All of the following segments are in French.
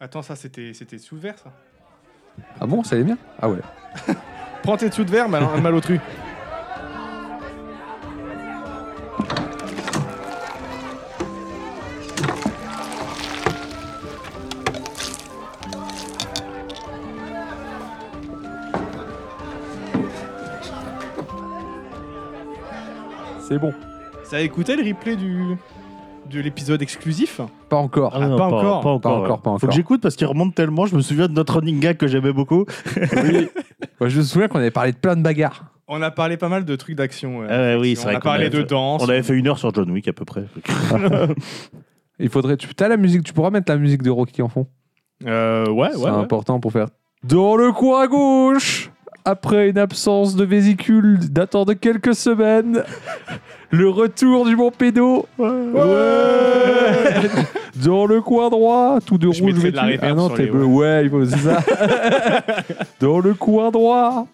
Attends, ça, c'était c'était sous verre, ça Ah bon, ça allait bien Ah ouais. Prends tes dessous de verre, mal, malotru. C'est bon. Ça a écouté le replay du de l'épisode exclusif Pas encore. Ah, pas encore. Pas Pas encore, encore, ouais. pas Faut encore. que j'écoute parce qu'il remonte tellement. Je me souviens de notre running gag que j'aimais beaucoup. Oui. Moi, je me souviens qu'on avait parlé de plein de bagarres. On a parlé pas mal de trucs d'action. ouais. Ah ouais, oui, Et c'est on vrai a qu'on parlé avait de fait- danse. On avait fait une heure sur John Wick à peu près. Il faudrait. Tu as la musique, tu pourras mettre la musique de Rocky en fond. Euh, ouais, C'est ouais. ouais. important pour faire. Dans le coin à gauche Après une absence de vésicule datant de quelques semaines, le retour du Mont Pédo. Dans le coin droit, tout de Je rouge mettrai de la vêtu. réverb Ah non, sur t'es les- bleu. Ouais, il faut c'est ça. Dans le coin droit,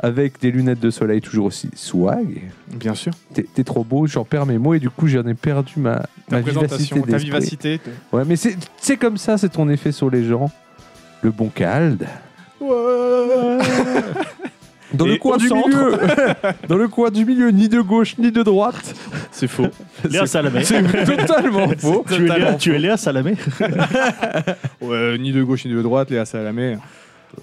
avec des lunettes de soleil toujours aussi swag. Bien sûr. T'es t'es trop beau, j'en perds mes mots et du coup j'en ai perdu ma, Ta ma présentation, vivacité ta d'esprit. vivacité. ton- Ouais, mais c'est c'est comme ça, c'est ton effet sur les gens. Le bon calde. Dans Et le coin au du centre. milieu. Dans le coin du milieu, ni de gauche ni de droite. C'est faux. Léa Salamé. C'est totalement faux. Tu es Léa, tu es Léa Salamé Ouais, ni de gauche ni de droite, Léa Salamé.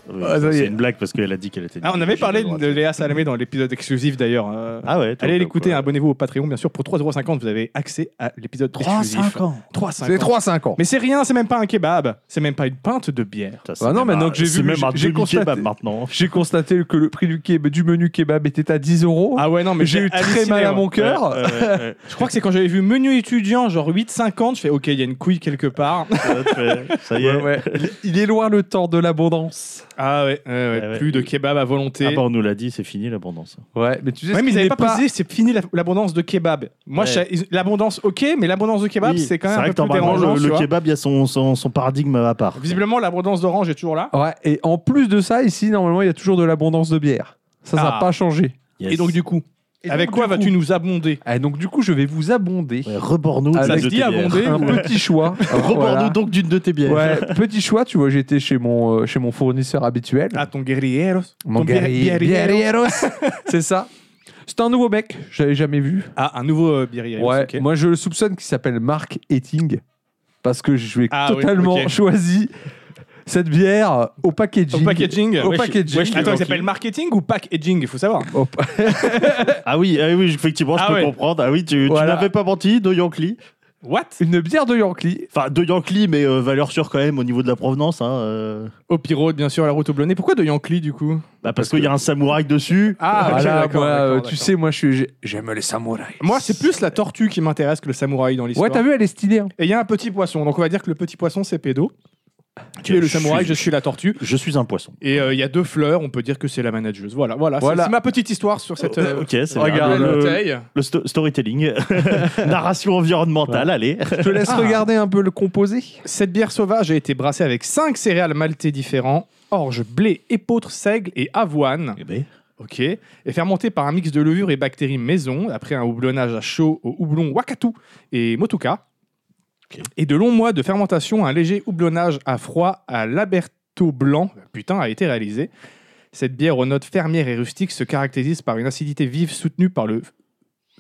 Oui, Ah, ça y est. C'est une blague parce qu'elle a dit qu'elle était. Ah, on avait parlé droite. de Léa Salamé dans l'épisode exclusif d'ailleurs. Euh, Ah ouais. Allez l'écouter, abonnez-vous au Patreon, bien sûr. Pour 3,50€, vous avez accès à l'épisode exclusif. 3-5 ans. 3,50€. C'est 3-5 ans. Mais c'est rien, c'est même pas un kebab. C'est même pas une pinte de bière. Putain, c'est Bah non, même maintenant un- que j'ai c'est vu, même j'ai- un j'ai demi constaté. kebab maintenant. J'ai constaté que le prix du, keb- du menu kebab était à 10 euros. Ah ouais, non, mais J'ai hein. eu très halluciné, hein. mal à moi. mon cœur. Ouais, ouais, ouais. Je crois que c'est quand j'avais vu menu étudiant, genre 8,50, je fais ok, il y a une couille quelque part. Ça te fait- Ça y est. Ouais, ouais. Il- Il est loin le temps de l'abondance. Ah ouais, ouais, ouais, Ah ouais. plus de kebab à volonté. Ah bah, on nous l'a dit, c'est fini l'abondance. Ouais, mais tu sais Ouais, ce mais qui ils n'est n'avaient pas, précisé, c'est fini la- l'abondance de kebab. Moi, Ouais. je sais- ils- l'abondance, ok, mais l'abondance de kebab, Oui, c'est quand même vrai un que peu plus normalement, dérangeant. le- tu Le, vois. kebab, il y a son, son, son paradigme à part. Visiblement, l'abondance d'orange est toujours là. Ouais, et en plus de ça, ici, normalement, il y a toujours de l'abondance de bière. Ça, ça Ah. n'a pas changé. Yes. Et donc, du coup, Et avec donc, quoi du coup- vas-tu nous abonder Ah, donc, du coup, je vais vous abonder Ouais, Rebord-nous Ça d'une se de dit tes bières. abonder. euh, un petit choix. Rebord-nous Voilà. donc d'une de tes bières. Ouais, petit choix, tu vois, j'étais chez mon, euh, chez mon fournisseur habituel. Ah, ton guerrieros. mon ton bier- guerri- biérieros. Biérieros. C'est ça. C'est un nouveau mec, je l'avais jamais vu. Ah, un nouveau euh, guerrieros, Ouais, ok. moi je le soupçonne qu'il s'appelle Mark Etting parce que je vais Ah oui, totalement ok. choisi cette bière au packaging. Au packaging. Au Wesh, packaging. wesh, Attends, il s'appelle marketing ou packaging Il faut savoir. Au pa- Ah oui, ah oui, effectivement, je Ah peux ouais. comprendre. Ah oui, tu, tu Voilà. n'avais pas menti, de Yankee. What Une bière de Yorkly. Enfin, de Yankee, mais euh, valeur sûre quand même au niveau de la provenance. Hein, euh. Au Pirate, bien sûr, la route au Blonnet. Pourquoi de Yankee, du coup Bah, parce qu'il y a un samouraï dessus. Ah, ok, Voilà, d'accord, moi, d'accord, euh, d'accord. tu sais, moi je suis- j'ai- j'aime les samouraïs. Moi, c'est plus la tortue qui m'intéresse que le samouraï dans l'histoire. Ouais, t'as vu, elle est stylée. hein. Et il y a un petit poisson. Donc, on va dire que le petit poisson, c'est pédo. Tu es le Je suis- samouraï, je suis la tortue. Je suis un poisson. Et euh, il y a deux fleurs, on peut dire que c'est la manageuse. Voilà, voilà. c'est- Voilà. C'est ma petite histoire sur cette euh, ok, c'est regarde, bien. belle le, bouteille. le sto- storytelling, narration environnementale, allez. Je te laisse Ah. regarder un peu le composé. Cette bière sauvage a été brassée avec cinq céréales maltées différents orge, blé, épeautre, seigle et avoine. Eh ben, Ok. Et fermentée par un mix de levure et bactéries maison, après un houblonnage à chaud au houblon Wakatu et Motuka. Ok. Et de longs mois de fermentation, un léger houblonnage à froid à l'Aberto blanc, putain, a été réalisé. Cette bière aux notes fermières et rustiques se caractérise par une acidité vive soutenue par le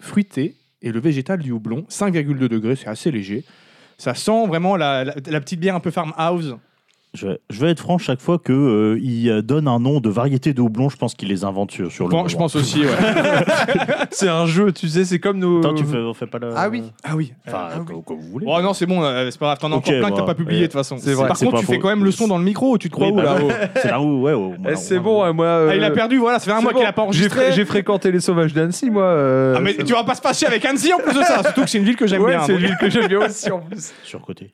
fruité et le végétal du houblon. 5,2 degrés, c'est assez léger. Ça sent vraiment la, la- la petite bière un peu farmhouse. je, vais- je vais être franc, chaque fois que euh, il donne un nom de variété de houblon, je pense qu'il les invente sur, sur Je le pense- je moment. pense aussi, ouais. C'est un jeu, tu sais, c'est comme nos. Attends, tu fais, on fait pas le... Ah oui. ah oui. Enfin, Ah oui. comme, comme vous voulez. Oh non, c'est bon, euh, c'est pas grave, t'en as encore Ok, plein que bah, t'as pas publié de ouais. toute façon. C'est vrai, Par c'est contre, pas tu fais faux. quand même le son dans le micro, tu te crois Oui, où bah, là-haut C'est là où, ouais. au- Eh, au- c'est au- bon, hein, moi. Ah, il a euh, perdu, voilà, ça fait un c'est mois bon. qu'il a pas J'ai enregistré. fré- J'ai fréquenté les sauvages d'Annecy, moi. euh, Ah, mais tu vas pas se fâcher avec Annecy en plus de ça, surtout que c'est une ville que j'aime Ouais, bien. hein, c'est donc. l'huile que j'aime bien aussi en plus. Surcoté.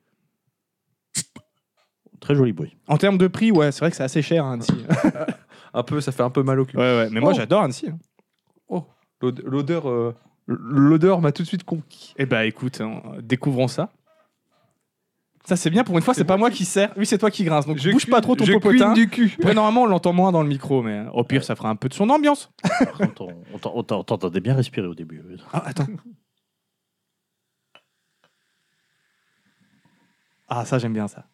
Très joli bruit. En termes de prix, ouais, c'est vrai que c'est assez cher Annecy. Un peu, ça fait un peu mal au cul. ouais, ouais, mais moi Oh. j'adore Annecy. hein. L'aud- L'odeur, euh, l'odeur m'a tout de suite conquis. Eh bah écoute, hein, découvrons ça. Ça c'est bien, pour une fois, c'est pas moi qui sers. Oui, c'est toi qui grince, donc Je bouge pas trop ton je popotin. cuine du cul. Ouais, normalement, on l'entend moins dans le micro, mais euh, au pire, ça fera un peu de son ambiance. Par contre, on- on t'en- on t'en- on t'entendait bien respirer au début. Ah, attends. Ah, ça, j'aime bien ça.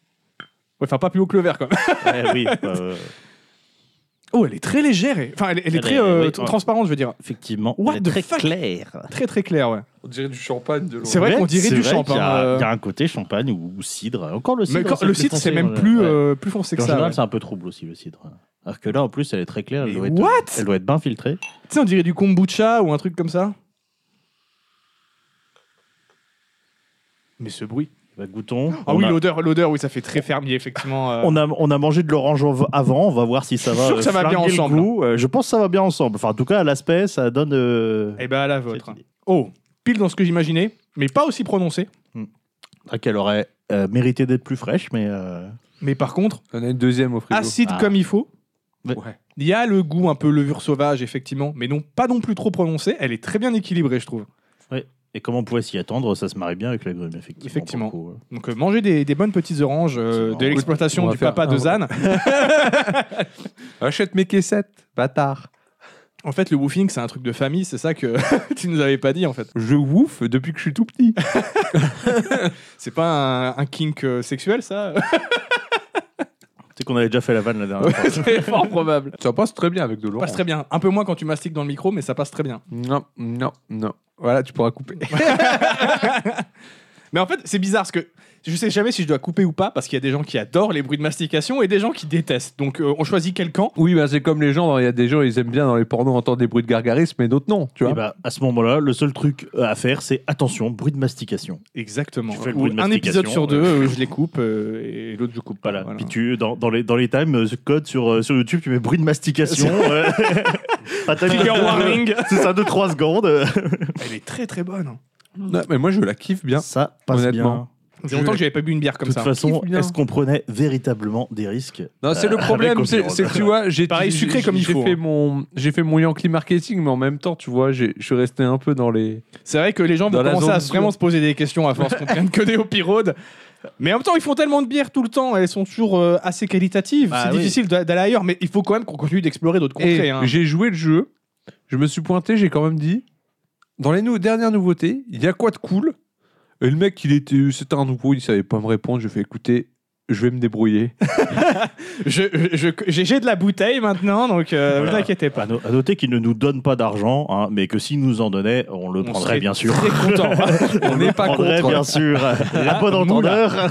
Ouais, enfin, pas plus haut que le verre, quand même. Ouais, oui, euh, Oh, elle est très légère. et- Enfin, elle, elle est Elle très est- euh, oui, oh. tr- ouais. transparente, je veux dire. effectivement. What elle est the très fuck claire. Très, très claire, ouais. On dirait du champagne de loin. C'est vrai Ouais, qu'on dirait c'est du vrai champagne, qu'il y a- euh. Il y, a un côté champagne ou, ou cidre. Encore le cidre. Mais quand- ça le fait cidre, c'est penser, même ouais. plus, Ouais. euh, plus foncé que En ça. général, ouais. c'est un peu trouble aussi le cidre. Alors que là, en plus, elle est très claire. Elle Mais doit, être, what elle doit être bien filtrée. Tu sais, on dirait du kombucha ou un truc comme ça. Mais ce bruit. Bah, goûtons. Ah on, oui, a, l'odeur, l'odeur, oui, ça fait très fermier, effectivement. euh. on, a, on a mangé de l'orange av- avant. On va voir si ça Je suis va. sûr que ça euh, va bien flinguer le ensemble. hein. goût. Euh, je pense que ça va bien ensemble. Enfin, en tout cas, à l'aspect, ça donne. euh, Eh ben, à la cette vôtre. idée. Oh, pile dans ce que j'imaginais, mais pas aussi prononcé. Ah, qu'elle aurait euh, mérité d'être plus fraîche, mais. euh, Mais par contre, On a une deuxième au frigo. acide Ah. comme il faut. Ouais. Il y a le goût un peu levure sauvage, effectivement, mais non pas non plus trop prononcé. Elle est très bien équilibrée, je trouve. Et comme on pouvait s'y attendre, ça se marie bien avec la grume, effectivement. Effectivement. pour le coup. hein. Donc, euh, manger des, des bonnes petites oranges euh, Effectivement. de l'exploitation On va du faire papa de un- Zan. Achète mes caissettes, bâtard. En fait, le woofing, c'est un truc de famille, c'est ça que tu nous avais pas dit, en fait. Je ouf depuis que je suis tout petit. C'est pas un, un kink euh, sexuel, ça C'est qu'on avait déjà fait la vanne la dernière fois. C'est fort probable. Ça passe très bien avec de Ça l'orange. passe très bien. Un peu moins quand tu mastiques dans le micro, mais ça passe très bien. Non, non, non. Voilà, tu pourras couper. Mais en fait, c'est bizarre parce que je sais jamais si je dois couper ou pas parce qu'il y a des gens qui adorent les bruits de mastication et des gens qui détestent. Donc, euh, on choisit quel camp. Oui, bah, c'est comme les gens, il y a des gens, ils aiment bien dans les pornos entendre des bruits de gargarisme, mais d'autres non, Eh tu vois. Et ben. bah, à ce moment-là, le seul truc euh, à faire, c'est attention, bruit de mastication. Exactement. Tu fais le Ou bruit de un mastication, épisode sur euh. deux, euh, je les coupe euh, et l'autre, je coupe pas. Voilà. Voilà. Puis tu, dans, dans les, dans les times euh, code sur, euh, sur YouTube, tu mets bruit de mastication. euh, à ta Trigger vidéo. warning. C'est ça, 2-3 secondes. euh, Elle est très très bonne. hein. Ouais, mais moi, je la kiffe bien. Ça passe bien. Honnêtement. Ça fait longtemps que j'avais pas bu une bière De comme toute ça. façon, Kiffe bien. est-ce qu'on prenait véritablement des risques Non, c'est le Ah, avec problème, c'est Omniron. c'est que tu vois, j'ai Pareil, j'ai- sucré comme il j'ai faut, Fait hein. mon, j'ai fait mon Yankee marketing, mais en même temps, tu vois, j'ai- je suis resté un peu dans les. C'est vrai que les gens Dans vont la commencer zone à du vraiment sous. se poser des questions à force qu'on prenne que des opérodes. Mais en même temps, ils font tellement de bières tout le temps, elles sont toujours euh, assez qualitatives. Bah c'est oui. difficile d'a- d'aller ailleurs, mais il faut quand même qu'on continue d'explorer d'autres contrées. Et hein. J'ai joué le jeu, je me suis pointé, j'ai quand même dit, dans les nou- dernières nouveautés, il y a quoi de cool Et le mec, il était, c'était un nouveau, il savait pas me répondre. J'ai fait, écoutez, je vais me débrouiller. Je- je- J'ai j'ai de la bouteille maintenant, donc euh, Voilà. Bah, vous inquiétez À pas. no- à noter qu'ils ne nous donnent pas d'argent, hein, mais que s'ils nous en donnaient, on le On prendrait serait bien sûr. Très content. On n'est pas On prendrait contre. bien sûr. La bonne moula. entendeur.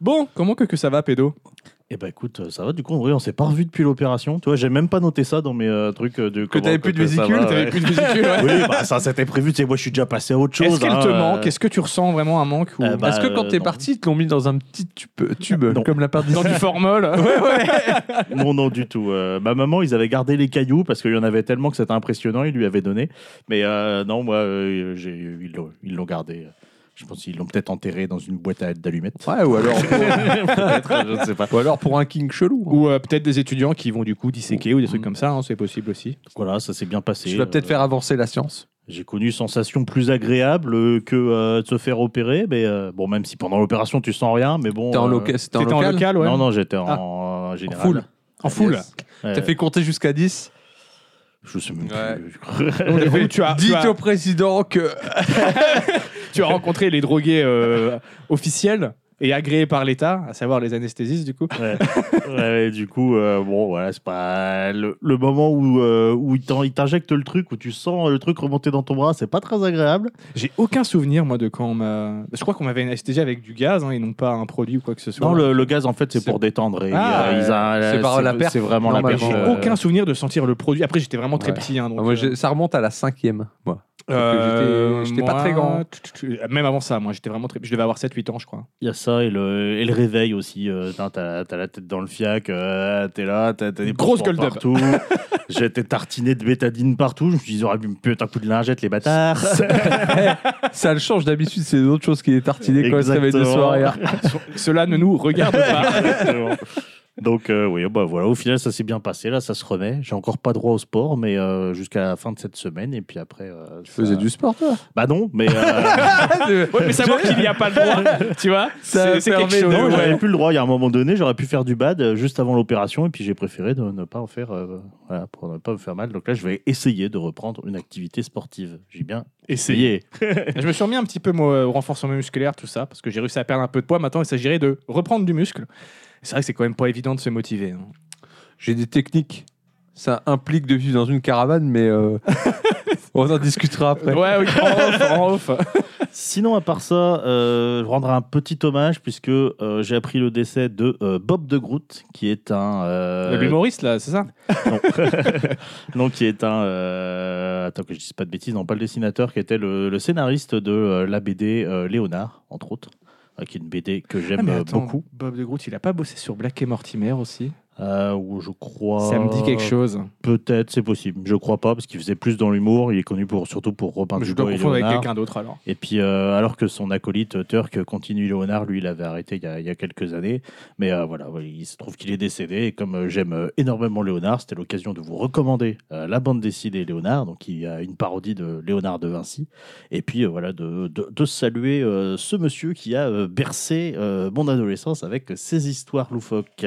bon, comment que, que ça va, pédo Eh ben écoute, euh, ça va du coup, André, on s'est pas revu depuis l'opération. Tu vois, j'ai même pas noté ça dans mes euh, trucs euh, de. Que t'avais plus de vésicule, vésicules, T'avais plus de vésicule, ouais. Oui, bah, ça c'était prévu. Tu sais, moi je suis déjà passé à autre chose. Est-ce qu'elle hein, te euh, manque Est-ce que tu ressens vraiment un manque ou... Euh, bah, Est-ce que quand euh, t'es non. parti, ils te l'ont mis dans un petit tube, tube Non. comme la part Dans du formol euh, Non, non, du tout. Euh, ma maman, ils avaient gardé les cailloux parce qu'il y en avait tellement que c'était impressionnant. Ils lui avaient donné. Mais euh, non, moi, euh, j'ai- ils l'ont- ils l'ont gardé. Je pense qu'ils l'ont peut-être enterré dans une boîte à- d'allumettes. Ouais, ou alors, Peut-être, je ne sais pas. ou alors pour un king chelou. hein. Ou euh, peut-être des étudiants qui vont du coup disséquer ou des trucs comme ça, hein, c'est possible aussi. Voilà, ça s'est bien passé. Tu vas peut-être Euh, faire avancer la science. J'ai connu sensation plus agréable euh, que euh, de se faire opérer, mais euh, bon, même si pendant l'opération tu sens rien, mais bon. T'es en, euh, loca- c'était en T'étais en local, Ah. local, ouais Non, non, j'étais en, en En général. Euh, full. En full. Yes. Ouais, T'as fait compter jusqu'à 10. Je sais même Ouais. plus. je crois. Donc, du coup, tu as, tu Dites as- au président que. tu as rencontré les drogués euh, officiels et agréés par l'État, à savoir les anesthésistes du coup. Ouais. Ouais, et du coup, euh, bon, voilà, c'est pas le, le moment où, euh, où ils t'en- ils t'injectent le truc, où tu sens le truc remonter dans ton bras, c'est pas très agréable. J'ai aucun souvenir moi de quand on m'a. Je crois qu'on m'avait anesthésié avec du gaz hein, et non pas un produit ou quoi que ce soit. Non, le, le gaz, en fait, c'est C'est- pour détendre. et, Ah, euh, ils a- c'est par la perf, C'est vraiment la perche. J'ai normalement. euh, aucun souvenir de sentir le produit. Après, j'étais vraiment très Ouais. petit. hein, donc, Ah, moi, euh, j'ai- ça remonte à la cinquième. Moi. euh, j'étais- j'étais pas moi, très grand. tu- tu- tu- Même avant ça, moi, j'étais vraiment très. Je devais avoir 7-8 ans, je crois. Il y a ça et le, et le réveil aussi. euh, putain, t'as t'as la tête dans le fiac, euh, t'es là, t'as t'as des Une grosse pourpoints gueule d'up. partout. J'étais tartiné de bétadine partout. Je me suis dit, ils auraient pu me péter un coup de lingette, les bâtards. Ça le change d'habitude, c'est autre chose qui est tartiné quand ça va être de Exactement. soirée. Cela ne nous hein. regarde pas. Exactement. Donc, euh, oui, bah voilà. Au final, ça s'est bien passé. Là, ça se remet. J'ai encore pas droit au sport, mais euh, jusqu'à la fin de cette semaine. Et puis après. euh, Tu faisais ça- du sport, toi Bah non, mais. euh, Ouais, mais savoir qu'il n'y a pas le droit, tu vois, Ça c'est c'est quelque permet chose. de- Non, ouais. j'avais plus le droit. Il y a un moment donné, j'aurais pu faire du bad euh, juste avant l'opération, et puis j'ai préféré de ne pas en faire, euh, voilà, pour ne pas me faire mal. Donc là, je vais essayer de reprendre une activité sportive. J'ai bien essayé. Je me suis remis un petit peu moi, au renforcement musculaire, tout ça, parce que j'ai réussi à perdre un peu de poids. Maintenant, il s'agirait de reprendre du muscle. C'est vrai que c'est quand même pas évident de se motiver. hein. J'ai des techniques. Ça implique de vivre dans une caravane, mais euh, on en discutera après. Ouais, oui, en off, en off. Sinon, à part ça, euh, je rendrai un petit hommage puisque euh, j'ai appris le décès de euh, Bob de Groot, qui est un euh, L'humoriste, là, c'est ça non. Non, qui est un euh, attends que je dise pas de bêtises, non pas le dessinateur, qui était le, le scénariste de euh, la BD euh, Léonard, entre autres, euh, qui est une BD que j'aime euh, beaucoup. Bob de Groot, il a pas bossé sur Black et Mortimer aussi Euh, ou je crois. Ça me dit quelque chose. Peut-être, c'est possible. Je crois pas, parce qu'il faisait plus dans l'humour. Il est connu pour, surtout pour Robin Mais je Dubois dois et confondre avec Léonard. quelqu'un d'autre alors. Et puis, euh, alors que son acolyte euh, Turk continue Léonard, lui, il avait arrêté il y a, il y a quelques années. Mais euh, voilà, ouais, il se trouve qu'il est décédé. Et comme euh, j'aime euh, énormément Léonard, c'était l'occasion de vous recommander euh, la bande dessinée Léonard. Donc, il y a une parodie de Léonard de Vinci. Et puis, euh, voilà, de, de- de saluer euh, ce monsieur qui a euh, bercé euh, mon adolescence avec ses histoires loufoques.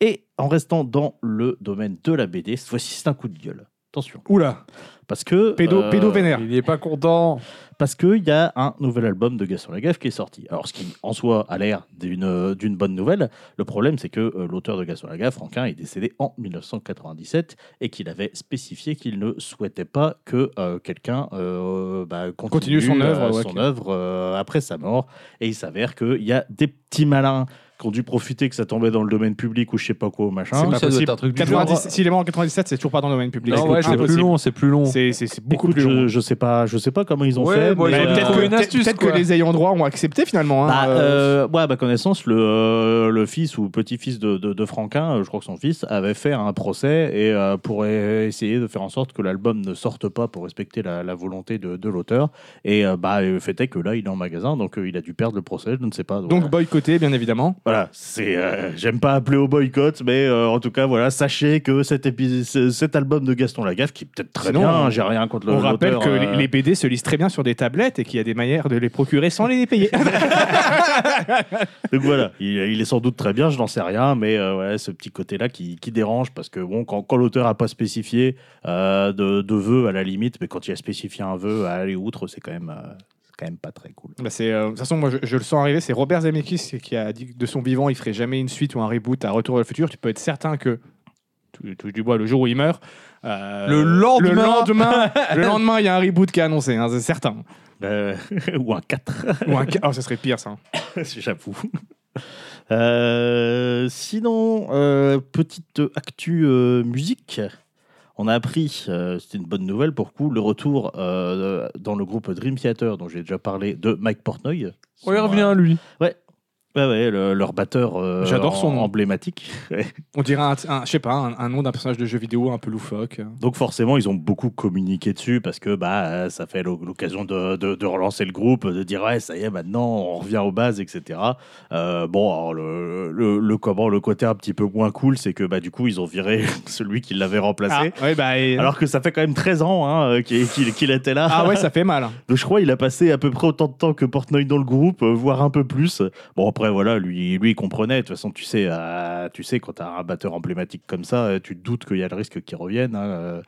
Et en restant dans le domaine de la BD, cette fois-ci, c'est un coup de gueule. Attention. Oula, Parce que. pédo, euh, pédo vénère. Il n'est pas content. parce qu'il y a un nouvel album de Gaston Lagaffe qui est sorti. Alors, ce qui, en soi, a l'air d'une euh, d'une bonne nouvelle. Le problème, c'est que euh, l'auteur de Gaston Lagaffe, Franquin, est décédé en 1997 et qu'il avait spécifié qu'il ne souhaitait pas que euh, quelqu'un euh, bah, continue, Continue son œuvre, euh, ouais, son ok. œuvre, euh, après sa mort. Et il s'avère qu'il y a des petits malins qui ont dû profiter que ça tombait dans le domaine public ou je sais pas quoi, machin. C'est pas possible. un truc du 90 genre. S'il est mort en 97, c'est toujours pas dans le domaine public. Non, ouais, c'est plus Impossible. long, c'est plus long. C'est c'est- c'est beaucoup Écoute, plus long. je, je sais pas, je sais pas comment ils ont Ouais, fait. bon, ils mais, Ouais, ont dû euh, Peut-être trouver que, une peut-être- astuce, peut-être quoi. que les ayants droit ont accepté finalement. hein, Bah, euh, euh, ouais, à ma connaissance, le, euh, le fils ou petit-fils de, de, de Franquin, euh, je crois que son fils, avait fait un procès et euh, pour euh, essayer de faire en sorte que l'album ne sorte pas pour respecter la, la volonté de, de l'auteur. Et euh, bah, le fait est que là, il est en magasin, donc euh, il a dû perdre le procès, je ne sais pas. Donc voilà. boycotté, bien évidemment. Voilà, c'est, euh, j'aime pas appeler au boycott, mais euh, en tout cas, voilà, sachez que cet, épis- ce- cet album de Gaston Lagaffe, qui est peut-être très Sinon, bien, hein, on- j'ai rien contre le On rappelle l'auteur, que euh, les- les BD se lisent très bien sur des tablettes et qu'il y a des manières de les procurer sans les payer. Donc voilà, il, il est sans doute très bien, je n'en sais rien, mais euh, ouais, ce petit côté-là qui, qui dérange, parce que bon, quand, quand l'auteur n'a pas spécifié euh, de, de vœu à la limite, mais quand il a spécifié un vœu à aller outre, c'est quand même, euh, c'est quand même pas très cool. Bah, c'est, euh, de toute façon, moi, je, je le sens arriver. C'est Robert Zemeckis qui a dit que de son vivant, il ferait jamais une suite ou un reboot à Retour vers le futur. Tu peux être certain que tou- touche du bois le jour où il meurt. euh, Le lendemain. le lendemain, le lendemain, il y a un reboot qui est annoncé, hein, c'est certain. Euh, ou un 4, Ou un ca- oh, ça serait pire ça. j'avoue. Euh, sinon, euh, petite actu euh, musique. On a appris, euh, c'était une bonne nouvelle pour coup, le retour euh, dans le groupe Dream Theater, dont j'ai déjà parlé, de Mike Portnoy. On y Son, revient, lui. Ouais, ouais, le- leur batteur euh, J'adore son en- nom. emblématique. On dirait un, un- je sais pas, un, un nom d'un personnage de jeu vidéo un peu loufoque. Donc forcément, ils ont beaucoup communiqué dessus parce que bah euh, ça fait l'o- l'occasion de, de- de relancer le groupe, de dire ouais ça y est maintenant on revient aux bases, etc. Euh, bon, alors, le, le, le comment le côté un petit peu moins cool, c'est que bah du coup ils ont viré celui qui l'avait remplacé. Ah, ouais, bah, et- Alors que ça fait quand même 13 ans hein, euh, qu'il qu'il- qu'il était là. ah ouais, ça fait mal. Donc je crois qu'il a passé à peu près autant de temps que Portnoy dans le groupe, euh, voire un peu plus. Bon après voilà, lui, lui il comprenait. De toute façon, tu sais, euh, tu sais quand t'as un batteur emblématique comme ça, euh, tu te doutes qu'il y a le risque qu'il revienne. hein, euh.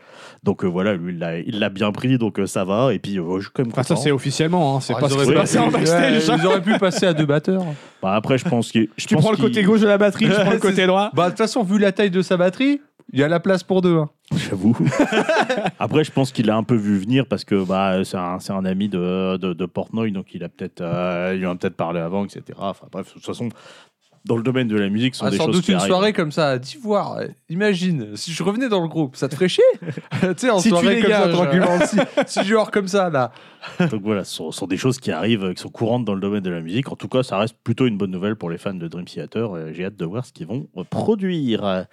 donc euh, voilà, lui il l'a- il l'a bien pris, donc euh, ça va. Et puis euh, je suis quand même Enfin, content. Ah, ça c'est officiellement, hein, c'est Ah, pas ils ce qui auraient s'est pu- passé en ouais, backstage. Ils auraient pu passer à deux batteurs. Bah, après je pense que Tu prends le côté gauche de la batterie, tu prends le côté droit. Bah, de toute façon, vu la taille de sa batterie, il y a la place pour deux. hein. J'avoue. Après, je pense qu'il a un peu vu venir parce que bah, c'est un, c'est un ami de, de, de Portnoy, donc il a peut-être euh, il en a peut-être parlé avant, etc. Enfin bref, de toute façon, dans le domaine de la musique, ce sont Ah, des sans choses doute qui une arrivent. soirée comme ça, à d'ivoire. Imagine, si je revenais dans le groupe, ça te ferait chier Tu sais, en Si tu soirée comme ça, dégages. tranquillement. si, si je hors comme ça, là. Donc voilà, ce sont, ce sont des choses qui arrivent, euh, qui sont courantes dans le domaine de la musique. En tout cas, ça reste plutôt une bonne nouvelle pour les fans de Dream Theater. Euh, J'ai hâte de voir ce qu'ils vont euh, produire.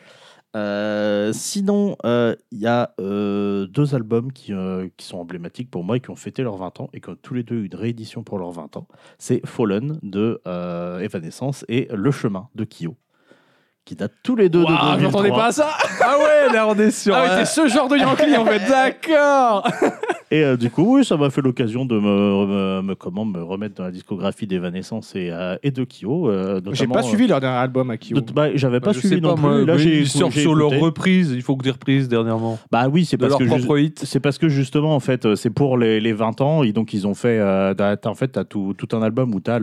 Euh, sinon, euh, il y a euh, deux albums qui, euh, qui sont emblématiques pour moi et qui ont fêté leurs 20 ans et qui ont tous les deux eu une réédition pour leurs 20 ans. C'est Fallen de euh, Evanescence et Le Chemin de Kyo, qui datent tous les deux de Waouh, 2003. j'entendais pas à ça. Ah ouais, là on est sur. Ah ouais, t'es ce genre de Yankee en fait. D'accord. Et euh, du coup, oui, ça m'a fait l'occasion de me, me- me- comment, me remettre dans la discographie d'Evanescence et, euh, et de Kyo. euh, J'ai notamment, pas euh, suivi leur dernier album à Kyo. de- bah, J'avais pas je suivi sais non pas, moi, plus. Là, mais j'ai ils sortent j'ai sur leur écouté. reprise, il faut que des reprises dernièrement. Bah oui, c'est De parce leur que je- propre hit. C'est parce que justement, en fait, euh, c'est pour les, les 20 ans. Et donc, ils ont fait. euh, t'as- t'as- en fait, tu as tout, tout un album où tu as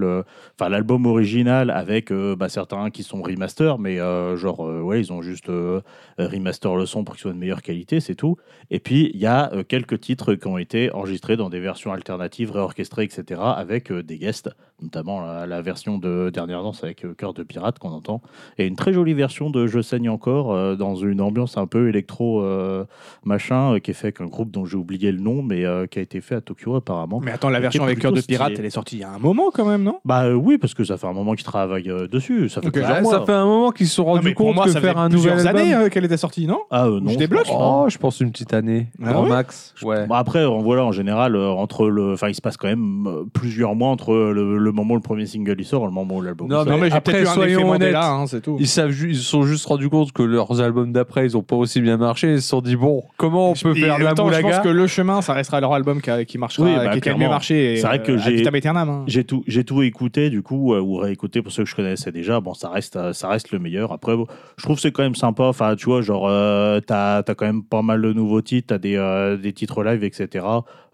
l'album original avec euh, bah, certains qui sont remaster, mais euh, genre, euh, ouais, ils ont juste euh, remaster le son pour qu'il soit de meilleure qualité, c'est tout. Et puis, il y a euh, quelques titres qui ont été enregistrés dans des versions alternatives, réorchestrées, etc., avec euh, des guests, notamment la, la version de Dernière Danse avec euh, Cœur de Pirate qu'on entend, et une très jolie version de Je saigne encore euh, dans une ambiance un peu électro. euh, machin euh, qui est fait avec un groupe dont j'ai oublié le nom mais euh, qui a été fait à Tokyo apparemment. Mais attends, la qui version est avec cœur de plutôt pirate, stylée. elle est sortie il y a un moment quand même, non Bah euh, oui parce que ça fait un moment qu'ils travaillent euh, dessus, ça fait Ok, plusieurs Ouais, mois. ça fait un moment qu'ils se sont rendus compte que faire un nouvel album. hein. années euh, qu'elle était sortie, non Ah euh, non, Je débloque. pense pas. Oh, je pense une petite année, Ah grand ouais max. Ouais. Bah après en voilà en général euh, entre le enfin il se passe quand même euh, plusieurs mois entre le, le moment où le premier single il sort et le moment où l'album Non, sort. mais après, soyons Mandela, honnêtes. hein, c'est tout. Ils savent, ju- ils se sont juste rendus compte que leurs albums d'après, ils ont pas aussi bien marché. Ils se sont dit bon, comment on peut Et faire de la autant, Je pense moulaga que le chemin, ça restera leur album qui, a- qui marchera, Oui, bah, qui a le mieux clairement. marché. et, C'est vrai euh, que ad j'ai- vitam aeternam, hein. J'ai tout, j'ai tout écouté du coup euh, ou réécouté pour ceux que je connaissais déjà. Bon, ça reste, euh, ça reste le meilleur. Après, bon, je trouve que c'est quand même sympa. Enfin, tu vois, genre, euh, t'as, t'as quand même pas mal de nouveaux titres, t'as des, euh, des titres live, etc.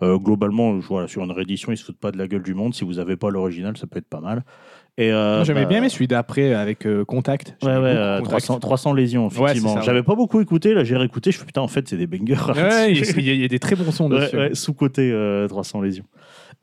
Euh, globalement, je- voilà, sur une réédition, ils se foutent pas de la gueule du monde. Si vous avez pas l'original, ça peut être pas mal. Et euh, Moi, J'aimais bah, bien, mais celui d'après avec euh, Contact. Ouais, J'aimais ouais, beaucoup euh, Contact. 300, 300 lésions, c'est ça, effectivement. ouais. J'avais pas beaucoup écouté, là j'ai réécouté, je fais putain, en fait, c'est des bangers. Ouais, il y, a- il y a des très bons sons Ouais, dessus. ouais, sous-côté euh, 300 lésions.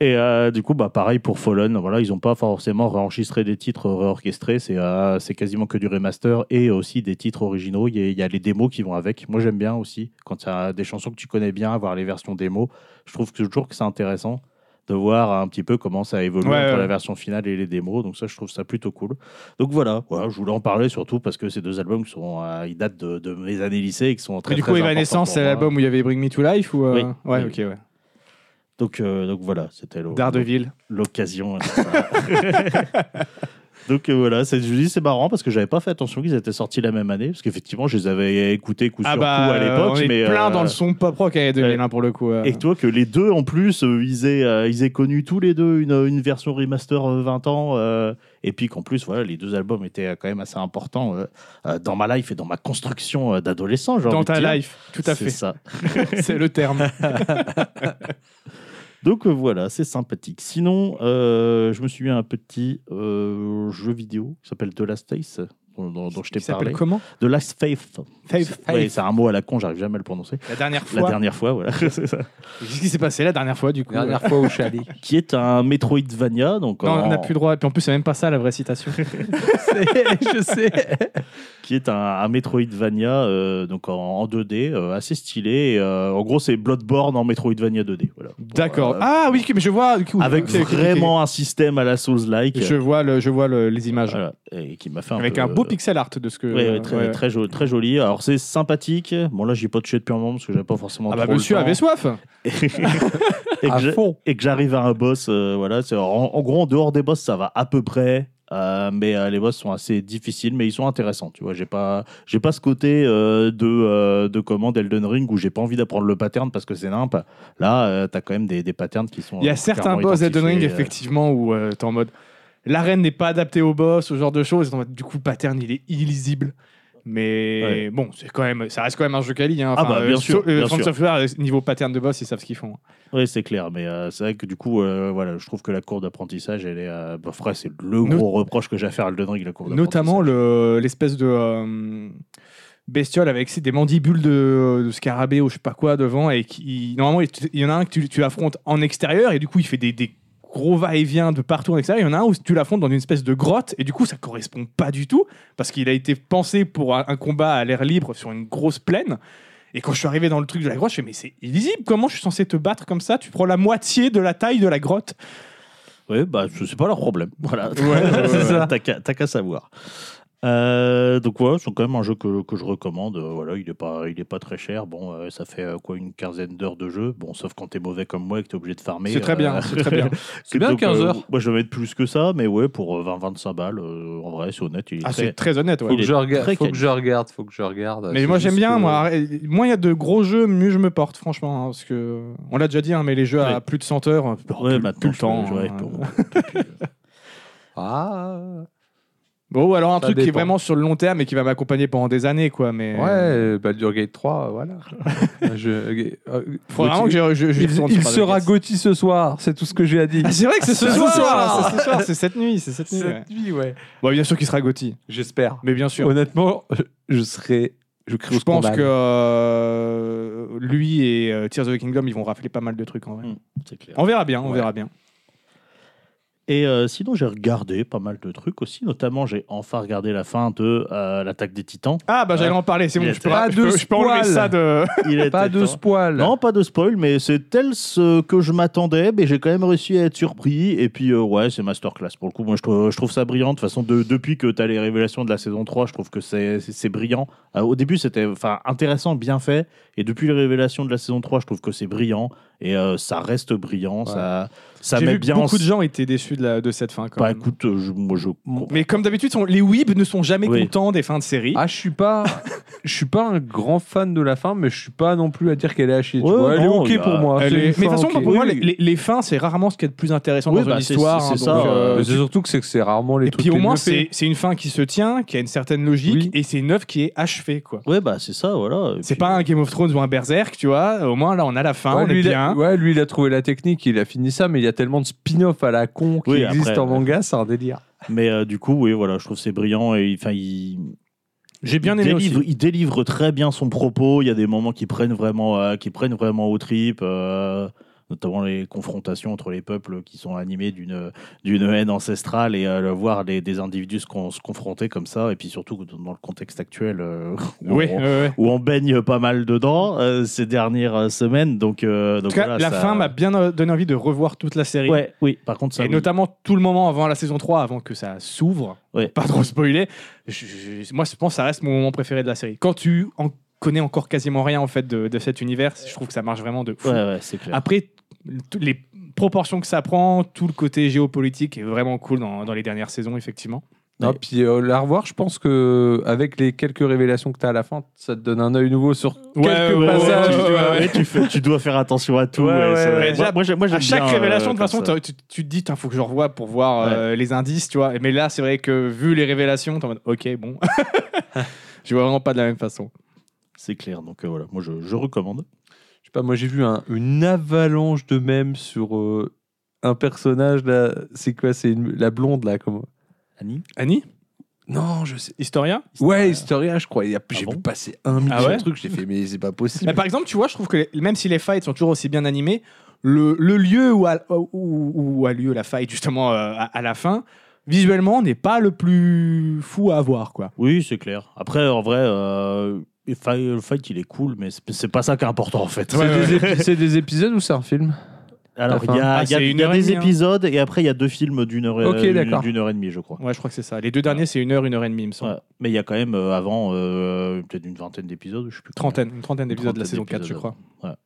Et euh, du coup, bah, pareil pour Fallen, voilà, ils n'ont pas forcément réenregistré des titres réorchestrés, c'est euh, c'est quasiment que du remaster et aussi des titres originaux. Il y, a- il y a les démos qui vont avec. Moi, j'aime bien aussi, quand tu as des chansons que tu connais bien, avoir les versions démos. Je trouve que, toujours que c'est intéressant de voir un petit peu comment ça évolue Ouais, entre ouais. la version finale et les démos. Donc ça, je trouve ça plutôt cool. Donc voilà, voilà, je voulais en parler surtout parce que ces deux albums qui sont, euh, ils datent de, de mes années lycée et qui sont très, Et du très coup, importants Evanescence, pour c'est moi. l'album où il y avait Bring Me to Life ou euh, Oui. Ouais, Oui. ok, ouais. Donc, euh, donc voilà, c'était le- Daredevil. l'occasion. c'est ça. Donc euh, voilà, c'est- je vous dis c'est marrant parce que j'avais pas fait attention qu'ils étaient sortis la même année parce qu'effectivement je les avais écoutés coup sur coup à euh, l'époque, on est mais plein euh, dans le son pop rock à 2000 hein, pour le coup. euh. et toi que les deux en plus euh, ils aient euh, ils aient connu tous les deux une, une version remaster euh, 20 ans euh, et puis qu'en plus voilà les deux albums étaient euh, quand même assez importants euh, euh, dans ma life et dans ma construction euh, d'adolescent. j'ai Dans envie de ta dire. life, tout à C'est fait. ça. C'est le terme. Donc euh, voilà, c'est sympathique. Sinon, euh, je me suis mis à un petit euh, jeu vidéo qui s'appelle The Last Face, dont, dont- dont je t'ai Il s'appelle parlé. comment The Last Faith. Faith. Ouais, c'est un mot à la con, j'arrive jamais à le prononcer. La dernière fois. La dernière fois, voilà, c'est ça. Qu'est-ce qui s'est passé la dernière fois du coup euh Dernière fois au chalet. Qui est un Metroidvania, donc Non, en- on n'a plus le droit. Et puis en plus, c'est même pas ça la vraie citation. je sais. qui est un, un Metroidvania euh, donc en, en 2D, euh, assez stylé. et, euh, en gros, c'est Bloodborne en Metroidvania 2D. Voilà. D'accord. Euh, Ah oui, mais je vois. du coup, avec ok, ok, ok. vraiment un système à la Souls-like. Je vois, le- je vois le- les images. Voilà, et qui m'a fait un Avec peu- un beau pixel art de ce que. euh, euh, Ouais, ouais, très, ouais. Très, joli, très joli. Alors, c'est sympathique. Bon, là, j'ai pas touché depuis un moment parce que j'avais pas forcément. Ah bah trop le monsieur temps. avait soif. et, que À j'ai- fond. et que j'arrive à un boss. euh, voilà, c'est- en, en gros, en dehors des boss, ça va à peu près. euh, mais euh, les boss sont assez difficiles, mais ils sont intéressants. Tu vois, j'ai pas, j'ai pas ce côté euh, de, euh, de commande Elden Ring où j'ai pas envie d'apprendre le pattern parce que c'est nimp. Là, euh, t'as quand même des, des patterns qui sont. Il y euh, a certains clairement boss d'Elden Ring, identifiés, euh, effectivement, où euh, t'es en mode. L'arène n'est pas adaptée au boss, ce genre de choses. Et t'es en mode, Du coup, le pattern, il est illisible. Mais Ouais. bon, c'est quand même, ça reste quand même un jeu quali. Hein. Ah bah, bien sûr, so- euh, bien From sûr. Software, euh, niveau pattern de boss, ils savent ce qu'ils font. Oui, c'est clair, mais euh, c'est vrai que du coup, euh, voilà, je trouve que la cour d'apprentissage, elle est. euh, bah, frère, c'est le Not- gros reproche que j'ai à faire à Elden Ring, Oh, la cour d'apprentissage. Notamment le- l'espèce de euh, bestiole avec c'est des mandibules de, de scarabée ou je sais pas quoi devant. Et qui, normalement, il il y en a un que tu, tu affrontes en extérieur et du coup, il fait des, des gros va-et-vient de partout en extérieur. Il y en a un où tu l'affrontes dans une espèce de grotte et du coup, ça correspond pas du tout parce qu'il a été pensé pour un, un combat à l'air libre sur une grosse plaine. Et quand je suis arrivé dans le truc de la grotte, je fais mais c'est illisible. Comment je suis censé te battre comme ça Tu prends la moitié de la taille de la grotte. Oui, bah, c'est c'est pas leur problème. Voilà. ouais, ouais, C'est ouais. ça. T'as qu'à t'as qu'à savoir. Euh, donc voilà, c'est quand même un jeu que, que je recommande. Euh, Voilà, il est pas, il est pas très cher. Bon, euh, ça fait euh, quoi une quinzaine d'heures de jeu. Bon, sauf quand t'es mauvais comme moi et que t'es obligé de farmer. C'est très bien, euh, c'est très bien. C'est bien donc, 15 euh, heures. moi, je vais mettre plus que ça, mais ouais, pour 20-25 balles, euh, en vrai, c'est honnête. Il est Ah, très- c'est très honnête, ouais. Faut, que je, rega- très faut que quali. je regarde, faut que je regarde. Mais Bah, C'est moi j'aime juste bien, que- moi. arrête- Moins il y a de gros jeux, mieux je me porte, franchement. hein, parce que on l'a déjà dit, hein, mais les jeux à Ouais. plus de 100 heures, euh, Ouais, bah, plus, plus maintenant, le je- temps. ouais, hein. bon. Ah Bon, ou alors un Ça truc qui est dépend. vraiment sur le long terme et qui va m'accompagner pendant des années, quoi. Mais euh, Ouais, Baldur Gate 3, voilà. je, euh, faut vraiment que je, je- je il retourne il sur sera Dragon Quest. Gotti ce soir, c'est tout ce que j'ai à dire. Ah, c'est vrai que c'est ce C'est ce soir, soir. c'est ce soir, c'est cette nuit, c'est cette nuit. ouais. Cette nuit, ouais. Bon, bien sûr qu'il sera Gotti, J'espère. mais bien sûr. Honnêtement, je serais. Je, crie Je au pense scandale. que euh, lui et euh, Tears of the Kingdom, ils vont rafler pas mal de trucs en vrai. Mm. C'est clair. On verra bien, on Ouais. verra bien. Et euh, sinon, j'ai regardé pas mal de trucs aussi. Notamment, j'ai enfin regardé la fin de euh, l'attaque des Titans. Ah bah j'allais Ouais. en parler, c'est bon, Il je était- peux, Pas je de peux- je peux enlever spoil. ça de... Il était Pas de temps. spoil. Non, pas de spoil, mais c'est tel ce que je m'attendais, mais j'ai quand même réussi à être surpris. Et puis, euh, ouais, c'est masterclass pour le coup. Moi, je trouve, je trouve ça brillant. De toute façon, de- depuis que tu as les révélations de la saison 3, je trouve que c'est c'est- c'est brillant. Euh, au début, c'était enfin, intéressant, bien fait. Et depuis les révélations de la saison 3, je trouve que c'est brillant. Et euh, ça reste brillant. Ouais. Ça, ça J'ai met vu que bien beaucoup en- de gens étaient déçus de, la- de cette fin. Quand Bah même. écoute, euh, je- moi, je comprends. Mais comme d'habitude, sont- les weebs ne sont jamais Oui. contents des fins de série. Ah, je suis pas, je suis pas un grand fan de la fin, mais je suis pas non plus à dire qu'elle est à chier. tu Ouais, vois. Elle est non, ok il y a- pour moi. Elle c'est est- Euh, une Mais de toute fin façon, ok. pour moi, Oui, les, les- les fins, c'est rararement ce qui est le plus intéressant Oui, dans bah, une c'est- histoire. c'est- hein, c'est donc, ça, euh, Mais c'est surtout que c'est que c'est rarement les Et trucs. puis au les moins, mieux c'est faits. c'est une fin qui se tient, qui a une certaine logique, Oui. et c'est une œuvre qui est achevée. quoi. Ouais, bah c'est ça, voilà. Et C'est puis, pas un Game of Thrones ou un Berserk, tu vois. Au moins, là, on a la fin, Ouais, on lui, est il a, bien. ouais, lui, il a trouvé la technique, il a fini ça, mais il y a tellement de spin-off à la con qui Oui, après, existent en ouais. manga, c'est un délire. Mais euh, du coup, oui, voilà, je trouve que c'est brillant. Et enfin, il. J'ai bien aimé il aussi. délivre, il délivre très bien son propos. Il y a des moments qui prennent vraiment, euh, qui prennent vraiment aux tripes, euh, notamment les confrontations entre les peuples qui sont animés d'une d'une haine ancestrale et euh, le voir les, des individus se, con- se confronter comme ça. Et puis surtout dans le contexte actuel euh, où, Oui, on, ouais, ouais. où on baigne pas mal dedans euh, ces dernières euh, semaines. Donc, euh, En donc tout cas, voilà, la ça- fin m'a bien euh, donné envie de revoir toute la série. Ouais, oui. Par contre, ça. et oui. notamment tout le moment avant la saison 3, avant que ça s'ouvre, Ouais. pas trop spoiler, je- je- moi je pense que ça reste mon moment préféré de la série. Quand tu en connais encore quasiment rien en fait de, de cet univers, je trouve que ça marche vraiment de fou. Ouais, ouais, c'est clair. Après, toutes les proportions que ça prend, tout le côté géopolitique est vraiment cool dans, dans les dernières saisons, effectivement. Non, Ouais. puis euh, la revoir, je pense que avec les quelques révélations que tu as à la fin, ça te donne un œil nouveau sur quelques ouais, passages. ouais, tu vois. ouais, ouais. Ouais, tu, fais- tu dois faire attention à tout. Ouais, ouais, ça- ouais. Moi- Déjà, moi, j'ai- moi, À j'aime chaque bien, euh, révélation, de toute comme façon, ça. t'as- tu, tu te dis, il faut que je revoie pour voir euh, les indices, tu vois. Mais là, c'est vrai que vu les révélations, t'es en mode, ok, bon. je vois vraiment pas de la même façon. C'est clair, donc euh, voilà, moi je, je recommande. Je sais pas, moi j'ai vu un- une avalanche de mèmes sur euh, un personnage là. C'est quoi C'est une- la blonde là comment Annie Annie, Non, je sais. historien Ouais, Historia, je crois. Il y a- J'ai bon vu passer un million Ah ouais de trucs, j'ai fait, mais c'est pas possible. Mais par exemple, tu vois, je trouve que les- même si les fights sont toujours aussi bien animés, le, le lieu où a, où- où a lieu la fight, justement, euh, à, à la fin, visuellement, n'est pas le plus fou à avoir, quoi. Oui, c'est clair. Après, en vrai, euh, le fi- le fight il est cool, mais c'est c'est pas ça qui est important en fait. C'est des, épi- c'est des épisodes ou c'est un film Alors, il y la fin. a, Ah, il y a- c'est une il y a heure et des demie, hein. épisodes et après il y a deux films d'une heure, et- Ok, une- d'accord. d'une heure et demie, je crois. Ouais, je crois que c'est ça. Les deux derniers, c'est une heure, une heure et demie, il me semble. Ouais. Mais il y a quand même euh, avant euh, peut-être une vingtaine d'épisodes, je sais plus. combien. Trentaine, une trentaine d'épisodes de la saison Trentaine 4, je d'épisodes. crois.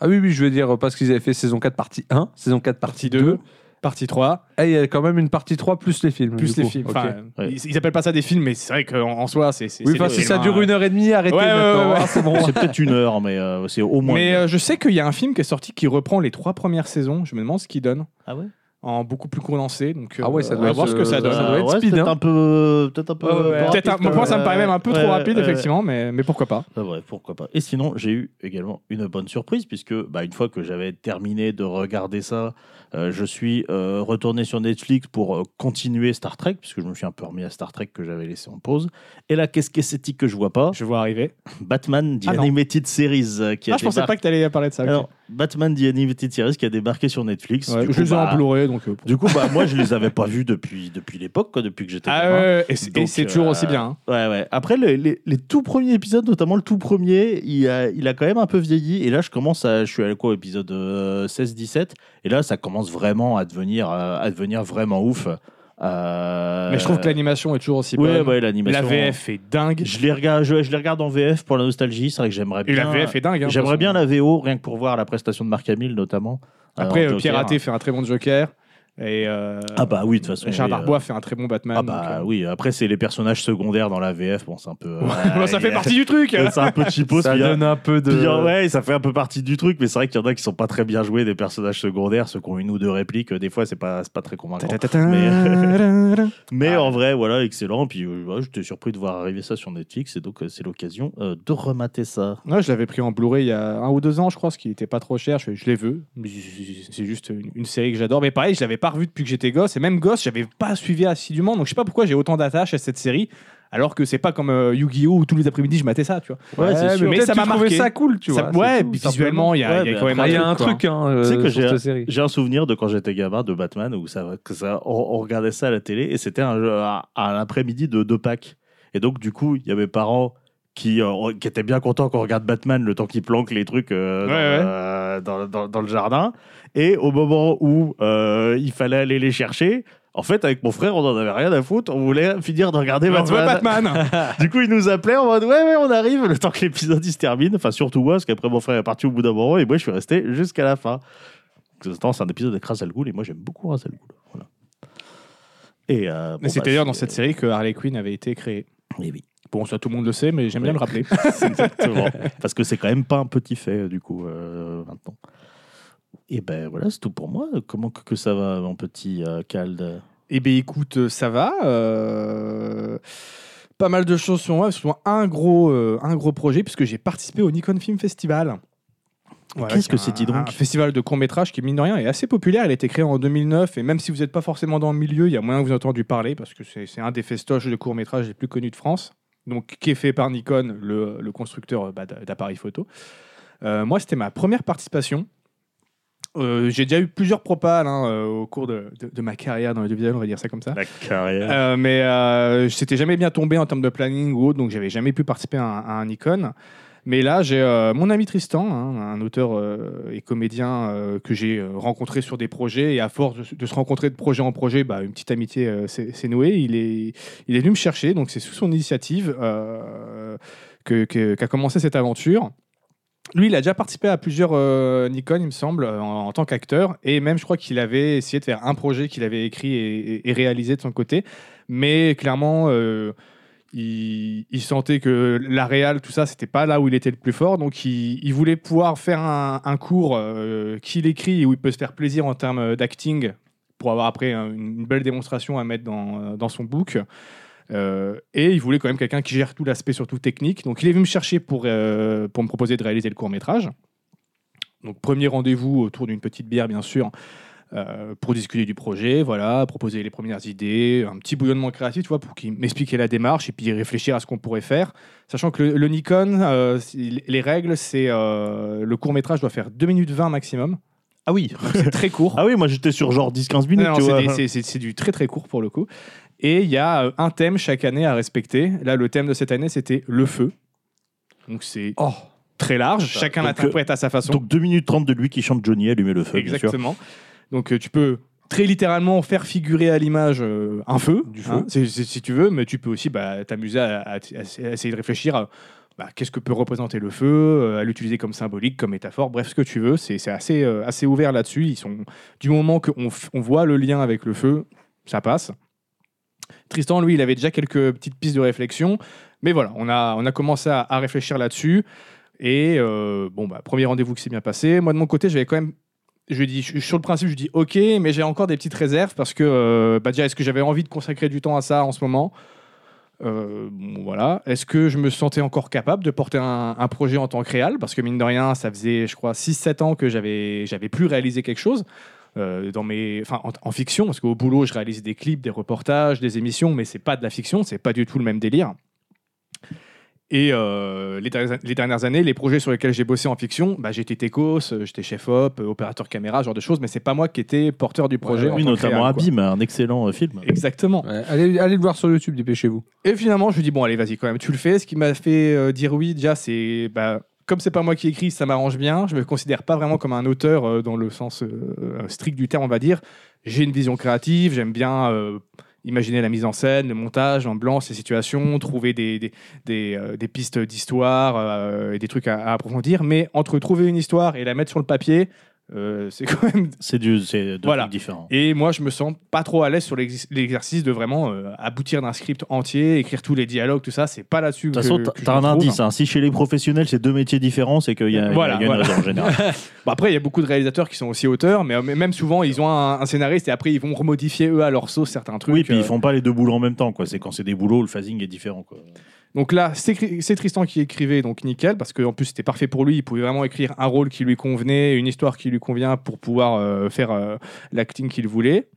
Ah oui, oui, je veux dire, parce qu'ils avaient fait saison 4 partie 1, saison 4 Partie partie, 2. 2, partie 3, Et il y a quand même une partie 3 plus les films. plus du les coup. films. Ok. Enfin, euh, Ouais. ils, ils appellent pas ça des films, mais c'est vrai qu'en en soi, c'est. c'est- oui, c'est enfin, des si ça films, dure hein. une heure et demie, arrêtez Ouais, ouais, maintenant. ouais, ouais. hein, c'est bon. C'est peut-être une heure, mais euh, c'est au moins. une Mais heure. euh, je sais qu'il y a un film qui est sorti qui reprend les trois premières saisons. Je me demande ce qu'il donne. Ah ouais En beaucoup plus condensé. Donc, Ah ouais, ça euh, on doit va voir être, ce que ça euh, donne. doit être ouais, speed, Peut-être hein. un peu. Peut-être un peu. Ouais, ouais. rapide, Peut-être un- quoi. moi, ça me paraît même un peu Ah, Ouais, trop rapide, ouais. effectivement, mais, mais pourquoi pas. Ah ouais, pourquoi pas. Et sinon, j'ai eu également une bonne surprise, puisque bah, une fois que j'avais terminé de regarder ça, euh, je suis euh, retourné sur Netflix pour euh, continuer Star Trek, puisque je me suis un peu remis à Star Trek que j'avais laissé en pause. Et là, qu'est-ce que c'est que je vois pas Je vois arriver. Batman, The Ah non. Animated Series, euh, qui a Ah, je pensais débarqué- pas que t'allais parler de ça. ok. Alors, Batman, The Animated Series, qui a débarqué sur Netflix. Ouais, Du coup, je les ai bah, en Blu-ray, donc. euh, Du coup, bah, moi, je les avais pas vus depuis, depuis l'époque, quoi, depuis que j'étais Ah gamin. ouais, et c'est- et Donc, c'est toujours euh, aussi bien. hein. Ouais, ouais. Après, le- les, les tout premiers épisodes, notamment le tout premier, il a, il a quand même un peu vieilli. Et là, je commence à. Je suis à quoi Épisode euh, 16-17. Et là, ça commence vraiment à devenir, euh, à devenir vraiment ouf. Euh, Mais je trouve que l'animation est toujours aussi ouais, bonne. ouais, l'animation. la VF est dingue. Je les regarde, je, je les regarde en VF pour la nostalgie. C'est vrai que j'aimerais Et bien. la VF est dingue. hein, de J'aimerais toute bien façon. la VO, rien que pour voir la prestation de Marc Hamill notamment. euh, en Après, euh, Joker. Piraté fait un très bon Joker. Et euh, Ah bah oui, de toute façon. Richard oui, euh, Darbois fait un très bon Batman. Ah bah donc, oui, après c'est les personnages secondaires dans la VF, bon c'est un peu... euh, ouais, ça il fait y a- partie du truc. Euh, C'est un peu cheapos, Ça puis il y a- donne un peu de. puis il y a- ouais, ça fait un peu partie du truc, mais c'est vrai qu'il y en a qui sont pas très bien joués, des personnages secondaires, ceux qui ont une ou deux répliques, euh, des fois c'est pas, c'est pas très convaincant. euh, Mais- Mais Ah en vrai, voilà, excellent, puis euh, ouais, j'étais surpris de voir arriver ça sur Netflix, et donc euh, c'est l'occasion euh, de remater ça. Ouais, je l'avais pris en Blu-ray il y a un ou deux ans, je crois, ce qui n'était pas trop cher. Je, fais, je les veux. C'est juste une, une série que j'adore. Mais pareil, je l'avais pas revue depuis que j'étais gosse. Et même gosse, j'avais pas suivi assidûment. Donc je sais pas pourquoi j'ai autant d'attache à cette série. Alors que c'est pas comme euh, Yu-Gi-Oh! où tous les après-midi je matais ça, tu vois. Ouais, mais c'est sûr. mais Peut-être ça tu m'a trouvais marqué. ça cool, tu Ça- vois. ouais, c'est tout, visuellement, il y a, Ouais, il y a mais quand même après, Ah, il y a un un truc. quoi. truc, hein, Tu sais que euh, j'ai- sur cette série. J'ai un souvenir de quand j'étais gamin de Batman, où ça, que ça, on, on regardait ça à la télé, et c'était un, un, un après-midi de, de Pâques. Et donc du coup, il y a mes parents... Qui, euh, qui étaient bien contents qu'on regarde Batman le temps qu'il planque les trucs euh, dans, Ouais, ouais. euh, dans- dans- dans le jardin. Et au moment où euh, il fallait aller les chercher, en fait, avec mon frère, on n'en avait rien à foutre. On voulait finir de euh, regarder Mais on veut Batman. Batman. Du coup, il nous appelait en mode Ouais, ouais, on arrive le temps que l'épisode il se termine. Enfin, surtout moi, parce qu'après mon frère est parti au bout d'un moment et moi je suis resté jusqu'à la fin. Parce que, attends, C'est un épisode avec Ra's al Ghul et moi j'aime beaucoup Ra's al Ghul. Voilà. Et, euh, Mais bon, c'est bah, Eh d'ailleurs dans cette série que Harley Quinn avait été créée. Oui, oui, Bon, ça tout le monde le sait, mais j'aime bien Ouais. le rappeler. c'est exactement. parce que c'est quand même pas un petit fait, du coup, euh, maintenant. Et ben voilà, c'est tout pour moi. Comment que, que ça va, mon petit euh, Cald Eh bien, écoute, euh, ça va. euh, Pas mal de choses sur moi, parce que moi, un gros, euh, un gros projet, puisque j'ai participé au Nikon Film Festival. Voilà, qu'est-ce qui est que c'est, un- dis donc Un festival de court-métrage qui, mine de rien, est assez populaire. Il a été créé en 2009, et même si vous n'êtes pas forcément dans le milieu, il y a moyen que vous ayez entendu parler, parce que c'est c'est un des festoches de court-métrage les plus connus de France, donc qui est fait par Nikon, le, le constructeur euh, bah, d'a- d'appareils photo. Euh, moi, c'était ma première participation. Euh, j'ai déjà eu plusieurs propales hein, euh, au cours de, de- de ma carrière dans les vidéo, on va dire ça comme ça. La carrière. Euh, mais euh, c'était jamais bien tombé en termes de planning ou autre, donc j'avais jamais pu participer à un, à un Nikon. Mais là, j'ai euh, mon ami Tristan, hein, un auteur euh, et comédien euh, que j'ai euh, rencontré sur des projets, et à force de, se- de se rencontrer de projet en projet, bah, une petite amitié euh, s'est s'est nouée. Il est, il est venu me chercher, donc c'est sous son initiative euh, que- que- qu'a commencé cette aventure. Lui, il a déjà participé à plusieurs euh, Nikon, il me semble, euh, en, en tant qu'acteur, et même je crois qu'il avait essayé de faire un projet qu'il avait écrit et- et- et réalisé de son côté mais clairement euh, il, il sentait que la Real tout ça c'était pas là où il était le plus fort donc il, il voulait pouvoir faire un, un cours euh, qu'il écrit et où il peut se faire plaisir en termes d'acting pour avoir après un- une belle démonstration à mettre dans, euh, dans son book Euh, et il voulait quand même quelqu'un qui gère tout l'aspect surtout technique donc il est venu me chercher pour, euh, pour me proposer de réaliser le court métrage donc premier rendez-vous autour d'une petite bière bien sûr euh, pour discuter du projet, voilà, proposer les premières idées, un petit bouillonnement créatif, tu vois, pour qu'il m'explique la démarche et puis réfléchir à ce qu'on pourrait faire. Sachant que le, le Nikon, euh, si- les règles, c'est euh, le court métrage doit faire 2 minutes 20 maximum. Ah oui, c'est très court. Ah oui, moi j'étais sur genre 10-15 minutes, Non, non, tu c'est vois. des- c'est- c'est c'est du très très court pour le coup. Et il y a euh, un thème chaque année à respecter. Là, le thème de cette année, c'était le feu. Donc c'est Oh. très large. ça. Chacun Donc, euh, l'interprète à sa façon. Donc 2 minutes 30 de lui qui chante Johnny, allumer le feu, bien sûr. Exactement. Donc euh, tu peux très littéralement faire figurer à l'image euh, un feu, Du feu. si, si- si tu veux, mais tu peux aussi bah, t'amuser à, à- à essayer de réfléchir à bah, qu'est-ce que peut représenter le feu, euh, à l'utiliser comme symbolique, comme métaphore, bref, ce que tu veux. C'est c'est assez, euh, assez ouvert là-dessus. Ils sont Du moment qu'on f- on voit le lien avec le feu, ça passe. Tristan, lui, il avait déjà quelques petites pistes de réflexion, mais voilà, on a, on a commencé à, à réfléchir là-dessus. Et euh, bon, bah, premier rendez-vous qui s'est bien passé. Moi, de mon côté, j'avais quand même je lui dis, je- sur le principe, je lui dis ok, mais j'ai encore des petites réserves parce que, euh, bah déjà, est-ce que j'avais envie de consacrer du temps à ça en ce moment Euh, bon, Voilà. Est-ce que je me sentais encore capable de porter un, un projet en tant que réal Parce que, mine de rien, ça faisait, je crois, 6-7 ans que j'avais j'avais plus réalisé quelque chose. euh, dans mes, enfin, en, en fiction, parce qu'au boulot, je réalise des clips, des reportages, des émissions, mais c'est pas de la fiction, c'est pas du tout le même délire. Et euh, les, dernières, les dernières années, les projets sur lesquels j'ai bossé en fiction, bah, j'étais techos, euh, j'étais chef op, euh, opérateur caméra, ce genre de choses, mais c'est pas moi qui étais porteur du projet. ouais, en Oui, tant que notamment réal, quoi. Abîme, un excellent euh, film. Exactement. Ouais, allez, allez le voir sur YouTube, dépêchez-vous. Et finalement, je lui dis bon, allez, vas-y, quand même, tu le fais. Ce qui m'a fait euh, dire oui, déjà, c'est bah, comme c'est pas moi qui écris, ça m'arrange bien. Je me considère pas vraiment comme un auteur euh, dans le sens euh, strict du terme, on va dire. J'ai une vision créative, j'aime bien euh, imaginer la mise en scène, le montage en blanc, ces situations, trouver des, des, des, euh, des pistes d'histoire euh, et des trucs à, à approfondir. Mais entre trouver une histoire et la mettre sur le papier, euh, c'est quand même C'est du- c'est deux Voilà. trucs différents. et moi, je me sens pas trop à l'aise sur l'ex- l'exercice de vraiment euh, aboutir d'un script entier, écrire tous les dialogues, tout ça. C'est pas là-dessus. De toute façon, t'as- t'as un indice. hein. Si chez les professionnels, c'est deux métiers différents, c'est qu'il y a, Voilà, il y a une voilà. raison en général. après, il y a beaucoup de réalisateurs qui sont aussi auteurs, mais euh, mais même souvent, ils ont un, un scénariste et après, ils vont remodifier eux à leur sauce certains trucs. oui, puis euh. ils font pas les deux boulots en même temps. Quoi. C'est quand c'est des boulots, le phasing est différent. Quoi. Donc là, c'est cri- c'est Tristan qui écrivait, donc nickel, parce qu'en plus, c'était parfait pour lui. Il pouvait vraiment écrire un rôle qui lui convenait, une histoire qui lui convient pour pouvoir euh, faire euh, l'acting qu'il voulait.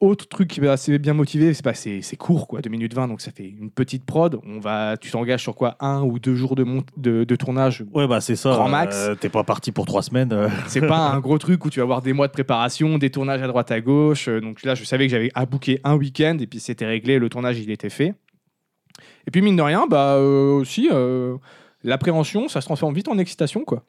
Autre truc qui m'a assez bien motivé, c'est bah, c'est c'est court, quoi, 2 minutes 20, donc ça fait une petite prod. On va, tu t'engages sur quoi Un ou deux jours de, mont- de, de tournage Ouais, bah c'est ça. Grand max. Euh, T'es pas parti pour trois semaines. euh. C'est pas un gros truc où tu vas avoir des mois de préparation, des tournages à droite à gauche. Euh, Donc là, je savais que j'avais à booker un week-end et puis c'était réglé, le tournage il était fait. Et puis mine de rien, bah euh, aussi euh, l'appréhension, ça se transforme vite en excitation quoi.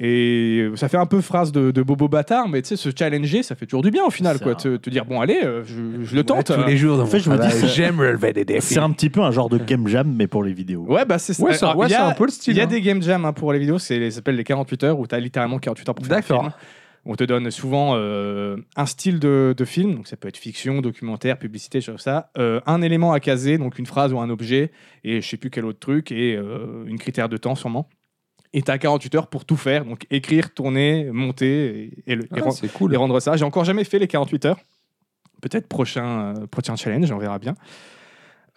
Et euh, ça fait un peu phrase de, de bobo bâtard, mais tu sais, se challenger, ça fait toujours du bien au final C'est quoi. un- Te, te dire bon allez, euh, je, je le tente. euh. Tous les jours, dans En fait, mon je me dis, travail, c'est- j'aime relever des défis. c'est un petit peu un genre de game jam, mais pour les vidéos. Ouais bah c'est ça. Ouais, ça- Alors, ouais, il y c'est a- un peu le style. Il y a hein. des game jams hein, pour les vidéos, c'est les ça s'appelle les 48 heures où tu as littéralement 48 heures pour faire un D'accord. film. On te donne souvent euh, un style de, de film, donc ça peut être fiction, documentaire, publicité, choses comme ça. Euh, un élément à caser, donc une phrase ou un objet, et je sais plus quel autre truc, et euh, une critère de temps sûrement. Et tu as 48 heures pour tout faire, donc écrire, tourner, monter et, et le, et Ah, ren- c'est et cool. rendre ça. J'ai encore jamais fait les 48 heures. Peut-être prochain, euh, prochain challenge, on verra bien.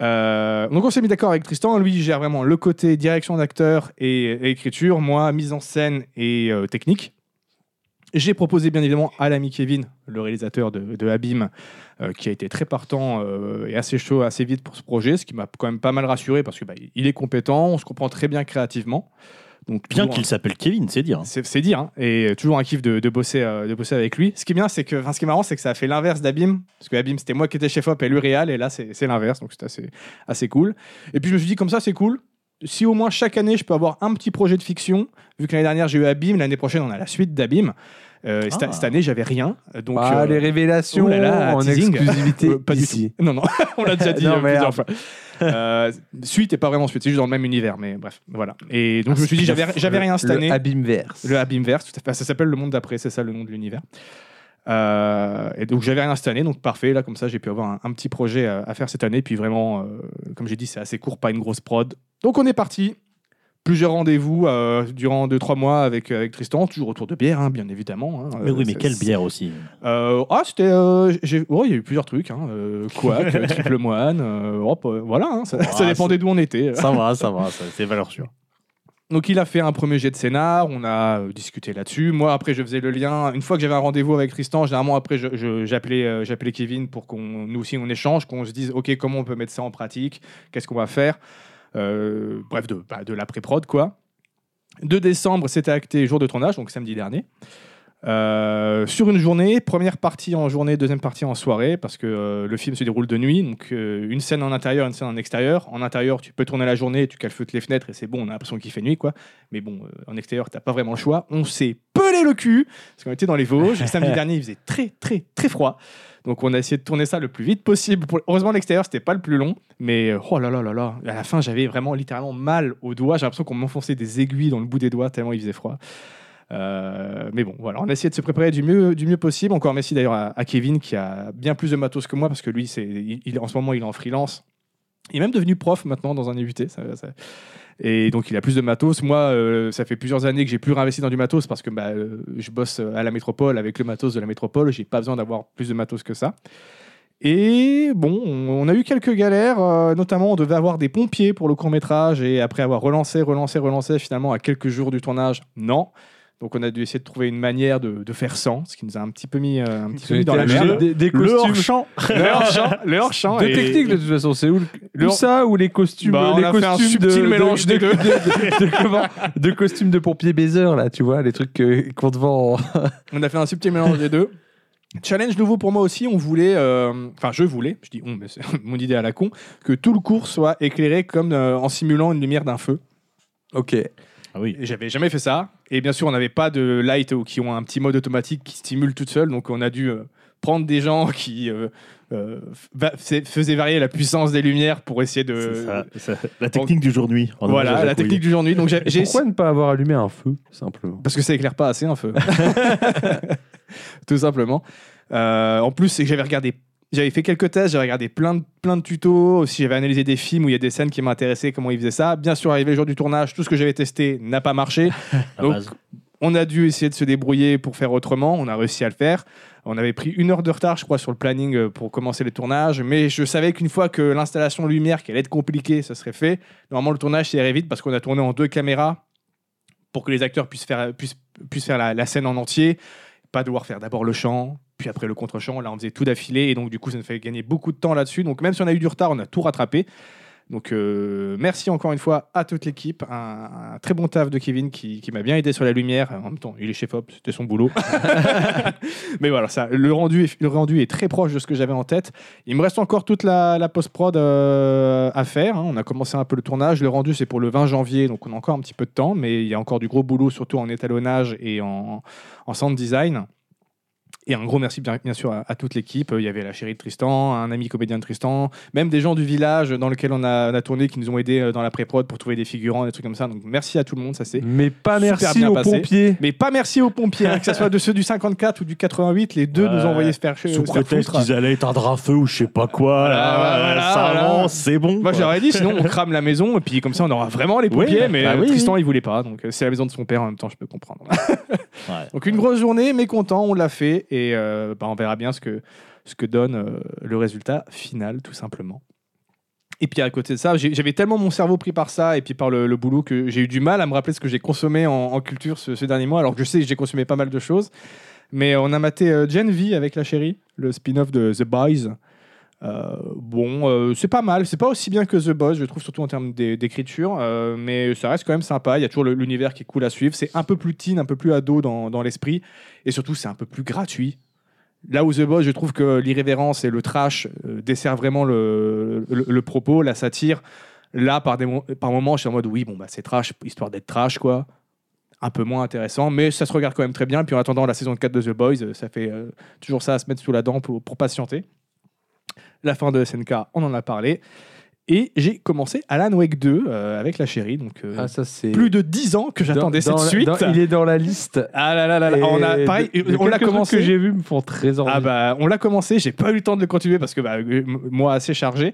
Euh, donc on s'est mis d'accord avec Tristan. Lui, il gère vraiment le côté direction d'acteur et, et écriture, moi, mise en scène et euh, technique. J'ai proposé bien évidemment à l'ami Kevin, le réalisateur de, de Abîme, euh, qui a été très partant euh, et assez chaud assez vite pour ce projet, ce qui m'a quand même pas mal rassuré parce que bah, il est compétent, on se comprend très bien créativement. Donc Bien toujours un- qu'il s'appelle Kevin, c'est dire. hein. c'est c'est dire, hein. et euh, toujours un kiff de, de bosser, euh, de bosser avec lui. Ce qui est bien, c'est que, enfin, ce qui est marrant, c'est que ça a fait l'inverse d'Abim, parce que Abim, c'était moi qui étais chef op et lui réal, et là, c'est c'est l'inverse, donc c'est assez, assez cool. Et puis je me suis dit, comme ça, c'est cool. Si au moins chaque année, je peux avoir un petit projet de fiction, vu que l'année dernière, j'ai eu Abim, l'année prochaine, on a la suite d'Abim. Euh, et cette- Ah. Cette année, j'avais rien, euh, donc. Ah, euh, les révélations oh là là, en teasing. exclusivité. euh, pas du ici. tout. Non, non, on l'a déjà dit Non, euh, plusieurs merde. fois. Euh, suite et pas vraiment suite, c'est juste dans le même univers, mais bref, voilà. Et donc je me suis dit, j'avais j'avais rien cette Le année. Abîmeverse. Le Abîmeverse, tout à fait. Ah, Ça s'appelle Le Monde d'après, c'est ça le nom de l'univers. Euh, et donc j'avais rien cette année, donc parfait. Là, comme ça, j'ai pu avoir un, un petit projet à, à faire cette année. Puis vraiment, euh, comme j'ai dit, c'est assez court, pas une grosse prod. Donc on est parti. Plusieurs rendez-vous euh, durant 2-3 mois avec, avec Tristan, toujours autour de bière, hein, bien évidemment. hein. Mais Euh, oui, mais c'est- quelle c'est- bière aussi. euh, Ah, c'était. euh, j'ai- oh, il y a eu plusieurs trucs. Hein, euh, Quack, euh, Triple Moine, euh, hop, euh, voilà, hein, ça, ça Ah, dépendait d'où on était. euh. Ça va, ça va, ça- c'est valeur sûre. Donc il a fait un premier jet de scénar, on a euh, discuté là-dessus. Moi après je faisais le lien. Une fois que j'avais un rendez-vous avec Tristan, généralement après je- je- j'appelais euh, j'appelais Kevin pour qu'on nous aussi on échange, qu'on se dise ok comment on peut mettre ça en pratique, qu'est-ce qu'on va faire. Euh, bref de bah, de l'après prod quoi. 2 décembre c'était acté jour de tournage donc samedi dernier. Euh, sur une journée, première partie en journée, deuxième partie en soirée, parce que euh, le film se déroule de nuit, donc euh, une scène en intérieur, une scène en extérieur. En intérieur, tu peux tourner la journée, tu calfeutes les fenêtres et c'est bon, on a l'impression qu'il fait nuit, quoi. Mais bon, euh, en extérieur, t'as pas vraiment le choix. On s'est pelé le cul, parce qu'on était dans les Vosges, et samedi dernier, il faisait très, très, très froid. Donc on a essayé de tourner ça le plus vite possible. Pour- Heureusement, l'extérieur, c'était pas le plus long, mais euh, oh là là là là, à la fin, j'avais vraiment littéralement mal aux doigts, j'ai l'impression qu'on m'enfonçait des aiguilles dans le bout des doigts, tellement il faisait froid. Euh, mais bon, voilà, on a essayé de se préparer du mieux, du mieux possible. Encore merci d'ailleurs à, à Kevin qui a bien plus de matos que moi parce que lui, c'est, il, il- en ce moment, il est en freelance. Il est même devenu prof maintenant dans un IUT. ça- ça- Et donc, il a plus de matos. Moi, euh, ça fait plusieurs années que j'ai plus réinvesti dans du matos parce que bah, euh, je bosse à la métropole avec le matos de la métropole. J'ai pas besoin d'avoir plus de matos que ça. Et bon, on on a eu quelques galères, euh, notamment on devait avoir des pompiers pour le court métrage, et après avoir relancé, relancé, relancé, finalement à quelques jours du tournage, non. Donc on a dû essayer de trouver une manière de, de faire sans, ce qui nous a un petit peu mis, euh, un petit peu mis dans la Des- merde. Des, des Le costumes. hors-champ Le hors-champ, le hors-champ. Deux et- techniques de toute façon, c'est où le, Le- tout ça ou les costumes, Bah, on les a fait un costumes de- subtil de- mélange de, des deux. de, de- de- comment- de costumes de pompiers baiseurs là, tu vois, les trucs que- qu'on te vend. en- On a fait un subtil mélange des deux. Challenge nouveau pour moi aussi, on voulait, euh, enfin je voulais, je dis on, mais c'est mon idée à la con, que tout le cours soit éclairé comme euh, en simulant une lumière d'un feu. Ok. Ah oui. Et J'avais jamais fait ça. Et bien sûr, on n'avait pas de light ou qui ont un petit mode automatique qui stimule toute seule. Donc, on a dû euh, prendre des gens qui euh, euh, va- c'est- faisait varier la puissance des lumières pour essayer C'est ça, de. c'est- la technique du jour-nuit. en hommage euh, Voilà, à la Jacques technique du jour nuit. Donc j'ai j'ai- Pourquoi ne pas avoir allumé un feu, simplement Parce que ça éclaire pas assez un feu. Tout simplement. Euh, en plus, c'est que j'avais regardé. J'avais fait quelques tests, j'avais regardé plein de, plein de tutos, aussi j'avais analysé des films où il y a des scènes qui m'intéressaient, comment ils faisaient ça. Bien sûr, arrivé le jour du tournage, tout ce que j'avais testé n'a pas marché. Couille, à Donc, base. On a dû essayer de se débrouiller pour faire autrement. On a réussi à le faire. On avait pris une heure de retard, je crois, sur le planning euh, pour commencer les tournages. Mais je savais qu'une fois que l'installation lumière, qui allait être compliquée, ça serait fait. Normalement, le tournage irait vite parce qu'on a tourné en deux caméras pour que les acteurs puissent faire, puissent, puissent faire la, la scène en entier. Pas devoir faire d'abord le chant, puis après le contre-champ. Là, on faisait tout d'affilée. Et donc, du coup, ça nous fait gagner beaucoup de temps là-dessus. Donc, même si on a eu du retard, on a tout rattrapé. Donc euh, merci encore une fois à toute l'équipe, un, un très bon taf de Kevin qui, qui m'a bien aidé sur la lumière. En même temps, il est chef op, c'était son boulot. Mais voilà, ça, le rendu, est, le rendu est très proche de ce que j'avais en tête. Il me reste encore toute la, la post prod à faire. hein. On a commencé un peu le tournage. Le rendu c'est pour le 20 janvier, donc on a encore un petit peu de temps, mais il y a encore du gros boulot surtout en étalonnage et en, en sound design. Et un gros merci bien, bien sûr à, à toute l'équipe. Il y avait la chérie de Tristan, un ami comédien de Tristan, même des gens du village dans lequel on a, on a tourné qui nous ont aidés euh, dans la pré-prod pour trouver des figurants, des trucs comme ça. Donc merci à tout le monde, ça c'est. Mais pas Super merci bien aux passé. pompiers. Mais pas merci aux pompiers, hein, que ce soit de ceux du 54 ou du 88, les deux nous ont Ouais. envoyé se faire chier. Sous se faire prétexte foutre. qu'ils allaient éteindre un feu ou je sais pas quoi. là, Voilà, ouais, voilà, ça voilà. avance, c'est bon. Moi quoi. j'aurais dit sinon on crame la maison et puis comme ça on aura vraiment les Oui, pompiers, mais bah euh, oui, Tristan il voulait pas, donc euh, c'est la maison de son père en même temps, je peux comprendre. Ouais. donc une grosse journée, mais content, on l'a fait et euh, bah, on verra bien ce que, ce que donne euh, le résultat final tout simplement. Et puis à côté de ça, j'ai- j'avais tellement mon cerveau pris par ça et puis par le, le boulot que j'ai eu du mal à me rappeler ce que j'ai consommé en, en culture ce, ces derniers mois, alors que je sais que j'ai consommé pas mal de choses. Mais on a maté euh, Gen V avec la chérie, le spin-off de The Boys. Euh, bon, euh, c'est pas mal, c'est pas aussi bien que The Boys, je trouve, surtout en termes d'é- d'écriture, euh, mais ça reste quand même sympa. Il y a toujours le- l'univers qui est cool à suivre. C'est un peu plus teen, un peu plus ado dans, dans l'esprit, et surtout, c'est un peu plus gratuit. Là où The Boys, je trouve que l'irrévérence et le trash euh, desservent vraiment le, le- le propos, la satire. Là, par, des, mo- par moments, je suis en mode oui, bon, bah, c'est trash, histoire d'être trash, quoi. Un peu moins intéressant, mais ça se regarde quand même très bien. Puis en attendant la saison 4 de The Boys, euh, ça fait euh, toujours ça à se mettre sous la dent pour, pour patienter. La fin de SNK, on en a parlé. Et j'ai commencé Alan Wake 2 euh, avec la chérie. Donc, euh, Ah, ça, c'est. plus de 10 ans que j'attendais Dans- cette dans la- suite. dans- il est dans la liste. Ah là là là, là, Et on a de- pareil, de on l'a quelques commencé. trucs que j'ai vu me font très envie. Ah bah, on l'a commencé, j'ai pas eu le temps de le continuer parce que bah, euh, m- moi assez chargé.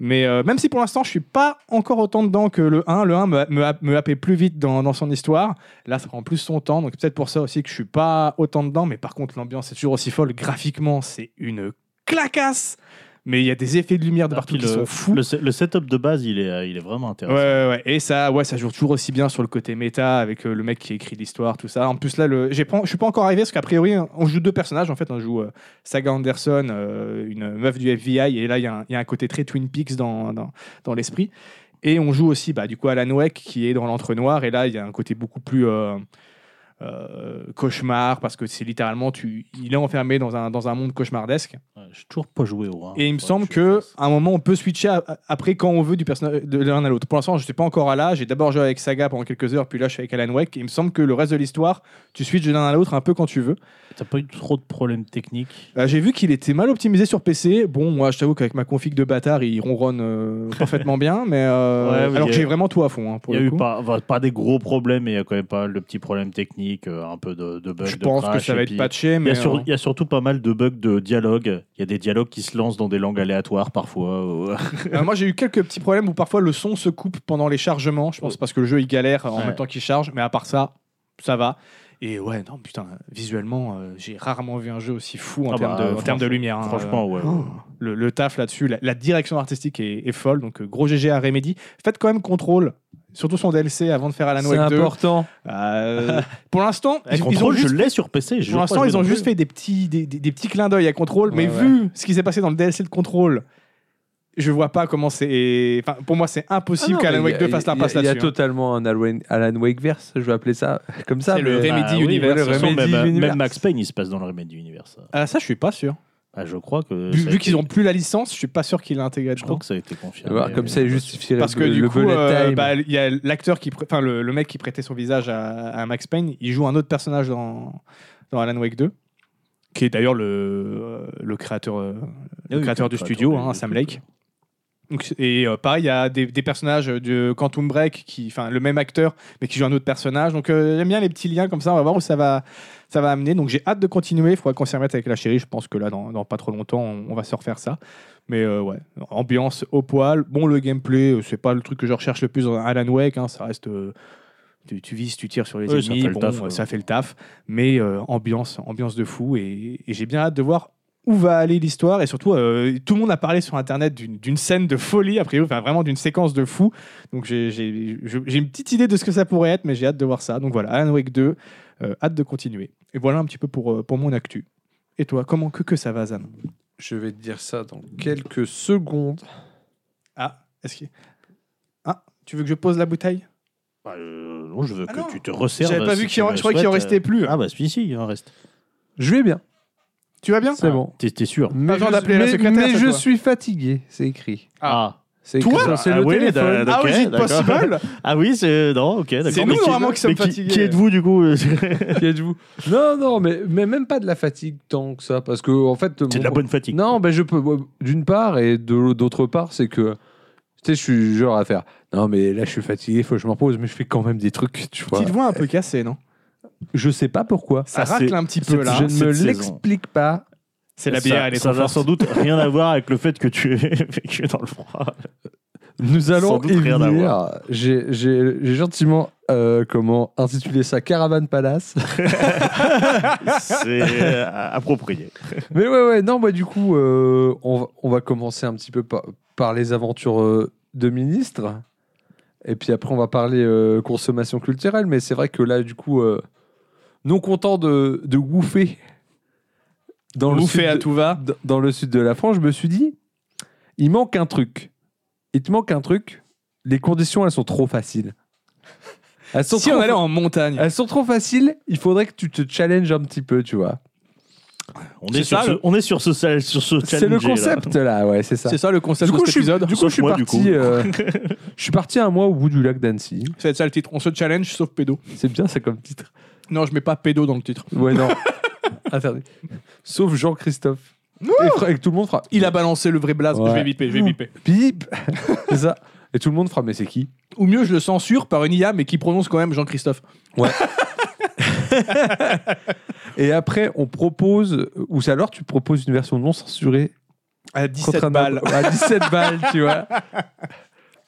Mais euh, même si pour l'instant je suis pas encore autant dedans que le 1, le 1 me, me, ha- me happait plus vite dans, dans son histoire. Là ça prend plus son temps, donc peut-être pour ça aussi que je suis pas autant dedans. Mais par contre l'ambiance est toujours aussi folle. Graphiquement c'est une clacasse. Mais il y a des effets de lumière de Ah, partout puis qui sont fous. le, se- le setup de base, il est, euh, il est vraiment Ouais, intéressant. ouais, ouais. Et ça, ouais, ça joue toujours aussi bien sur le côté méta avec euh, le mec qui écrit l'histoire, tout ça. En plus, là, le... j'ai pas- je suis pas encore arrivé parce qu'a priori, on joue deux personnages. En fait, on joue euh, Saga Anderson, euh, une meuf du FBI, et là, il y, a un- il y a un côté très Twin Peaks dans, dans, dans l'esprit. Et on joue aussi, bah, du coup, Alan Wake qui est dans l'entre-noir, et là, il y a un côté beaucoup plus. euh, euh, cauchemar parce que c'est littéralement tu il est enfermé dans un dans un monde cauchemardesque Ouais, J'ai toujours pas joué au 1. et il me semble que à un moment on peut switcher à- à- après quand on veut du personnage de l'un à l'autre. Pour l'instant, je suis pas encore à là. J'ai d'abord joué avec Saga pendant quelques heures, puis là je suis avec Alan Wake. Et il me semble que le reste de l'histoire, tu switches de l'un à l'autre un peu quand tu veux. T'as pas eu trop de problèmes techniques. Euh, J'ai vu qu'il était mal optimisé sur PC. Bon, moi je t'avoue qu'avec ma config de bâtard, il ronronne euh, parfaitement bien, mais euh, Ouais, mais alors y que a- j'ai vraiment tout à fond hein, pour Il y a le eu coup. pas, enfin, pas des gros problèmes, mais il y a quand même pas mal de petits problèmes techniques, euh, un peu de, de bugs. je de pense que crash, ça va et être puis- patché, Il y, mais a sur- euh, il y a surtout pas mal de bugs de dialogue. Il y a des dialogues qui se lancent dans des langues aléatoires parfois. ou- Euh, moi j'ai eu quelques petits problèmes où parfois le son se coupe pendant les chargements, je pense parce que le jeu il galère en Oh. Ouais. même temps qu'il charge, mais à part ça, ça va. Et ouais, non putain, visuellement, euh, j'ai rarement vu un jeu aussi fou en Ah termes bah, de- en termes de, franchement- lumière. hein. Franchement, ouais. Euh, le, le taf là-dessus, la, la direction artistique est, est folle, donc euh, gros GG à Remedy. Faites quand même contrôle, surtout son DLC avant de faire Alan c'est Wake 2. important. Euh, pour l'instant, Eh, ils, ils ont Control, juste je l'ai sur PC. j'ai pour pas l'instant, joué ils ont non juste plus. fait des petits, des, des- des petits clins d'œil à contrôle, mais Ouais, vu ce qui s'est passé dans le DLC de contrôle, je vois pas comment c'est. Enfin, pour moi, c'est impossible Ah non, qu'Alan mais Wake il y 2 a- fasse il y a- un passe Il y a là-dessus. hein. totalement un Alan Alan Wake verse, je vais appeler ça comme ça. C'est le mais- bah Remedy Ah oui, Universe. ouais, le le Remedy Remedy même, Universe. même Max Payne, il se passe dans le Remedy Universe. Ah, ça, je suis pas sûr. Ah, je crois que. Vu, ça a vu été- qu'ils ont plus la licence, je suis pas sûr qu'il l'a intégré. Je crois dedans. que ça a été Tu vas confirmé. voir, comme ça, il justifierait Parce que le, du le coup, bullet euh, time. bah, il y a l'acteur qui, prê- enfin le, le mec qui prêtait son visage à, à Max Payne, il joue un autre personnage dans, dans Alan Wake 2 qui est d'ailleurs le, le créateur, euh, Ah le créateur du studio, hein, Sam Lake. Donc, et euh, pareil, il y a des, des personnages de Quantum Break, qui, enfin le même acteur, mais qui joue un autre personnage. Donc euh, j'aime bien les petits liens comme ça, on va voir où ça va, ça va amener. Donc j'ai hâte de continuer, il faudra qu'on s'y remette avec la chérie. Je pense que là, dans, dans pas trop longtemps, on, on va se refaire ça. Mais euh, ouais, ambiance au poil. Bon, le gameplay, euh, c'est pas le truc que je recherche le plus dans Alan Wake, hein, ça reste. euh, tu, tu vises, tu tires sur les Oui, ça ennemis, fait le bon, taf, euh, ouais. ça fait le taf. Mais euh, ambiance, ambiance de fou, et, et j'ai bien hâte de voir où va aller l'histoire et surtout euh, tout le monde a parlé sur internet d'une d'une scène de folie a priori enfin vraiment d'une séquence de fou donc j'ai- j'ai je- j'ai une petite idée de ce que ça pourrait être mais j'ai hâte de voir ça donc voilà Alan Wake 2 euh, hâte de continuer et voilà un petit peu pour, euh, pour mon actu et toi comment que, que ça va Zan Je vais te dire ça dans quelques secondes. ah est-ce que ah tu veux que je pose la bouteille Bah, euh, non, je veux Ah que non, tu te resserres. j'avais bah, pas vu qu'il en, je croyais qu'il en restait plus euh, hein. Ah bah si, si, il en reste. Je vais bien, tu vas bien c'est Ah, bon. T'es t'es sûr Mais besoin je- d'appeler la mais- secrétaire, mais cette je fois. suis fatigué, c'est écrit. Ah, C'est Toi écrit- c'est Ah le oui, téléphone. d'accord. ah oui, c'est d'accord. possible ah oui, c'est... Non, ok, d'accord. C'est Mais nous, qui- normalement, qui sommes mais fatigués. Qui êtes-vous, du coup Qui êtes-vous Non, non, mais, mais même pas de la fatigue tant que ça, parce que en fait, C'est de mon- la bonne fatigue. Non, ben je peux. ouais, D'une part et de l'au- d'autre part, c'est que tu sais, je suis genre à faire. Non, mais là, je suis fatigué, faut que je me repose, mais je fais quand même des trucs, tu vois. petite voix un peu cassée non Je sais pas pourquoi. ça Ah, racle c'est- un petit Je peu là c'est- ne me cette l'explique pas. c'est la bière ça, elle est ça trop n'a forte sans doute rien à voir avec le fait que tu aies vécu dans le froid. Nous Sans allons doute rien à évenir. J'ai j'ai- j'ai gentiment euh, comment intitulé ça Caravane Palace. C'est euh, approprié. mais ouais, ouais. Non, bah du coup, euh, on, va, on va commencer un petit peu par, par les aventures euh, de ministre. Et puis après, on va parler euh, consommation culturelle. Mais c'est vrai que là, du coup, euh, non content de, de gouffer dans, le Bouffé sud à de- tout va d- dans le sud de la France, je me suis dit, il manque un truc. Il te manque un truc. Les conditions, elles sont trop faciles. Elles sont si trop on allait fa- en montagne elles sont trop faciles. Il faudrait que tu te challenges un petit peu, tu vois. On C'est est, sur ça, ce, le- on est sur ce, sal- sur ce challenge. C'est le concept là, ouais, c'est ça. C'est ça le concept Du coup, de je cet suis, épisode. du coup, je suis Sauf moi, du parti. coup. euh, je suis parti un mois au bout du lac d'Annecy. C'est ça le titre. On se challenge sauf pédo. C'est bien, c'est comme titre. Non, je mets pas pédo dans le titre. Ouais, non. Interdit. Sauf Jean-Christophe. Et, fra- et que tout le monde fera. Il a balancé le vrai blaze. Ouais. Je vais biper, je vais biper. Bip C'est ça. Et tout le monde fera. Mais c'est qui Ou mieux, je le censure par une IA, mais qui prononce quand même Jean-Christophe. Et après, on propose. Ou c'est alors tu proposes une version non censurée À contre 17 un- balles. À 17 balles, tu vois.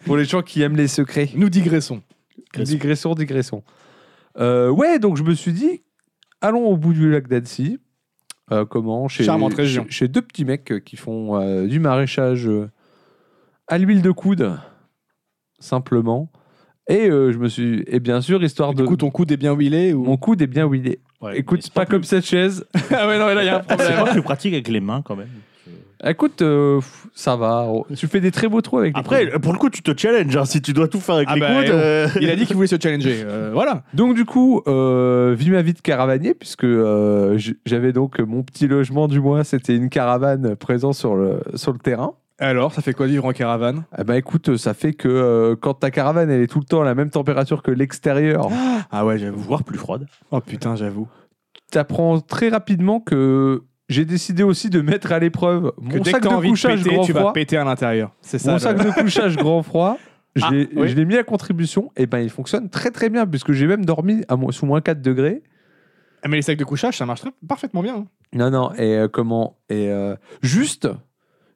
Pour les gens qui aiment les secrets. Nous digressons. Digressons. Digressons, digressons. Euh, ouais, donc je me suis dit, allons au bout du lac d'Annecy. Euh, comment chez, Charmante région. Chez, chez deux petits mecs euh, qui font euh, du maraîchage euh, à l'huile de coude, simplement. Et euh, je me suis. Et bien sûr, histoire Du de. coup, ton coude est bien huilé ou... Mon coude est bien huilé. Ouais, Écoute, mais c'est pas comme cette chaise. Ah ouais, non, mais là, il y a un C'est problème. pas plus pratique avec les mains quand même. Écoute, euh, pff, ça va. Tu fais des très beaux trous avec des coudes. Après, pour le coup, tu te challenges. hein, si tu dois tout faire avec Ah les bah, coudes. eh oh. euh, Il a dit qu'il voulait se challenger. Euh, voilà. Donc du coup, euh, vis ma vie de caravanier, puisque euh, j- j'avais donc mon petit logement du mois, c'était une caravane présente sur le, sur le terrain. Alors, ça fait quoi vivre en caravane Eh ben écoute, ça fait que euh, quand ta caravane elle est tout le temps à la même température que l'extérieur, Ah ouais, j'avoue. Voire plus froide. Oh putain, j'avoue. t'apprends très rapidement que j'ai décidé aussi de mettre à l'épreuve Que mon dès que sac t'as de envie de couchage péter, grand tu vas froid. péter à l'intérieur. C'est ça. Mon le- sac de couchage grand froid, je Ah, l'ai oui. je l'ai mis à contribution, et ben il fonctionne très très bien, puisque j'ai même dormi à, mo- sous moins 4 degrés. Ah, Mais les sacs de couchage, ça marche très- parfaitement bien. hein. Non, non, et euh, comment Et euh, juste,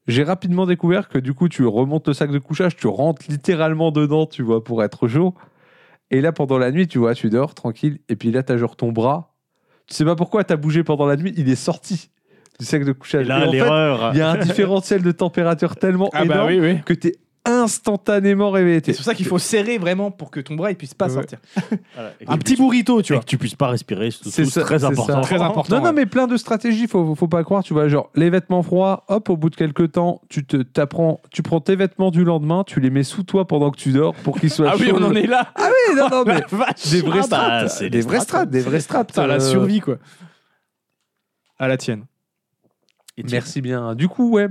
j'ai rapidement découvert que du coup, tu remontes le sac de couchage, tu rentres littéralement dedans, tu vois, pour être au chaud. Et là, pendant la nuit, tu vois, tu dors tranquille, et puis là, t'as genre ton bras. Tu sais pas pourquoi t'as bougé pendant la nuit, il est sorti du sac de couchage. là, Et en fait, l'erreur. il y a un différentiel de température tellement Ah bah énorme oui, oui. que t'es instantanément réveillé. C'est pour ça qu'il faut serrer vraiment pour que ton bras il puisse pas Ouais. sortir. Voilà, et que Un tu petit puisses- burrito, tu Et vois. que tu puisses pas respirer, c'est C'est tout, ça, très c'est important. ça. Très important. Non, non, mais plein de stratégies, faut, faut pas croire, tu vois, genre les vêtements froids, hop, au bout de quelques temps, tu te t'apprends, tu prends tes vêtements du lendemain, tu les mets sous toi pendant que tu dors pour qu'ils soient Ah oui, chauds. on en est là. Ah oui, non, non, mais des vraies Ah bah, strates, c'est des les vraies strates, strates, des vraies strates. hein. Putain, la euh, survie, quoi. À la tienne. Et tu- Merci bien. Du coup, ouais,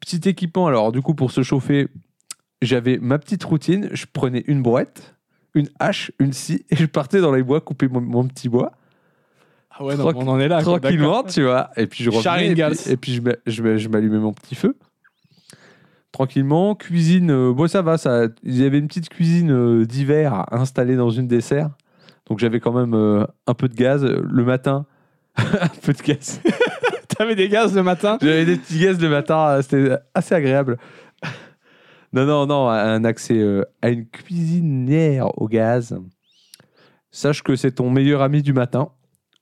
petit équipement. Alors, du coup, pour se chauffer, j'avais ma petite routine, je prenais une brouette, une hache, une scie, et je partais dans les bois couper mon, mon petit bois. Ah ouais, non, Troc- on en est là. quoi, tranquillement, tu vois. Et puis je revenais, et Sharingan. puis, et puis je, m'a- je m'a- je m'allumais mon petit feu. Tranquillement, cuisine, euh, bon ça va, ça, il y avait une petite cuisine euh, d'hiver installée dans une des serres. Donc j'avais quand même euh, un peu de gaz euh, le matin. un peu de gaz. d'accord. T'avais des gaz le matin. J'avais des petits gaz le matin, euh, c'était assez agréable. Non, non, non, un accès euh, à une cuisinière au gaz. Sache que c'est ton meilleur ami du matin.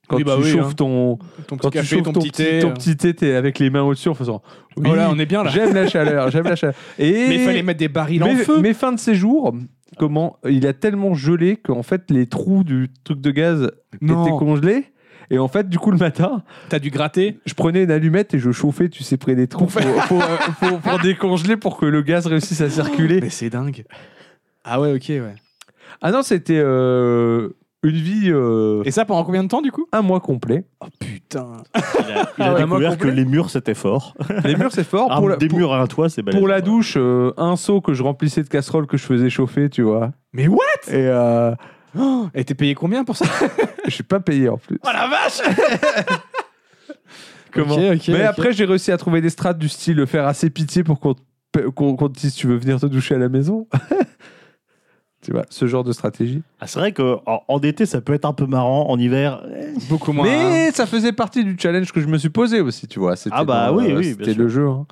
Quand Oui, bah tu oui, chauffes hein. ton, Ton petit quand tu café, chauffes ton petit thé. euh. hein. ton petit thé, t'es avec les mains au-dessus en faisant. Oui, Oh là, on est bien là. j'aime la chaleur, j'aime la chaleur. Et Mais il fallait mettre des barils en mes- feu. mes fins de séjour, comment il a tellement gelé qu'en fait les trous du truc de gaz étaient Non, congelés. Et en fait, du coup, le matin, t'as dû gratter. je prenais une allumette et je chauffais, tu sais, près des trous pour, pour, euh, pour- pour décongeler pour que le gaz réussisse à circuler. Mais c'est dingue. Ah ouais, ok, ouais. Ah non, c'était euh, une vie, euh, Et ça pendant combien de temps du coup un mois complet. Oh putain. Il a, il a Ah ouais, moi, découvert que complet. les murs, c'était fort. Les murs, c'est fort. Ah, Pour la, des pour- murs à un toit, c'est balèze. pour la douche, euh, un seau que je remplissais de casserole que je faisais chauffer, tu vois. Mais what Et euh, Oh, Et t'es payé combien pour ça je suis pas payé en plus. Oh la vache Comment Ok, ok, Mais ok. après, j'ai réussi à trouver des strates du style le faire assez pitié pour qu'on te, pa- qu'on- qu'on te dise tu veux venir te doucher à la maison. tu vois, ce genre de stratégie. Ah, c'est vrai qu'en en en été, ça peut être un peu marrant. En hiver, eh, Beaucoup moins. hein. Mais ça faisait partie du challenge que je me suis posé aussi, tu vois. C'était Ah bah dans, oui, oui, bien C'était sûr. le jeu. hein.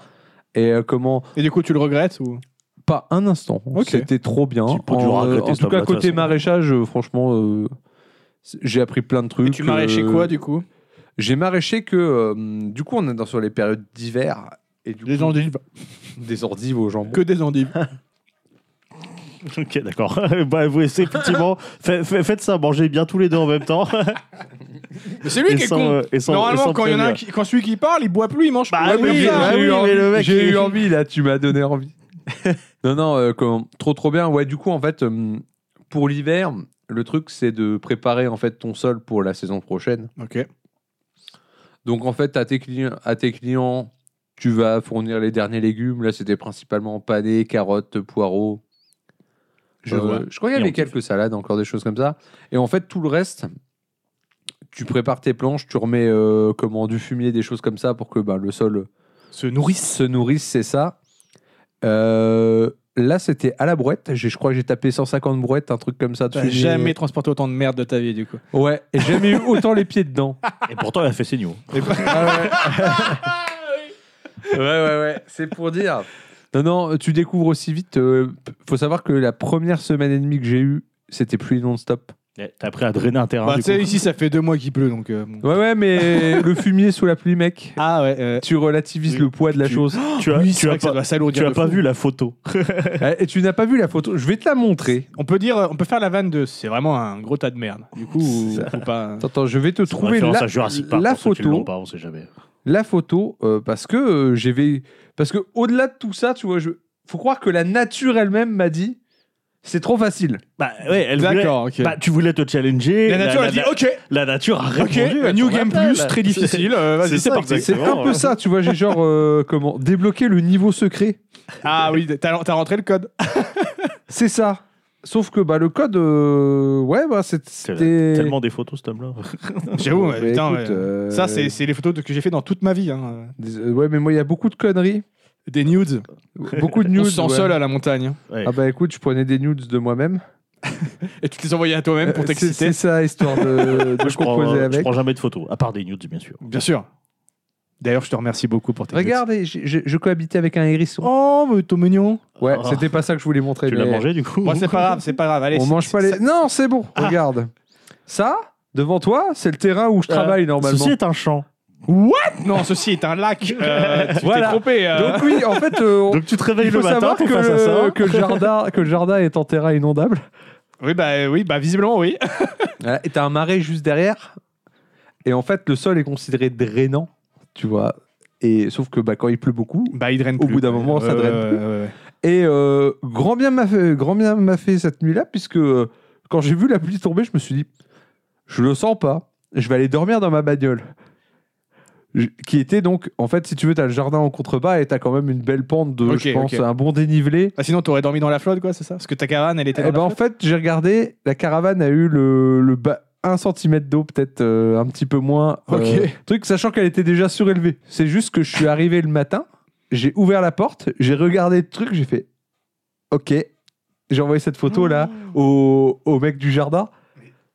Et euh, comment Et du coup, tu le regrettes ou Pas un instant. Ok. C'était trop bien. Tu peux toujours En, euh, regretter en ce tout cas, tableau, de toute côté façon. maraîchage, euh, franchement, euh, c'est- j'ai appris plein de trucs. Et tu maraîchais euh, quoi du coup J'ai maraîché que, euh, du coup, on est dans, sur les périodes d'hiver. Et du Des coup, endives. des ordives aux jambon. Que des endives. ok, d'accord. bah, vous, c'est effectivement, fa- fa- faites ça, mangez bien tous les deux en même temps. Mais c'est lui Et qui est sans, con. euh, et sans- et Normalement, sans quand, il y en a un prévenir. qui- quand celui qui parle, il boit plus, il mange Bah plus. oui, Ouais, mais- putain. oui, j'ai eu, mais envie, le mec, j'ai il- eu envie, là, tu m'as donné envie. non, non, euh, comment- trop trop bien. Ouais, du coup, en fait, euh, pour l'hiver, le truc, c'est de préparer en fait ton sol pour la saison prochaine. Ok. Donc, en fait, à tes, clients, à tes clients, tu vas fournir les derniers légumes. Là, c'était principalement panais, carottes, poireaux. Je Euh, vois. je crois qu'il y Et avait on kiffe. quelques salades, encore des choses comme ça. Et en fait, tout le reste, tu prépares tes planches, tu remets euh, comment, du fumier, des choses comme ça pour que bah, le sol Se nourrissent. se nourrissent, c'est ça. Euh, là, c'était à la brouette. J'ai- Je crois que j'ai tapé 150 brouettes, un truc comme ça. T'as Bah, dessus. jamais transporté autant de merde de ta vie du coup. Ouais, et jamais eu autant les pieds dedans. Et pourtant, il a fait ses news. Ah Ouais, ouais, ouais. C'est pour dire. Non, non, tu découvres aussi vite. euh, p- faut savoir que la première semaine et demie que j'ai eue, c'était pluie non-stop. Eh, T'as appris à drainer un terrain. Bah, du tu sais, coup. ici, ça fait deux mois qu'il pleut donc. euh, bon. Ouais, ouais, mais le fumier sous la pluie, mec. Ah ouais. euh, Tu relativises Oui, le poids de la tu- chose. Tu as, Oh, oui, tu c'est as vrai que ça pas, doit s'alourdir tu as de pas fou. vu la photo. Eh, Et tu n'as pas vu la photo. Je vais te la montrer. On peut dire, on peut faire la vanne de. C'est vraiment un gros tas de merde. Du coup, ou, ou pas. Attends, attends, je vais te trouver Référence la, à Jurassic Park, la pour ceux qui l'ont photo. pas, on sait jamais. la photo euh, parce que euh, j'avais parce que au-delà de tout ça, tu vois, je faut croire que la nature elle-même m'a dit c'est trop facile. Bah ouais, elle voulait. D'accord. ok. Bah, tu voulais te challenger. la nature la, a dit la- OK, la nature a OK, répondu. à New ton Game appel. Plus, très difficile. euh, Vas-y, c'est ça, parti. C'est exactement. un peu ça, tu vois, j'ai genre euh, comment débloquer le niveau secret. Ah oui, t'as t'as rentré le code. C'est ça. Sauf que bah le code euh, ouais bah c'est- C'est c'était Tellement des photos, cet homme-là. J'avoue, ouais, Mais putain. écoute, ouais. euh, Ça, c'est c'est les photos de- que j'ai fait dans toute ma vie. hein. des- euh, Ouais, mais moi il y a beaucoup de conneries, Des nudes. beaucoup de news. On se sent seul hein. à la montagne. Ouais. Ah bah écoute, je prenais des nudes de moi-même. Et tu te les envoyais à toi-même pour Euh, c'est- t'exciter. C'est ça histoire de, de je, prends, euh, composer je avec. prends jamais de photos, à part des nudes, bien sûr. Bien sûr. D'ailleurs, je te remercie beaucoup pour tes Regardez, j'ai- j'ai- je cohabitais avec un hérisson. nudes. Oh, Ah. mais ton mignon. Ouais, Oh. c'était pas ça que je voulais montrer. tu l'as mais mangé, du coup Bon, c'est pas grave, c'est pas grave. Allez, On c'est- mange pas c'est- Ah. les. Non, c'est bon. Regarde. Ça, devant toi, c'est le terrain où je Euh, travaille normalement. Ceci est un champ. What Non, ceci est un lac. Euh, tu Voilà. t'es trompé. euh. Donc oui, en fait, euh, on- Donc tu te réveilles il faut le matin, savoir t'es que face à ça. hein. le, que le jardin, que le jardin est en terrain inondable. Oui, bah euh, oui, bah visiblement oui. Voilà, Et t'as un marais juste derrière. Et en fait, le sol est considéré drainant, tu vois. Et sauf que bah, quand il pleut beaucoup. Bah il draine Au bout d'un moment, ça draine plus. Et euh, grand bien m'a fait, grand bien m'a fait cette nuit-là, puisque euh, quand j'ai vu la pluie tomber, je me suis dit, je le sens pas. Je vais aller dormir dans ma bagnole. Je- qui était donc, en fait, si tu veux, t'as le jardin en contrebas et t'as quand même une belle pente de, Ok, je pense, ok. un bon dénivelé. Bah, sinon, t'aurais Eh ben, dormi dans la flotte, quoi, c'est ça Parce que ta caravane, elle était. Et Dans ben en fait, j'ai regardé, la caravane a eu le, le, ba- 1 cm d'eau, peut-être euh, un petit peu moins. Ok. truc, sachant qu'elle était déjà surélevée. C'est juste que je suis arrivé le matin, j'ai ouvert la porte, j'ai regardé le truc, j'ai fait OK. J'ai envoyé cette photo là Ah. au, au mec du jardin.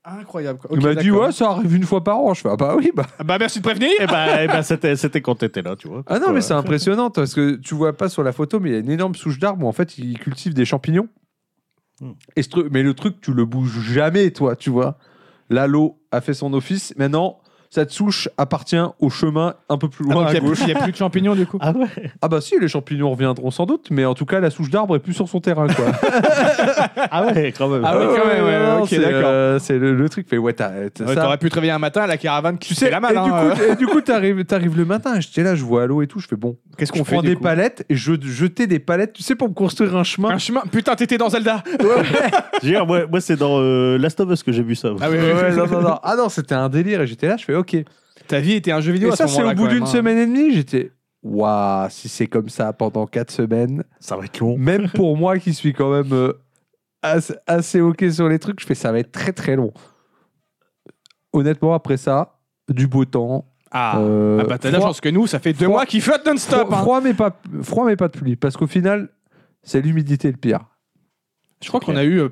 Incroyable. Quoi. Il Ok, m'a dit d'accord. ouais, ça arrive une fois par an. Je fais ah bah oui bah. Ah Bah merci de prévenir. Eh ben, eh ben, c'était, c'était quand t'étais là, tu vois. Ah non Ouais. mais c'est impressionnant parce que tu vois pas sur la photo mais il y a une énorme souche d'arbres où en fait ils cultivent des champignons. Hmm. Et ce truc, mais le truc tu le bouges jamais toi tu vois. Là l'eau a fait son office. Maintenant cette souche appartient au chemin un peu plus Ah, loin donc, à Il n'y a, gauche. il y a plus de champignons du coup. Ah ouais Ah bah si les champignons reviendront sans doute mais en tout cas la souche d'arbre est plus sur son terrain quoi. Ah ouais, quand même. Ah ouais, quand même, ouais, non, ok, c'est, d'accord. euh, c'est le, le truc. Mais ouais, t'as, t'as Ouais, ça. T'aurais pu te réveiller un matin à la caravane qui Tu sais, fait la malle. et, du hein, euh. coup, et du coup, t'arrives, t'arrives le matin, j'étais là, je vois à l'eau et tout, je fais bon. Qu'est-ce je qu'on fait prends du des coup palettes et je jetais des palettes, tu sais, pour me construire un chemin. Un chemin. Putain, t'étais dans Zelda. Je veux dire, moi, moi, c'est dans euh, Last of Us que j'ai vu ça. Ah oui, Ouais, oui, ouais, oui. non, non, non. Ah non, c'était un délire et j'étais là, je fais ok. Et Ta vie était un jeu vidéo. à ça, ce c'est au moment-là, bout quand d'une même, hein. semaine et demie, j'étais. Waouh, si c'est comme ça pendant 4 semaines, Ça va être long. même pour moi qui suis quand même euh, assez, assez ok sur les trucs, je fais ça va être très très long. Honnêtement, après ça, du beau temps. Ah. euh, Ah bah t'as de la froid- chance que nous, ça fait deux froid- mois qu'il flotte non-stop. Froid, hein. froid, mais pas, froid, mais pas de pluie. Parce qu'au final, c'est l'humidité le pire. Je crois qu'on a eu euh,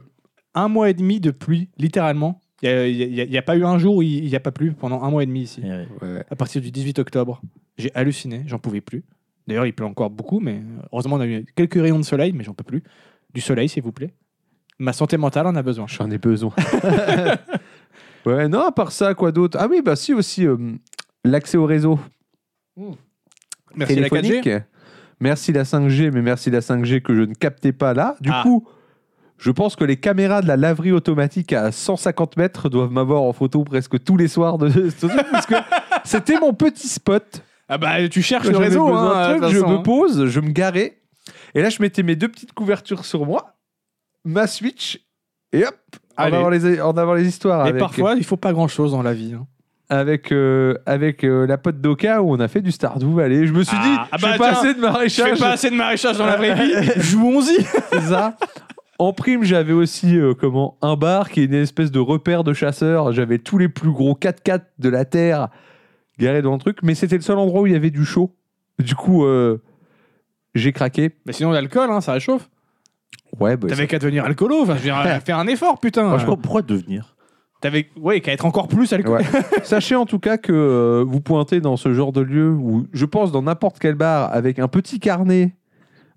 un mois et demi de pluie, littéralement. Il n'y a, pas eu un jour où il n'y a pas plu pendant un mois et demi ici. Ouais. À partir du 18 octobre, j'ai halluciné, j'en pouvais plus. D'ailleurs, il pleut encore beaucoup, mais euh, heureusement, on a eu quelques rayons de soleil, mais j'en peux plus. Du soleil, s'il vous plaît. Ma santé mentale en a besoin. J'en ai besoin. ouais, non, à part ça, quoi d'autre Ah oui, bah si aussi, euh, l'accès au réseau Merci la 4G. téléphonique. merci la 5G, mais merci la 5G que je ne captais pas là. Du Ah. coup, je pense que les caméras de la laverie automatique à 150 mètres doivent m'avoir en photo presque tous les soirs de ce truc, parce que c'était mon petit spot. Ah bah, tu cherches Quand le j'avais réseau, besoin hein, de d'un truc, toute je façon, me hein. pose, je me garais. Et là, je mettais mes deux petites couvertures sur moi, ma Switch, et hop, en Allez. avant, les, en avant les histoires. Mais avec, parfois, il faut pas grand-chose dans la vie. hein. avec, euh, avec euh, la pote d'Oka où on a fait du Stardew Valley. Je me suis Ah, dit, ah je bah fais pas tiens, assez de Je fais maraîchage, pas assez de maraîchage dans la vraie vie. Jouons-y. c'est ça. En prime, j'avais aussi euh, comment un bar qui est une espèce de repère de chasseurs. J'avais tous les plus gros 4x4 de la terre garés dans le truc, mais c'était le seul endroit où il y avait du chaud. Du coup, euh, j'ai craqué. Mais sinon, l'alcool, hein, ça réchauffe. Ouais, bah, T'avais qu'à devenir alcoolo. Enfin, je veux dire, faire un effort, putain. Franchement, pourquoi devenir T'avais, ouais, qu'à être encore plus alcoolique. Ouais. Sachez en tout cas que euh, vous pointez dans ce genre de lieu où, je pense, dans n'importe quel bar, avec un petit carnet,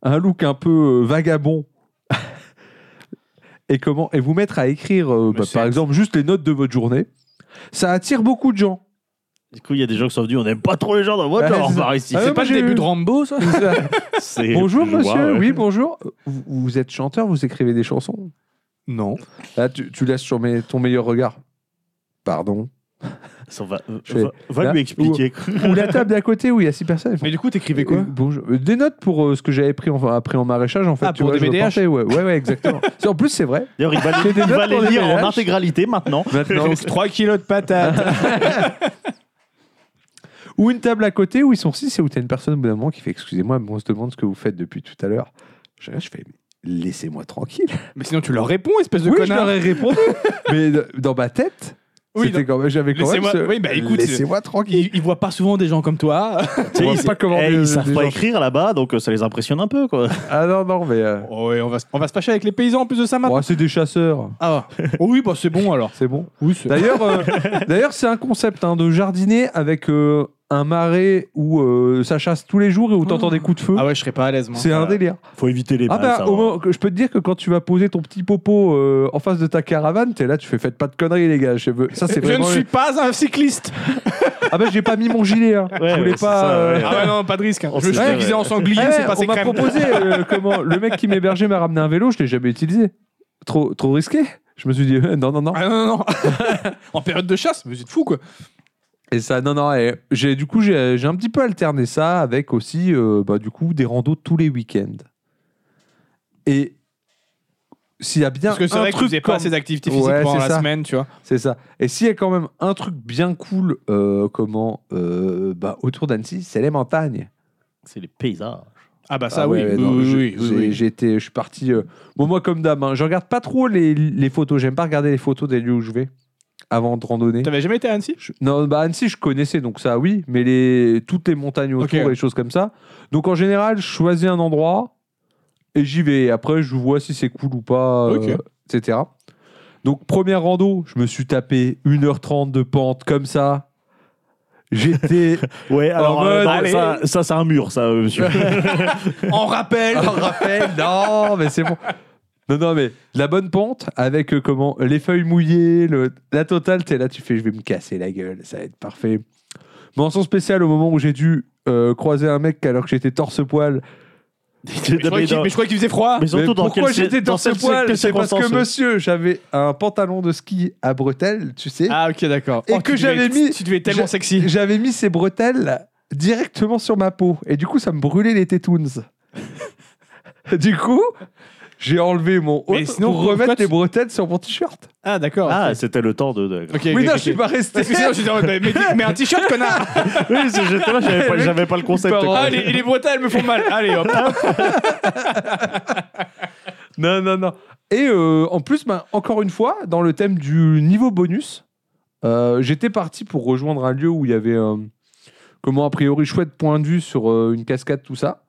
un look un peu euh, vagabond, et comment et vous mettre à écrire, euh, Mais bah, c'est- par exemple, juste les notes de votre journée, ça attire beaucoup de gens. Du coup, il y a des gens qui sont venus, on n'aime pas trop les gens dans le Ouais, voiture c'est ça. par ici. Ah ouais, C'est moi, pas le j'ai début eu- de Rambo, ça C'est- bonjour je vois, monsieur, ouais. oui bonjour. Vous, vous êtes chanteur, vous écrivez des chansons. Non. Là, tu, tu laisses sur mes- ton meilleur regard. Pardon. Ça, on va, euh, Je fais- va- va Là, lui expliquer. Ou la table d'à côté où il y a six personnes. Mais du coup, t'écrivais quoi Euh, bonjour. Euh, Des notes pour euh, ce que j'avais pris en, après en maraîchage, en fait. Ah, pour vois, des je BDH? reportais, ouais. ouais, ouais, exactement. C'est- en plus, c'est vrai. D'ailleurs, il va J'ai les, des il notes va les pour les lire VH. en intégralité maintenant. Maintenant. 3 kilos de patates. Ou une table à côté où ils sont six et où t'as une personne au bout d'un moment qui fait Excusez-moi, mais on se demande ce que vous faites depuis tout à l'heure. Je, regarde, je fais Mais Laissez-moi tranquille. mais sinon, tu leur réponds, espèce de oui, je connard. leur ai répondu. mais de- dans ma tête, Oui, c'était non. quand même- j'avais quand même. Laissez-moi- ce- oui, bah, écoute, Laissez-moi tranquille. Ils, ils voient pas souvent des gens comme toi. Tu sais, voit ils, pas comment eh, des- ils savent des pas gens- écrire là-bas, donc euh, ça les impressionne un peu. Quoi. Ah non, non, mais. euh, oh, ouais, on va, se- on va se fâcher avec les paysans en plus de ça maintenant. ouais, c'est des chasseurs. Ah Oh oui, bah c'est bon alors. C'est bon. Oui, c'est- D'ailleurs, euh, d'ailleurs, c'est un concept hein, de jardiner avec euh, un marais où euh, ça chasse tous les jours et où t'entends des coups de feu. Ah ouais, je serais pas à l'aise, moi. C'est un délire. Faut éviter les Ah balles, bah, ça hein. au va. moment que- je peux te dire que quand tu vas poser ton petit popo euh, en face de ta caravane, t'es là, tu fais faites pas de conneries les gars. Je, veux- ça c'est Je ne vraiment. suis pas un cycliste. Ah bah j'ai pas mis mon gilet. Hein. Ouais, je voulais ouais, c'est pas. ça, euh, ouais. Ah ouais, non, pas de risque. hein. On Je me suis sait déguisé jamais. en sanglier, Ouais, c'est passé on m'a crème. proposé euh, comment le mec qui m'hébergeait m'a ramené un vélo, je l'ai jamais utilisé. Trop trop risqué. Je me suis dit euh, non non non. Ah non, non, non. en période de chasse, vous êtes fou quoi. Et ça, non, non, et j'ai, du coup, j'ai, j'ai un petit peu alterné ça avec aussi, euh, bah, du coup, des randos tous les week-ends. Et s'il y a bien Parce que c'est un vrai que vous truc faisiez pas comme- ces activités Ouais, physiques pendant la c'est ça. semaine, tu vois. C'est ça. Et s'il y a quand même un truc bien cool, euh, comment, euh, bah, autour d'Annecy, c'est les montagnes. C'est les paysages. Ah bah ça, Ah oui. ouais, ouais, oui, non, oui, j'ai- oui, oui, j'ai- oui. j'ai été- je suis parti, euh, bon, moi comme dame, hein, je regarde pas trop les, les photos, j'aime pas regarder les photos des lieux où je vais. avant de randonner. T'avais jamais été à Annecy Je- Non, bah Annecy, je connaissais, donc ça, oui, mais les... toutes les montagnes autour Ok. et les choses comme ça. Donc en général, je choisis un endroit et j'y vais. Après, je vois si c'est cool ou pas, euh, Ok. etc. Donc première rando, je me suis tapé 1h30 de pente comme ça. J'étais Ouais, alors En euh, mode, non, allez. ça, ça c'est un mur, ça, euh, monsieur. En rappel Un rappel, non, mais c'est bon. Non, non, mais la bonne pente avec euh, comment les feuilles mouillées, le- la totale, t'es là, tu fais, je vais me casser la gueule, ça va être parfait. Mention spéciale au moment où j'ai dû euh, croiser un mec alors que j'étais torse poil. Mais je croyais qu'il- mais je crois qu'il faisait froid Mais surtout Mais dans pourquoi quel- j'étais dans torse quelles poil C'est parce que circonstances monsieur, j'avais un pantalon de ski à bretelles, tu sais. Ah ok d'accord. Et Oh, que tu devais j'avais être- mis- Tu devais être tellement j'a- sexy. J'avais mis ces bretelles directement sur ma peau. Et du coup, ça me brûlait les tétounes. du coup, j'ai enlevé mon Mais haut sinon, pour pourquoi remettre tu- les bretelles sur mon t-shirt. Ah d'accord. Ah, c'était le temps de. de- Ok, Oui, ok, ok. non, je suis pas resté. Parce que sinon, je suis en mode, mais, mais- mais un t-shirt, connard Oui, c'est- j'étais là, j'avais pas, j'avais pas le concept. Il part en- quoi. Ah, les, les bretelles me font mal Allez, hop Non, non, non. Et euh, en plus, bah, encore une fois, dans le thème du niveau bonus, euh, j'étais parti pour rejoindre un lieu où il y avait, euh, comment a priori, chouette point de vue sur euh, une cascade, tout ça.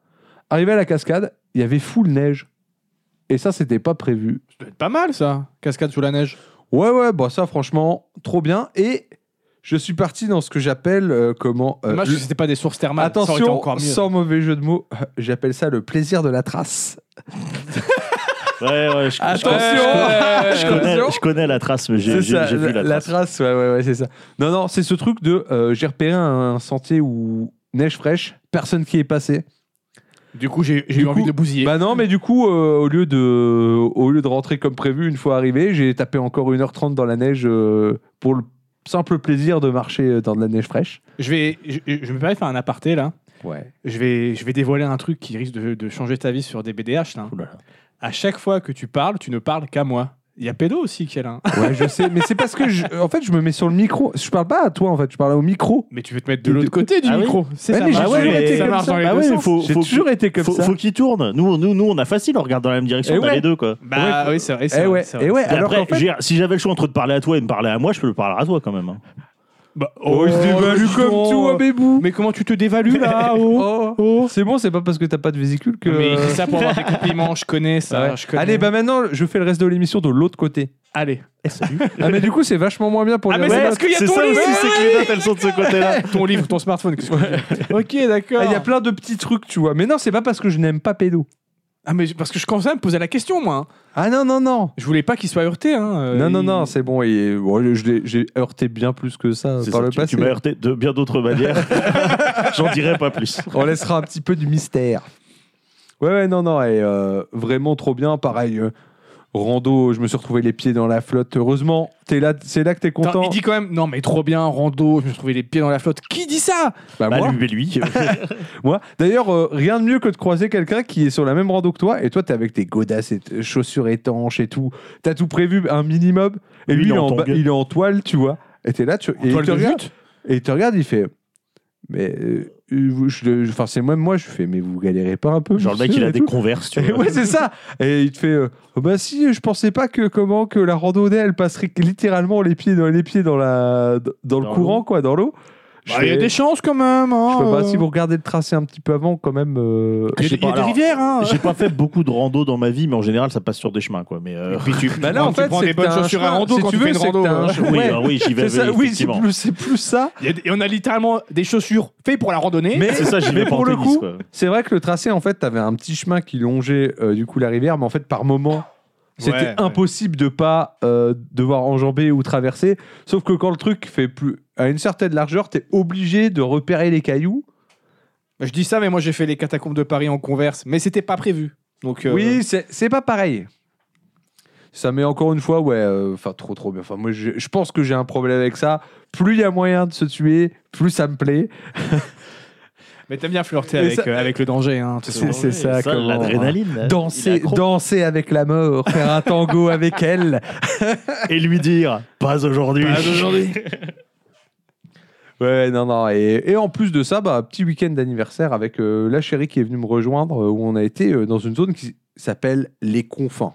Arrivé à la cascade, il y avait full neige. Et ça, c'était pas prévu. Pas mal, ça Cascade sous la neige. Ouais, ouais, bah ça, franchement, trop bien. Et je suis parti dans ce que j'appelle euh, comment. euh, Dommage le- que c'était pas des sources thermales. ça aurait été Attention, encore mieux. sans mauvais jeu de mots, euh, j'appelle ça le plaisir de la trace. Ouais, ouais, je, je Attention Ouais, je connais, attention. je connais la trace, mais j'ai C'est j'ai- ça, j'ai vu la, trace. ouais, ouais, ouais, c'est ça. Non, non, c'est ce truc de euh, j'ai repéré un, un sentier où neige fraîche, personne qui est passé. Du coup, j'ai j'ai Du eu envie coup, de bousiller. Bah non, mais du coup, euh, au, lieu de, au lieu de rentrer comme prévu une fois arrivé, j'ai tapé encore 1h30 dans la neige euh, pour le simple plaisir de marcher euh, dans de la neige fraîche. Je vais... Je, je me permets de faire un aparté, là. Ouais. Je vais, je vais dévoiler un truc qui risque de, de changer ta vie sur des BDH, là. Ouh là là. À chaque fois que tu parles, tu ne parles qu'à moi. Il y a Pédo aussi qui est là. hein. Ouais, je sais, mais c'est parce que je, en fait, je me mets sur le micro. Je parle pas à toi, en fait, je parle au micro. Mais tu veux te mettre de l'autre côté du Ah oui micro. C'est Ouais, ça. mais marche. j'ai bah ouais, toujours mais été ça comme marche ça. Ah dans les Bah deux ouais, sens. faut- J'ai faut- toujours été comme faut, ça. faut qu'il tourne. Nous, on- nous, nous, on a facile, on regarde dans la même direction, Eh on a ouais. les deux, quoi. Bah oui, c'est vrai. c'est Eh vrai, ouais, c'est vrai. eh ouais. Et Alors après, qu'en fait, je veux dire, si j'avais le choix entre de parler à toi et de me parler à moi, je peux le parler à toi quand même. hein. Bah, oh, il se dévalue dis comme donc. tout, oh, bébou. Mais comment tu te dévalues là oh Oh. Oh. C'est bon, c'est pas parce que t'as pas de vésicule que. Mais il dit ça pour avoir des compliments, je connais ça. Ouais. je connais. Allez, bah maintenant, je fais le reste de l'émission de l'autre côté. Allez. Ah, mais du coup, c'est vachement moins bien pour Eh, Ah, les mais c'est autres. parce qu'il y a c'est ton ça livre aussi, c'est que les notes, elles sont de ce côté-là. Ton livre, ton smartphone. qu'est-ce que je dis ok, d'accord. Ah, Il y a plein de petits trucs, tu vois. Mais non, c'est pas parce que je n'aime pas pédo. Ah, mais parce que je commençais à me poser la question, moi. hein. Ah non, non, non. Je voulais pas qu'il soit heurté. Hein. euh, non, non, il- non, c'est bon. et- bon, je l'ai- J'ai heurté bien plus que ça C'est par ça, le tu- passé. tu m'as heurté de bien d'autres manières. J'en dirai pas plus. On laissera un petit peu du mystère. Ouais, ouais, non, non, et euh, vraiment trop bien. Pareil, euh, rando, je me suis retrouvé les pieds dans la flotte. Heureusement, t'es là, c'est là que t'es Attends, content. il dit quand même, non, mais trop bien, rando, je me suis trouvé les pieds dans la flotte. Qui dit ça Bah, Bah, moi, lui, mais lui. moi. D'ailleurs, euh, rien de mieux que de croiser quelqu'un qui est sur la même rando que toi, et toi, t'es avec tes godasses et t- chaussures étanches et tout. T'as tout prévu, un minimum. Et lui, il, est en, ba- tongue. il est en toile, tu vois. Et t'es là, tu, et Bah, il Toile te de regarde, jute et il te regarde, il fait. Mais, euh, vous- je- je- enfin, c'est même moi, je fais, mais vous galérez pas un peu Genre le mec, monsieur, il a et des tout. converses, tu Et vois. ouais, c'est ça. Et il te fait euh, Oh bah si, je pensais pas que comment que la randonnée elle passerait littéralement les pieds dans les pieds dans la dans, le Dans courant quoi, dans l'eau. Je Bah, Il y a fais- des chances quand même. je hein, fais, bah, euh. si vous regardez le tracé un petit peu avant quand même euh, Il y a, Je sais des- il y a pas, des alors, rivières. Hein. J'ai pas fait beaucoup de rando dans ma vie, mais en général, ça passe sur des chemins, quoi. Mais euh, Bah là, prends- en tu fait, prends c'est des que bonnes t'as un chaussures à chemin. rando Si quand tu tu veux, fais une c'est que rando, t'as un ouais. chemin. oui, Ouais. ah oui, j'y vais. c'est ça, oui, c'est effectivement. plus, c'est plus ça. Il y a des- on a littéralement des chaussures faites pour la randonnée. Mais, C'est ça, j'y mais vais pas pour en le tennis, coup, quoi. c'est vrai que le tracé, en fait, t'avais un petit chemin qui longeait euh, du coup la rivière, mais en fait, par moment, c'était Ouais, ouais. impossible de pas euh, devoir enjamber ou traverser. Sauf que quand le truc fait plus à une certaine largeur, t'es obligé de repérer les cailloux. Je dis ça, mais moi j'ai fait les catacombes de Paris en converse, mais c'était pas prévu. Donc euh, Oui, c'est c'est pas pareil. Ça met encore une fois, ouais, euh, enfin trop trop bien. Enfin, moi, je, je pense que j'ai un problème avec ça. Plus il y a moyen de se tuer, plus ça me plaît. mais t'aimes bien flirter Mais avec, ça- euh, avec le danger. Hein, de toute façon. C'est ça, comment- l'adrénaline. Il est Danser, accro. danser avec la mort, faire un tango avec elle. Et lui dire, pas aujourd'hui. Ouais, non, non. Et, et en plus de ça, bah, petit week-end d'anniversaire avec euh, la chérie qui est venue me rejoindre, euh, où on a été euh, dans une zone qui s'appelle les confins.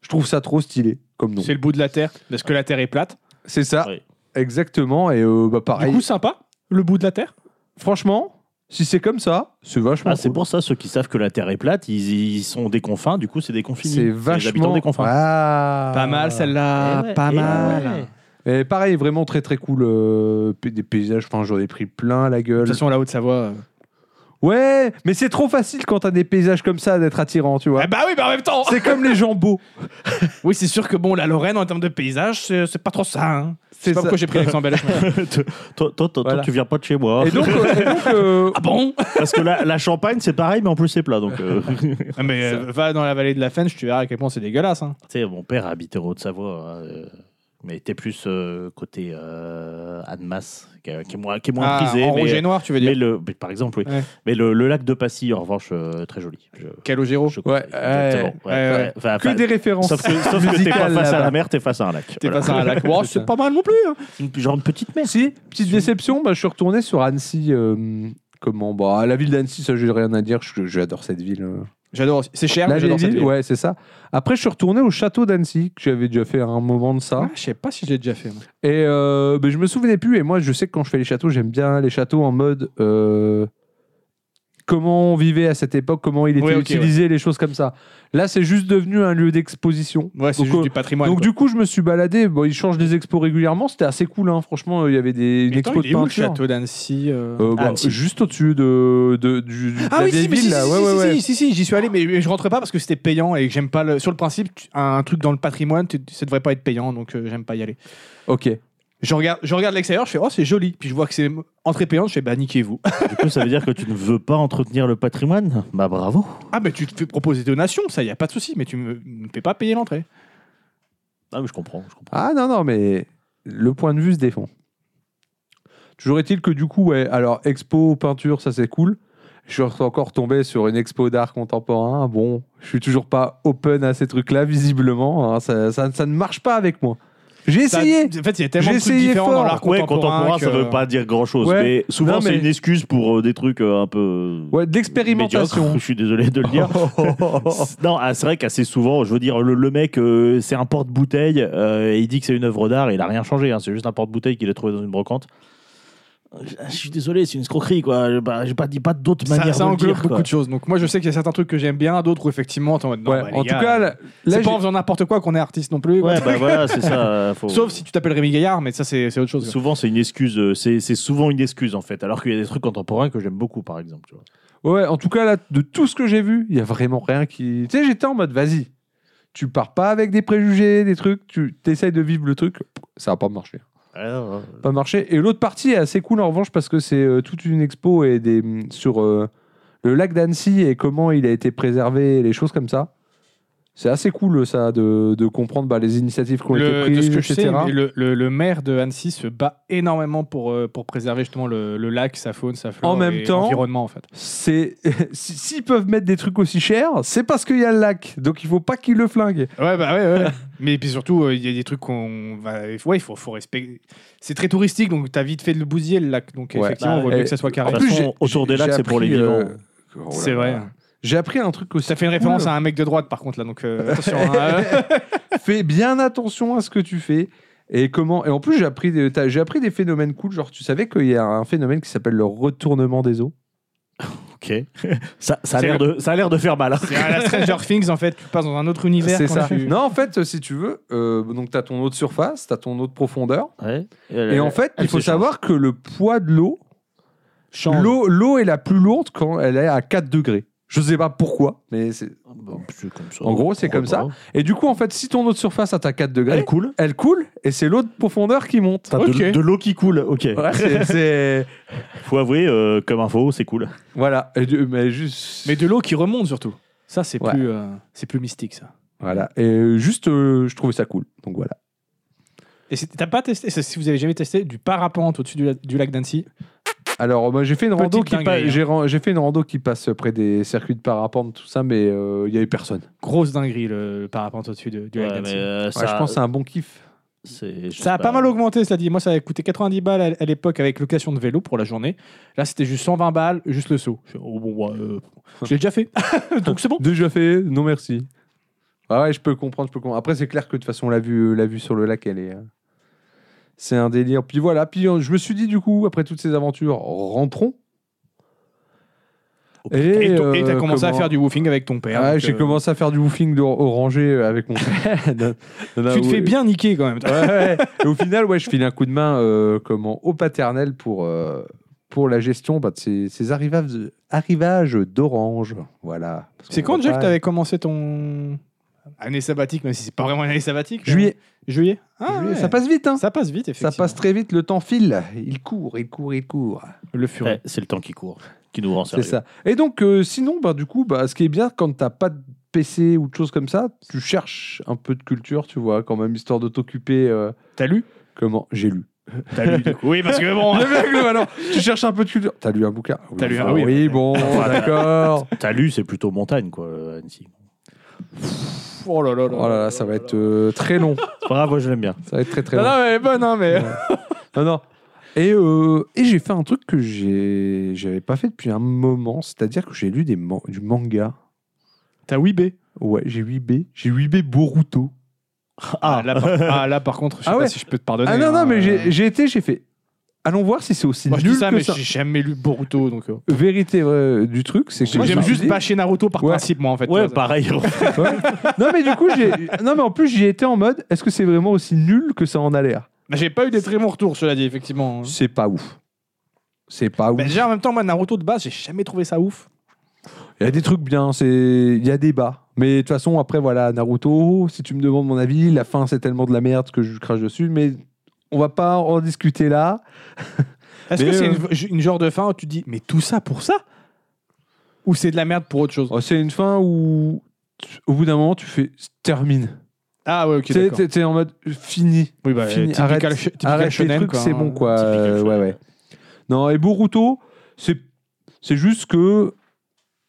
Je trouve ça trop stylé comme nom. C'est le bout de la Terre, parce que la Terre est plate. C'est ça. Oui. Exactement. Et euh, bah, pareil. Du coup, sympa, le bout de la terre. franchement, si c'est comme ça, c'est vachement. Ah, c'est cool. pour ça, ceux qui savent que la Terre est plate, ils, ils sont déconfinés, du coup, c'est déconfiné. C'est Les habitants vachement. déconfinés. Ah. celle-là, Eh ouais, eh ouais. Mais pareil, vraiment très très cool. euh, p- des paysages, enfin, j'en ai pris plein la De gueule. toute façon, la Haute-Savoie. euh. Ouais, mais c'est trop facile quand t'as des paysages comme ça d'être attirant, tu vois. Eh bah oui, mais en même temps C'est comme les gens beaux. Oui, c'est sûr que bon, la Lorraine, en termes de paysage, c'est c'est pas trop ça. Hein. Je sais C'est pas ça. pourquoi j'ai pris l'accent belge. toi, toi, toi, Voilà. toi, tu viens pas de chez moi. Et donc, euh, et donc, euh, ah bon Parce que la, la Champagne, c'est pareil, mais en plus, c'est plat. Donc, euh, Ah, Mais euh, va dans la vallée de la Fenche, tu verras à quel point c'est dégueulasse. hein. tu sais, mon père habitait en Haute-Savoie, hein, euh, mais était plus euh, côté euh, Annemasse, qui, est- qui est moins, qui est moins Ah, prisé. en rouge et mais, noir, tu veux dire mais le, mais par exemple, oui. Ouais. Mais le, le lac de Passy, en revanche, euh, très joli. Je- Calogero. je Ouais, conseille, exactement. ouais, Ouais, ouais. ouais. Enfin, que enfin, des références. bah, Sauf que, sauf que t'es pas musicales, face à là-bas. la mer, t'es face à un lac. T'es Voilà. passé à un lac. Oh, C'est ça. c'est pas mal non plus. hein. Une- Genre une petite mer. Si, petite déception, bah, je suis retourné sur Annecy. euh, comment bah, La ville d'Annecy, ça, j'ai rien à dire. je- J'adore cette ville. euh. J'adore. aussi. C'est cher, La mais Ah, j'adore cette vieille ville. ville, ouais, c'est ça. Après, je suis retourné au château d'Annecy, que j'avais déjà fait à un moment de ça. Ah, je sais pas si j'ai déjà fait. moi. Et euh, ben, je me souvenais plus. Et moi, je sais que quand je fais les châteaux, j'aime bien les châteaux en mode euh, comment on vivait à cette époque, comment il était Ouais, ok, utilisé, les choses comme ça. Là, c'est juste devenu un lieu d'exposition. Ouais, c'est Donc, juste euh, du patrimoine. Donc quoi. du coup, je me suis baladé. Bon, ils changent les expos régulièrement. C'était assez cool. hein. Franchement, il y avait des, une Mais attends, expo il de est où le peinture. château d'Annecy euh Euh, bah, Annecy. juste au-dessus de, de- du, de Ah la oui, vieille si, mais si, ville, si, là. si, Ouais, si, ouais, si, ouais. si, si, j'y suis allé, mais mais je rentrais pas parce que c'était payant et que j'aime pas le. Sur le principe, tu- un truc dans le patrimoine, tu- ça devrait pas être payant, donc euh, j'aime pas y aller. Ok. Je regarde, je regarde l'extérieur, je fais oh c'est joli, puis je vois que c'est entrée payante, je fais bah niquez-vous. Du coup, ça veut dire que tu ne veux pas entretenir le patrimoine Bah bravo. ah mais tu te fais proposer des donations, ça y a pas de souci, mais tu me, me fais pas payer l'entrée. Ah, mais je comprends, je comprends. Ah non, non, mais le point de vue se défend. Toujours est-il que du coup, ouais, alors expo, peinture, ça c'est cool. Je suis encore tombé sur une expo d'art contemporain. Bon, je suis toujours pas open à ces trucs-là, visiblement. hein. Ça, ça- ça ne marche pas avec moi. J'ai Ça- essayé. En fait, il y a tellement J'ai de trucs essayé différents fort. dans l'art Ouais, contemporain. contemporain, ça que- veut pas dire grand chose, Ouais. mais souvent Non, mais- c'est une excuse pour euh, des trucs euh, un peu. Ouais, de l'expérimentation. médiocres. Je suis désolé de le dire. Oh. non, ah, c'est vrai qu'assez souvent, je veux dire, le, le mec, euh, c'est un porte-bouteille euh, et il dit que c'est une œuvre d'art et il a rien changé. hein, c'est juste un porte-bouteille qu'il a trouvé dans une brocante. Je, je suis désolé, c'est une escroquerie, quoi. Je- bah, J'ai pas dit pas d'autre Ça, manière ça de le englobe dire. beaucoup quoi. de choses. Donc moi je sais qu'il y a certains trucs que j'aime bien, d'autres où effectivement t'es en mode, non, Ouais, bah, les en gars, tout cas, là, là, c'est j'ai- pas en faisant n'importe quoi qu'on est artiste non plus. Ouais, bah voilà, c'est ça. euh, faut- Sauf si tu t'appelles Rémi Gaillard, mais ça c'est c'est autre chose. Souvent, c'est une excuse. euh, C'est c'est souvent une excuse en fait. Alors qu'il y a des trucs contemporains que j'aime beaucoup, par exemple. tu vois. ouais, en tout cas, là, de tout ce que j'ai vu, il y a vraiment rien qui. Tu sais, j'étais en mode, vas-y, tu pars pas avec des préjugés, des trucs, tu essayes de vivre le truc, ça va pas marcher. Alors, euh, pas marché. Et l'autre partie est assez cool en revanche parce que c'est euh, toute une expo et des, mm, sur euh, le lac d'Annecy et comment il a été préservé, les choses comme ça. C'est assez cool ça de, de comprendre bah, les initiatives qui ont été Le, de prises, ce que je sais, etc. mais le, le- le maire de Annecy se bat énormément pour, euh, pour préserver justement le, le lac, sa faune, sa flore En même et temps- l'environnement en fait. C'est si- s'ils peuvent mettre des trucs aussi chers, c'est parce qu'il y a le lac, donc il faut pas qu'ils le flinguent. Ouais, bah ouais, ouais. Mais puis surtout, euh, il y a des trucs qu'on. va- ouais, il faut, faut respecter. C'est très touristique, donc t'as vite fait de le bousiller le lac. Donc Ouais. effectivement, Bah, on vaut mieux et- que ça soit de carré. toute plus, façon, autour des lacs, J'ai c'est pour les appris, vivants. euh, oh là C'est là. vrai. J'ai appris un truc aussi. Ça fait une référence à un mec de droite par contre là, donc euh, attention. hein. fais bien attention à ce que tu fais et comment. Et en plus, j'ai appris, des- t'as- j'ai appris des phénomènes cool. Genre, tu savais qu'il y a un phénomène qui s'appelle le retournement des eaux. Ok. Ça, ça a C'est l'air de, ça a l'air de faire mal. hein. C'est à la Stranger Things en fait, tu passes dans un autre univers. C'est quand ça. tu- Non, en fait, si tu veux, euh, donc t'as ton eau de surface, t'as ton eau de profondeur. Ouais. Et en fait, elle il faut se change. savoir que le poids de l'eau, Change. l'eau, l'eau est la plus lourde quand elle est à 4 degrés. Je sais pas pourquoi, mais c'est. Bon, c'est comme ça. En gros, c'est comme ça. Et du coup, en fait, si ton eau de surface est à 4 degrés, Elle coule. elle coule et c'est l'eau de profondeur qui monte. T'as de- Ok. de, l'eau qui coule. Ok. Ouais, c'est- c'est- Faut avouer, euh, comme info, c'est cool. Voilà. Et du- mais juste. Mais de l'eau qui remonte surtout. Ça, c'est Ouais. plus, euh, c'est plus mystique ça. Voilà. Et euh, juste, euh, je trouvais ça cool. Donc voilà. Et c'est- t'as pas testé, c'est- si vous avez jamais testé, du parapente au-dessus du, la- du lac d'Annecy Alors, moi, j'ai fait une Petite rando qui dinguerie, passe. hein. J'ai ran- j'ai fait une rando qui passe près des circuits de parapente, tout ça, mais euh, il y n'y avait personne. Grosse dinguerie le, le parapente au-dessus de- du lac Ouais, d'Annecy. mais, euh, Ouais, je pense que c'est un bon kiff. c'est- je sais Ça a pas pas mal augmenté, ça dit. Moi, ça avait coûté 90 balles à- à l'époque avec location de vélo pour la journée. Là, c'était juste 120 balles, juste le saut. Je fais, oh, bon, bah, euh, je l'ai déjà fait, donc c'est bon. Déjà fait, non merci. Ah ouais, je peux comprendre, je peux comprendre. Après, c'est clair que de toute façon, la vue, la vue sur le lac, elle est. euh, C'est un délire. Puis voilà, puis euh, je me suis dit du coup, après toutes ces aventures, rentrons. Et t'as et t'as euh, commencé à comment- faire du woofing avec ton père. Ouais, donc, Ah, j'ai euh, commencé à faire du woofing de orangé avec mon père. Tu te fais bien niquer quand même. toi. Ouais, ouais. Et au final, ouais, je file un coup de main euh, comment, au paternel pour, euh, pour la gestion bah, de ces, ces arrivages, arrivages d'orange. Voilà. Parce C'est qu'on quand va déjà pas- que t'avais commencé ton. Année sabbatique, même si c'est pas vraiment une année sabbatique. mais- Juillet. Juillet Ah Juillet, ouais. Ça passe vite, hein. Ça passe vite, Ça effectivement. passe très vite, le temps file. Il court, il court, il court. Le furet. Ouais, c'est le temps qui court, qui nous rend C'est sérieux. ça. Et donc, euh, sinon, bah, du coup, bah, ce qui est bien quand t'as pas de PC ou de choses comme ça, tu cherches un peu de culture, tu vois, quand même, histoire de t'occuper. euh, T'as lu comment J'ai lu. T'as lu, du coup. Oui, parce que bon, Le mec, le- alors, tu cherches un peu de culture. T'as lu un bouquin Ah Oui, T'as lu un- enfin, oui. bon, d'accord. t'as lu, c'est plutôt montagne, quoi, euh, Annecy. Oh là là là. Oh là là, ça va être euh, très long. C'est pas grave, moi, je l'aime bien. Ça va être très très Non, long. non, mais elle est bonne, hein, mais. Non, non. Et, euh, et j'ai fait un truc que j'ai j'avais pas fait depuis un moment, c'est-à-dire que j'ai lu des man- du manga. T'as Weebé. Ouais, j'ai 8B. J'ai 8B Boruto. Ah, là, par... ah, là, par contre, je sais Ah pas ouais. si je peux te pardonner. Ah non, hein. non, mais j'ai- j'ai été, j'ai fait. Allons voir si c'est aussi Moi, je nul dis ça, que mais ça. j'ai jamais lu Boruto. donc... euh, Vérité euh, du truc, c'est que moi, je J'aime me juste dis- bâcher Naruto par Ouais. principe, moi, en fait. Ouais, pareil. Ouais. Non, mais du coup, j'ai. Non, mais en plus, j'y étais en mode est-ce que c'est vraiment aussi nul que ça en a l'air Bah, J'ai pas eu des très bons retours, cela dit, effectivement. C'est pas ouf. C'est pas ouf. Bah, déjà, en même temps, moi, Naruto de base, j'ai jamais trouvé ça ouf. Il y a des trucs bien, c'est il y a des bas. Mais de toute façon, après, voilà, Naruto, si tu me demandes mon avis, la fin, c'est tellement de la merde que je crache dessus, mais on va pas en discuter là. Est-ce Mais, que c'est euh, une, une genre de fin où tu te dis, mais tout ça pour ça Ou c'est de la merde pour autre chose Oh, C'est une fin où, tu- au bout d'un moment, tu fais termine. Ah ouais, ok, Tu d'accord. T'es en mode fini. Oui, bah, fini, typical arrête, ch- typical arrête les shonen, trucs, quoi, c'est hein. bon quoi. Typical Euh, ouais, shonen. ouais. Non, et Boruto, c'est c'est juste que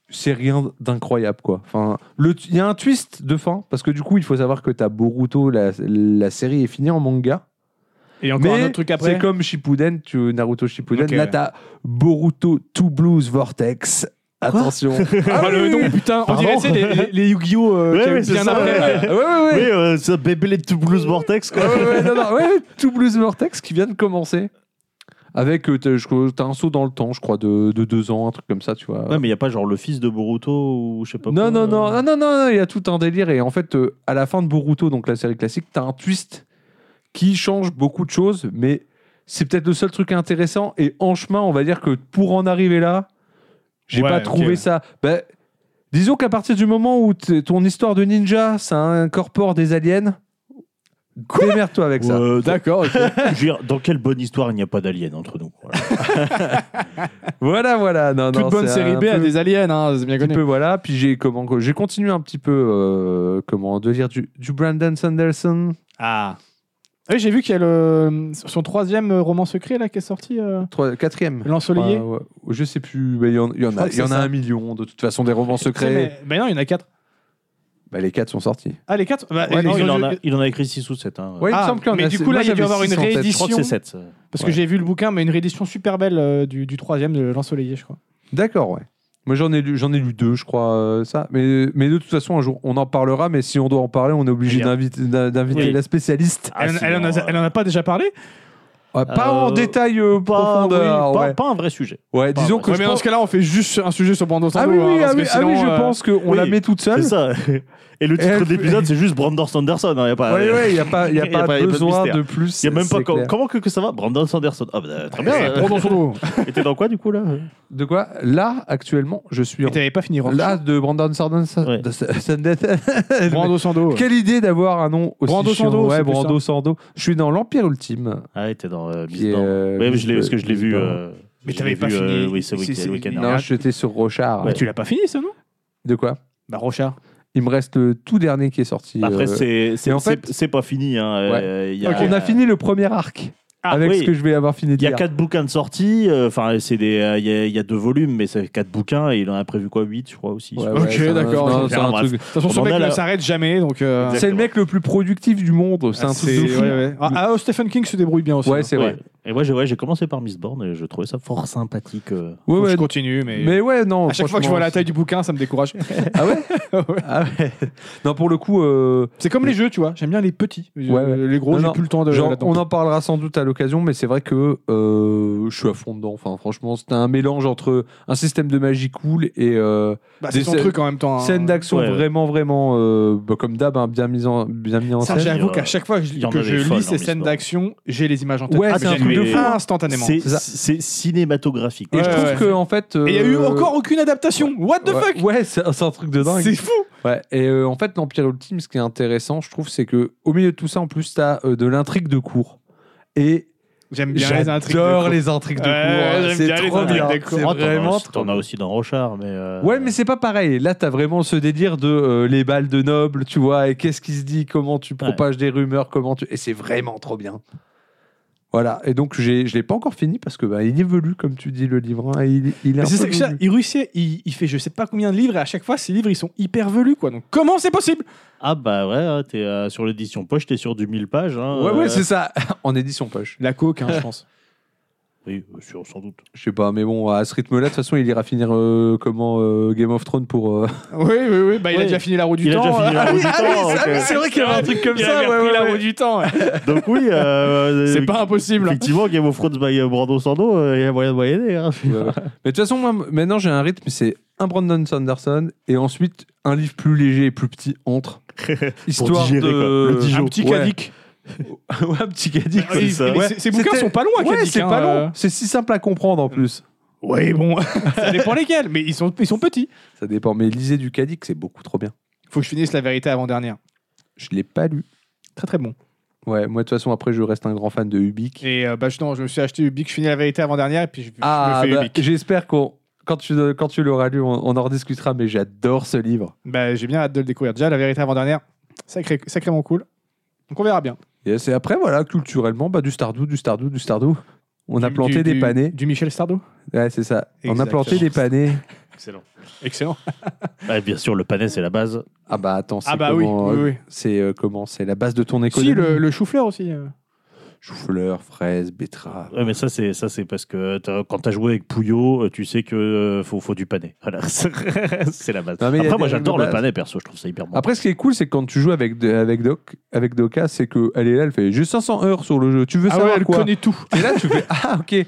c'est rien d'incroyable quoi. Enfin, le t- il y a un twist de fin parce que du coup, il faut savoir que t'as Boruto, la, la série est finie en manga. Et encore Mais un autre truc C'est après. comme Shippuden, tu Naruto Shippuden. Ok, Là, ouais. t'as Boruto Two Blues Vortex. Attention. Ah Ah, oui, le oui, nom, oui. putain, on dirait Pardon tu sais, les, les- les Yu-Gi-Oh! euh, Ouais, qui ouais, a eu c'est bien ça, après, ouais. là. Ouais, ouais, ouais. Oui, euh, ça bébé les tout blues vortex, quoi. Ouais, ouais, non, non, ouais, tout Blues Vortex qui vient de commencer. Avec, euh, t'as je crois- t'as un saut dans le temps, je crois, de, de deux ans, un truc comme ça, tu vois. Ouais, mais il a pas genre le fils de Boruto ou je sais pas non, quoi, non, euh, non, non, non, non, il y a tout un délire. Et en fait, euh, à la fin de Boruto, donc la série classique, t'as un twist qui change beaucoup de choses, mais c'est peut-être le seul truc intéressant. Et en chemin, on va dire que pour en arriver là, j'ai Ouais, pas ok. trouvé ça. Bah, disons qu'à partir du moment où t'es- ton histoire de ninja, ça incorpore des aliens, démerde-toi avec ça. euh, D'accord, ok. Je veux dire, dans quelle bonne histoire il n'y a pas d'alien entre nous voilà. Voilà, voilà. Non, Ah non, Toute bonne c'est série un B a peu- des aliens, hein, c'est bien petit connu. peu voilà puis j'ai comment j'ai continué un petit peu euh, comment de lire du, du Brandon Sanderson Ah. Oui, j'ai vu qu'il y a le, son troisième roman secret là qui est sorti, euh, trois- quatrième L'Ensoleillé. Ouais, ouais. je sais plus mais il y en, il y en Je crois a que il y en c'est a ça. un million de toute façon des romans Tu sais, secrets Mais, mais non, il y en a quatre. Bah, les quatre sont sortis Ah, les quatre Bah, Ouais, ils non, il, ont- en a, il en a écrit 6 ou hein. 7. ouais il me Ah, semble qu'il y en mais a- du coup, moi, là, il y a dû j'avais avoir six une en tête. Je crois que c'est réédition. 7. Parce Ouais. que j'ai vu le bouquin, mais une réédition super belle euh, du, du troisième de L'Ensoleillé, je crois. d'accord ouais moi j'en ai lu j'en ai lu deux je crois euh, ça mais mais de toute façon un jour on en parlera mais si on doit en parler on est Eh obligé Bien. d'inviter d'in- d'inviter Oui. la spécialiste Ah, elle, elle en a, elle en a pas déjà parlé Ouais, pas en Euh, détail euh, pas, profondeur oui, pas- ouais. pas un vrai sujet. Ouais, pas- disons ouais, que je mais dans pense- ce cas-là, on fait juste un sujet sur Brando ah Sando. oui, oui, hein, parce ah que oui, ah sinon, oui, je euh, pense qu'on oui, la met toute C'est seule. ça. Et le Et titre elle- de l'épisode, c'est juste Brandon Sanderson. Il n'y a pas. Ouais, ouais, il n'y a pas, y a y a pas pas- y a pas de besoin de, mystère. plus. Il n'y a même c'est pas com- clair. comment que, que ça va Brandon Sanderson. Ah bah, très bien. eh, euh, Brando Sando. Et t'es dans quoi du coup là De quoi Là, actuellement, je suis Mais en. t'avais pas fini, Brando. Là, de Brandon Sanderson. Ouais. de Sanderson. Brando Sando. Quelle idée d'avoir un nom aussi. Brando chiant. Sando, Ouais, c'est plus Brando Sando. Je suis dans l'Empire Ultime. Ah, t'es dans euh, qui est, Bisbane. euh, Ouais, mais je l'ai- parce que je l'ai vu. Bisbane. euh, Mais je t'avais l'ai pas vu, fini. euh, Oui, ce Si, week- si, le week-end. si. dernier. Non, j'étais sur Rochard. Mais Tu l'as pas fini, ça, non De quoi Bah, Rochard. Il me reste le tout dernier qui est sorti. Bah, Après, euh, c'est c'est- en c'est- fait- c'est pas fini. hein, Ouais. euh, il y a- On a fini le premier arc. Ah, avec oui. ce que je vais avoir fini de Il y a lire. quatre bouquins de sortie, euh, enfin c'est des, euh, il y a- il y, a deux volumes, mais c'est quatre bouquins et il en a prévu quoi huit, je crois aussi. Ouais, sur- ouais, Ok, c'est un- d'accord. non, C'est Enfin, un bref. truc- De toute façon, ce On en mec est ne là. s'arrête jamais, donc. euh, Exact. c'est le mec le plus productif du monde. C'est ah, un truc de c'est- fou. ouais, ouais. Ah, ah, Stephen King se débrouille bien aussi. Ouais, hein. c'est Ouais. vrai. Et moi, j'ai ouais, j'ai commencé par Miss Born et je trouvais ça fort sympathique. euh. Ouais, Faut que ouais, je continue, mais, mais ouais, non. à chaque fois que je vois la taille du franchement, bouquin, ça me décourage. Ah ouais Ah ouais. Non, pour le coup, euh, C'est comme les jeux, tu vois. J'aime bien les petits. Ouais, Ah ouais. Les gros, Non, j'ai non. plus le temps de. genre, là-dedans. on en parlera sans doute à l'occasion, mais c'est vrai que euh, je suis à fond dedans. Enfin, franchement, c'était un mélange entre un système de magie cool et euh, Bah, c'est des son scè- truc en même temps. hein. scène d'action Ouais, ouais. vraiment, vraiment, euh, bah, comme d'hab, hein, bien mis en, bien mis en Ça, scène. j'avoue euh, qu'à chaque fois que je, il y en que avait je folle lis dans ces Miss scènes Born. d'action, j'ai les images en tête. Ouais, Ah, c'est un mais truc de j'ai- fou. Instantanément. C'est C'est ça. c'est cinématographiquement. Et je Ouais, trouve ouais. que en fait. Et il y a eu euh, encore aucune adaptation. What the ouais, fuck Ouais, c'est c'est un truc de dingue. C'est fou Ouais, et euh, en fait, l'Empire Ultime, ce qui est intéressant, je trouve, c'est que au milieu de tout ça, en plus, t'as euh, de l'intrigue de cours. Et J'aime bien les intrigues. de j'adore cours. les intrigues de cours. Ouais, ouais, j'aime c'est bien les trop intrigues bien. de cours. C'est Ah, t'en as vraiment aussi- trop T'en as bien. aussi dans Rochard, mais. euh, Ouais, mais c'est pas pareil. Là, t'as vraiment ce délire de euh, les balles de nobles, tu vois, et qu'est-ce qui se dit, comment tu propages des rumeurs, comment tu. Et c'est vraiment trop bien. Voilà. Et donc, j'ai- je l'ai pas encore fini parce que bah, il est velu, comme tu dis, le livre. hein, et il, il est Mais un c'est peu ça que ça, velu. il, réussit- il, il fait je sais pas combien de livres et à chaque fois ces livres ils sont hyper velus quoi. Donc comment c'est possible Ah bah ouais, hein, t'es euh, sur l'édition poche, t'es sur du 1000 pages. hein, Ouais, euh, ouais, c'est ça. en édition poche. La coke hein, je pense. Oui, euh, sur- sans doute. Je sais pas, mais bon, à ce rythme-là, de toute façon, il ira finir euh, comment euh, Game of Thrones pour. euh, Oui oui oui, bah il a Ouais. déjà fini la roue du Il a temps. déjà fini la roue du Ah oui, temps, ah oui, euh, ok. ah oui, c'est vrai qu'il y avait un truc comme Il a ça, bien ouais, pris ouais, la ouais. roue du temps. Donc oui, euh, C'est euh, pas impossible. hein. Effectivement, Game of Thrones by euh, Brando Sando, euh, il y a moyen de moyenner. hein. Mais de toute façon, moi, maintenant, j'ai un rythme, c'est un Brandon Sanderson et ensuite un livre plus léger et plus petit entre. digérer, quoi. Le Dijon. Un petit Ouais. cadic. ouais, un petit cadic. comme Et- et ça. les- Ouais. Ces ces bouquins C'était- sont pas loin Ah, Ouais, cadic, c'est hein, pas long. euh. C'est si simple à comprendre en plus. Oui bon, ça dépend lesquels, mais ils sont ils sont petits. Ça dépend. Mais lisez du cadic, c'est beaucoup trop bien. Faut que je finisse la vérité avant dernière. Je l'ai pas lu. Très très bon. Ouais, moi, de toute façon, après, je reste un grand fan de Ubik. Et euh, bah je- non, je me suis acheté Ubique, je finis la vérité avant dernière et puis je, je Ah, me fais bah, Ubique. j'espère qu'on. Quand tu, quand tu l'auras lu, on, on en rediscutera, mais j'adore ce livre. Bah, j'ai bien hâte de le découvrir. Déjà, la vérité avant-dernière, sacré, sacrément cool. Donc on verra bien. Et c'est après, voilà, culturellement, bah, du Stardew, du Stardew, du Stardew. On a Du- planté du- des du- panais. Du Michel Sardou. Ouais, c'est ça. On a Exactement. planté des panais. Excellent. Excellent. Bah, bien sûr, le panais, c'est la base. Ah bah attends, c'est Ah bah oui, comment, oui, euh, oui. C'est euh, comment C'est la base de ton économie. Si, le, le chou-fleur aussi. euh. Chou-fleur, fraise, betterave. Ouais, mais ça, c'est ça, c'est parce que t'as- quand t'as joué avec Pouillot, euh, tu sais que euh, faut, faut du panais. Voilà, c'est c'est la base. Non, mais il y a Après, moi, des j'adore règles de le base. panais perso, je trouve ça hyper bon. Après, ce qui est cool, c'est que quand tu joues avec, de- avec, Doc, avec Doka, c'est que elle est là, elle fait J'ai 500 heures sur le jeu, tu veux Ah ouais, savoir elle quoi connaît tout. Et là, tu fais Ah, ok.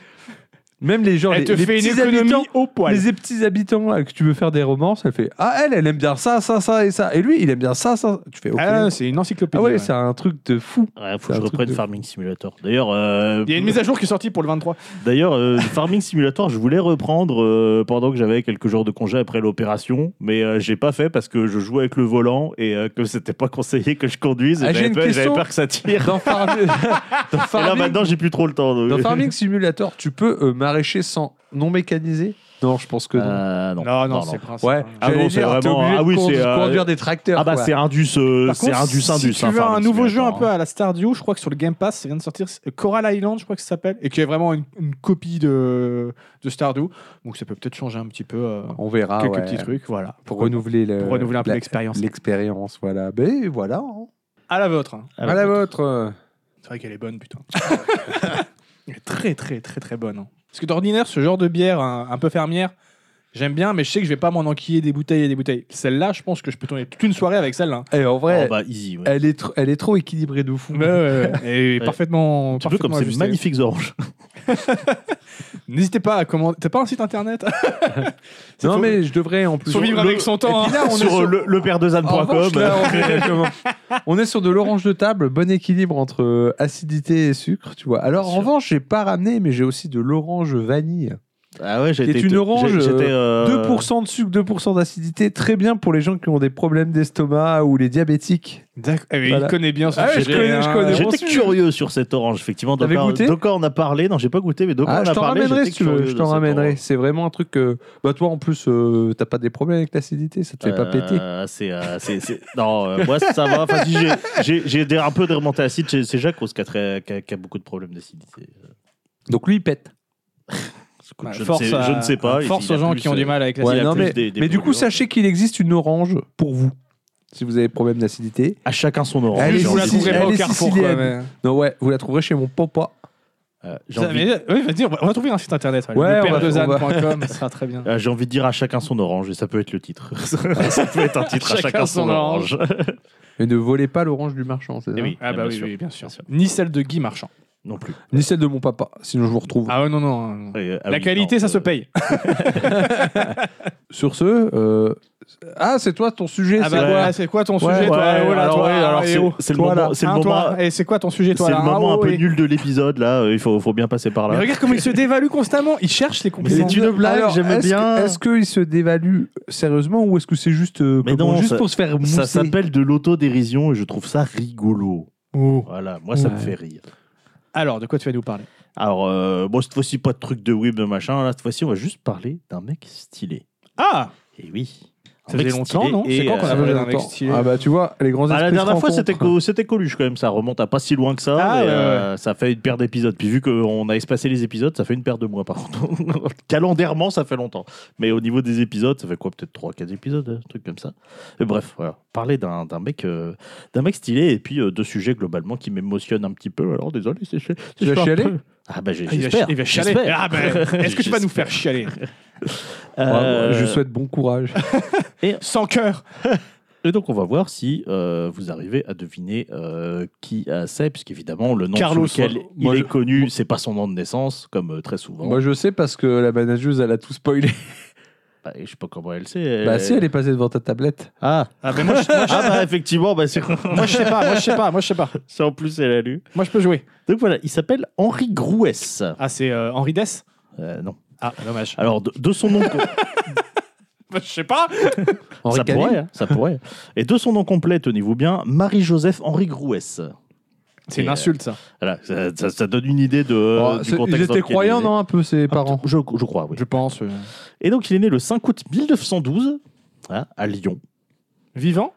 Même les gens, Elle les, te les fait une petits économie habitants, au poil. les petits habitants là, que tu veux faire des romances, elle fait Ah, elle, elle aime bien ça, ça, ça et ça. Et lui, il aime bien ça, ça. Tu fais Ok. Ah, Ah, c'est une encyclopédie. ouais, ouais. c'est un truc de fou. Ouais, c'est faut que un je truc reprenne de- Farming Simulator. D'ailleurs, euh, Il y a une mise à jour qui est sortie pour le 23. D'ailleurs, euh, Farming Simulator, je voulais reprendre euh, pendant que j'avais quelques jours de congé après l'opération, mais euh, j'ai pas fait parce que je jouais avec le volant et euh, que c'était pas conseillé que je conduise. et Ah, j'ai j'avais une peur- question. J'avais peur que ça tire. Dans Farming, dans Et là Farming- maintenant, j'ai plus trop le temps. donc- Dans Farming Simulator, tu peux euh, maraîcher sans non mécanisé Non, je pense que non. Euh, non, Non, non, non, c'est non. le principe. ouais, Ah j'allais non, c'est dire, t'es vraiment- obligé ah oui, de condu- c'est, euh, conduire des tracteurs. Ah bah quoi. c'est Indus, euh, Par c'est contre, Indus Indus. Si tu hein, veux un Farming nouveau jeu un Simulator, peu hein. à la Stardew, je crois que sur le Game Pass, ça vient de sortir euh, Coral Island, je crois que ça s'appelle, et qui est vraiment une, une copie de, de Stardew. Donc ça peut peut-être changer un petit peu euh, On verra. quelques ouais, petits trucs. Voilà. Pour renouveler, le- Pour renouveler un peu la- l'expérience. l'expérience. Voilà. Ben voilà. hein. À la vôtre. hein. Ah à ouais. la vôtre. euh. C'est vrai qu'elle est bonne, putain. Elle est très, très, très, très bonne. hein. Parce que d'ordinaire, ce genre de bière un, un peu fermière, j'aime bien, mais je sais que je vais pas m'en enquiller des bouteilles et des bouteilles. Celle-là, je pense que je peux tourner toute une soirée avec celle-là. hein. Et en vrai, Oh, bah, easy. ouais. elle, est tr- elle est trop équilibrée de fou. Et Ouais. parfaitement. Un petit peu parfaitement comme ces ajustée. magnifiques oranges. N'hésitez pas à commander. T'as pas un site internet C'est non faux. mais je devrais en plus. Faut vivre Le- avec son temps. Et puis hein. là, Ah, on est Sur sur- euh, le, En leperdesanne.com. revanche, là, on, est, comment- on est sur de l'orange de table, bon équilibre entre euh, acidité et sucre, tu vois. Alors Bien en sûr. revanche, j'ai pas ramené, mais j'ai aussi de l'orange vanille. Ah ouais, j'ai qui est été- une j'ai- orange, j'étais, euh, 2% de sucre, 2% d'acidité, très bien pour les gens qui ont des problèmes d'estomac ou les diabétiques. D'accord. Eh, mais Voilà. Il connaît bien son Ah ouais, je sujet, connais, je hein. connais. reçu. J'étais curieux sur cette orange, effectivement. T'avais Doka- goûté Doka en a parlé. Non, j'ai pas goûté, mais Doka Ah, en je a t'en parlé. ramènerai j'étais si tu veux, curieux je de t'en cette ramènerai. orange. C'est vraiment un truc que. Bah, toi en plus, euh, t'as pas des problèmes avec l'acidité, ça te fait pas Euh, péter. c'est, euh, c'est- c'est- Non, euh, moi ça va. Enfin, si j'ai- j'ai j'ai des- un peu de remontée acide. J'ai- C'est Jacques Rose qui a, très- qui a- qui a beaucoup de problèmes d'acidité. Donc lui, il pète. Ouais, Je, ne force sais- à- je ne sais pas. Force Il y a aux gens plus, qui ont du euh, mal avec la Ouais, il y a non, plus mais- des- des Mais du coup, polluants. sachez qu'il existe une orange pour vous, si vous avez problème d'acidité. À chacun son orange. Elle j'ai est Je vous envie la de sicilienne. trouverai dire. pas au elle est carrefour. sicilienne. quoi, mais- Non, ouais, vous la trouverez chez mon papa. Euh, J'ai Ça, envie, mais, oui, vas-y, on va, on va trouver un site internet. Ouais, le on va- père de on va- Zan.com, ça sera très bien. euh, j'ai envie de dire à chacun son orange, et ça peut être le titre. ça peut être un titre à chacun, son, orange. Et ne volez pas l'orange du marchand, c'est Eh ça oui, Ah bien bah oui, sûr. oui, bien sûr. Bien sûr. Ni celle de Guy Marchand. Non plus. Ni celle de mon papa, sinon je vous retrouve. Ah ouais, non, non. non. Et, euh, ah La oui, qualité, non, ça se euh, paye. Sur ce, euh, ah, c'est toi ton sujet, Ah c'est bah quoi voilà, c'est quoi ton Ouais, sujet, toi ouais, Oh là, alors, toi, ouais, alors, et c'est- oh. c'est le Toi, moment- là. c'est le Hein, toi moment- Et c'est quoi ton sujet, toi C'est là le Ah, moment un oh, peu et- nul de l'épisode, là. euh, Il faut, faut bien passer par Mais là. regarde comment il se dévalue constamment. Il cherche les Mais c'est compliments. une blague, Alors, j'aimais est-ce que- bien. Est-ce qu'il se dévalue sérieusement ou est-ce que c'est juste, euh, Mais comment, non, juste ça- pour se faire mousser Ça s'appelle de l'autodérision et je trouve ça rigolo. Oh. Voilà, moi ça me Ouais. fait rire. Alors, de quoi tu vas nous parler Alors, euh, bon, cette fois-ci, pas de truc de web, de machin. Là, cette fois-ci, on va juste parler d'un mec stylé. Ah Et oui. Un Ça mec faisait longtemps, stylé non C'est et, euh, quand qu'on Ça a fait parlé d'un longtemps. mec stylé Ah bah tu vois, les grands Bah, la esprits se dernière fois, c'était rencontrent. co- c'était Coluche quand même. Ça remonte à pas si loin que ça. Ah, mais, ouais, euh, Ça fait une paire d'épisodes. Puis vu qu'on a espacé les épisodes, ça fait une paire de mois par contre. Calendairement, ça fait longtemps. Mais au niveau des épisodes, ça fait quoi Peut-être 3-4 épisodes, un truc comme ça. Et bref, voilà. Parler d'un d'un mec, euh, d'un mec stylé et puis euh, de sujets globalement qui m'émotionnent un petit peu. Alors désolé, c'est ch- c'est vas un chialer peu- Ah bah j'ai- il va, j'espère. il va chialer. j'espère. Ah bah, Est-ce que tu vas nous J'espère. faire chialer Bravo, Euh, Je souhaite bon courage. Sans cœur Et donc on va voir si euh, vous arrivez à deviner euh, qui euh, c'est, puisqu'évidemment le nom Carlos, sous lequel moi- il moi, est je- connu, c'est pas son nom de naissance, comme euh, très souvent. Moi je sais parce que la manageuse elle a tout spoilé. Bah, je sais pas comment elle sait. elle- Bah si elle est passée devant ta tablette. Ah, Ah bah moi, je, Ah, bah effectivement, bah, c'est... moi, je sais pas, moi je sais pas, moi je sais pas. c'est en plus elle a lu. Moi je peux jouer. Donc voilà, il s'appelle Henri Grouès. Ah c'est euh, Henri Dess Euh, non. Ah dommage. Alors de, de son nom, com- Bah, je sais pas Henri ça Cavill. pourrait, hein, ça pourrait. Et de son nom complet, tenez-vous bien, Marie-Joseph Henri Grouès. C'est une Et, euh, insulte ça. Voilà, ça, ça- ça donne une idée de Oh, Euh, du c'est- Ils contexte. dans étaient lequel il croyants est. non un peu ses parents. Je, je crois, oui. Je pense. euh. Et donc, il est né le 5 août 1912 hein, à Lyon. Vivant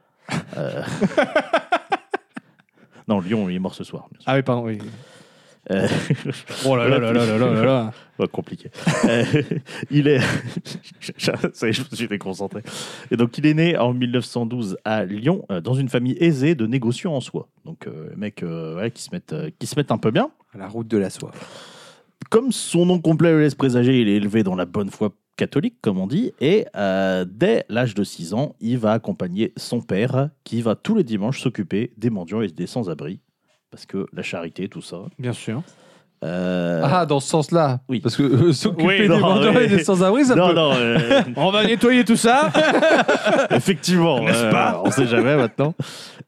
Non, Lyon, il est mort ce soir. bien sûr. Ah oui pardon, oui. Euh, Oh là là là là là là là là. pas compliqué. Euh, il est. Ça y est, je me suis déconcentré. Et donc, il est né en 1912 à Lyon, euh, dans une famille aisée de négociants en soie. Donc, euh, les mecs euh, ouais, qui, se mettent, euh, qui se mettent un peu bien. La route de la soif. Comme son nom complet le laisse présager, il est élevé dans la bonne foi catholique, comme on dit. Et euh, dès l'âge de 6 ans, il va accompagner son père, qui va tous les dimanches s'occuper des mendiants et des sans-abri. Parce que la charité, tout ça. Bien sûr. Euh, Ah dans ce sens-là. Oui. Parce que euh, s'occuper Oui, des non, mendiants oui. et des sans-abri ça non, peut. non, euh, On va nettoyer tout ça. Effectivement, N'est-ce euh, pas On sait jamais maintenant.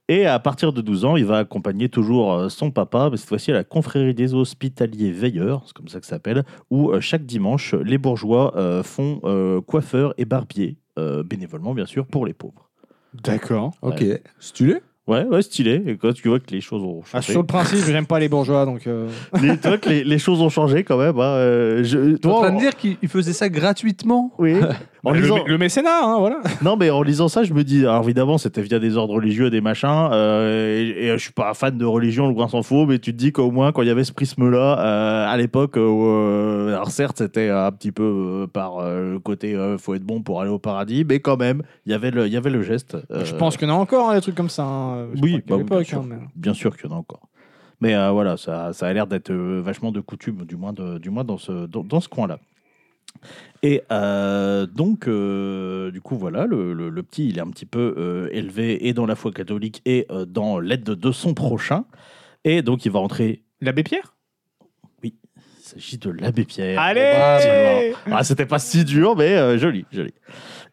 Et à partir de 12 ans, il va accompagner toujours euh, son papa, mais cette fois-ci à la confrérie des hospitaliers veilleurs, c'est comme ça que ça s'appelle, où euh, chaque dimanche, les bourgeois euh, font euh, coiffeurs et barbiers, euh, bénévolement bien sûr, pour les pauvres. D'accord. Ok. Stylé. Ouais, ouais, stylé. Et quand tu vois que les choses ont Ah, changé, sur le principe, j'aime pas les bourgeois donc. euh, les, tu vois que les, les choses ont changé quand même. hein, euh, je, T'es en train en- de dire qu'il il faisait ça gratuitement. Oui. En le, lisant- mé- le mécénat, hein, voilà. Non, mais en lisant ça, je me dis, alors évidemment, c'était via des ordres religieux, des machins, euh, et, et je suis pas fan de religion, loin s'en faut, mais tu te dis qu'au moins, quand il y avait ce prisme-là, euh, à l'époque, euh, alors certes, c'était un petit peu euh, par euh, le côté euh, faut être bon pour aller au paradis, mais quand même, il y avait le, il y avait le geste. euh, Je pense qu'il y en a encore hein, des trucs comme ça. hein, je sais Oui, pas à quelle bah oui, bien époque, sûr. hein, mais- Bien sûr qu'il y en a encore. Mais euh, voilà, ça, ça a l'air d'être euh, vachement de coutume, du moins, de- du moins dans ce, dans, dans ce coin-là. Et euh, donc, euh, du coup, voilà, le, le- le petit, il est un petit peu euh, élevé et dans la foi catholique et euh, dans l'aide de son prochain. Et donc, il va rentrer. L'abbé Pierre Il s'agit de l'abbé Pierre. bah, Effectivement. Allez Ah, c'était pas si dur, mais euh, joli, joli.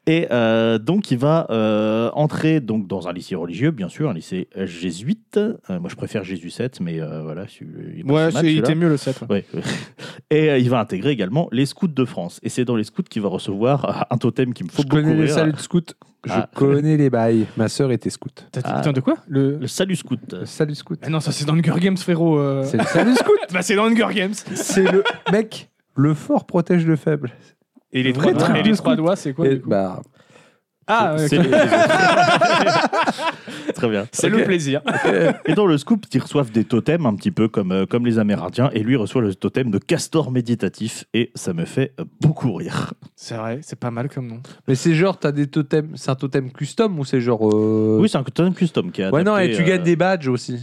Et euh, donc, il va euh, entrer donc dans un lycée religieux, bien sûr, un lycée euh, jésuite. Euh, moi, je préfère Jésus 7, mais euh, voilà. celui- il est pas Ouais, si mal, c'est- il celui-là. était mieux le 7. Ouais. Et euh, il va intégrer également les scouts de France. Et c'est dans les scouts qu'il va recevoir euh, un totem qui me faut Je beaucoup connais les rire. saluts de scout. Je Ah. connais les bails. Ma sœur était scout. T'as dit Ah. putain de quoi le... Le salut scout. Le Salut scout. Ah non, ça c'est dans Hunger Games, frérot. euh. C'est le salut scout. Bah, c'est dans Hunger Games. C'est le mec. Le fort protège le faible. Et les Vrai trois, doigts, truc et les de trois scout. doigts, c'est quoi Et du coup bah, Ah, ouais, C'est- ok. Très bien. c'est le plaisir. Et dans le scoop, ils reçoivent des totems un petit peu comme, euh, comme les Amérindiens. Et lui reçoit le totem de castor méditatif. Et ça me fait euh, beaucoup rire. C'est vrai, c'est pas mal comme nom. Mais c'est genre, t'as des totems, c'est un totem custom ou c'est genre. euh, Oui, c'est un totem custom qui est ouais, non, et adapté, tu euh, gagnes des badges aussi.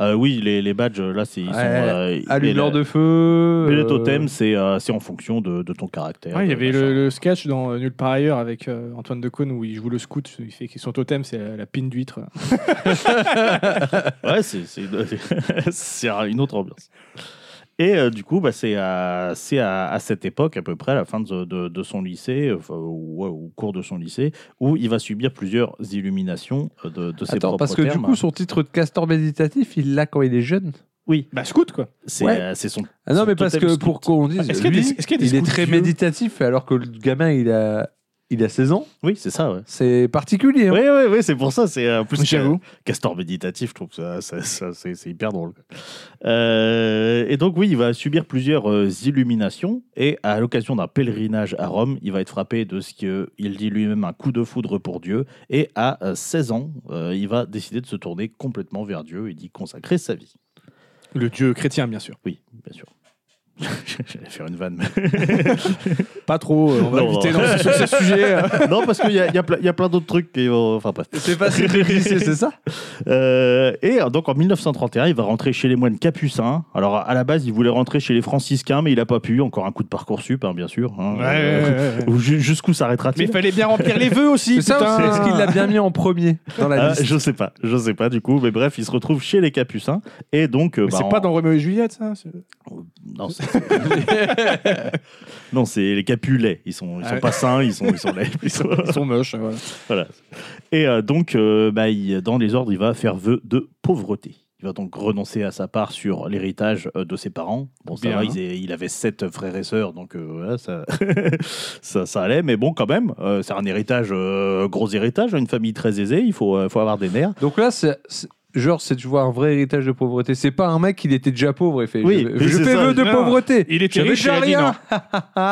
Euh, oui, les, les badges, là, c'est. Ils sont, Ouais, euh, mais Allumeur la- de feu. mais les euh, totems, c'est euh, c'est en fonction de, de ton caractère. Ouais, il y de avait machin. le, le sketch dans euh, Nulle part ailleurs avec euh, Antoine Decaune où il joue le scout. Il fait que son totem, c'est la, la pine d'huître. Ouais, c'est- c'est c'est une autre ambiance. Et euh, du coup, bah, c'est à, c'est à, à cette époque, à peu près, à la fin de, de- de son lycée, enfin, ou ouais, au cours de son lycée, où il va subir plusieurs illuminations euh, de, de ses Attends, propres parce que du termes. coup, son titre de castor méditatif, il l'a quand il est jeune. Bah, scout, quoi. c'est ouais. euh, c'est son. Ah non, son mais parce totem que scout. pour qu'on dise, Est-ce qu'il y a des- lui, est-ce qu'il y a des il est scouts très vieux méditatif, alors que le gamin, il a, il a 16 ans. Oui, c'est ça, ouais. C'est particulier. hein. Oui, oui, oui, c'est pour ça. C'est euh, plus J'avoue. que- Castor méditatif, je trouve ça, ça- ça- c'est c'est hyper drôle. Euh, et donc, oui, il va subir plusieurs euh, illuminations. Et à l'occasion d'un pèlerinage à Rome, il va être frappé de ce qu'il dit lui-même un coup de foudre pour Dieu. Et à euh, 16 ans, euh, il va décider de se tourner complètement vers Dieu et d'y consacrer sa vie. Le dieu chrétien, bien sûr. Oui, bien sûr. J'allais faire une vanne, mais- Pas trop. euh, on va Non, éviter non. non, c'est sur ce sujet. euh. non, parce qu'il y a, il y a plein- il y a plein d'autres trucs qui vont. Enfin, bref. C'est pas si lycée, c'est ça Euh, et euh, donc en 1931, il va rentrer chez les moines capucins. Alors à la base, il voulait rentrer chez les franciscains, mais il n'a pas pu. Encore un coup de parcours sup, hein, bien sûr. hein. Ouais, Euh, ouais, ouais, ouais. ou ju- Jusqu'où Mais il s'arrêtera-t-il fallait bien remplir les vœux aussi. C'est ça, putain. ou c'est- est-ce qu'il l'a bien mis en premier dans la Ah, liste Je sais pas, je sais pas du coup. Mais bref, il se retrouve chez les capucins. Et donc. euh, Mais bah, c'est en- pas dans Roméo et Juliette, ça c'est- Non, c'est- Non, c'est les capulets. Ils sont, ils Ah sont ouais. pas sains, ils sont, ils sont laids. Ils sont- Ils sont moches. euh, voilà. Et euh, donc, euh, bah, il- dans les ordres, il va faire vœu de pauvreté. Il va donc renoncer à sa part sur l'héritage euh, de ses parents. Bon, ça Bien. va, ils aient- il avait sept frères et sœurs, donc euh, voilà, ça, ça, ça allait. Mais bon, quand même, euh, c'est un héritage, euh, gros héritage, une famille très aisée, il faut, euh, faut avoir des nerfs. Donc là, c'est. c'est- Genre, c'est tu vois un vrai héritage de pauvreté. C'est pas un mec, il était déjà pauvre et fait. Oui, je- mais je c'est fais ça, vœu de non. pauvreté. Il était J'avais riche, il déjà a dit rien. non.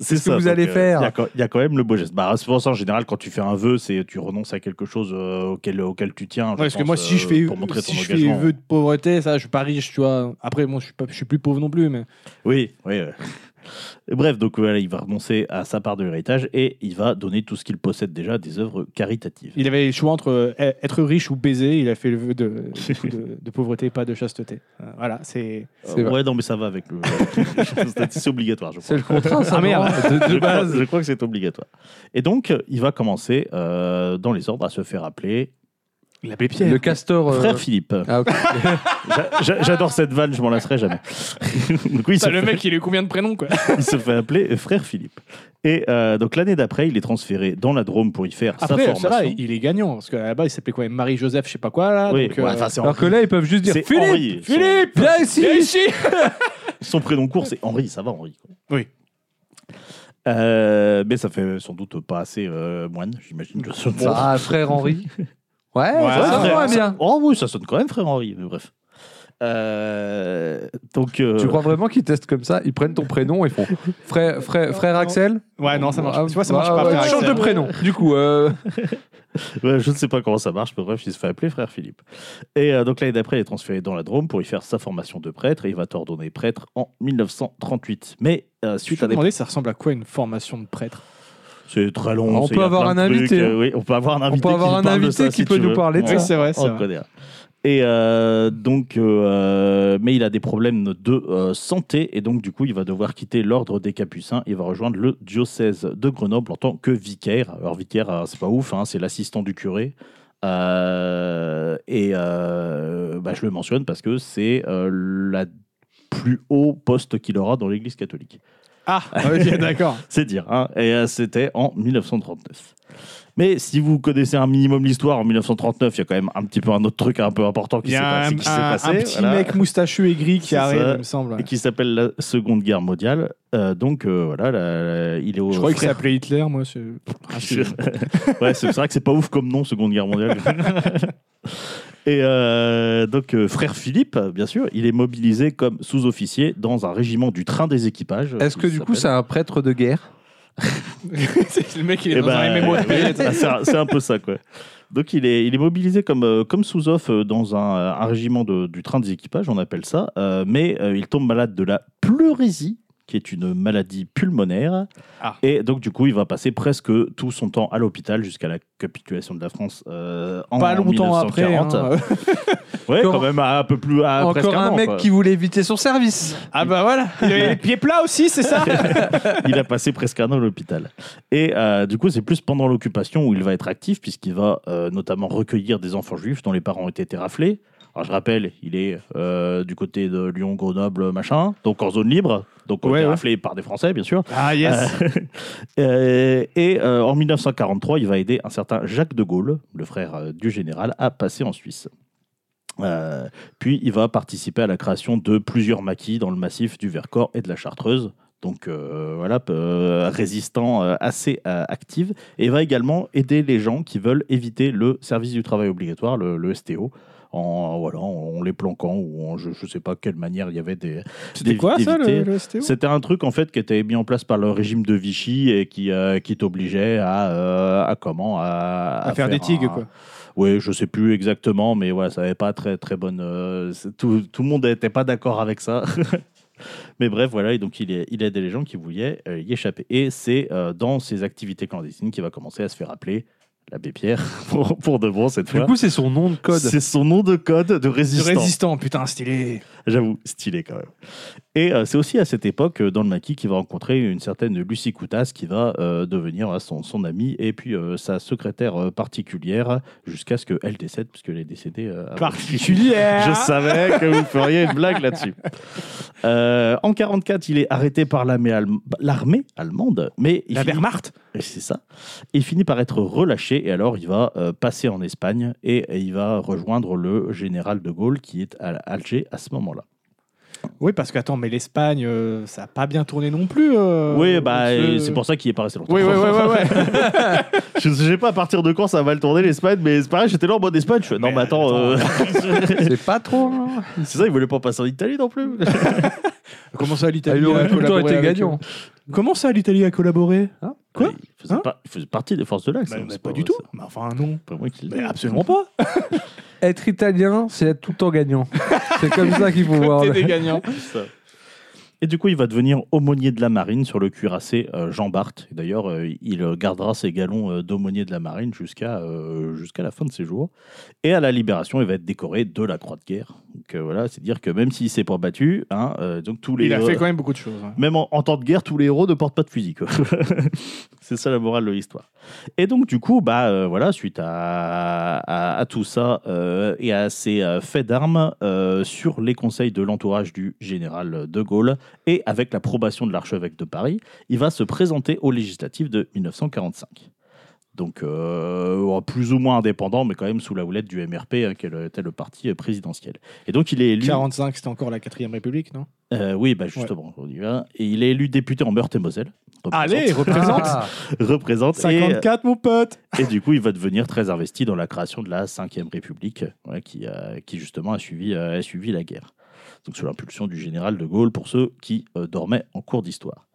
C'est ce que vous allez euh, faire. Il y a quand- il y, a quand même le beau geste. Bah, c'est pour ça, en général, quand tu fais un vœu, c'est tu renonces à quelque chose euh, auquel, auquel tu tiens. je Ouais, parce que pense, moi, si je euh, fais, pour montrer si ton je fais engagement. vœu de pauvreté, ça, je suis pas riche, tu vois. Après, bon, je suis, pas, je suis plus pauvre non plus, mais Oui, oui. oui. Et Bref, donc voilà, il va renoncer à sa part de l'héritage et il va donner tout ce qu'il possède déjà à des œuvres caritatives. il avait le choix entre euh, être riche ou baiser. Il a fait le vœu de, du coup, de, de pauvreté, pas de chasteté. Euh, Voilà, c'est. C'est Euh, vrai. ouais, non, mais ça va avec le. c'est obligatoire, je crois. C'est le contrat, ça. Ah, merde. non De- de Je crois, base. je crois que c'est obligatoire. Et donc, euh, il va commencer euh, dans les ordres à se faire appeler Il appelait Pierre. Le castor. euh, Frère Philippe. Ah, ok. J'a- j'a- J'adore cette vanne, je m'en lasserai jamais. donc, oui, il se Putain, le mec, il a eu combien de prénoms, quoi il se fait appeler euh, Frère Philippe. Et euh, donc, l'année d'après, il est transféré dans la Drôme pour y faire sa Après, formation. ça va, il est gagnant, parce qu'à la base, il s'appelait quand même Marie-Joseph, je sais pas quoi, là. Oui, donc, euh, ouais, enfin, c'est Alors que là, ils peuvent juste dire C'est Philippe Henri. Philippe Viens ici Viens ici Son prénom court, c'est Henri, ça va Henri. quoi. Oui. Euh, mais ça fait sans doute pas assez euh, moine, j'imagine que ce Ça va, Ah, frère Henri. Ouais, Ah, ça frère, sonne moins ça- bien. Oh oui, ça sonne quand même frère Henri, mais bref. Euh, donc, euh, Tu crois vraiment qu'ils testent comme ça Ils prennent ton prénom et font frère, frère, frère Axel Ouais, non, ça marche. Ah, pas. tu vois, ça bah, marche pas. ouais, frère Change Axel. de prénom. Du coup, euh, ouais, je ne sais pas comment ça marche, mais bref, il se fait appeler frère Philippe. Et euh, donc l'année d'après, il est transféré dans la Drôme pour y faire sa formation de prêtre et il va t'ordonner prêtre en 1938. Mais euh, Je me suite suis à des demandé, ça ressemble à quoi une formation de prêtre C'est très long. On c'est- peut il y a avoir plein de un trucs, invité, hein. euh, oui, on peut avoir un invité. peut avoir qui un parle de invité ça, Oh, qui si peut tu nous veux. parler de Ouais, Oui, ça. c'est vrai, on c'est le vrai. connaît. hein. Et euh, donc, euh, mais il a des problèmes de euh, santé et donc du coup, il va devoir quitter l'ordre des Capucins. Il va rejoindre le diocèse de Grenoble en tant que vicaire. Alors vicaire, euh, c'est pas ouf, hein, c'est l'assistant du curé. Euh, et euh, bah, je le mentionne parce que c'est euh, la plus haut poste qu'il aura dans l'Église catholique. Ah, ok, d'accord. C'est dire. hein. Et euh, c'était en 1939. Mais si vous connaissez un minimum l'histoire, en 1939, il y a quand même un petit peu un autre truc un peu important qui Il y s'est a un, passé. qui s'est un- passé, un petit voilà, mec moustachu et gris C'est qui arrive, ça. il me semble. et qui s'appelle la Seconde Guerre mondiale. Euh, donc euh, voilà, la- la- il est au. Je croyais qu'il frère- s'appelait Hitler, moi. c'est- Ah, c'est- ouais, c'est c'est vrai que c'est pas ouf comme nom, Seconde Guerre mondiale. Et euh, donc, euh, frère Philippe, bien sûr, il est mobilisé comme sous-officier dans un régiment du train des équipages. est-ce que qui du coup, s'appelle- c'est un prêtre de guerre c'est le mec, il est Eh dans ben, un MMO. oui, c'est un- c'est un peu ça, quoi. Donc, il est, il est mobilisé comme, euh, comme sous-off euh, dans un, euh, un régiment de- du train des équipages, on appelle ça. euh, mais euh, il tombe malade de la pleurésie, qui est une maladie pulmonaire. Ah. Et donc, du coup, il va passer presque tout son temps à l'hôpital jusqu'à la capitulation de la France euh, en hein. Pas longtemps 1940. après. hein. Ouais, Encore- quand même à un peu plus. À presque Encore un an, mec quoi. qui voulait éviter son service. Ah bah voilà, il avait les pieds plats aussi, c'est ça il a passé presque un an à l'hôpital. Et euh, du coup, c'est plus pendant l'occupation où il va être actif, puisqu'il va euh, notamment recueillir des enfants juifs dont les parents ont été raflés. Alors, je rappelle, il est euh, du côté de Lyon, Grenoble, machin, donc en zone libre, donc on Ouais, est ouais. raflé par des Français, bien sûr. Ah yes Euh, et euh, en 1943, il va aider un certain Jacques de Gaulle, le frère euh, du général, à passer en Suisse. Euh, puis il va participer à la création de plusieurs maquis dans le massif du Vercors et de la Chartreuse. Donc euh, voilà, p- euh, résistant euh, assez euh, active. Et va également aider les gens qui veulent éviter le service du travail obligatoire, le, le STO, en, voilà, en les planquant ou en je ne sais pas quelle manière il y avait des. C'était quoi ça d'éviter- le, le STO c'était un truc en fait qui était mis en place par le régime de Vichy et qui, euh, qui t'obligeait à, euh, à comment à, À faire des tigres, un- quoi. Oui, je sais plus exactement, mais voilà, ça n'avait pas très très bonne. euh, c'est- tout, tout le monde n'était pas d'accord avec ça. mais bref, voilà, et donc il, est- il aidait les gens qui voulaient euh, y échapper. Et c'est euh, dans ses activités clandestines qu'il va commencer à se faire appeler l'abbé Pierre pour, pour de bon cette Ah, Du fois. coup, c'est son nom de code. C'est son nom de code de Le résistant. résistant, putain, stylé J'avoue, stylé quand même. Et euh, c'est aussi à cette époque, euh, dans le maquis, qu'il va rencontrer une certaine Lucie Coutas qui va euh, devenir euh, son, son amie et puis euh, sa secrétaire euh, particulière jusqu'à ce qu'elle décède, puisqu'elle est décédée. euh, avant. Particulière Je savais que vous feriez une blague là-dessus. Euh, en 44, il est arrêté par l'armée allem- l'armée allemande, mais il La finit- Wehrmacht et C'est ça. Il finit par être relâché et alors il va euh, passer en Espagne et, et il va rejoindre le général de Gaulle qui est à Alger à ce moment-là. Oui, parce que attends, mais l'Espagne, euh, ça a pas bien tourné non plus. euh, oui, bah, ce- et c'est pour ça qu'il est pas resté longtemps. Oui, oui, oui, oui. ouais. je ne sais pas à partir de quand ça va le tourner l'Espagne, mais c'est pareil, j'étais là en mode Espagne. je fais, non, mais attends, euh, C'est pas trop. hein. c'est ça, il voulait pas passer en Italie non plus. Comment ça, l'Italie Il aurait a tout le temps collaboré été avec gagnant. eux Comment ça, l'Italie a collaboré Bah, Quoi il, faisait Hein pas- il faisait partie des forces de l'Axe. Bah, hein, bah, c'est Pas du tout. c'est Bah, Enfin, non. pas moi qui le Mais dis. absolument pas. Être italien, c'est être tout le temps gagnant. C'est comme ça qu'il faut voir. Côté le- des gagnants. Et du coup, il va devenir aumônier de la marine sur le cuirassé euh, Jean Barthes. Et D'ailleurs, euh, il euh, gardera ses galons euh, d'aumônier de la marine jusqu'à euh, jusqu'à la fin de ses jours. Et à la libération, il va être décoré de la Croix de guerre. Donc euh, voilà, c'est dire que même s'il s'est pas battu, hein, euh, donc tous les Il a fait euh, quand même beaucoup de choses. hein. même en, en temps de guerre, tous les héros ne portent pas de fusil. quoi. c'est ça la morale de l'histoire. Et donc, du coup, bah, euh, voilà, suite à, à, à tout ça euh, et à ces euh, faits d'armes, euh, sur les conseils de l'entourage du général de Gaulle et avec l'approbation de l'archevêque de Paris, il va se présenter aux législatives de 1945. Donc, euh, plus ou moins indépendant, mais quand même sous la houlette du MRP, hein, qui est le- était le parti présidentiel. Et donc, il est élu. 45, c'était encore la 4ème République, non Euh, oui, bah justement, on y va. Et il est élu député en Meurthe-et-Moselle. Allez, représente Ah, représente et, 54, mon pote et du coup, il va devenir très investi dans la création de la Ve République, voilà, qui, euh, qui justement a suivi, euh, a suivi la guerre. Donc sous l'impulsion du général de Gaulle pour ceux qui euh, dormaient en cours d'histoire.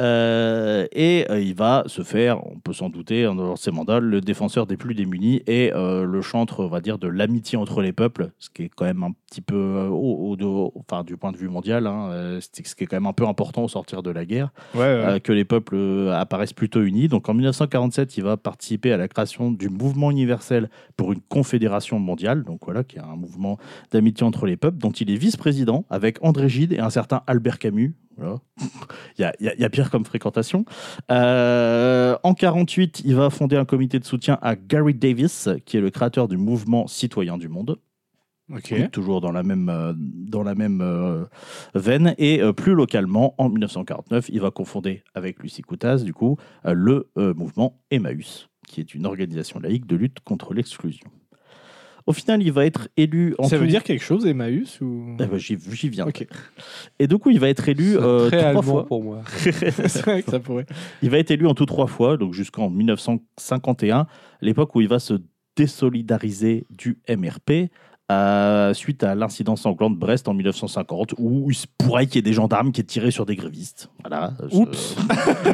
Euh, et euh, il va se faire, on peut s'en douter, hein, dans ses mandats, le défenseur des plus démunis et euh, le chantre, on va dire, de l'amitié entre les peuples, ce qui est quand même un petit peu, euh, au, au- au- enfin du point de vue mondial, hein, euh, c'est- ce qui est quand même un peu important au sortir de la guerre Ouais, ouais. euh, que les peuples euh, apparaissent plutôt unis. Donc en 1947, il va participer à la création du mouvement universel pour une confédération mondiale, donc voilà, qui est un mouvement d'amitié entre les peuples, dont il est vice-président avec André Gide et un certain Albert Camus. Voilà. il, y a, il y a- il y a pire comme fréquentation. Euh, en 48, il va fonder un comité de soutien à Gary Davis, qui est le créateur du mouvement citoyen du monde. ok. Donc, toujours dans la même, euh, dans la même euh, veine. Et euh, plus localement, en 1949, il va confonder avec Lucie Coutaz, du coup, euh, le euh, mouvement Emmaüs, qui est une organisation laïque de lutte contre l'exclusion. Au final, il va être élu en Ça veut tout- dire quelque chose, Emmaüs ou... Eh ben, J'y j'y viens. Ok. Et du coup, il va être élu c'est euh, très trois allemand fois. pour moi. C'est vrai que ça pourrait. Il va être élu en tout trois fois, donc jusqu'en 1951, l'époque où il va se désolidariser du MRP euh, suite à l'incident sanglant de Brest en 1950, où il se pourrait qu'il y ait des gendarmes qui aient tiré sur des grévistes. Voilà. Oups. Euh,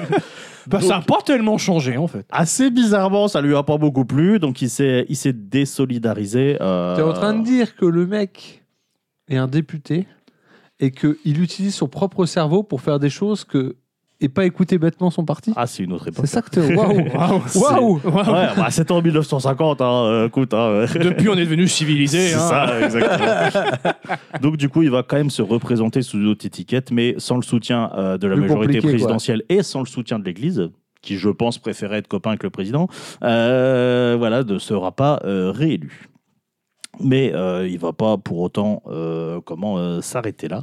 Bah, ça n'a pas tellement changé, en fait. Assez bizarrement, ça lui a pas beaucoup plu, donc il s'est, il s'est désolidarisé. euh, T'es en train de dire que le mec est un député et qu'il utilise son propre cerveau pour faire des choses que et pas écouter bêtement son parti Ah, c'est une autre époque. C'est ça que t'es. Waouh Waouh. Waouh Ouais, bah, c'était en 1950, hein, euh, écoute. hein, euh, Depuis, on est devenu civilisé. hein. C'est ça, exactement. Donc, du coup, il va quand même se représenter sous d'autres étiquettes, mais sans le soutien euh, de la Plus majorité compliqué, présidentielle et sans le soutien de l'Église, qui, je pense, préférait être copain avec le président, euh, voilà, ne sera pas euh, réélu. Mais euh, il va pas pour autant euh, comment euh, s'arrêter là.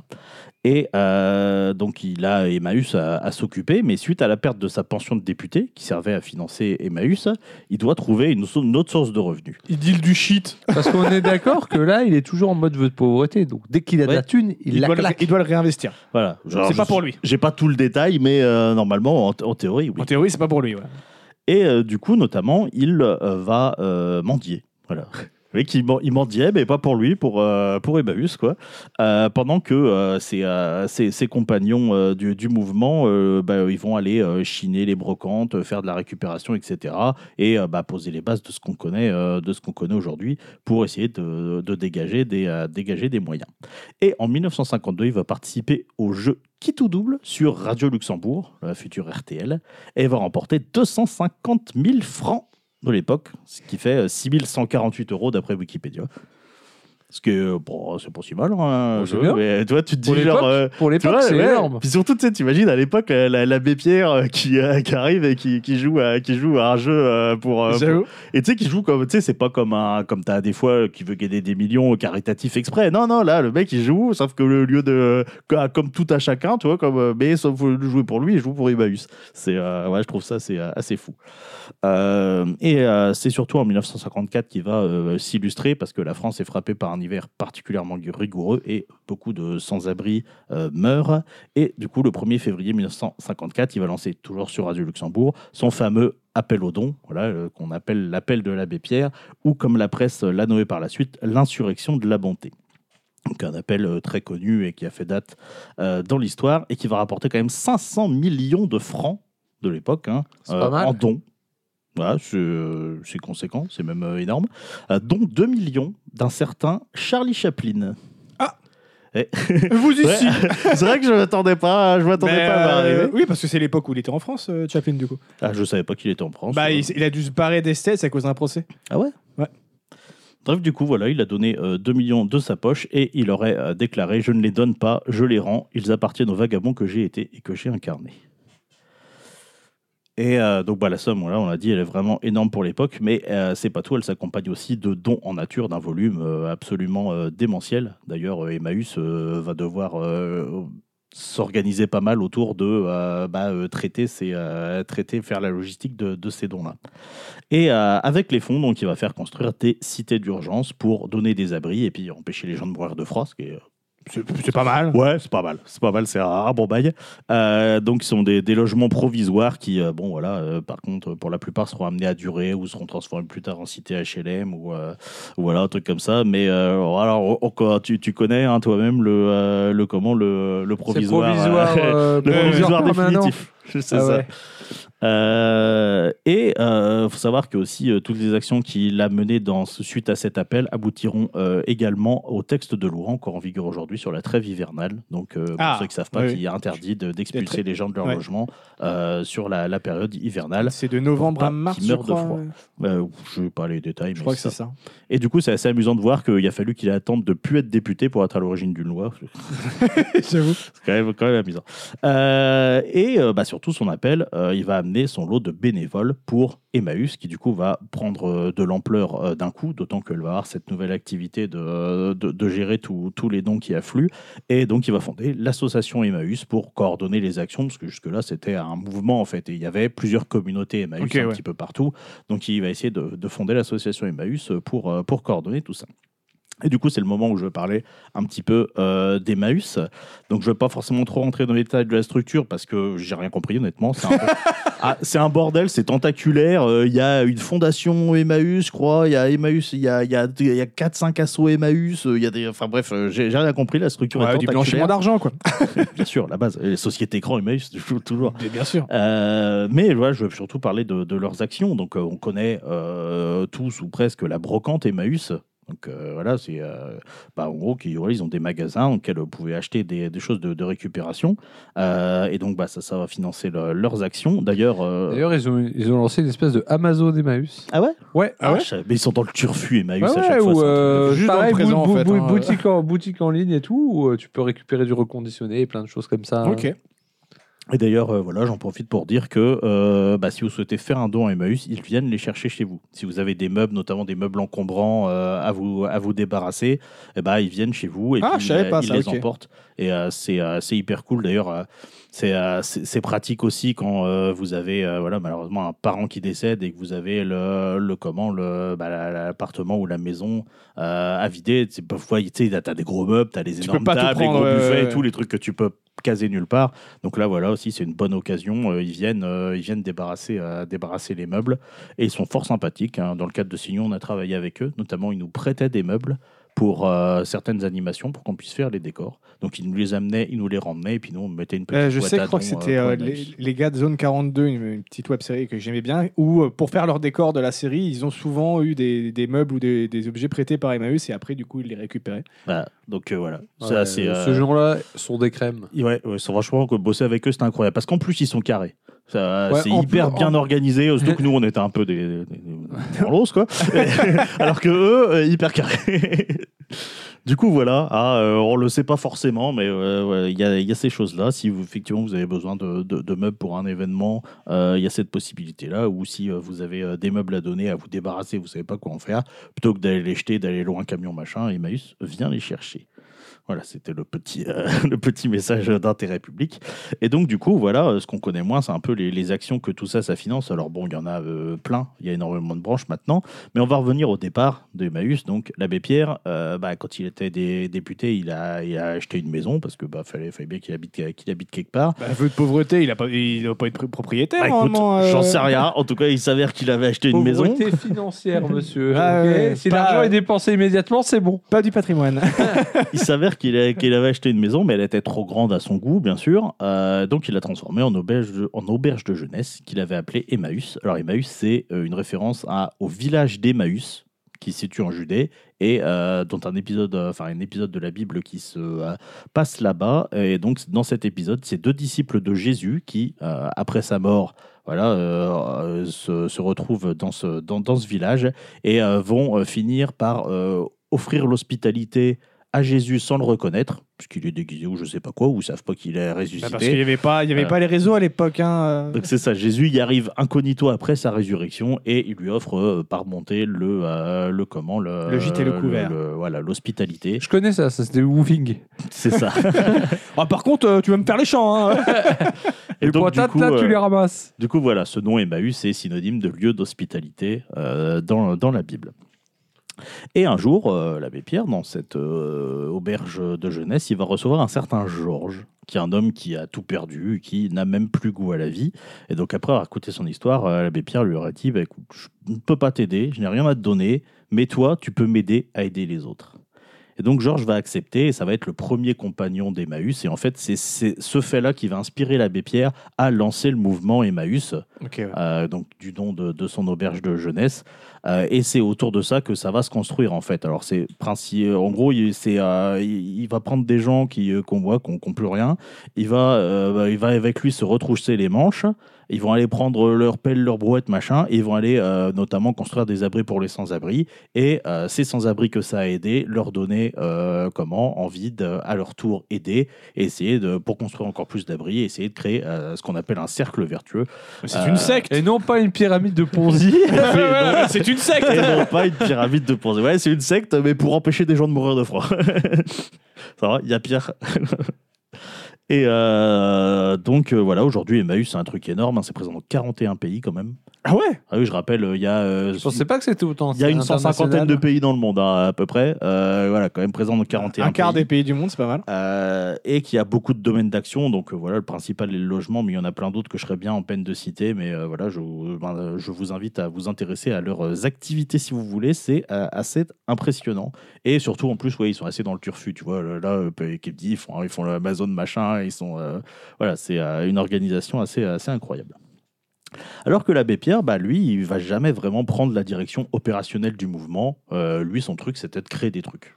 Et euh, donc il a Emmaüs à, à s'occuper, mais suite à la perte de sa pension de député qui servait à financer Emmaüs, il doit trouver une, sou- une autre source de revenus. Il dit du shit. Parce qu'on est d'accord que là, il est toujours en mode vœu de pauvreté. Donc dès qu'il a de Ouais. la thune, il, la doit le, claque. il doit le réinvestir. Voilà. Genre, c'est je pas pour lui. J'ai pas tout le détail, mais euh, normalement, en, en théorie, oui. En théorie, c'est pas pour lui. ouais. Et euh, du coup, notamment, il euh, va euh, mendier. Voilà. Le mec, il, men- il mendiait, mais pas pour lui, pour, euh, pour Emmaüs, quoi. Euh, pendant que euh, ses, euh, ses- ses compagnons euh, du, du mouvement, euh, bah, ils vont aller euh, chiner les brocantes, euh, faire de la récupération, etc. Et euh, bah, poser les bases de ce qu'on connaît, euh, de ce qu'on connaît aujourd'hui pour essayer de, de dégager, des, euh, dégager des moyens. Et en 1952, il va participer au jeu qui tout double sur Radio Luxembourg, la future RTL et va remporter 250 000 francs de l'époque, ce qui fait euh, 6 148 euros d'après Wikipédia. Ce qui est, euh, bon, c'est pas si mal. hein, Bon, c'est je- bien. mais toi, tu te Pour dis l'époque, genre. euh, pour tu l'époque, vois, c'est ouais. énorme. Puis surtout, tu sais, t'imagines à l'époque euh, la- l'abbé Pierre euh, qui, euh, qui arrive et qui, qui joue, à- qui joue à un jeu euh, pour, euh, J'avoue. et tu sais, qui joue comme. Tu sais, c'est pas comme un. Comme t'as des fois euh, qui veut gagner des millions caritatifs exprès. Non, non, là, le mec, il joue, sauf que le lieu de. que- Comme tout à chacun, tu vois, comme. euh, Mais sauf euh, le jouer pour lui, il joue pour Emmaüs. C'est. euh, ouais, je trouve ça c'est euh, assez fou. Euh, et euh, c'est surtout en 1954 qu'il va euh, s'illustrer parce que la France est frappée par un hiver particulièrement rigoureux et beaucoup de sans-abri euh, meurent. Et du coup, le 1er février 1954, il va lancer toujours sur Radio Luxembourg son fameux appel au don, voilà, euh, qu'on appelle l'appel de l'abbé Pierre, ou comme la presse l'a nommé par la suite, l'insurrection de la bonté. Donc un appel euh, très connu et qui a fait date euh, dans l'histoire et qui va rapporter quand même 500 millions de francs de l'époque hein, C'est pas mal. en dons. Voilà, c'est euh, c'est conséquent, c'est même euh, énorme. Euh, dont 2 millions d'un certain Charlie Chaplin. Vous Ouais. ici. c'est vrai que je m'attendais pas, je m'attendais Mais, pas à euh, arriver. oui, parce que c'est l'époque où il était en France, euh, Chaplin, du coup. Ah, je savais pas qu'il était en France. Bah, Euh, il, il a dû se barrer des States à cause d'un procès. Ah ouais Ouais. Bref, du coup, voilà, il a donné euh, 2 millions de sa poche et il aurait euh, déclaré Je ne les donne pas, je les rends, ils appartiennent aux vagabonds que j'ai été et que j'ai incarné. Et euh, donc, bah, la somme, voilà, on l'a dit, elle est vraiment énorme pour l'époque, mais euh, c'est pas tout, elle s'accompagne aussi de dons en nature d'un volume euh, absolument euh, démentiel. D'ailleurs, euh, Emmaüs euh, va devoir. euh, s'organiser pas mal autour de euh, bah, euh, traiter, ses, euh, traiter, faire la logistique de, de ces dons-là. Et euh, avec les fonds, donc, il va faire construire des cités d'urgence pour donner des abris et puis empêcher les gens de mourir de froid, ce qui est euh, C'est c'est pas mal. Ouais, c'est pas mal. C'est pas mal, c'est un, un bon bail. Euh, donc, ce sont des, des logements provisoires qui, euh, bon, voilà, euh, par contre, pour la plupart, seront amenés à durer ou seront transformés plus tard en cité HLM ou euh, voilà, un truc comme ça. Mais euh, alors, on- on- tu, tu connais hein, toi-même le, euh, le comment le, le C'est provisoire. euh, euh, le provisoire définitif. C'est Ah ça. ouais. Euh, et euh, faut savoir que aussi euh, toutes les actions qu'il a menées dans, suite à cet appel aboutiront euh, également au texte de loi encore en vigueur aujourd'hui sur la trêve hivernale. Donc euh, Ah, pour ceux qui savent pas, oui. qui interdit de- d'expulser les gens de leur Ouais. logement euh, sur la, la période hivernale. C'est de novembre Pour à pas mars, qu'il je meure Ah, de crois. froid. ouais. Euh, je sais pas les détails, Je mais crois que c'est c'est ça. ça. Et du coup, c'est assez amusant de voir qu'il a fallu qu'il attende de plus être député pour être à l'origine d'une loi. J'avoue. C'est quand même, quand même amusant. Euh, et euh, bah, surtout, son appel, euh, il va amener son lot de bénévoles pour Emmaüs, qui du coup va prendre euh, de l'ampleur euh, d'un coup, d'autant qu'elle va avoir cette nouvelle activité de, de, de gérer tous tous les dons qui affluent. Et donc, il va fonder l'association Emmaüs pour coordonner les actions, parce que jusque-là, c'était un mouvement en fait. Et il y avait plusieurs communautés Emmaüs Ok, un ouais. petit peu partout. Donc, il va essayer de, de fonder l'association Emmaüs pour, euh, pour coordonner tout ça. Et du coup, c'est le moment où je veux parler un petit peu euh, d'Emmaüs. Donc, je ne vais pas forcément trop rentrer dans les détails de la structure parce que j'ai rien compris, honnêtement. C'est un, peu- Ah, c'est un bordel, c'est tentaculaire. Euh, Il y a une fondation Emmaüs, je crois. Il y a Emmaüs, il y a, il y a, il y a 4-5 assos Emmaüs. Euh, Il y a des... Enfin, bref, euh, j'ai j'ai rien compris. La structure est Ouais, du blanchiment tentaculaire. d'argent, quoi. Bien sûr, la base. Les sociétés écran Emmaüs, toujours. toujours. Bien sûr. Euh, mais voilà, je veux surtout parler de, de leurs actions. Donc, euh, on connaît euh, tous ou presque la brocante Emmaüs. Donc euh, voilà, c'est euh, bah, en gros qu'ils ils ont des magasins dans lesquels vous pouvez acheter des, des choses de, de récupération. Euh, et donc bah, ça, ça va financer le- leurs actions. D'ailleurs, euh, D'ailleurs, ils ont, ils ont lancé une espèce de Amazon Emmaüs. ah ouais, Ouais, Ah Ah ouais Mais ils sont dans le turfu et Maïs Ouais, à chaque ouais, fois. ou, c'est un truc de euh, fou. juste dans le pareil, présent, bout- en bout- fait, bout- hein. boutique, en, boutique en ligne et tout, où euh, tu peux récupérer du reconditionné et plein de choses comme Ah ça. hein. Ok. Et d'ailleurs, euh, voilà, j'en profite pour dire que euh, bah, si vous souhaitez faire un don à Emmaüs, ils viennent les chercher chez vous. Si vous avez des meubles, notamment des meubles encombrants euh, à, vous, à vous débarrasser, eh ben, ils viennent chez vous et Ah, puis, je savais ils, pas ils ça, les ok. emportent. Et euh, c'est euh, c'est hyper cool. D'ailleurs, euh, c'est euh, c'est c'est pratique aussi quand euh, vous avez euh, voilà, malheureusement un parent qui décède et que vous avez le, le comment, le, bah, la- l'appartement ou la maison euh, à vider. C'est Parfois, tu sais, t'as t'as des gros meubles, t'as les Tu énormes peux pas tout tables, prendre, les ouais, gros buffets, ouais, ouais. tous les trucs que tu peux caser nulle part. Donc là, voilà aussi, c'est une bonne occasion. Euh, Ils viennent, euh, ils viennent débarrasser, euh, débarrasser les meubles et ils sont fort sympathiques. hein. Dans le cadre de Signon, on a travaillé avec eux. Notamment, ils nous prêtaient des meubles pour euh, certaines animations pour qu'on puisse faire les décors. Donc ils nous les amenaient, ils nous les ramenaient et puis nous on mettait une petite. Euh, je boîte sais, à je crois que dons, euh, c'était pour euh, les les, Emmaüs. les gars de Zone 42, une, une petite web série que j'aimais bien, où euh, pour faire leur décor de la série, ils ont souvent eu des, des meubles ou des, des objets prêtés par Emmaüs et après, du coup, ils les récupéraient. Voilà. Donc euh, voilà. Ouais, Ça, c'est, euh, Ce genre-là sont des crèmes. Ouais, ouais, c'est franchement, que bosser avec eux, c'était incroyable. Parce qu'en plus, ils sont carrés. Ça, Ouais, c'est en hyper plus- bien en- organisé. euh, Surtout que nous, on était un peu des. des- des- en l'os, quoi. Alors que eux, euh, hyper carrés. Du coup, voilà, ah, euh, on le sait pas forcément, mais euh, ouais, il y, a, il y a ces choses-là. Si vous, effectivement vous avez besoin de, de- de meubles pour un événement, euh, il y a cette possibilité-là. Ou si euh, vous avez euh, des meubles à donner, à vous débarrasser, vous savez pas quoi en faire, plutôt que d'aller les jeter, d'aller loin, camion, machin, Emmaüs vient les chercher. Voilà, c'était le petit, euh, le petit message d'intérêt public. Et donc, du coup, voilà, euh, ce qu'on connaît moins, c'est un peu les, les actions que tout ça, ça finance. Alors, bon, il y en a euh, plein, il y a énormément de branches maintenant. Mais on va revenir au départ d'Emmaüs. Donc, l'abbé Pierre, euh, bah, quand il était dé- député, il a, il a acheté une maison parce que bah, fallait, fallait bien qu'il habite, qu'il habite quelque part. Bah, vœu de pauvreté, il n'a pas, il doit pas être propriétaire, Bah, écoute, normalement. euh. j'en sais rien. En tout cas, il s'avère qu'il avait acheté une maison. Pauvreté financière, monsieur. Ah Ok, ouais, si pas- l'argent est dépensé immédiatement, c'est bon. Pas du patrimoine. Il s'avère qu'il a- qu'il avait acheté une maison, mais elle était trop grande à son goût, bien sûr. Euh, donc, il l'a transformée en auberge, de, en auberge de jeunesse qu'il avait appelée Emmaüs. Alors, Emmaüs, c'est euh, une référence à, au village d'Emmaüs qui se situe en Judée et euh, dont un épisode, euh, enfin un épisode de la Bible qui se euh, passe là-bas. Et donc, dans cet épisode, c'est deux disciples de Jésus qui, euh, après sa mort, voilà, euh, euh, se, se retrouvent dans ce, dans, dans ce village et euh, vont euh, finir par euh, offrir l'hospitalité à Jésus sans le reconnaître, puisqu'il est déguisé ou je sais pas quoi, ou ils savent pas qu'il est Bah, ressuscité. parce qu'il n'y avait, pas, il y avait Euh. pas les réseaux à l'époque. Hein. euh. Donc c'est ça, Jésus y arrive incognito après sa résurrection et il lui offre euh, par montée le, euh, le comment le, Le gîte et le couvert. le- voilà, l'hospitalité. Je connais ça, ça c'était Woofing. C'est ça. Ah, par contre, euh, tu vas me faire les champs. hein. et Les donc, du patates, coup, là, euh, tu les ramasses. du coup, voilà, ce nom Emmaüs est synonyme de lieu d'hospitalité euh, dans, dans la Bible. Et un jour, euh, l'abbé Pierre, dans cette euh, auberge de jeunesse, il va recevoir un certain Georges, qui est un homme qui a tout perdu, qui n'a même plus goût à la vie. Et donc, après avoir écouté son histoire, euh, l'abbé Pierre lui aurait dit Bah, écoute, Je ne peux pas t'aider, je n'ai rien à te donner, mais toi, tu peux m'aider à aider les autres. Et donc, Georges va accepter, et ça va être le premier compagnon d'Emmaüs. Et en fait, c'est c'est ce fait-là qui va inspirer l'abbé Pierre à lancer le mouvement Emmaüs Ok, ouais. euh, donc du nom de, de son auberge de jeunesse. Euh, et c'est autour de ça que ça va se construire en fait. Alors c'est princi- euh, en gros, il, c'est, euh, il, il va prendre des gens qui euh, qu'on voit, qu'on n'ont plus rien. Il va, euh, bah, il va avec lui se retrousser les manches. Ils vont aller prendre leur pelle, leur brouette, machin. Et ils vont aller euh, notamment construire des abris pour les sans-abri. Et euh, ces sans-abri que ça a aidé, leur donner euh, comment envie de, à leur tour aider, et essayer de pour construire encore plus d'abris, et essayer de créer euh, ce qu'on appelle un cercle vertueux. C'est euh, une secte. Et non pas une pyramide de Ponzi. C'est une secte. Et non pas une pyramide de pensée. Ouais, c'est une secte, mais pour empêcher des gens de mourir de froid. Ça va, il y a pire. Et euh, donc euh, voilà, aujourd'hui Emmaüs, c'est un truc énorme. hein, c'est présent dans 41 pays quand même. Ah ouais Ah oui, je rappelle, euh, il y a, euh, Je pensais pas que c'était autant. il y a une international. cent-cinquantaine de pays dans le monde hein, à peu près. Euh, voilà, quand même présent dans 41 Un quart pays. des pays du monde, c'est pas mal. Euh, et qui a beaucoup de domaines d'action. Donc euh, voilà, le principal est le logement, mais il y en a plein d'autres que je serais bien en peine de citer. Mais euh, voilà, je, vous- ben, euh, je vous invite à vous intéresser à leurs euh, activités si vous voulez. C'est euh, assez impressionnant. Et surtout, en plus, ouais, ils sont assez dans le turfu. Tu vois, là, là, euh, Kebdi, ils font, ils font l'Amazon machin. Ils sont, euh, voilà, c'est euh, une organisation assez, assez incroyable. Alors que l'abbé Pierre, bah, lui, il va jamais vraiment prendre la direction opérationnelle du mouvement. Euh, lui, son truc, c'était de créer des trucs.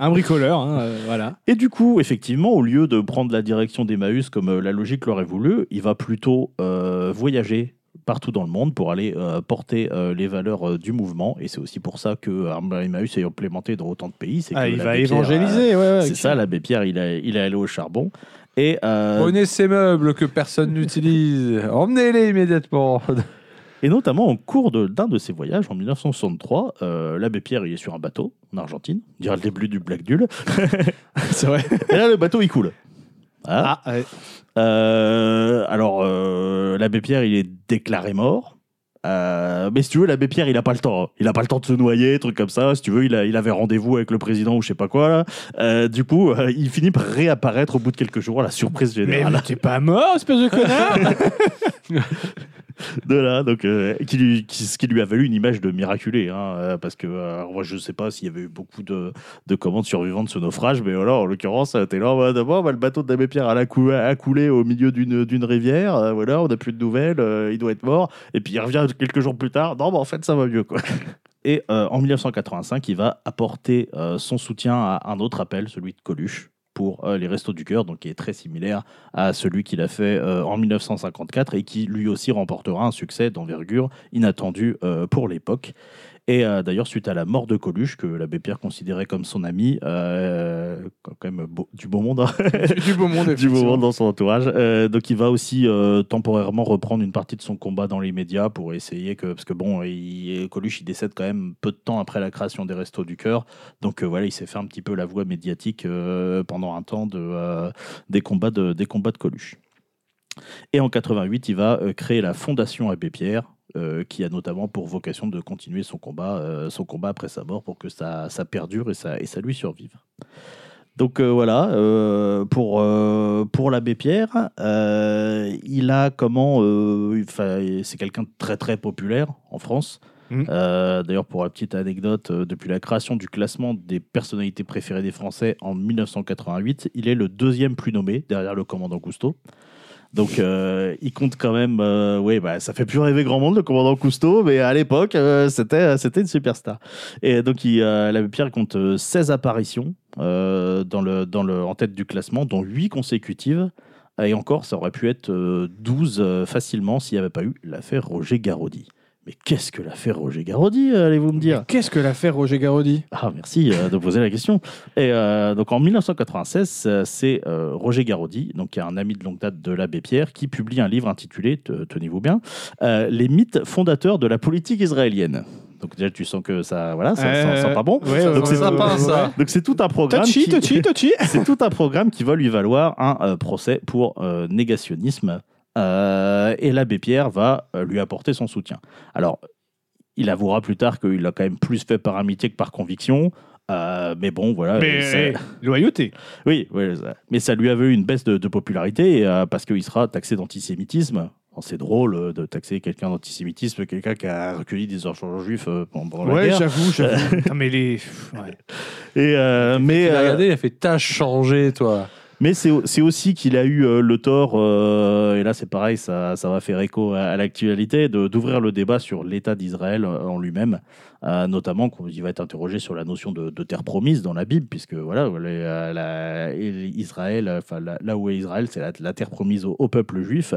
Un bricoleur, hein, euh, voilà. Et du coup, effectivement, au lieu de prendre la direction d'Emmaüs comme euh, la logique l'aurait voulu, il va plutôt euh, voyager partout dans le monde pour aller euh, porter euh, les valeurs euh, du mouvement. Et c'est aussi pour ça que euh, Emmaüs est implémenté dans autant de pays. c'est Ah, que il va l'abbé Pierre, euh, évangéliser, ouais, ouais. c'est ça, l'abbé Pierre, il, a- il est allé au charbon. Et, euh, Prenez ces meubles que personne n'utilise. Emmenez-les immédiatement. et notamment, en cours de- d'un de, ses voyages, en 1963, euh, l'abbé Pierre, il est sur un bateau en Argentine. On dirait le début du Black Duel. C'est vrai. Et là, le bateau, il coule. Voilà. Ah, ouais. Euh, alors, euh, l'abbé Pierre, il est déclaré mort. Euh, mais si tu veux, l'abbé Pierre, il a pas le temps. hein. Il a pas le temps de se noyer, truc comme ça. Si tu veux, il, a- il avait rendez-vous avec le président ou je sais pas quoi. Là. Euh, du coup, euh, il finit par réapparaître au bout de quelques jours, à la surprise Mais générale t'es pas mort, espèce de connard de là. Donc, euh, qui lui- qui- ce qui lui a valu une image de miraculé. hein, euh, parce que euh, moi, je sais pas s'il y avait eu beaucoup de, de commandes survivantes de ce naufrage, mais alors, en l'occurrence, euh, t'es là, bah, d'abord, bah, le bateau de l'abbé Pierre a, cou- a coulé au milieu d'une d'une rivière. euh, voilà, on n'a plus de nouvelles, euh, il doit être mort. Et puis il revient quelques jours plus tard. Non, mais en fait, ça va mieux, quoi. Et euh, en 1985, il va apporter euh, son soutien à un autre appel, celui de Coluche, pour euh, les Restos du Cœur, donc qui est très similaire à celui qu'il a fait euh, en 1954 et qui lui aussi remportera un succès d'envergure inattendu euh, pour l'époque. Et euh, d'ailleurs, suite à la mort de Coluche, que l'abbé Pierre considérait comme son ami, euh, quand même beau- du beau monde, hein, Du beau monde, du moment dans son entourage. Euh, donc il va aussi euh, temporairement reprendre une partie de son combat dans les médias pour essayer que parce que bon, il, Coluche il décède quand même peu de temps après la création des Restos du Cœur. Donc euh, voilà, il s'est fait un petit peu la voix médiatique euh, pendant un temps de, euh, des combats de des combats de Coluche. Et en 88, il va euh, créer la Fondation Abbé Pierre. euh, qui a notamment pour vocation de continuer son combat, euh, son combat après sa mort pour que ça, ça perdure et ça, et ça lui survive. Donc euh, voilà, euh, pour, euh, pour l'abbé Pierre, euh, il a comment. euh, enfin, c'est quelqu'un de très très populaire en France. Mhm. Euh, D'ailleurs, pour la petite anecdote, euh, depuis la création du classement des personnalités préférées des Français en 1988, il est le deuxième plus nommé derrière le commandant Cousteau. Donc, euh, il compte quand même. euh, ouais, bah, ça fait plus rêver grand monde le commandant Cousteau, mais à l'époque, euh, c'était c'était une superstar. Et donc, il, euh, l'abbé Pierre compte euh, 16 apparitions euh, dans le, dans le, en tête du classement, dont 8 consécutives. Et encore, ça aurait pu être euh, 12 euh, facilement s'il n'y avait pas eu l'affaire Roger Garaudy. Mais qu'est-ce que l'affaire Roger Garaudy, euh, allez-vous me dire Qu'est-ce que l'affaire Roger Garaudy ah, merci euh, de poser la question. Et euh, donc en 1996, euh, c'est euh, Roger Garaudy, donc qui est un ami de longue date de l'abbé Pierre, qui publie un livre intitulé, te- tenez-vous bien, euh, Les mythes fondateurs de la politique israélienne. Donc déjà, tu sens que ça, voilà, ça, ça- ça sent pas bon. Euh, Ouais, Donc, c'est sympa, ça. Donc c'est tout un programme. Touchy, qui- touchy, touchy c'est tout un programme qui va lui valoir un euh, procès pour euh, négationnisme. Euh, et l'abbé Pierre va euh, lui apporter son soutien. Alors, il avouera plus tard qu'il l'a quand même plus fait par amitié que par conviction. Euh, mais bon, voilà. Mais, euh, ça- eh, loyauté. oui, oui, ça- mais ça lui a valu une baisse de, de popularité euh, parce qu'il sera taxé d'antisémitisme. Bon, C'est drôle euh, de taxer quelqu'un d'antisémitisme, quelqu'un qui a recueilli des enfants juifs euh, pendant la Ouais, guerre. j'avoue, j'avoue. Putain, mais les. pff, ouais. Et, euh, mais Il a euh, regardé, il a fait t'as changé, toi. Mais c'est au- c'est aussi qu'il a eu euh, le tort, euh, et là c'est pareil, ça, ça va faire écho à, à l'actualité, de- d'ouvrir le débat sur l'État d'Israël euh, en lui-même, euh, notamment qu'il va être interrogé sur la notion de, de terre promise dans la Bible, puisque voilà, les, euh, la- Israël, euh, enfin, là, là où est Israël, c'est la, la terre promise au, au peuple juif,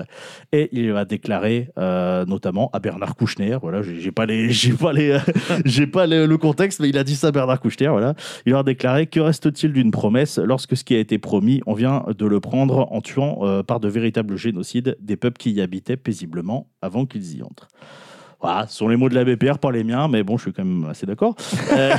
et il va déclarer euh, notamment à Bernard Kouchner, voilà, j'ai j'ai pas les, j'ai pas les, euh, j'ai pas le, le contexte, mais il a dit ça à Bernard Kouchner, voilà. Il leur a déclaré Que reste-t-il d'une promesse lorsque ce qui a été promis, on vient de le prendre en tuant euh, par de véritables génocides des peuples qui y habitaient paisiblement avant qu'ils y entrent Voilà, ce sont les mots de l'abbé Pierre, pas les miens, mais bon, je suis quand même assez d'accord. Euh,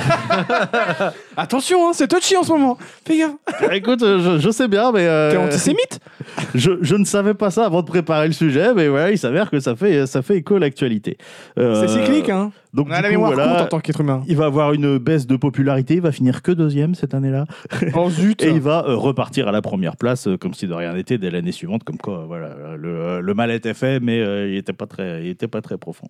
Attention, hein, c'est touchy en ce moment Fais gaffe écoute, euh, je, je sais bien, mais. euh, T'es antisémite je, je ne savais pas ça avant de préparer le sujet, mais voilà, il s'avère que ça fait, ça fait écho à l'actualité. Euh, C'est cyclique, hein Donc, On du a la coup, mémoire voilà, courte en tant qu'être humain. il va avoir une baisse de popularité, il va finir que deuxième cette année-là, Oh zut et il va euh, repartir à la première place euh, comme si de rien n'était dès l'année suivante, comme quoi euh, voilà, euh, le, euh, le mal était fait, mais euh, il n'était pas, très- il était pas très profond.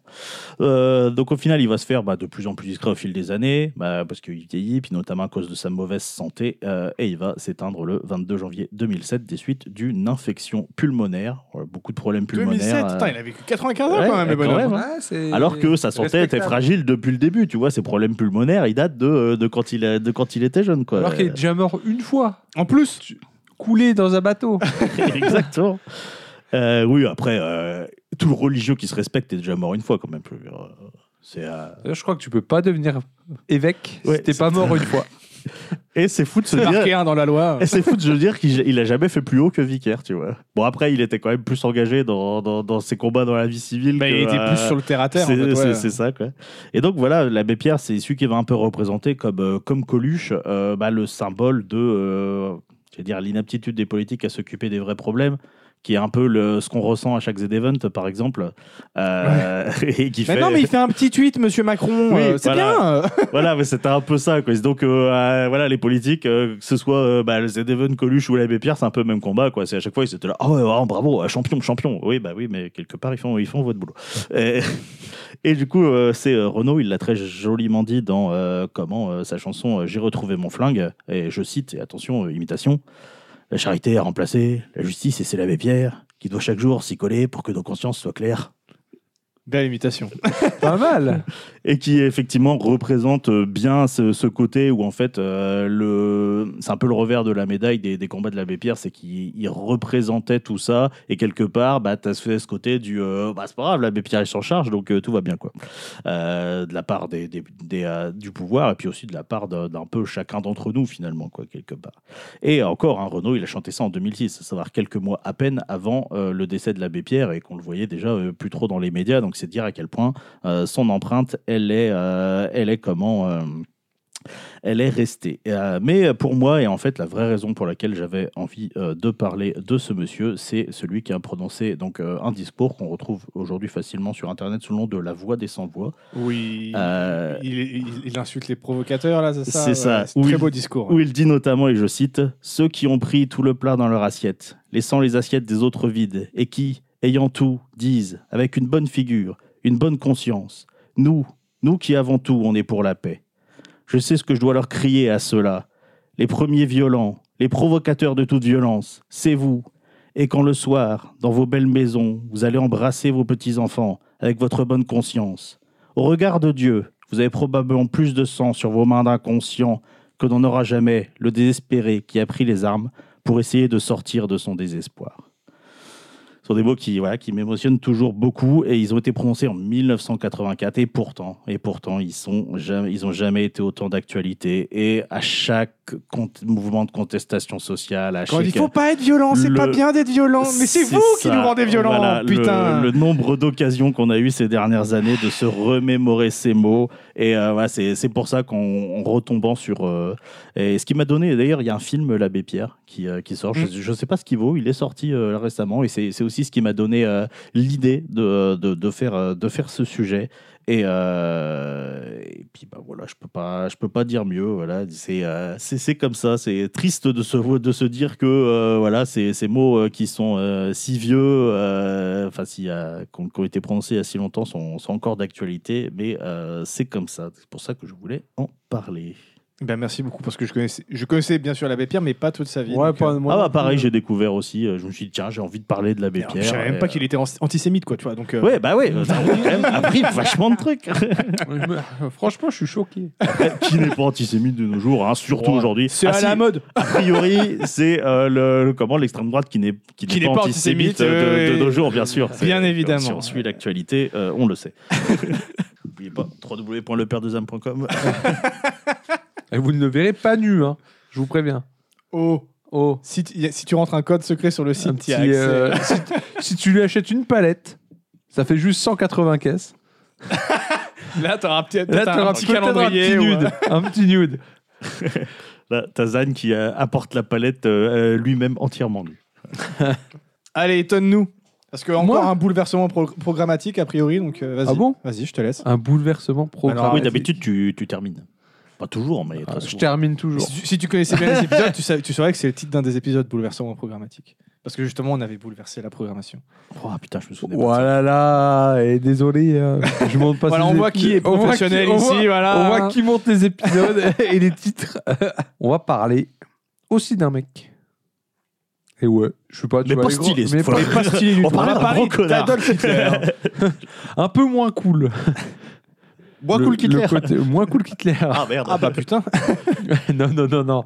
Euh, donc au final, il va se faire bah, de plus en plus discret au fil des années, bah, parce qu'il vieillit, puis notamment à cause de sa mauvaise santé, euh, et il va s'éteindre le 22 janvier 2007 des suites d'une infection pulmonaire, Euh, beaucoup de problèmes pulmonaires. 2007, euh, putain, il a vécu 95 ans ouais, quand même, le quand bonhomme. même, Ouais, c'est- alors que sa santé était respectable. fragile depuis le début, tu vois, ses problèmes pulmonaires, ils datent de, euh, de, quand, il, a- de quand il était jeune, quoi. Alors qu'il est déjà mort une fois, En plus, coulé dans un bateau. Exactement. Euh, oui, après, euh, tout le religieux qui se respecte est déjà mort une fois, quand même. je veux dire, euh, C'est, euh, D'ailleurs, je crois que tu peux pas devenir évêque Ouais, si t'es pas mort une fois. Et c'est fou de se c'est marqué dire... un dans la loi. Et c'est fou de se dire qu'il il a jamais fait plus haut que vicaire, tu vois. Bon, après, il était quand même plus engagé dans, dans, dans ses combats dans la vie civile. Bah, il que, était euh, plus sur le terre à terre. en C'est fait, c'est- ouais. c'est ça, quoi. Et donc, voilà, l'abbé Pierre, c'est celui qui va un peu représenter comme, euh, comme Coluche euh, bah, le symbole de euh, j'allais dire, l'inaptitude des politiques à s'occuper des vrais problèmes, qui est un peu le, ce qu'on ressent à chaque Z-Event, par exemple. Euh, et qui Mais fait, non, mais il fait un petit tweet, monsieur Macron. Oui, euh, c'est voilà. bien. euh. Voilà, mais c'était un peu ça. Quoi. C'est Donc, euh, euh, voilà, les politiques, euh, que ce soit euh, bah, le Zedeven, Coluche ou l'abbé Pierre, c'est un peu le même combat. Quoi. C'est à chaque fois, ils étaient là, ah ouais, ah, bravo, ah, champion, champion. Oui, bah oui, mais quelque part, ils font, ils font votre boulot. Et, et du coup, euh, c'est euh, Renaud, il l'a très joliment dit dans euh, comment euh, sa chanson euh, J'ai retrouvé mon flingue. Et je cite, et attention, euh, imitation. La charité a remplacé la justice et c'est l'abbé Pierre qui doit chaque jour s'y coller pour que nos consciences soient claires. Belle imitation. pas mal. et qui effectivement représente euh, bien ce, ce côté où en fait euh, le c'est un peu le revers de la médaille des, des combats de l'abbé Pierre c'est qu'il il représentait tout ça et quelque part bah t'as fait ce côté du euh, bah c'est pas grave l'abbé Pierre il s'en charge donc euh, tout va bien quoi Euh, de la part des, des- des, euh, du pouvoir et puis aussi de la part d'un d'un peu chacun d'entre nous finalement quoi quelque part et encore, hein, Renaud, il a chanté ça en 2006, à savoir quelques mois à peine avant euh, le décès de l'abbé Pierre et qu'on le voyait déjà euh, plus trop dans les médias. Donc c'est dire à quel point euh, son empreinte, elle est, euh, elle est comment euh, elle est restée. Euh, mais pour moi, et en fait la vraie raison pour laquelle j'avais envie euh, de parler de ce monsieur, c'est celui qui a prononcé donc euh, un discours qu'on retrouve aujourd'hui facilement sur Internet sous le nom de la voix des sans voix. Oui. Euh, Il, il- il insulte les provocateurs, là, c'est ça C'est ouais, ça. C'est un très Oui. beau discours. où il dit notamment, et je cite, Ceux qui ont pris tout le plat dans leur assiette, laissant les assiettes des autres vides, et qui, ayant tout, disent, avec une bonne figure, une bonne conscience, Nous, nous qui avons tout, on est pour la paix. Je sais ce que je dois leur crier à ceux-là, les premiers violents, les provocateurs de toute violence, c'est vous. Et quand le soir, dans vos belles maisons, vous allez embrasser vos petits-enfants avec votre bonne conscience, au regard de Dieu, vous avez probablement plus de sang sur vos mains d'inconscient que n'en aura jamais le désespéré qui a pris les armes pour essayer de sortir de son désespoir. Ce sont des mots qui, voilà, qui m'émotionnent toujours beaucoup et ils ont été prononcés en 1984 et pourtant, et pourtant ils sont jamais, ils ont jamais été autant d'actualité et à chaque con- mouvement de contestation sociale, à Quand il chaque faut pas être violent, c'est Le- pas bien d'être violent, mais c'est vous qui ça. nous rendez violents, Voilà, le- putain. Le, nombre d'occasions qu'on a eues ces dernières années de se remémorer ces mots. Et euh, voilà, c'est c'est pour ça qu'en en retombant sur. euh, et ce qui m'a donné, d'ailleurs, il y a un film, L'Abbé Pierre, qui, euh, qui sort. Mm. Je ne sais pas ce qu'il vaut, il est sorti euh, récemment. Et c'est c'est aussi ce qui m'a donné euh, l'idée de, de, de faire, euh, de faire ce sujet. Et, euh, et puis bah voilà, je peux pas, je peux pas dire mieux. Voilà, c'est euh, c'est c'est comme ça. C'est triste de se de se dire que euh, voilà, ces ces mots euh, qui sont euh, si vieux, euh, enfin si euh, qu'on- qui ont été prononcés il y a si longtemps sont, sont encore d'actualité. Mais euh, c'est comme ça. C'est pour ça que je voulais en parler. Ben, merci beaucoup, parce que je connaissais, je connaissais bien sûr l'abbé Pierre, mais pas toute sa vie. Ouais, donc, pas- euh, moi ah non bah plus. pareil, j'ai découvert aussi. euh, je me suis dit tiens, j'ai envie de parler de l'abbé alors, Pierre. Je savais même et, pas qu'il était an- antisémite, quoi, tu vois. Donc, euh, euh, Ouais bah ouais, on a quand même appris vachement de trucs. Je me- Franchement, je suis choqué. Qui n'est pas antisémite de nos jours, hein, surtout Ouais. aujourd'hui. c'est Ah, à si, la mode. a priori, c'est euh, le, le- comment l'extrême droite qui n'est qui, n'est pas, antisémite, euh, de, de oui. nos jours, bien sûr. C'est- Bien évidemment. Si on suit l'actualité, euh, on le sait. N'oubliez pas www.leperdezames.com. Et vous ne le verrez pas nu, hein. je vous préviens. Oh, Oh, si, tu- y a- si tu rentres un code secret sur le un site, petit, t'y as accès. euh, si, tu- si tu lui achètes une palette, ça fait juste 180 caisses. Là, t'auras peut-être Là, t'as tu un auras petit peut-être un calendrier. euh, petit ouais. nude. Un petit nude. Là, Tazan qui euh, apporte la palette euh, euh, lui-même entièrement nue. Allez, étonne-nous. Parce que encore Moi un bouleversement pro- programmatique a priori, donc euh, vas-y. Ah bon Vas-y, je te laisse. Un bouleversement Alors, programmé. Ah, oui, d'habitude, tu, tu termines. Pas toujours, mais très Ah, je souvent. termine Si toujours. tu, si tu connaissais bien les épisodes, tu, sa- tu saurais que c'est le titre d'un des épisodes bouleversement programmatique. Parce que justement, on avait bouleversé la programmation. Oh putain, je me souvenais pas. de ça. Voilà là, et désolé, euh, je monte pas. Voilà, ces on voit qui épisodes. est On voit professionnel qui- on ici, Ah. voit- voilà. On voit qui monte les épisodes et les titres. on va parler aussi d'un mec. Et ouais, je suis pas. tu Mais vois, pas les gros- stylé, cette mais fois. pas- pas stylé du On tout. parle va d'un parler gros connard. d'Adolf Hitler. Un peu moins cool. Bois Le- cool le Hitler. côté- Moins cool qu'Hitler. Ah merde. Ah bah putain. non, non, non, non.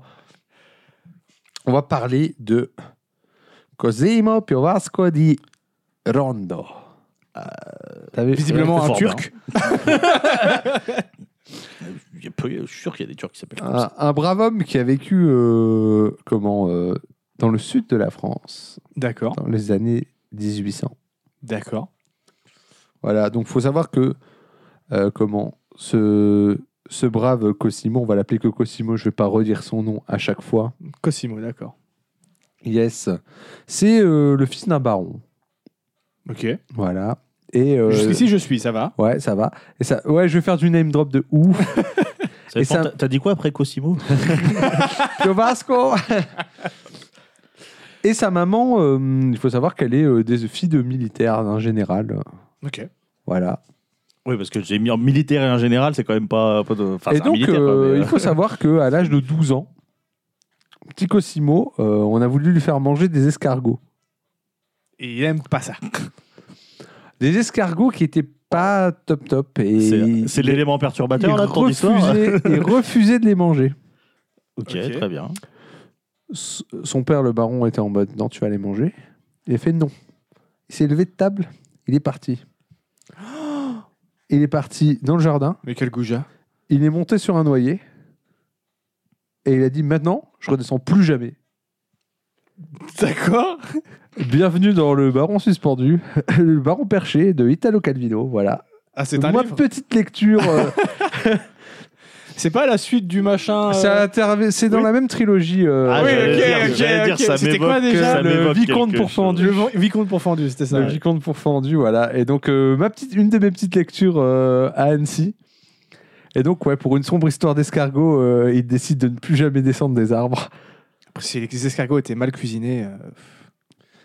On va parler de Cosimo Piovasco di Rondo. Euh, T'as vu Visiblement un fort bien. turc. Il y a peu- Je suis sûr qu'il y a des Turcs qui s'appellent comme un, ça. un brave homme qui a vécu euh, comment euh, dans le sud de la France D'accord. dans les années 1800. D'accord. Voilà, donc faut savoir que euh, comment ce ce brave Cosimo, on va l'appeler que Cosimo, je vais pas redire son nom à chaque fois. Cosimo, d'accord. Yes, c'est euh, le fils d'un baron. Ok. Voilà. Et euh, Jusqu'ici, je suis, ça va. ouais, ça va. Et ça, ouais, je vais faire du name drop de ouf. Ça Et dépend, ça- t'as- T'as dit quoi après Cosimo Piovasco Et sa maman, euh, il faut savoir qu'elle est euh, des filles de militaires, hein, d'un général. Ok. Voilà. Oui, parce que j'ai mis en militaire et en général, c'est quand même pas, pas de. Enfin, et c'est un donc, militaire, quoi, euh, mais, il faut savoir qu'à l'âge de 12 ans, petit Cosimo, euh, on a voulu lui faire manger des escargots. Et il aime pas ça. Des escargots qui étaient pas top top. Et euh, c'est- C'est il- l'élément il perturbateur là, de ton histoire. refusait, il refusait de les manger. Ok, Ok. très bien. S- Son père, le baron, était en mode Non, tu vas les manger. Il a fait non. Il s'est levé de table, il est parti. Il est parti dans le jardin, Mais quel goujat. il est monté sur un noyer et il a dit Maintenant, je redescends plus jamais. D'accord. Bienvenue dans le baron suspendu, le baron perché de Italo Calvino. Voilà. Ah, c'est un Moi, livre. petite lecture. euh, C'est pas la suite du machin. euh, ça a interv- C'est dans oui. la même trilogie. euh, Ah, oui, j'allais ok, dire- ok, j'allais dire, ok. ça C'était quoi m'évoque- déjà, ça le m'évoque vicomte quelque pourfendu chose. Le vi- vicomte pourfendu, c'était ça. Le vicomte pourfendu, voilà. Et donc, euh, ma petite, une de mes petites lectures euh, à Annecy. Et donc, ouais, pour une sombre histoire d'escargot, euh, il décide de ne plus jamais descendre des arbres. Après, Si les escargots étaient mal cuisinés. euh,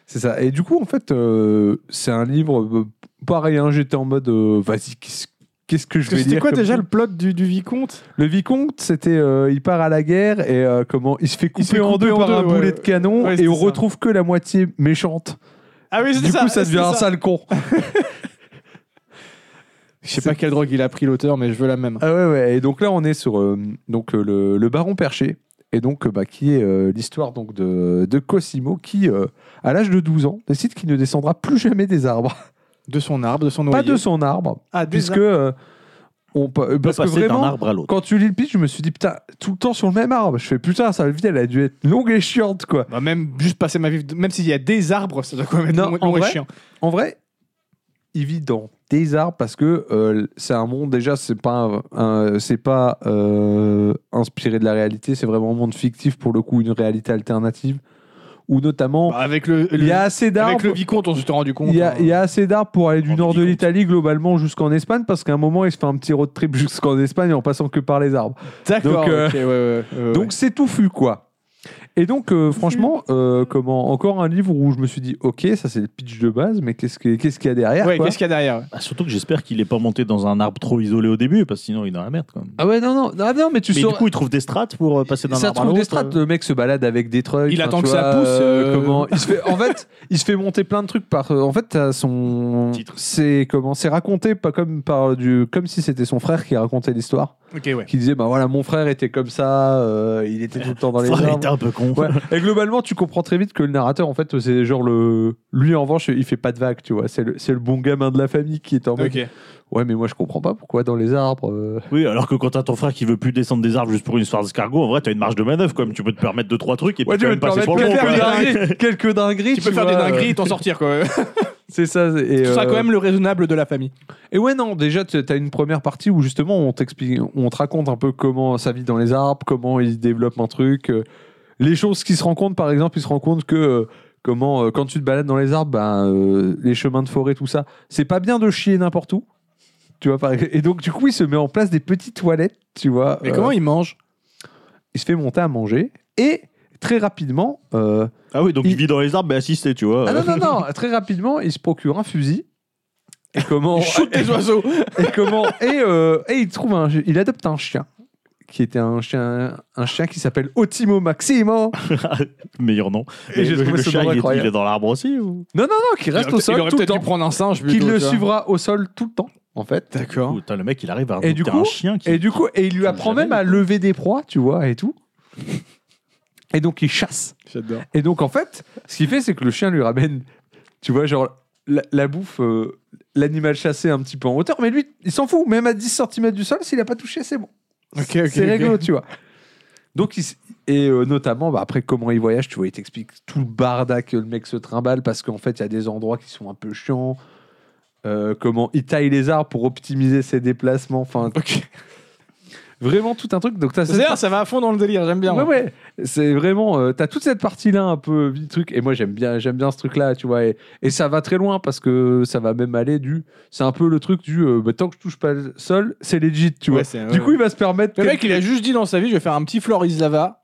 C'est ça. Et du coup, en fait, euh, c'est un livre euh, pareil. hein, J'étais en mode, euh, vas-y, qu'est-ce qu'est-ce que je vais C'était dire quoi comme déjà truc le plot du, du vicomte Le vicomte, c'était, euh, il part à la guerre et euh, comment il se fait couper, Il se fait en couper deux en par deux, un ouais. boulet de canon Ouais, et c'était on ça. retrouve que la moitié méchante. Ah oui, Du coup, ça devient un sale con. Je sais pas quelle drogue il a pris l'auteur, mais je veux la même. Ah ouais, ouais. Et donc là, on est sur euh, donc, euh, le, le baron perché, et donc euh, bah, qui est euh, l'histoire donc de, de Cosimo qui, euh, à l'âge de 12 ans, décide qu'il ne descendra plus jamais des arbres, De son arbre, de son noyer. pas de son arbre, Ah, des puisque arbres. euh, on pa- euh, On peut parce que passer d'un vraiment. arbre à l'autre. Quand tu lis le pitch, je me suis dit putain, tout le temps sur le même arbre. Je fais putain, sa vie elle a dû être longue et chiante quoi. Bah, même juste passer ma vie. Même s'il y a des arbres, ça doit quand même être Non, long- en long et vrai, chiant. En vrai, il vit dans des arbres parce que euh, c'est un monde déjà c'est pas un- un- c'est pas euh, inspiré de la réalité, c'est vraiment un monde fictif pour le coup, une réalité alternative où notamment Bah, avec le, il y a le- assez avec le d'arbres. vicomte, on s'est rendu compte. Il y, a, hein. il y a assez d'arbres pour aller du On nord dit de compte. l'Italie globalement jusqu'en Espagne parce qu'à un moment il se fait un petit road trip jusqu'en Espagne en passant que par les arbres. D'accord. donc, euh, ok, ouais, ouais, ouais, ouais. Donc c'est touffu quoi. Et donc euh, franchement, euh, comment encore un livre où je me suis dit ok ça c'est le pitch de base mais qu'est-ce que- qu'est-ce qu'il y a derrière ouais, quoi qu'est-ce qu'il y a derrière ouais Ah, surtout que j'espère qu'il est pas monté dans un arbre trop isolé au début, parce que sinon il est dans la merde quand même. Ah ouais non non non, non mais tu Mais sauras- du coup, il trouve des strates pour euh, passer d'un ça arbre à trouve des l'autre. strates. Le mec se balade avec des trucs. Il enfin, attend tu que ça pousse, euh, comment il se fait, En fait, il se fait monter plein de trucs par. euh, En fait, t'as son. Titre. C'est comment C'est raconté pas comme par du comme si c'était son frère qui racontait l'histoire. Ok, ouais. Qui disait bah voilà mon frère était comme ça. euh, il était tout le temps dans les. Frère, il arbres. était un peu con. Ouais. Et globalement, tu comprends très vite que le narrateur, en fait, c'est genre le. Lui, en revanche, il fait pas de vagues, tu vois. C'est le, c'est le bon gamin de la famille qui est en mode. Ok. Ouais, mais moi, je comprends pas pourquoi dans les arbres. euh, Oui, alors que quand t'as ton frère qui veut plus descendre des arbres juste pour une histoire d'escargot, en vrai, t'as une marge de manœuvre quand même. Tu peux te permettre deux, trois trucs et Ouais, puis tu quand peux même te passer permettre pour le de bon. faire quoi. des dingueries- quelques dingueries. Tu peux faire des vois, euh, dingueries et t'en sortir, quoi. C'est ça. Et, Tu seras euh, quand même le raisonnable de la famille. Et ouais, non, déjà, tu as une première partie où justement, on t'explique, on te raconte un peu comment sa vie dans les arbres, comment il développe un truc. euh, les choses qu'il se rend compte, par exemple, il se rend compte que euh, Comment, euh, quand tu te balades dans les arbres, ben, euh, les chemins de forêt, tout ça, c'est pas bien de chier n'importe où. Tu vois, par- et donc, du coup, il se met en place des petites toilettes, tu vois. Mais euh, comment il mange il se fait monter à manger et très rapidement. euh, Ah oui, donc Il- il vit dans les arbres, mais assisté, tu vois. Ah non, non, non, très rapidement, il se procure un fusil. Et comment. des oiseaux et comment et, euh, et il trouve un il adopte un chien qui était un chien un chien qui s'appelle Otimo Maximo Meilleur nom. Et Et j'ai le, trouvé le ce chat, nom il est, incroyable. il est dans l'arbre aussi ou non non non qui reste au sol Ah, Il aurait tout le peut-être dû temps prendre un singe. qui plutôt, le tu vois. suivra au sol tout le temps en fait D'accord. Putain, le mec, il arrive à Et du adopter coup- un chien qui. et du coup et il lui apprend Jamais. même à lever des proies tu vois et tout et donc il chasse J'adore. et donc en fait ce qu'il fait c'est que le chien lui ramène tu vois genre la, la bouffe euh, l'animal chassé un petit peu en hauteur mais lui il s'en fout même à 10 cm du sol s'il a pas touché c'est bon Ok, ok. c'est ok. réglo, tu vois. Donc, il s- et euh, notamment, bah, après, comment il voyage, tu vois, il t'explique tout le barda que le mec se trimballe parce qu'en fait, il y a des endroits qui sont un peu chiants. Euh, comment il taille les arbres pour optimiser ses déplacements. Enfin, Ok. vraiment tout un truc. Donc, t'as cette- C'est-à-dire, ça va à fond dans le délire, j'aime bien. Ouais, ouais. C'est vraiment. euh, t'as toute cette partie-là un peu vie de truc. Et moi, j'aime bien, j'aime bien ce truc-là, tu vois. Et, et ça va très loin parce que ça va même aller du. C'est un peu le truc du. euh, bah, tant que je touche pas le sol, c'est legit, tu vois. Du coup, il va se permettre. le mec, quelques- il a juste dit dans sa vie, je vais faire un petit Floris Lava.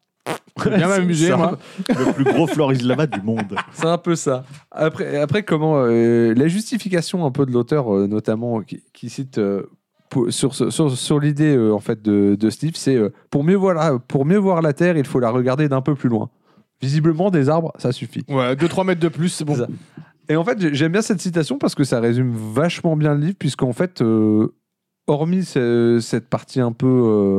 Je vais bien C'est m'amuser, ça. moi. Le plus gros Floris Lava du monde. C'est un peu ça. Après, après comment euh, la justification un peu de l'auteur, euh, notamment qui, qui cite euh, pour- sur, ce- sur, sur l'idée euh, en fait de, de Steve, c'est euh, pour mieux voir la, pour mieux voir la Terre, il faut la regarder d'un peu plus loin. Visiblement, des arbres, ça suffit. Ouais, 2-3 mètres de plus, c'est bon. C'est ça. Et en fait, j'ai- j'aime bien cette citation parce que ça résume vachement bien le livre, puisqu'en fait, euh, hormis ce- cette partie un peu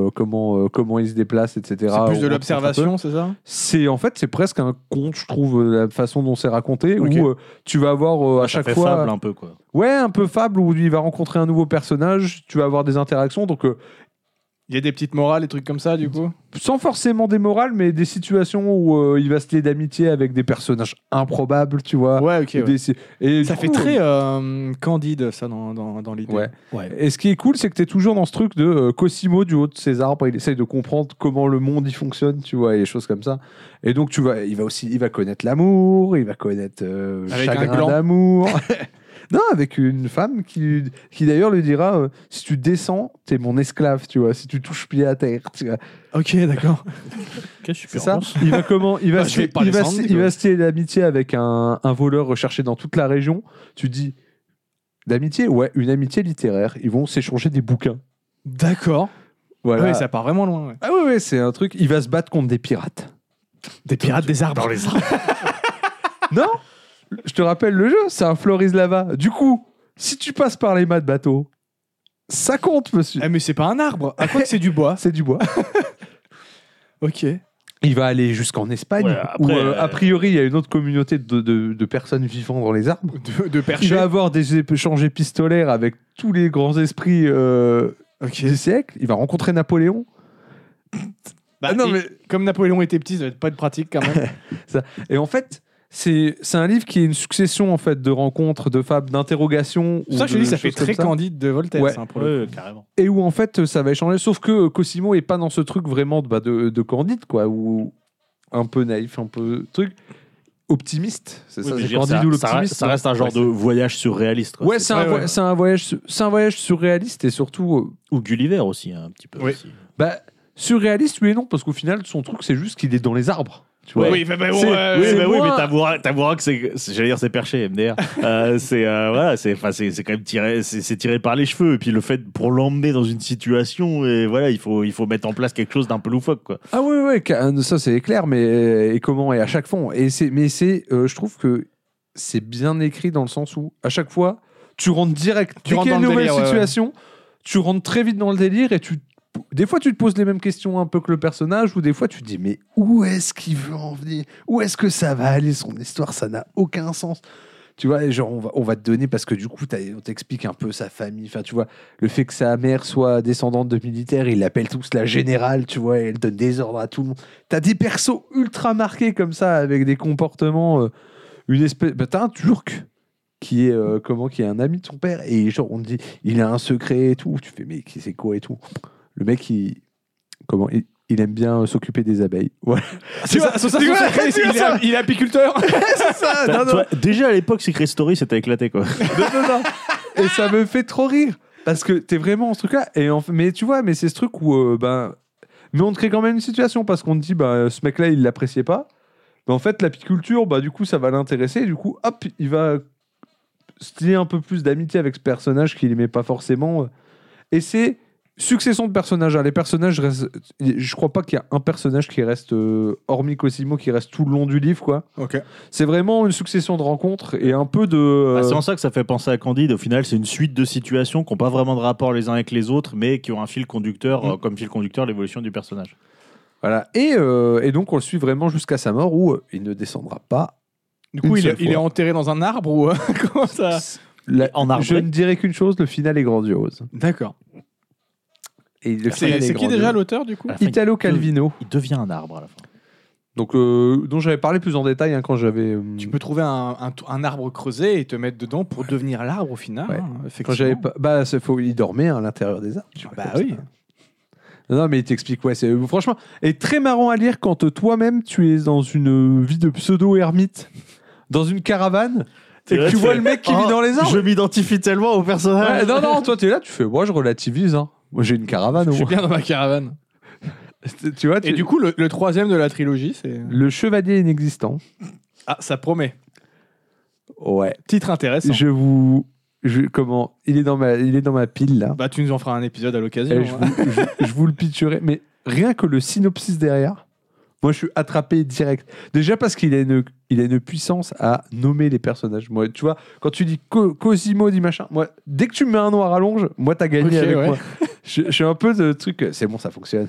euh, comment euh, comment il se déplace, etc. C'est plus on de rentre un peu. l'observation, c'est ça C'est en fait, c'est presque un conte, je trouve, euh, la façon dont c'est raconté, Ok. où euh, tu vas avoir euh, à Ça chaque fait fois. fable un peu, quoi. hein. Ouais, un peu fable où il va rencontrer un nouveau personnage, tu vas avoir des interactions, donc euh, Il y a des petites morales, des trucs comme ça, du coup sans forcément des morales, mais des situations où euh, il va se lier d'amitié avec des personnages improbables, tu vois. Ouais, ok. ouais. Des- et Ça du fait coup, très euh, candide, ça, dans, dans, dans l'idée. Ouais. Ouais. Et ce qui est cool, c'est que tu es toujours dans ce truc de euh, Cosimo du haut de ses arbres, il essaye de comprendre comment le monde y fonctionne, tu vois, et les choses comme ça. Et donc tu vas, il va aussi, il va connaître l'amour, il va connaître euh, le Avec un chagrin gland. d'amour. non, avec une femme qui, qui d'ailleurs lui dira, euh, si tu descends, t'es mon esclave, tu vois, si tu touches pied à terre, tu vois. Ok, d'accord. Quelle C'est super ça Il va comment Il va, Bah, je vais se- pas il va, descendre, se- dis il va donc. se lier d'amitié avec un, un voleur recherché dans toute la région. Tu dis d'amitié Ouais, une amitié littéraire. Ils vont s'échanger des bouquins. D'accord. Voilà. Ouais, ça part vraiment loin. ouais. Ah ouais, ouais, c'est un truc. Il va se battre contre des pirates. Des pirates des arbres. Dans les arbres. non Je te rappelle le jeu, c'est un Floris Lava. Du coup, si tu passes par les mâts de bateau, ça compte, monsieur. Ah, mais c'est pas un arbre. À quoi que c'est du bois C'est du bois. Ok. Il va aller jusqu'en Espagne, Ouais, après, où euh, euh, a priori il y a une autre communauté de- de- de personnes vivant dans les arbres. De, de Il percher. va avoir des échanges épistolaires avec tous les grands esprits euh, Ok. du siècle. Il va rencontrer Napoléon. Bah, Ah non, et- Comme Napoléon était petit, ça va être pas de pratique quand même. Et en fait, c'est c'est un livre qui est une succession en fait de rencontres, de fables, d'interrogations. C'est ça que je te ou dis, de ça fait choses comme très candide de Voltaire, Ouais. ça, hein, pour le Ouais, carrément. Et où en fait, ça va échanger. Sauf que euh, Cosimo est pas dans ce truc vraiment de, bah, de, de candide, quoi, ou un peu naïf, un peu truc optimiste. C'est Oui, ça, mais je c'est veux dire, candide ça- ou ça reste- l'optimiste. hein. Ça reste un genre Ouais, de voyage surréaliste. quoi. Ouais, c'est un, ouais, voy- ouais. c'est un voyage, su- c'est un voyage surréaliste et surtout. euh, Ou Gulliver aussi, hein, un petit peu. Oui. aussi. Bah, surréaliste, oui et non, parce qu'au final, son truc, c'est juste qu'il est dans les arbres. Tu vois. Ouais. Oui, bah, bah, bon, C'est- euh, Oui, Eh ben c'est mais oui, moins- mais t'avoueras, t'avoueras que c'est, c'est- j'allais dire c'est perché, MDR. Euh, c'est euh, voilà, c'est, enfin, c'est, c'est quand même tiré, c'est, c'est tiré par les cheveux. Et puis le fait pour l'emmener dans une situation, et voilà, il faut, il faut mettre en place quelque chose d'un peu loufoque, quoi. Ah oui, oui, ca- ça c'est clair, mais euh, et comment et à chaque fois. Et c'est, mais c'est, euh, je trouve que c'est bien écrit dans le sens où à chaque fois, tu rentres direct. Tu Dès rentres qu'il y a dans une le nouvelle délire, ouais, ouais. situation, tu rentres très vite dans le délire et tu. Des fois, tu te poses les mêmes questions un peu que le personnage, ou des fois, tu te dis mais où est-ce qu'il veut en venir Où est-ce que ça va aller Son histoire, ça n'a aucun sens. Tu vois, et genre, on va, on va te donner parce que du coup, t'as- on t'explique un peu sa famille. Enfin, tu vois, le fait que sa mère soit descendante de militaires, ils l'appellent tous la générale, tu vois, et elle donne des ordres à tout le monde. T'as des persos ultra marqués comme ça, avec des comportements. euh, une espèce. Bah, t'as un turc qui est, euh, comment, qui est un ami de son père, et genre, on te dit, il a un secret et tout. Tu fais, mais qui- c'est quoi et tout Le mec, il. Comment il- il aime bien euh, s'occuper des abeilles. Voilà. C'est ça, c'est ça, tu c'est vois, ça, c'est- tu vois il est- ça. Il est apiculteur. c'est ça T'as- Bah, toi, déjà à l'époque, Secret Story, c'était éclaté quoi. Non, non, non. Et ça me fait trop rire. Parce que t'es vraiment en ce truc-là. Et en fait- mais tu vois, mais c'est ce truc où. euh, ben, mais on te crée quand même une situation parce qu'on te dit, bah, ce mec-là, il l'appréciait pas. Mais en fait, l'apiculture, bah, du coup, ça va l'intéresser. Et Du coup, hop, il va se lier un peu plus d'amitié avec ce personnage qu'il aimait pas forcément. Et c'est succession de personnages. hein. Les personnages restent. Je crois pas qu'il y a un personnage qui reste, euh, hormis Cosimo, qui reste tout le long du livre, quoi. Ok. C'est vraiment une succession de rencontres et un peu de. euh, Ah, c'est en ça que ça fait penser à Candide. Au final, c'est une suite de situations qui n'ont pas vraiment de rapport les uns avec les autres, mais qui ont un fil conducteur, euh, comme fil conducteur, l'évolution du personnage. Voilà. Et, euh, et donc, on le suit vraiment jusqu'à sa mort où euh, il ne descendra pas. Du Une coup, il seule est, il est fois. enterré dans un arbre ou euh, comment ça La- En arbre. je ne dirais qu'une chose le final est grandiose. D'accord. Et le C'est final est c'est qui grandiose. déjà l'auteur du coup Ah. Italo Calvino, Il devient un arbre à la fin. donc, euh, dont j'avais parlé plus en détail hein, quand j'avais euh, Tu peux trouver un, un- un arbre creusé et te mettre dedans pour devenir l'arbre au final. Ouais. hein, quand j'avais effectivement. pas- bah c'est- faut il dormait hein, à l'intérieur des arbres. tu vois, Bah comme oui. ça. Non mais il t'explique ouais c'est euh, franchement et très marrant à lire quand euh, toi-même tu es dans une euh, vie de pseudo ermite dans une caravane et que tu vois le mec qui vit dans les arbres. Je m'identifie tellement au personnage. Ouais, non, non, toi, t'es là, tu fais, moi, je relativise. Hein. Moi, j'ai une caravane. Je suis moi. bien dans ma caravane. tu vois, tu- Et du coup, le, le troisième de la trilogie, c'est. le chevalier inexistant. Ah, ça promet. Ouais. Titre intéressant. Je vous. je- comment Il est, dans ma, il est dans ma pile, là. Bah, tu nous en feras un épisode à l'occasion. Et Eh, je, hein. vous, je- je vous le pitcherai. Mais rien que le synopsis derrière, moi, je suis attrapé direct. Déjà parce qu'il a une, il a une puissance à nommer les personnages. Moi, tu vois, quand tu dis Co- Cosimo, dit machin, moi, dès que tu me mets un nom à rallonge, moi, t'as gagné Ok, avec ouais. moi. Je, je suis un peu de truc, c'est bon, ça fonctionne.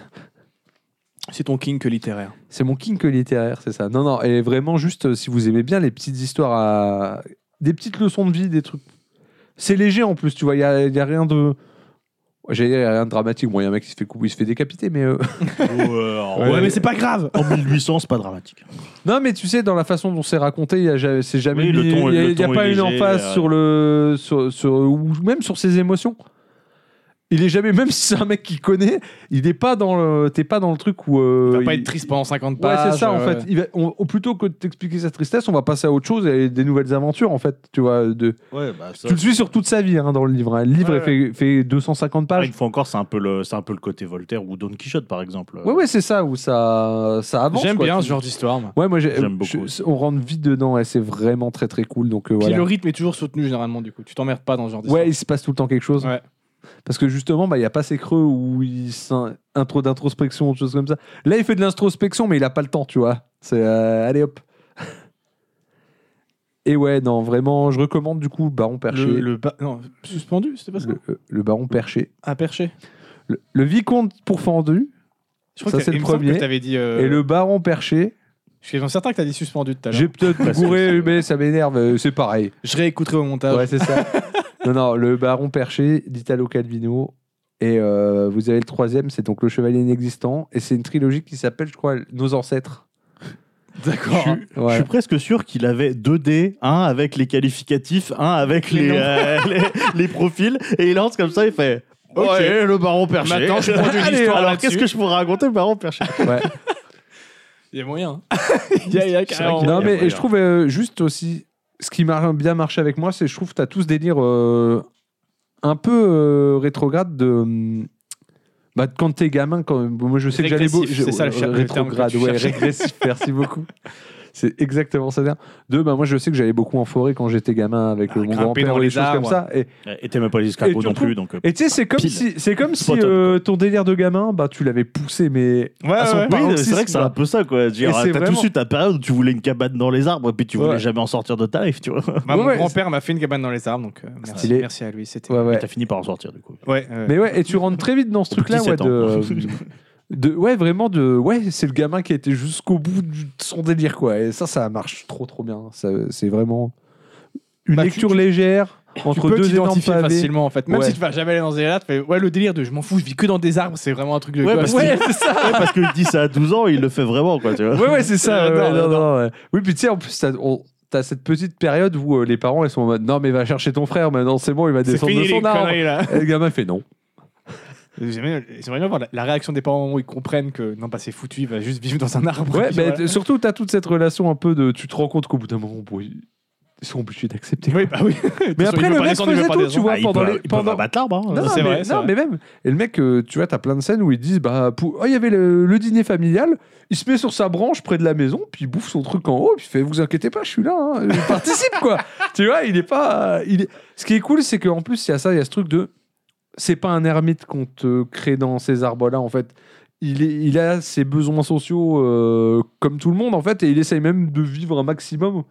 C'est ton kink littéraire. C'est mon kink littéraire, c'est ça. Non, non, et vraiment, juste euh, si vous aimez bien les petites histoires, à... des petites leçons de vie, des trucs. C'est léger en plus, tu vois, il n'y a, y a rien de. J'allais dire, y a rien de dramatique. Bon, il y a un mec qui se fait, cou- il se fait décapiter, mais. euh, Ou, euh, en- Ouais, mais Ah c'est pas grave. En 1800, c'est pas dramatique. non, mais tu sais, dans la façon dont c'est raconté, il y a ja- c'est jamais. Oui, le mis- ton est- y a, le y a ton pas est une léger, emphase euh, sur le. Sur, sur- ou même sur ses émotions. Il est jamais, même si c'est un mec qui connaît, il n'est pas dans le. T'es pas dans le truc où. euh, Il va pas il- être triste pendant 50 Ouais, pages. c'est ça, en euh, fait. Il va- on- au- plutôt que de t'expliquer sa tristesse, on va passer à autre chose et des nouvelles aventures, en fait. Tu vois, de... Ouais, bah, ça, tu le suis sur toute sa vie hein, dans le livre. hein. Le livre Ouais, Fait, fait 250 Ah, pages. Une fois encore, c'est un, peu le, c'est un peu le côté Voltaire ou Don Quichotte, par exemple. Ouais, ouais, c'est ça, où ça, ça avance. J'aime quoi. bien Tu- ce genre d'histoire. moi. Ouais, moi, j'ai- J'aime je- beaucoup. c'est- on rentre vite dedans et c'est vraiment très très cool. Donc, euh, Puis voilà. le rythme est toujours soutenu généralement, du coup. Tu t'emmerdes pas dans ce genre d'histoire. Ouais, il se passe tout le temps quelque chose. Ouais. Parce que justement, bah, il n'y a pas ces creux où il s'in- intro d'introspection, autre chose comme ça. Là, il fait de l'introspection, mais il n'a pas le temps, tu vois. C'est euh, allez hop. Et ouais, non, vraiment, je recommande du coup Baron Perché. le, le ba- non, suspendu, c'était pas ça Le- euh, le Baron Perché. Un perché. Le, le Vicomte pourfendu Je crois Ça, que c'est c'est le le premier. premier. Que avais dit, euh, et le Baron Perché. Je suis certain que t'as dit suspendu tout à l'heure. J'ai peut-être Parce que bourré, c'est- mais ça m'énerve, euh, c'est pareil. Je réécouterai au Bah, montage. Ouais, c'est ça. non, non, le Baron Perché d'Italo Calvino. Et euh, vous avez le troisième, c'est donc Le Chevalier Inexistant. Et c'est une trilogie qui s'appelle, je crois, Nos Ancêtres. D'accord. Je suis- Je Voilà. suis presque sûr qu'il avait deux dés, un avec les qualificatifs, un avec Les les, noms. euh, les- les profils, et il lance comme ça, il fait Ok. Ouais, le baron perché. Maintenant, je produis une Allez, histoire alors là-dessus. qu'est-ce que je pourrais raconter, le baron perché Ouais. Il y a moyen. hein. Il y a, Oh, il y a carrément. Non, Ouais, mais ouais, et je trouve euh, juste aussi, ce qui m'a bien marché avec moi, c'est je trouve que tu as tout ce délire euh, un peu euh, rétrograde de. hum, Bah, quand t'es gamin, quand, moi je sais que j'allais Régressif, beau- c'est ça le cher- le terme que rétrograde, tu ouais, cherchais. régressif, merci beaucoup. C'est exactement ça. le terme. Deux, bah, moi je sais que j'allais beaucoup en forêt quand j'étais gamin avec Ah, euh, mon grimper grand-père dans ou les des choses comme arbres. ça. Et Et t'es même pas les Et escargots tu non trouves- plus, donc. euh, et tu sais, c'est comme Pile. si, c'est comme si Spot on, quoi. euh, ton délire de gamin, bah, tu l'avais poussé, mais Ouais, à son ouais, ouais. Oui, paroxysme, Ah, c'est vrai que c'est un quoi. peu ça, quoi. Je veux dire, ah, Et c'est T'as vraiment- tout su ta période où tu voulais une cabane dans les arbres, et puis tu voulais Ouais. jamais en sortir de ta life, tu vois. Bah, Ouais, mon ouais, grand-père m'a fait une cabane dans les arbres, donc euh, merci, Stylé. merci à lui. C'était. Ouais, ouais. T'as fini par en sortir, du coup. Ouais, euh, Mais ouais, et tu rentres très vite dans ce Au bout de truc-là, ouais, 17 ans. de, euh, de- ouais, vraiment de, ouais, c'est le gamin qui a été jusqu'au bout du- de son délire, quoi. Et ça, ça marche trop, trop bien. Ça, c'est vraiment une Bah, tu- lecture tu- légère tu entre peux deux énormes t'identifier pavés. facilement en fait. Même Ouais. si tu vas jamais aller dans des arbres, tu fais, ouais, le délire de je m'en fous, je vis que dans des arbres, c'est vraiment un truc de Ouais, gosse. parce que- Ouais, parce qu'il dit ça à 12 ans, il le fait vraiment, quoi, tu vois. Ouais, ouais, c'est ça. ouais, J'adore, ouais, non, j'adore. non, ouais. Oui, puis tu sais, en plus, t'as, on- t'as cette petite période où euh, les parents, ils sont en mode, non, mais va chercher ton frère, maintenant, c'est bon, il va C'est descendre fini de les son arbre. conneries là. Et le gamin fait non. J'aimerais j'aimerais bien voir la, la réaction des parents où ils comprennent que non, bah c'est foutu, il va juste vivre dans un arbre. Ouais, Puis mais voilà. t- surtout, t'as toute cette relation un peu de. Tu te rends compte qu'au bout d'un moment, bon, ils ils sont obligés d'accepter. Oui, bah oui. De toute Mais façon, il après, veut le pas mec descendre, il veut faisait pas tout, tu descendre. vois, Ah, ils pendant peuvent- les. ils peuvent pendant- abattre l'arbre, hein. Non, c'est mais, vrai, c'est non, vrai. mais même. Et le mec, euh, tu vois, t'as plein de scènes où ils disent bah, pour... oh, il y avait le, le dîner familial, il se met sur sa branche près de la maison, puis il bouffe son truc en haut, puis il fait vous inquiétez pas, je suis là, hein, je participe, quoi. tu vois, il est pas. Il est... Ce qui est cool, c'est qu'en plus, il y a ça, il y a ce truc de. C'est pas un ermite qu'on te crée dans ces arbres-là, en fait. Il, est- il a ses besoins sociaux euh, comme tout le monde, en fait, et il essaye même de vivre un maximum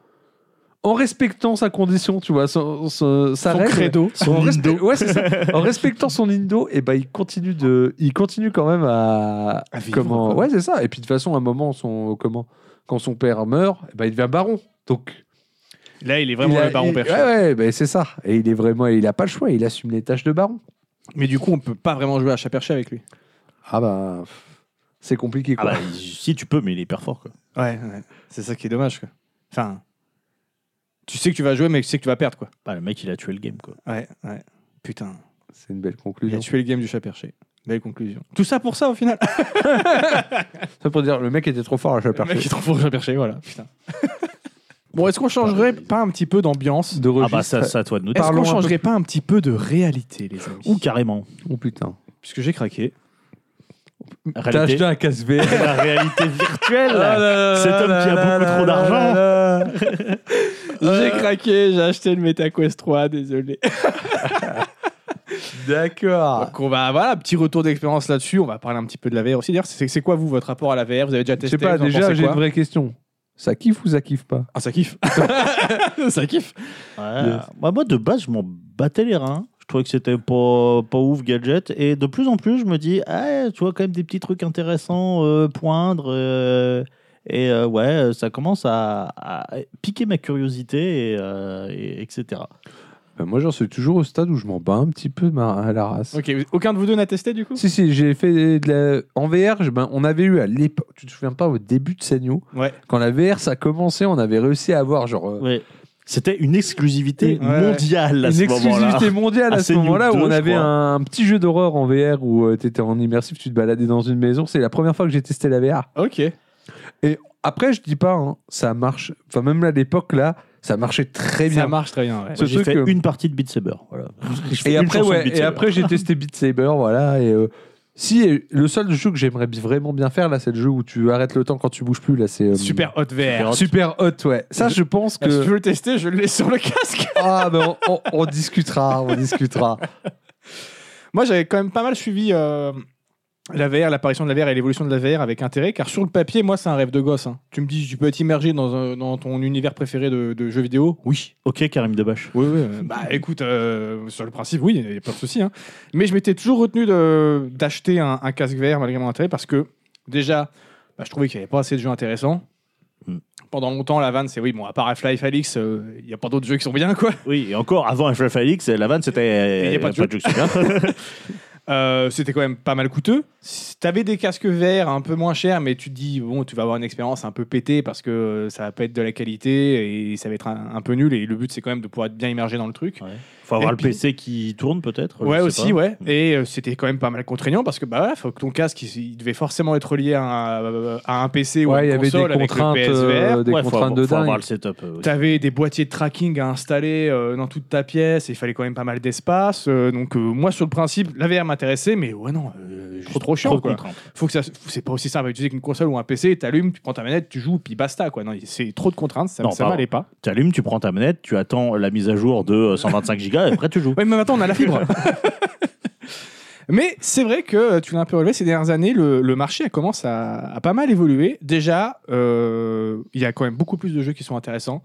en respectant sa condition, tu vois, son, son- sa Son règle. credo. En respect- ouais, c'est ça. En respectant son indo, et ben il continue de, il continue quand même à, À vivre, comment, quoi. ouais c'est ça. Et puis de toute façon, à un moment, son comment, quand son père meurt, eh ben il devient baron. Donc Là, il est vraiment il a- le baron il- perché. Ouais, ouais, ben c'est ça. Et il est vraiment, il a pas le choix. Il assume les tâches de baron. Mais du coup, on peut pas vraiment jouer à chat perché avec lui. Ah bah c'est compliqué Ah quoi. bah, si tu peux, mais il est hyper fort. Quoi. Ouais, ouais. c'est ça qui est dommage. Quoi. Enfin, tu sais que tu vas jouer, mais tu sais que tu vas perdre. quoi. Bah, le mec, il a tué le game. Quoi. Ouais, ouais. Putain, C'est une belle il conclusion. a tué le game du chat perché. Belle conclusion. Tout ça pour ça au final. Ça pour dire le mec était trop fort à Le mec Chaperché. est trop fort au chat perché, voilà. Putain. Bon, est-ce qu'on changerait pas un petit peu d'ambiance De Ah registre. bah, ça, ça à toi de nous dire. Est-ce Parlons qu'on un peu- changerait pas un petit peu de réalité, les amis Ou carrément. Oh putain. Puisque j'ai craqué. T'as acheté Réalité. un casse VR. La réalité virtuelle. Ah, Cet homme qui a beaucoup trop d'argent. d'argent. J'ai craqué, j'ai acheté le MetaQuest 3, désolé. D'accord. Donc on va, voilà, petit retour d'expérience là-dessus. On va parler un petit peu de la VR aussi. D'ailleurs, c'est c'est quoi, vous, votre rapport à la VR Vous avez déjà Je testé sais pas, vous en déjà, pensez j'ai quoi une vraie question. Ça kiffe ou ça kiffe pas Ah, ça kiffe. ça kiffe. Ouais. Yes. Bah, moi, de base, je m'en battais les reins. Je trouvais que c'était pas, pas ouf, gadget. Et de plus en plus, je me dis, ah, tu vois, quand même des petits trucs intéressants, euh, poindre. euh, et euh, ouais, ça commence à, à piquer ma curiosité, et, euh, et- etc. Ben, Moi, j'en suis toujours au stade où je m'en bats un petit peu ma- à la race. Ok, vous- aucun de vous deux n'a testé du coup Si, si, j'ai fait de la... en VR. je- ben, on avait eu à l'époque, tu te souviens pas, au début de Sanyo, Ouais. quand la VR ça commençait, on avait réussi à avoir genre euh, Ouais. C'était une exclusivité Ouais, ouais. mondiale à une ce moment-là. exclusivité mondiale À à ce Sanyo moment-là où 2, on je avait crois. un, petit jeu d'horreur en VR où tu étais en immersif, tu te baladais dans une maison. C'est la première fois que j'ai testé la VR. Ok. Après, je dis pas, hein, ça marche. Enfin, même à l'époque là, ça marchait très bien. Ça marche très bien. ouais. Ce J'ai truc, fait euh, une partie de Beat Saber. Voilà. Je fais Et une après, chanson de ouais, Beat et Saber. après j'ai testé Beat Saber, voilà. Et euh, si et le seul jeu que j'aimerais bi- vraiment bien faire là, c'est le jeu où tu arrêtes le temps quand tu bouges plus là, c'est euh, Super hot VR. super hot, ouais. Ça, je pense Ah, Si tu que veux le tester, je le laisse sur le casque. ah ben on, on- on discutera, on discutera. Moi, j'avais quand même pas mal suivi euh, la VR, l'apparition de la VR et l'évolution de la VR avec intérêt, car sur le papier, moi, c'est un rêve de gosse. hein. Tu me dis, tu peux être immergé dans, un- dans ton univers préféré de, de jeux vidéo Oui. Ok, Karim Debache. Oui, oui. euh, Bah, écoute, euh, sur le principe, oui, il n'y a pas de souci. hein. Mais je m'étais toujours retenu de- d'acheter un, un casque VR malgré mon intérêt, parce que déjà, bah, je trouvais qu'il n'y avait pas assez de jeux intéressants. Mm. Hmm. Pendant longtemps, la vanne, c'est oui, bon, à part Half-Life Alix, il n'y a pas d'autres jeux qui sont bien, quoi. Oui, et encore avant FF Alix, la vanne c'était. Il y a pas de jeu. Euh, c'était quand même pas mal coûteux. Si T'avais des casques verts un peu moins chers, mais tu te dis, bon, tu vas avoir une expérience un peu pétée parce que euh, ça va pas être de la qualité et ça va être un, un peu nul. Et le but, c'est quand même de pouvoir être bien immergé dans le truc. Faut avoir Et le puis- PC qui tourne peut-être. je Ouais, sais aussi, pas. ouais. Mm. Et euh, c'était quand même pas mal contraignant parce que bah, voilà, faut que ton casque, il, il devait forcément être relié à un, à un PC ou à Ouais, il y une avait des console avec contraintes, le PSVR. euh, des Ouais, faut contraintes avoir- de faut avoir dingue. le setup. euh, aussi. T'avais des boîtiers de tracking à installer euh, dans toute ta pièce, et il fallait quand même pas mal d'espace. euh, donc euh, moi sur le principe, la VR m'intéressait, mais ouais non, euh, juste trop, chiant Trop de quoi. contraintes. faut que ça c'est pas aussi simple à utiliser qu'une console ou un PC t'allumes tu prends ta manette tu joues puis basta quoi non c'est trop de contraintes ça, Non, ça pardon. m'allait pas T'allumes, tu prends ta manette, tu attends la mise à jour de euh, 125 gigas et après tu joues. ouais mais maintenant on a la fibre mais c'est vrai que euh, tu l'as un peu relevé ces dernières années le, le marché a commence à, à pas mal évoluer déjà euh, il y a quand même beaucoup plus de jeux qui sont intéressants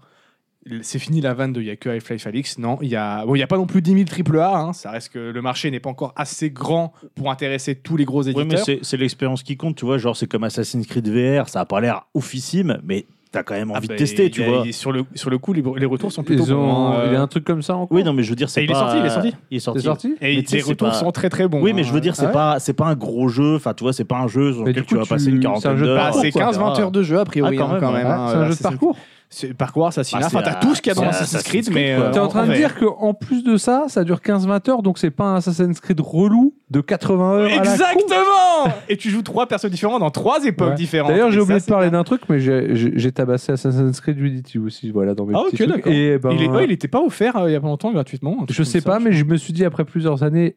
c'est fini la vanne de il n'y a que Half-Life Alix. Non, il n'y a... Bon, il y a pas non plus 10 000 AAA. hein, Ça reste que le marché n'est pas encore assez grand pour intéresser tous les gros éditeurs. Oui, mais c'est c'est l'expérience qui compte, tu vois. Genre, c'est comme Assassin's Creed VR, ça a pas l'air oufissime, mais t'as quand même Ah envie bah, de tester, il tu y a- vois. il y a- Sur le, sur le coup, les, les retours sont plutôt Ils ont, bons, hein. il y a un truc comme ça encore. Oui, non, mais je veux dire, c'est Ah, il est pas- sorti, il est sorti. Il est c'est sorti. sorti. Et Mais tu sais, tes c'est retours pas- sont très très bons. Oui, mais hein. je veux dire, c'est Ah ouais. pas, c'est pas un gros jeu. Enfin, tu vois, c'est pas un jeu sur Mais lequel du coup, tu vas passer tu- une c'est un quarantaine jeu de d'heures. Bah, c'est etc. 15-20 heures de jeu a priori euh, Ah, quand hein, même, Ouais, hein, c'est un euh, jeu de c'est- parcours. C'est Parcours, Assassinat, Bah, c'est enfin t'as tout ce qu'il y a dans c'est Assassin's Assassin's Creed, Creed, mais. quoi. euh, T'es en train de vrai. dire qu'en plus de ça, ça dure 15-20 heures, donc c'est pas un Assassin's Creed relou de 80 heures. à la con. Exactement Et tu joues trois personnes différentes dans trois époques Ouais. différentes. D'ailleurs, j'ai Et oublié ça, de parler d'un truc, mais j'ai- j'ai j'ai tabassé Assassin's Creed Unity aussi, voilà, dans mes Ah, petits ok, trucs. d'accord. Et ben, c'est- Il, est... ouais, il était pas offert euh, il y a pas longtemps gratuitement. un truc Je comme sais ça. pas, mais je me suis dit après plusieurs années.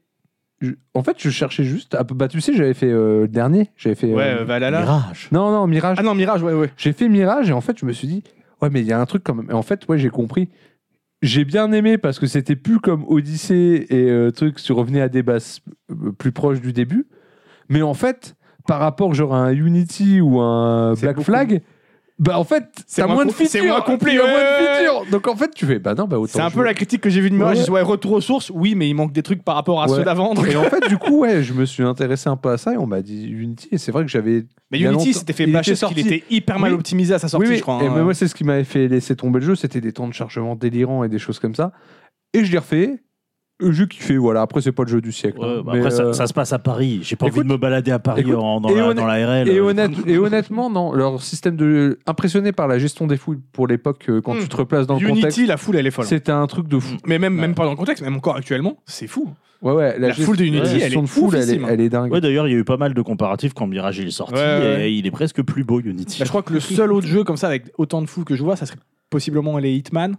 je- En fait, je cherchais juste. ah, Bah, tu sais, j'avais fait euh, le dernier. J'avais fait. Ouais, euh, euh, Valhalla. Mirage. Non, non, Mirage. Ah non, Mirage, ouais, ouais. J'ai fait Mirage et en fait, je me suis dit, ouais, mais il y a un truc quand même. Et en fait, ouais, j'ai compris. J'ai bien aimé parce que c'était plus comme Odyssée et euh, truc, tu revenais à des bases euh, plus proches du début. Mais en fait, par rapport genre à un Unity ou un C'est Black beaucoup. Flag, bah en fait, C'est t'as moins moins de com- c'est features. moins complet, Il y a moins de ouais. features. Donc en fait, tu fais, bah non, bah autant. C'est un peu jouer. la critique que j'ai vue de Mirage. Ouais. Ils disent, Ouais. retour aux sources, oui, mais il manque des trucs par rapport à Ouais. ceux d'avant. donc- Et en fait, du coup, ouais, je me suis intéressé un peu à ça et on m'a dit Unity. Et c'est vrai que j'avais. Mais il y a Unity longtemps- s'était fait il bâcher était parce qu'il sorti. était hyper mal Oui. optimisé à sa sortie, Oui, oui. je crois. Et hein. moi, c'est ce qui m'avait fait laisser tomber le jeu, c'était des temps de chargement délirants et des choses comme ça. Et je l'ai refait. Le jeu qui fait, voilà. Après, c'est pas le jeu du siècle. hein. Ouais, bah Mais, après, ça, euh, ça se passe à Paris. J'ai pas écoute, envie de me balader à Paris écoute, en- dans, et la, honnête- dans la RL. Et, euh, honnête, et honnêtement, non. Leur système de. Impressionné par la gestion des fouilles pour l'époque, euh, quand Hmm. tu te replaces dans le contexte, Unity, la foule, elle est folle. c'était un truc de fou. Mais même, Ouais. même pas dans le contexte, même encore actuellement, c'est fou. Ouais, ouais. La gest- foule de Unity, la elle gestion est de foule, elle est, oufissime. elle est dingue. Ouais, d'ailleurs, il y a eu pas mal de comparatifs quand Mirage est sorti. Ouais, ouais. Et il est presque plus beau, Unity. Bah, je crois que le seul autre jeu comme ça avec autant de fou que je vois, ça serait possiblement les Hitman.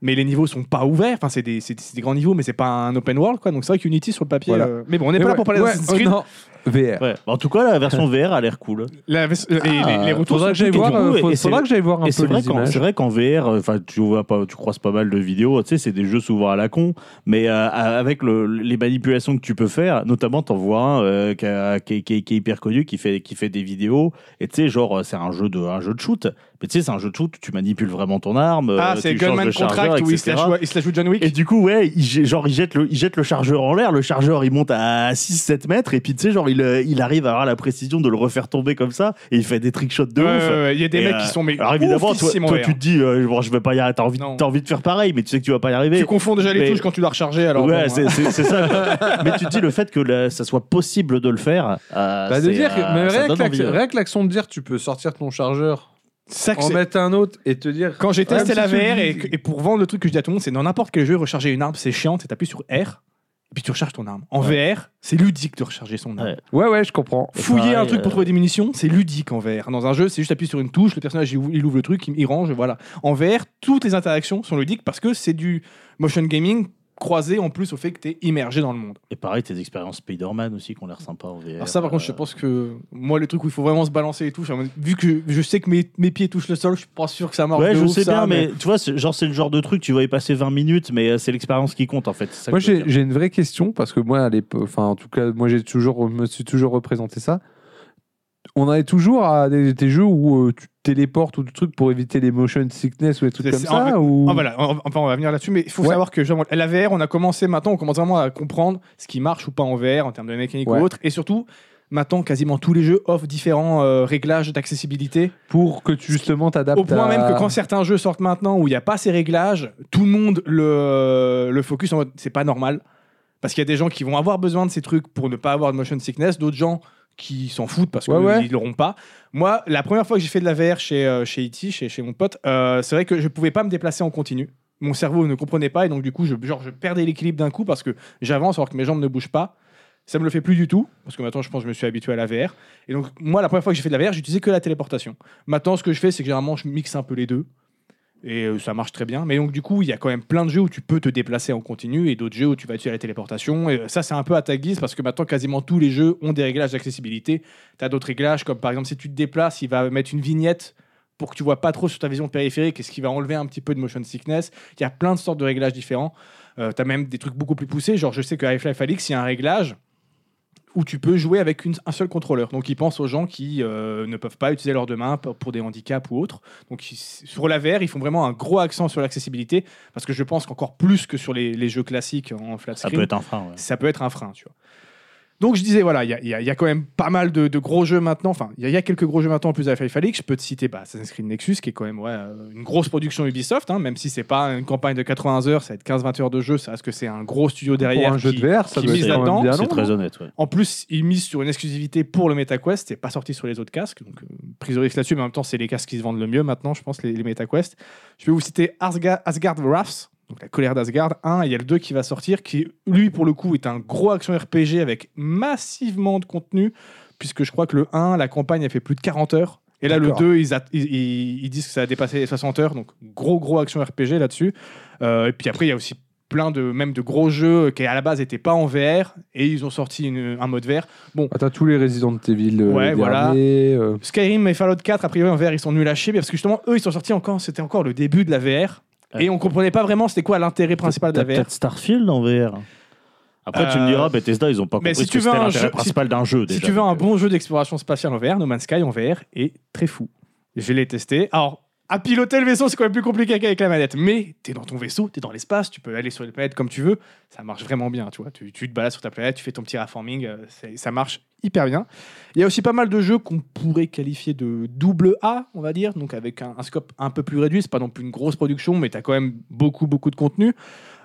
Mais les niveaux sont pas ouverts, enfin c'est des, c'est- c'est des grands niveaux, mais c'est pas un open world quoi. Donc c'est vrai qu'Unity sur le papier. Voilà. euh, Mais bon, on n'est Mais pas là ouais, pour parler ouais, d'Assassin's oh Creed. non, VR. Ouais. Bah, En tout cas, la version VR a l'air cool. La- les- Ah, les, les retours faudra sont que j'aille plutôt voir, bons. tout, euh, et faut- c'est- faudra que j'aille voir un Et peu c'est vrai, les qu'en- images. c'est vrai qu'en VR, euh, enfin, tu vois pas, tu croises pas mal de vidéos. Tu sais, c'est des jeux souvent à la con, mais euh, avec le- les manipulations que tu peux faire, notamment t'en vois un euh, qui, a- qui est- qui est- qui est hyper connu, qui fait qui fait des vidéos. Et tu sais, genre, euh, c'est un jeu de un jeu de shoot. Mais tu sais, c'est un jeu de shoot. où Tu manipules vraiment ton arme. Ah, euh, c'est tu changes Gunman de chargeur, Contract où il se, etc. la joue, il se la joue John Wick. Et du coup, ouais, il, jette- genre, il jette, le, il jette le chargeur en l'air, le chargeur il monte à 6-7 mètres, et puis tu sais, genre, il, euh, il arrive à avoir la précision de le refaire tomber comme ça, et il fait des trickshots de Ouais, ouais, ouf. ouais, il y a des Et, mecs euh, qui sont mais Alors évidemment, toi, oufissimes en toi, VR. tu te dis, euh, bon, je vais pas y arriver, t'as envie, Non. t'as envie de faire pareil, mais tu sais que tu vas pas y arriver. Tu confonds déjà les mais- touches quand tu dois recharger. Alors ouais, bon, c'est hein. c'est- c'est ça. mais tu te dis le fait que le- ça soit possible de le faire, euh, Bah, de c'est, dire que- euh, mais ça rien donne que envie. l'ac- rien que l'action de dire tu peux sortir ton chargeur, Ça que en c'est- mettre un autre et te dire. Quand j'ai Même testé si la tu VR le et, dis- que- et pour vendre le truc que je dis à tout le monde, c'est dans n'importe quel jeu, recharger une arme, c'est chiant, c'est t'appuies sur R et puis tu recharges ton arme. En VR, c'est ludique de recharger son arme. Ouais. Ouais, ouais, je comprends. Et Fouiller pareil, un truc pour euh, trouver des munitions, c'est ludique en VR. Dans un jeu, c'est juste appuyer sur une touche, le personnage il ou- il ouvre le truc, il il range, voilà. En VR, toutes les interactions sont ludiques parce que c'est du motion gaming croisé en plus au fait que t'es immergé dans le monde. Et pareil, tes expériences Spider-Man aussi qui ont l'air sympa en VR. Alors ça par contre, je euh, pense que moi le truc où il faut vraiment se balancer et tout, je- vu que je sais que mes, mes pieds touchent le sol, je suis pas sûr que ça marche. Ouais, de je ouf, sais ça, bien, mais, tu vois, c'est- genre, c'est le genre de truc, tu vas y passer 20 minutes, mais euh, c'est l'expérience qui compte, en fait. c'est ça que Moi, je veux j'ai dire. j'ai une vraie question parce que moi, à l'époque, enfin, en tout cas, moi, j'ai toujours, me suis toujours représenté ça. On allait toujours à des, des jeux où euh, tu te téléportes ou des trucs pour éviter les motion sickness ou des trucs C'est- comme c'est- ça. ou... Ah, voilà, on- enfin on va venir là-dessus, mais il faut Ouais. savoir que justement, la VR, on a commencé maintenant, on commence vraiment à comprendre ce qui marche ou pas en VR en termes de mécanique Ouais. ou autre, et surtout maintenant quasiment tous les jeux offrent différents euh, réglages d'accessibilité, Pour que tu justement t'adaptes. au point à- même que quand certains jeux sortent maintenant où il n'y a pas ces réglages, tout le monde le, le focus en mode c'est pas normal, parce qu'il y a des gens qui vont avoir besoin de ces trucs pour ne pas avoir de motion sickness, d'autres gens qui s'en foutent parce qu'ils Ouais, ouais. ne l'auront pas. Moi, la première fois que j'ai fait de la VR chez, euh, chez E.T., chez, chez mon pote, euh, c'est vrai que je ne pouvais pas me déplacer en continu. Mon cerveau ne comprenait pas et donc du coup, je, genre, je perdais l'équilibre d'un coup parce que j'avance alors que mes jambes ne bougent pas. Ça me le fait plus du tout parce que maintenant, je pense que je me suis habitué à la VR. Et donc, moi, la première fois que j'ai fait de la VR, j'utilisais que la téléportation. Maintenant, ce que je fais, c'est que généralement, je mixe un peu les deux. Et euh, ça marche très bien. Mais donc, du coup, il y a quand même plein de jeux où tu peux te déplacer en continu et d'autres jeux où tu vas utiliser la téléportation. Et euh, ça, c'est un peu à ta guise parce que maintenant, quasiment tous les jeux ont des réglages d'accessibilité. Tu as d'autres réglages comme par exemple, si tu te déplaces, il va mettre une vignette pour que tu vois pas trop sur ta vision périphérique et ce qui va enlever un petit peu de motion sickness. Il y a plein de sortes de réglages différents. tu as même des trucs beaucoup plus poussés. Genre, je sais que Half-Life Alyx, il y a un réglage où tu peux jouer avec une- un seul contrôleur. Donc, ils pensent aux gens qui euh, ne peuvent pas utiliser leurs deux mains pour pour des handicaps ou autres. Donc, ils- sur la VR, ils font vraiment un gros accent sur l'accessibilité parce que je pense qu'encore plus que sur les, les jeux classiques en flat Ça screen peut être un frein, ouais. ça peut être un frein, tu vois. Donc je disais, voilà, il y a- il y, a- il y a quand même pas mal de, de gros jeux maintenant. Enfin, il y, a- il y a quelques gros jeux maintenant en plus d'Half-Life Alyx. Je peux te citer bah, Assassin's Creed Nexus, qui est quand même ouais, euh, une grosse production Ubisoft, hein, même si c'est pas une campagne de 80 heures, ça va être 15-20 heures de jeu, ça reste que c'est un gros studio derrière. Pour un jeu qui- de VR, ça qui doit mise être quand là-dedans, même bien c'est long. C'est très non honnête. ouais. en plus, ils misent sur une exclusivité pour le MetaQuest. C'est pas sorti sur les autres casques. Donc, euh, prise de risque là-dessus, mais en même temps, c'est les casques qui se vendent le mieux maintenant, je pense, les, les MetaQuest. Je vais vous citer Asga- Asgard Wrath, donc la colère d'Asgard 1. et Il y a le 2 qui va sortir, qui, lui, pour le coup, est un gros action RPG avec massivement de contenu, puisque je crois que le 1, la campagne, a fait plus de 40 heures. Et là, le D'accord. 2, ils, at- ils- ils- ils disent que ça a dépassé les 60 heures. Donc, gros, gros action RPG là-dessus. Euh, et puis après, il y a aussi plein de même de gros jeux qui à la base n'étaient pas en VR et ils ont sorti une- un mode VR. Attends, Ah, tous les Resident Evil euh, Ouais, les voilà. derniers, euh, Skyrim et Fallout 4 a priori en VR ils sont nuls à chier parce que justement eux ils sont sortis encore c'était encore le début de la VR Ouais. et on comprenait pas vraiment c'était quoi l'intérêt principal de T'as la VR. peut-être Starfield en VR. Après, tu me Euh, diras, Bethesda, ils ont pas mais compris si ce tu que veux c'était un l'intérêt jeu- principal d'un jeu. Si déjà, tu veux un donc, euh, bon jeu d'exploration spatiale en VR, No Man's Sky en VR est très fou. Je l'ai testé. Alors, à piloter le vaisseau, c'est quand même plus compliqué qu'avec la manette. Mais t'es dans ton vaisseau, t'es dans l'espace, tu peux aller sur les planètes comme tu veux. Ça marche vraiment bien, tu vois. Tu, tu te balades sur ta planète, tu fais ton petit raforming, euh, c'est- ça marche hyper bien. Il y a aussi pas mal de jeux qu'on pourrait qualifier de double A, on va dire, donc avec un, un scope un peu plus réduit. C'est pas non plus une grosse production, mais t'as quand même beaucoup, beaucoup de contenu.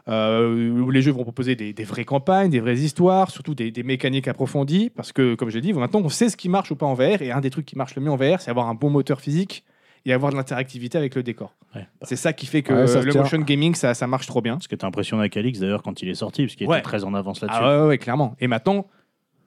Euh, où les jeux vont proposer des, des vraies campagnes, des vraies histoires, surtout des, des mécaniques approfondies, parce que, comme je l'ai dit, maintenant on sait ce qui marche ou pas en VR, et un des trucs qui marche le mieux en VR, c'est avoir un bon moteur physique et avoir de l'interactivité avec le décor. ouais. C'est ça qui fait que Ouais, ça le tient. motion gaming, ça, ça marche trop bien. Ce qui était impressionnant avec Alix d'ailleurs quand il est sorti, parce qu'il Ouais. était très en avance là-dessus. Ah ouais, ouais, ouais, clairement. Et maintenant,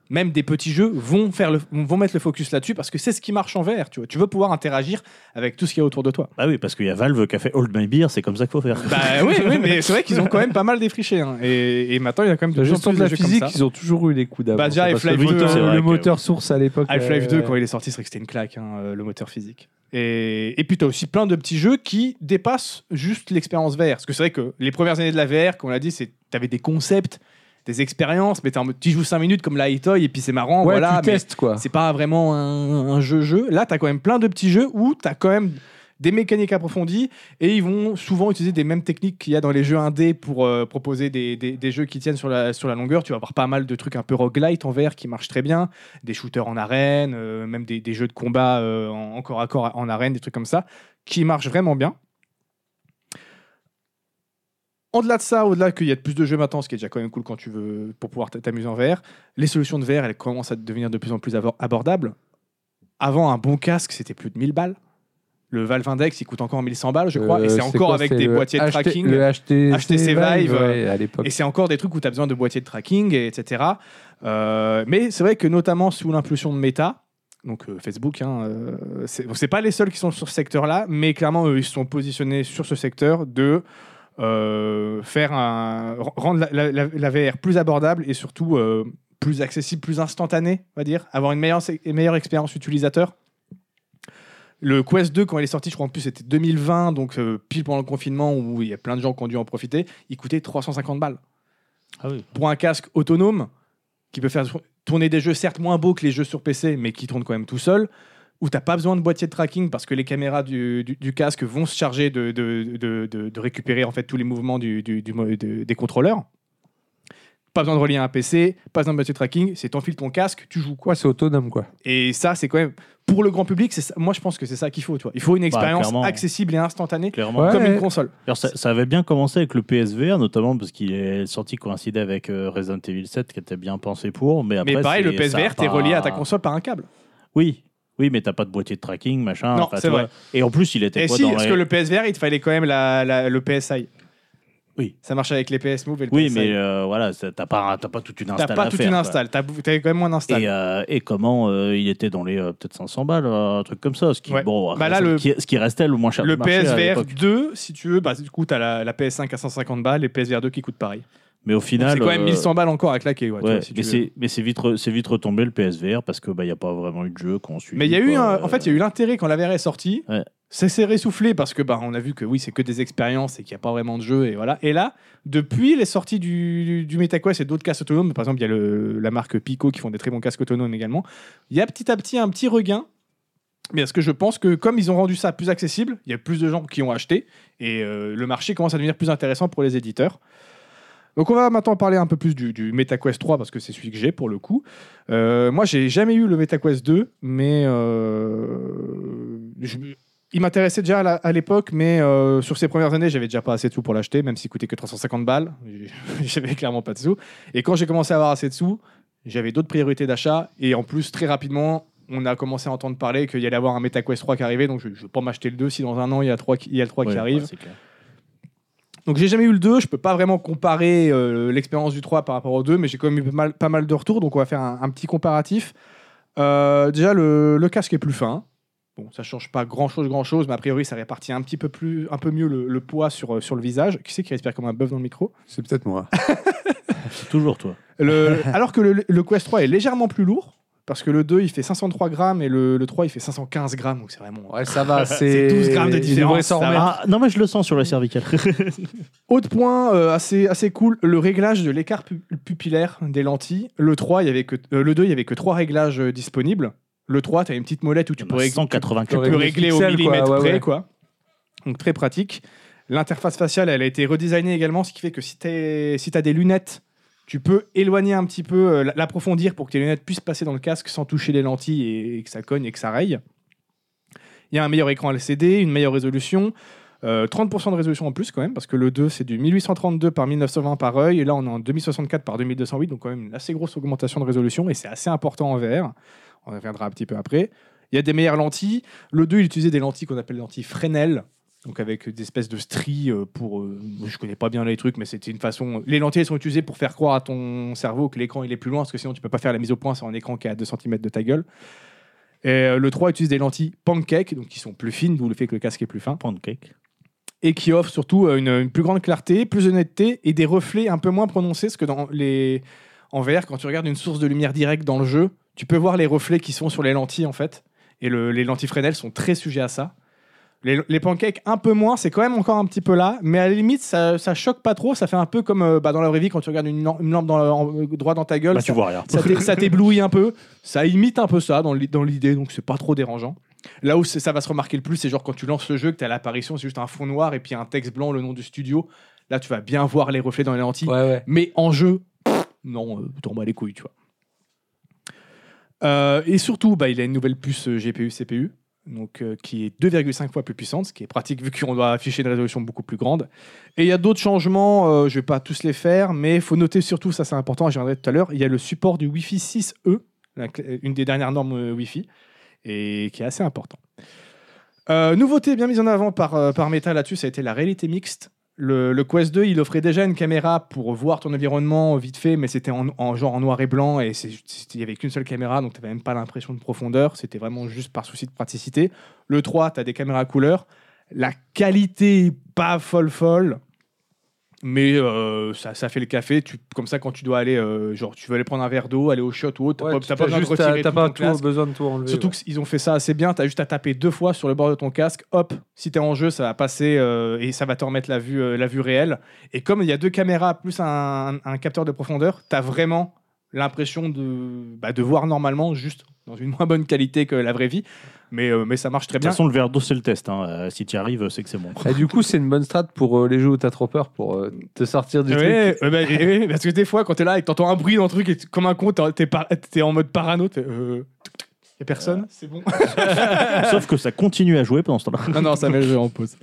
même des petits jeux vont, faire le, vont mettre le focus là-dessus, parce que c'est ce qui marche en VR, tu vois. Tu veux pouvoir interagir avec tout ce qu'il y a autour de toi. Bah oui, parce qu'il y a Valve qui a fait Old My Beer, c'est comme ça qu'il faut faire. Bah oui, oui, mais c'est vrai qu'ils ont quand même pas mal défriché. hein. Et, et maintenant, il y a quand même de La plus en gestion plus de de la jeux comme physique, ça. ils ont toujours eu les coups d'avance. Bah, déjà, hein, parce que Half-Life le deux, moteur- c'est vrai le que- moteur source à l'époque. Half-Life euh, 2, quand il est sorti, c'est vrai que c'était une claque, hein, euh, le moteur physique. Et, et puis, tu as aussi plein de petits jeux qui dépassent juste l'expérience VR. Parce que c'est vrai que les premières années de la VR, comme on l'a dit, tu avais des concepts, des expériences, mais t'es en mode, tu joues 5 minutes comme la Toy et puis c'est marrant, Ouais, voilà. tu mais testes quoi. c'est pas vraiment un un jeu-jeu. Là, tu as quand même plein de petits jeux où tu as quand même des mécaniques approfondies et ils vont souvent utiliser des mêmes techniques qu'il y a dans les jeux indés pour euh, proposer des, des- des jeux qui tiennent sur la, sur la longueur. Tu vas avoir pas mal de trucs un peu roguelite en VR qui marchent très bien, des shooters en arène, euh, même des, des jeux de combat euh, en, en corps à corps en arène, des trucs comme ça, qui marchent vraiment bien. En-delà de ça, au-delà qu'il y a de plus de jeux maintenant, ce qui est déjà quand même cool quand tu veux pour pouvoir t- t'amuser en VR, les solutions de VR, elles commencent à devenir de plus en plus abor- abordables. Avant, un bon casque, c'était plus de 1000 balles. Le Valve Index, il coûte encore 1100 balles, je crois, Euh, et c'est encore quoi, avec c'est des le boîtiers de HT tracking. Le HTC, HTC Vive, ouais, à l'époque. Et c'est encore des trucs où tu as besoin de boîtiers de tracking, et etc. Euh, mais c'est vrai que notamment sous l'impulsion de Meta, donc euh, Facebook, hein, euh, c'est bon, c'est pas les seuls qui sont sur ce secteur-là, mais clairement, eux, ils se sont positionnés sur ce secteur de euh, faire un, rendre la, la- la- la VR plus abordable et surtout euh, plus accessible, plus instantanée, on va dire, avoir une meilleure, une meilleure expérience utilisateur. Le Quest 2, quand il est sorti, je crois en plus c'était 2020, donc euh, pile pendant le confinement où il y a plein de gens qui ont dû en profiter, il coûtait 350 balles Ah oui. pour un casque autonome qui peut faire tourner des jeux certes moins beaux que les jeux sur PC, mais qui tournent quand même tout seul, où t'as pas besoin de boîtier de tracking parce que les caméras du, du- du casque vont se charger de, de- de- de- de récupérer en fait tous les mouvements du- du- du mo- de- des contrôleurs. Pas besoin de relier à un PC, pas besoin de boîtier de tracking, c'est t'enfiles ton casque, tu joues quoi. Ouais, c'est autonome quoi. Et ça, c'est quand même pour le grand public, c'est ça- moi je pense que c'est ça qu'il faut. Tu vois. Il faut une expérience clairement. accessible et instantanée Clairement. Ouais. comme une console. D'ailleurs, ça, ça avait bien commencé avec le PSVR, notamment parce qu'il est sorti coïncidé avec euh, Resident Evil 7, qui était bien pensé pour. Mais, après, mais pareil, c'est- le ça a PSVR, t'es pas- relié à ta console par un câble. Oui, oui, mais t'as pas de boîtier de tracking, machin. Non, Enfin, c'est tu vois. vrai. Et en plus, il était Et quoi si, dans parce les- que le PSVR, il te fallait quand même la, la- le PSI. Oui. Ça marchait avec les PS Move et le Oui, PSI. mais euh, voilà, ça- t'as pas, t'as pas toute une T'as install. pas à toute faire, une quoi. install. T'as bou- t'avais quand même moins d'install. Et, euh, et comment euh, il était dans les euh, peut-être 500 balles, euh, un truc comme ça. Ce qui, Ouais. bon, Bah là, ce, le- qui, ce qui restait le moins cher. Le du marché à PSVR l'époque. 2, si tu veux, bah, du coup, t'as la, la PS5 à 150 balles et PSVR 2 qui coûte pareil. Mais au Donc, final. C'est quand même euh, 1100 balles encore à claquer. ouais, tu ouais, vois, si tu mais veux. c'est- mais c'est vite, re- c'est vite retombé le PSVR parce que bah il y a pas vraiment eu de jeu qu'on suit. Mais il y a eu, euh, un- en fait, il y a eu l'intérêt quand la VR est sortie. Ouais. Ça s'est ressoufflé parce que bah, on a vu que oui, c'est que des expériences et qu'il n'y a pas vraiment de jeu. Et, voilà. et là, depuis les sorties du, du MetaQuest et d'autres casques autonomes, par exemple, il y a le- la marque Pico qui font des très bons casques autonomes également, il y a petit à petit un petit regain. Mais parce que je pense que comme ils ont rendu ça plus accessible, il y a plus de gens qui ont acheté et euh, le marché commence à devenir plus intéressant pour les éditeurs. Donc on va maintenant parler un peu plus du, du MetaQuest 3 parce que c'est celui que j'ai pour le coup. Euh, moi j'ai jamais eu le MetaQuest 2, mais euh, je- il m'intéressait déjà à la- à l'époque, mais euh, sur ses premières années j'avais déjà pas assez de sous pour l'acheter, même s'il coûtait que 350 balles, j'avais clairement pas de sous. Et quand j'ai commencé à avoir assez de sous, j'avais d'autres priorités d'achat et en plus très rapidement on a commencé à entendre parler qu'il y allait avoir un MetaQuest 3 qui arrivait, donc je ne vais pas m'acheter le 2 si dans un an il y a, 3 qui, il y a le 3 qui arrive. Donc j'ai jamais eu le 2, je peux pas vraiment comparer euh, l'expérience du 3 par rapport au 2, mais j'ai quand même eu pas mal, pas mal de retours, donc on va faire un, un petit comparatif. Euh, déjà, le, le casque est plus fin. Bon, ça change pas grand-chose, grand-chose, mais a priori, ça répartit un petit peu, plus, un peu mieux le, le poids sur, euh, sur le visage. Qui c'est qui respire comme un bœuf dans le micro C'est peut-être moi. C'est toujours toi. Le- Alors que le, le Quest 3 est légèrement plus lourd, parce que le 2, il fait 503 grammes, et le, le 3, il fait 515 grammes, donc c'est vraiment... Ouais, ça va, c'est 12 grammes de il différence, devrait s'en ça remettre. Ah, non, mais je le sens sur la cervicale. Autre point euh, assez, assez cool, le réglage de l'écart pu- pupillaire des lentilles. Le 3, il y avait que, euh, le 2, il y avait que 3 réglages euh, disponibles. Le 3, tu as une petite molette où Eh tu ben, peux, rég- tu 184 peux le régler au pixel, quoi, millimètre ouais, près, ouais. quoi. Donc très pratique. L'interface faciale, elle a été redesignée également, ce qui fait que si tu si as des lunettes, tu peux éloigner un petit peu, euh, l'approfondir pour que tes lunettes puissent passer dans le casque sans toucher les lentilles et, et que ça cogne et que ça raye. Il y a un meilleur écran LCD, une meilleure résolution, euh, 30% de résolution en plus quand même, parce que le 2 c'est du 1832 par 1920 par œil, et là on est en 2064 par 2208, donc quand même une assez grosse augmentation de résolution, et c'est assez important en VR. On y reviendra un petit peu après. Il y a des meilleures lentilles. Le 2 il utilisait des lentilles qu'on appelle lentilles Fresnel, donc avec des espèces de stries euh, pour. euh, je connais pas bien les trucs, mais c'était une façon. Les lentilles elles sont utilisées pour faire croire à ton cerveau que l'écran il est plus loin, parce que sinon tu peux pas faire la mise au point sur un écran qui est à 2 cm de ta gueule. Et euh, le 3 utilise des lentilles pancake, donc qui sont plus fines, d'où le fait que le casque est plus fin pancake. et qui offre surtout euh, une, une plus grande clarté, plus d'honnêteté et des reflets un peu moins prononcés, parce que dans les en VR, quand tu regardes une source de lumière directe dans le jeu, tu peux voir les reflets qui sont sur les lentilles en fait, et le- les lentilles Fresnel sont très sujets à ça. Les, les pancakes un peu moins, c'est quand même encore un petit peu là, mais à la limite ça, ça choque pas trop, ça fait un peu comme euh, bah, dans la vraie vie quand tu regardes une, lam- une lampe dans la- en- droit dans ta gueule, Bah, ça- tu vois rien. ça t'é- ça t'éblouit un peu, ça imite un peu ça dans l'i- dans l'idée, donc c'est pas trop dérangeant. Là où c'est- ça va se remarquer le plus, c'est genre quand tu lances le jeu, que t'as l'apparition, c'est juste un fond noir et puis un texte blanc, le nom du studio. Là, tu vas bien voir les reflets dans les lentilles. Ouais, ouais. Mais en jeu, pff, non, euh, t'en bats les couilles, tu vois. Euh, et surtout, bah, il a une nouvelle puce euh, GPU-CPU, donc euh, qui est 2,5 fois plus puissante, ce qui est pratique vu qu'on doit afficher une résolution beaucoup plus grande. Et il y a d'autres changements, euh, je vais pas tous les faire, mais il faut noter surtout, ça c'est important, j'y reviendrai tout à l'heure, il y a le support du Wi-Fi 6E, la clé- une des dernières normes euh, Wi-Fi, et qui est assez important. Euh, nouveauté bien mise en avant par, euh, par Meta là-dessus, ça a été la réalité mixte. Le, le Quest 2, il offrait déjà une caméra pour voir ton environnement vite fait, mais c'était en, en genre en noir et blanc et c'est- c'était- il n'y avait qu'une seule caméra, donc tu n'avais même pas l'impression de profondeur. C'était vraiment juste par souci de praticité. Le 3, tu as des caméras à couleur. La qualité, est pas folle folle, mais euh, ça, ça fait le café. Tu, comme ça, quand tu dois aller, euh, genre, tu veux aller prendre un verre d'eau, aller au shot ou autre, t'as pas- Ouais, t'as pas besoin de juste à- retirer t'as tout pas ton casque. besoin de tout enlever. Surtout ouais. qu'ils ont fait ça assez bien, t'as juste à taper deux fois sur le bord de ton casque, hop, si t'es en jeu, ça va passer euh, et ça va te remettre la vue, euh, la vue réelle. Et comme il y a deux caméras plus un, un capteur de profondeur, t'as vraiment l'impression de, bah, de voir normalement, juste dans une moins bonne qualité que la vraie vie. Mais, euh, mais ça marche très De toute bien. façon, le verre d'eau, c'est le test. hein. Euh, si tu y arrives, c'est que c'est bon. Et du coup, c'est une bonne strat pour euh, les jeux où t'as trop peur, pour euh, te sortir du truc. Ouais, euh, bah, et- et- parce que des fois, quand t'es là et que t'entends un bruit dans le truc, et t- comme un con, t'es- t'es par- t'es en mode parano, t'es. Euh, y a personne, Euh, c'est bon. Sauf que ça continue à jouer pendant ce temps-là. non, non, ça met le jeu en pause.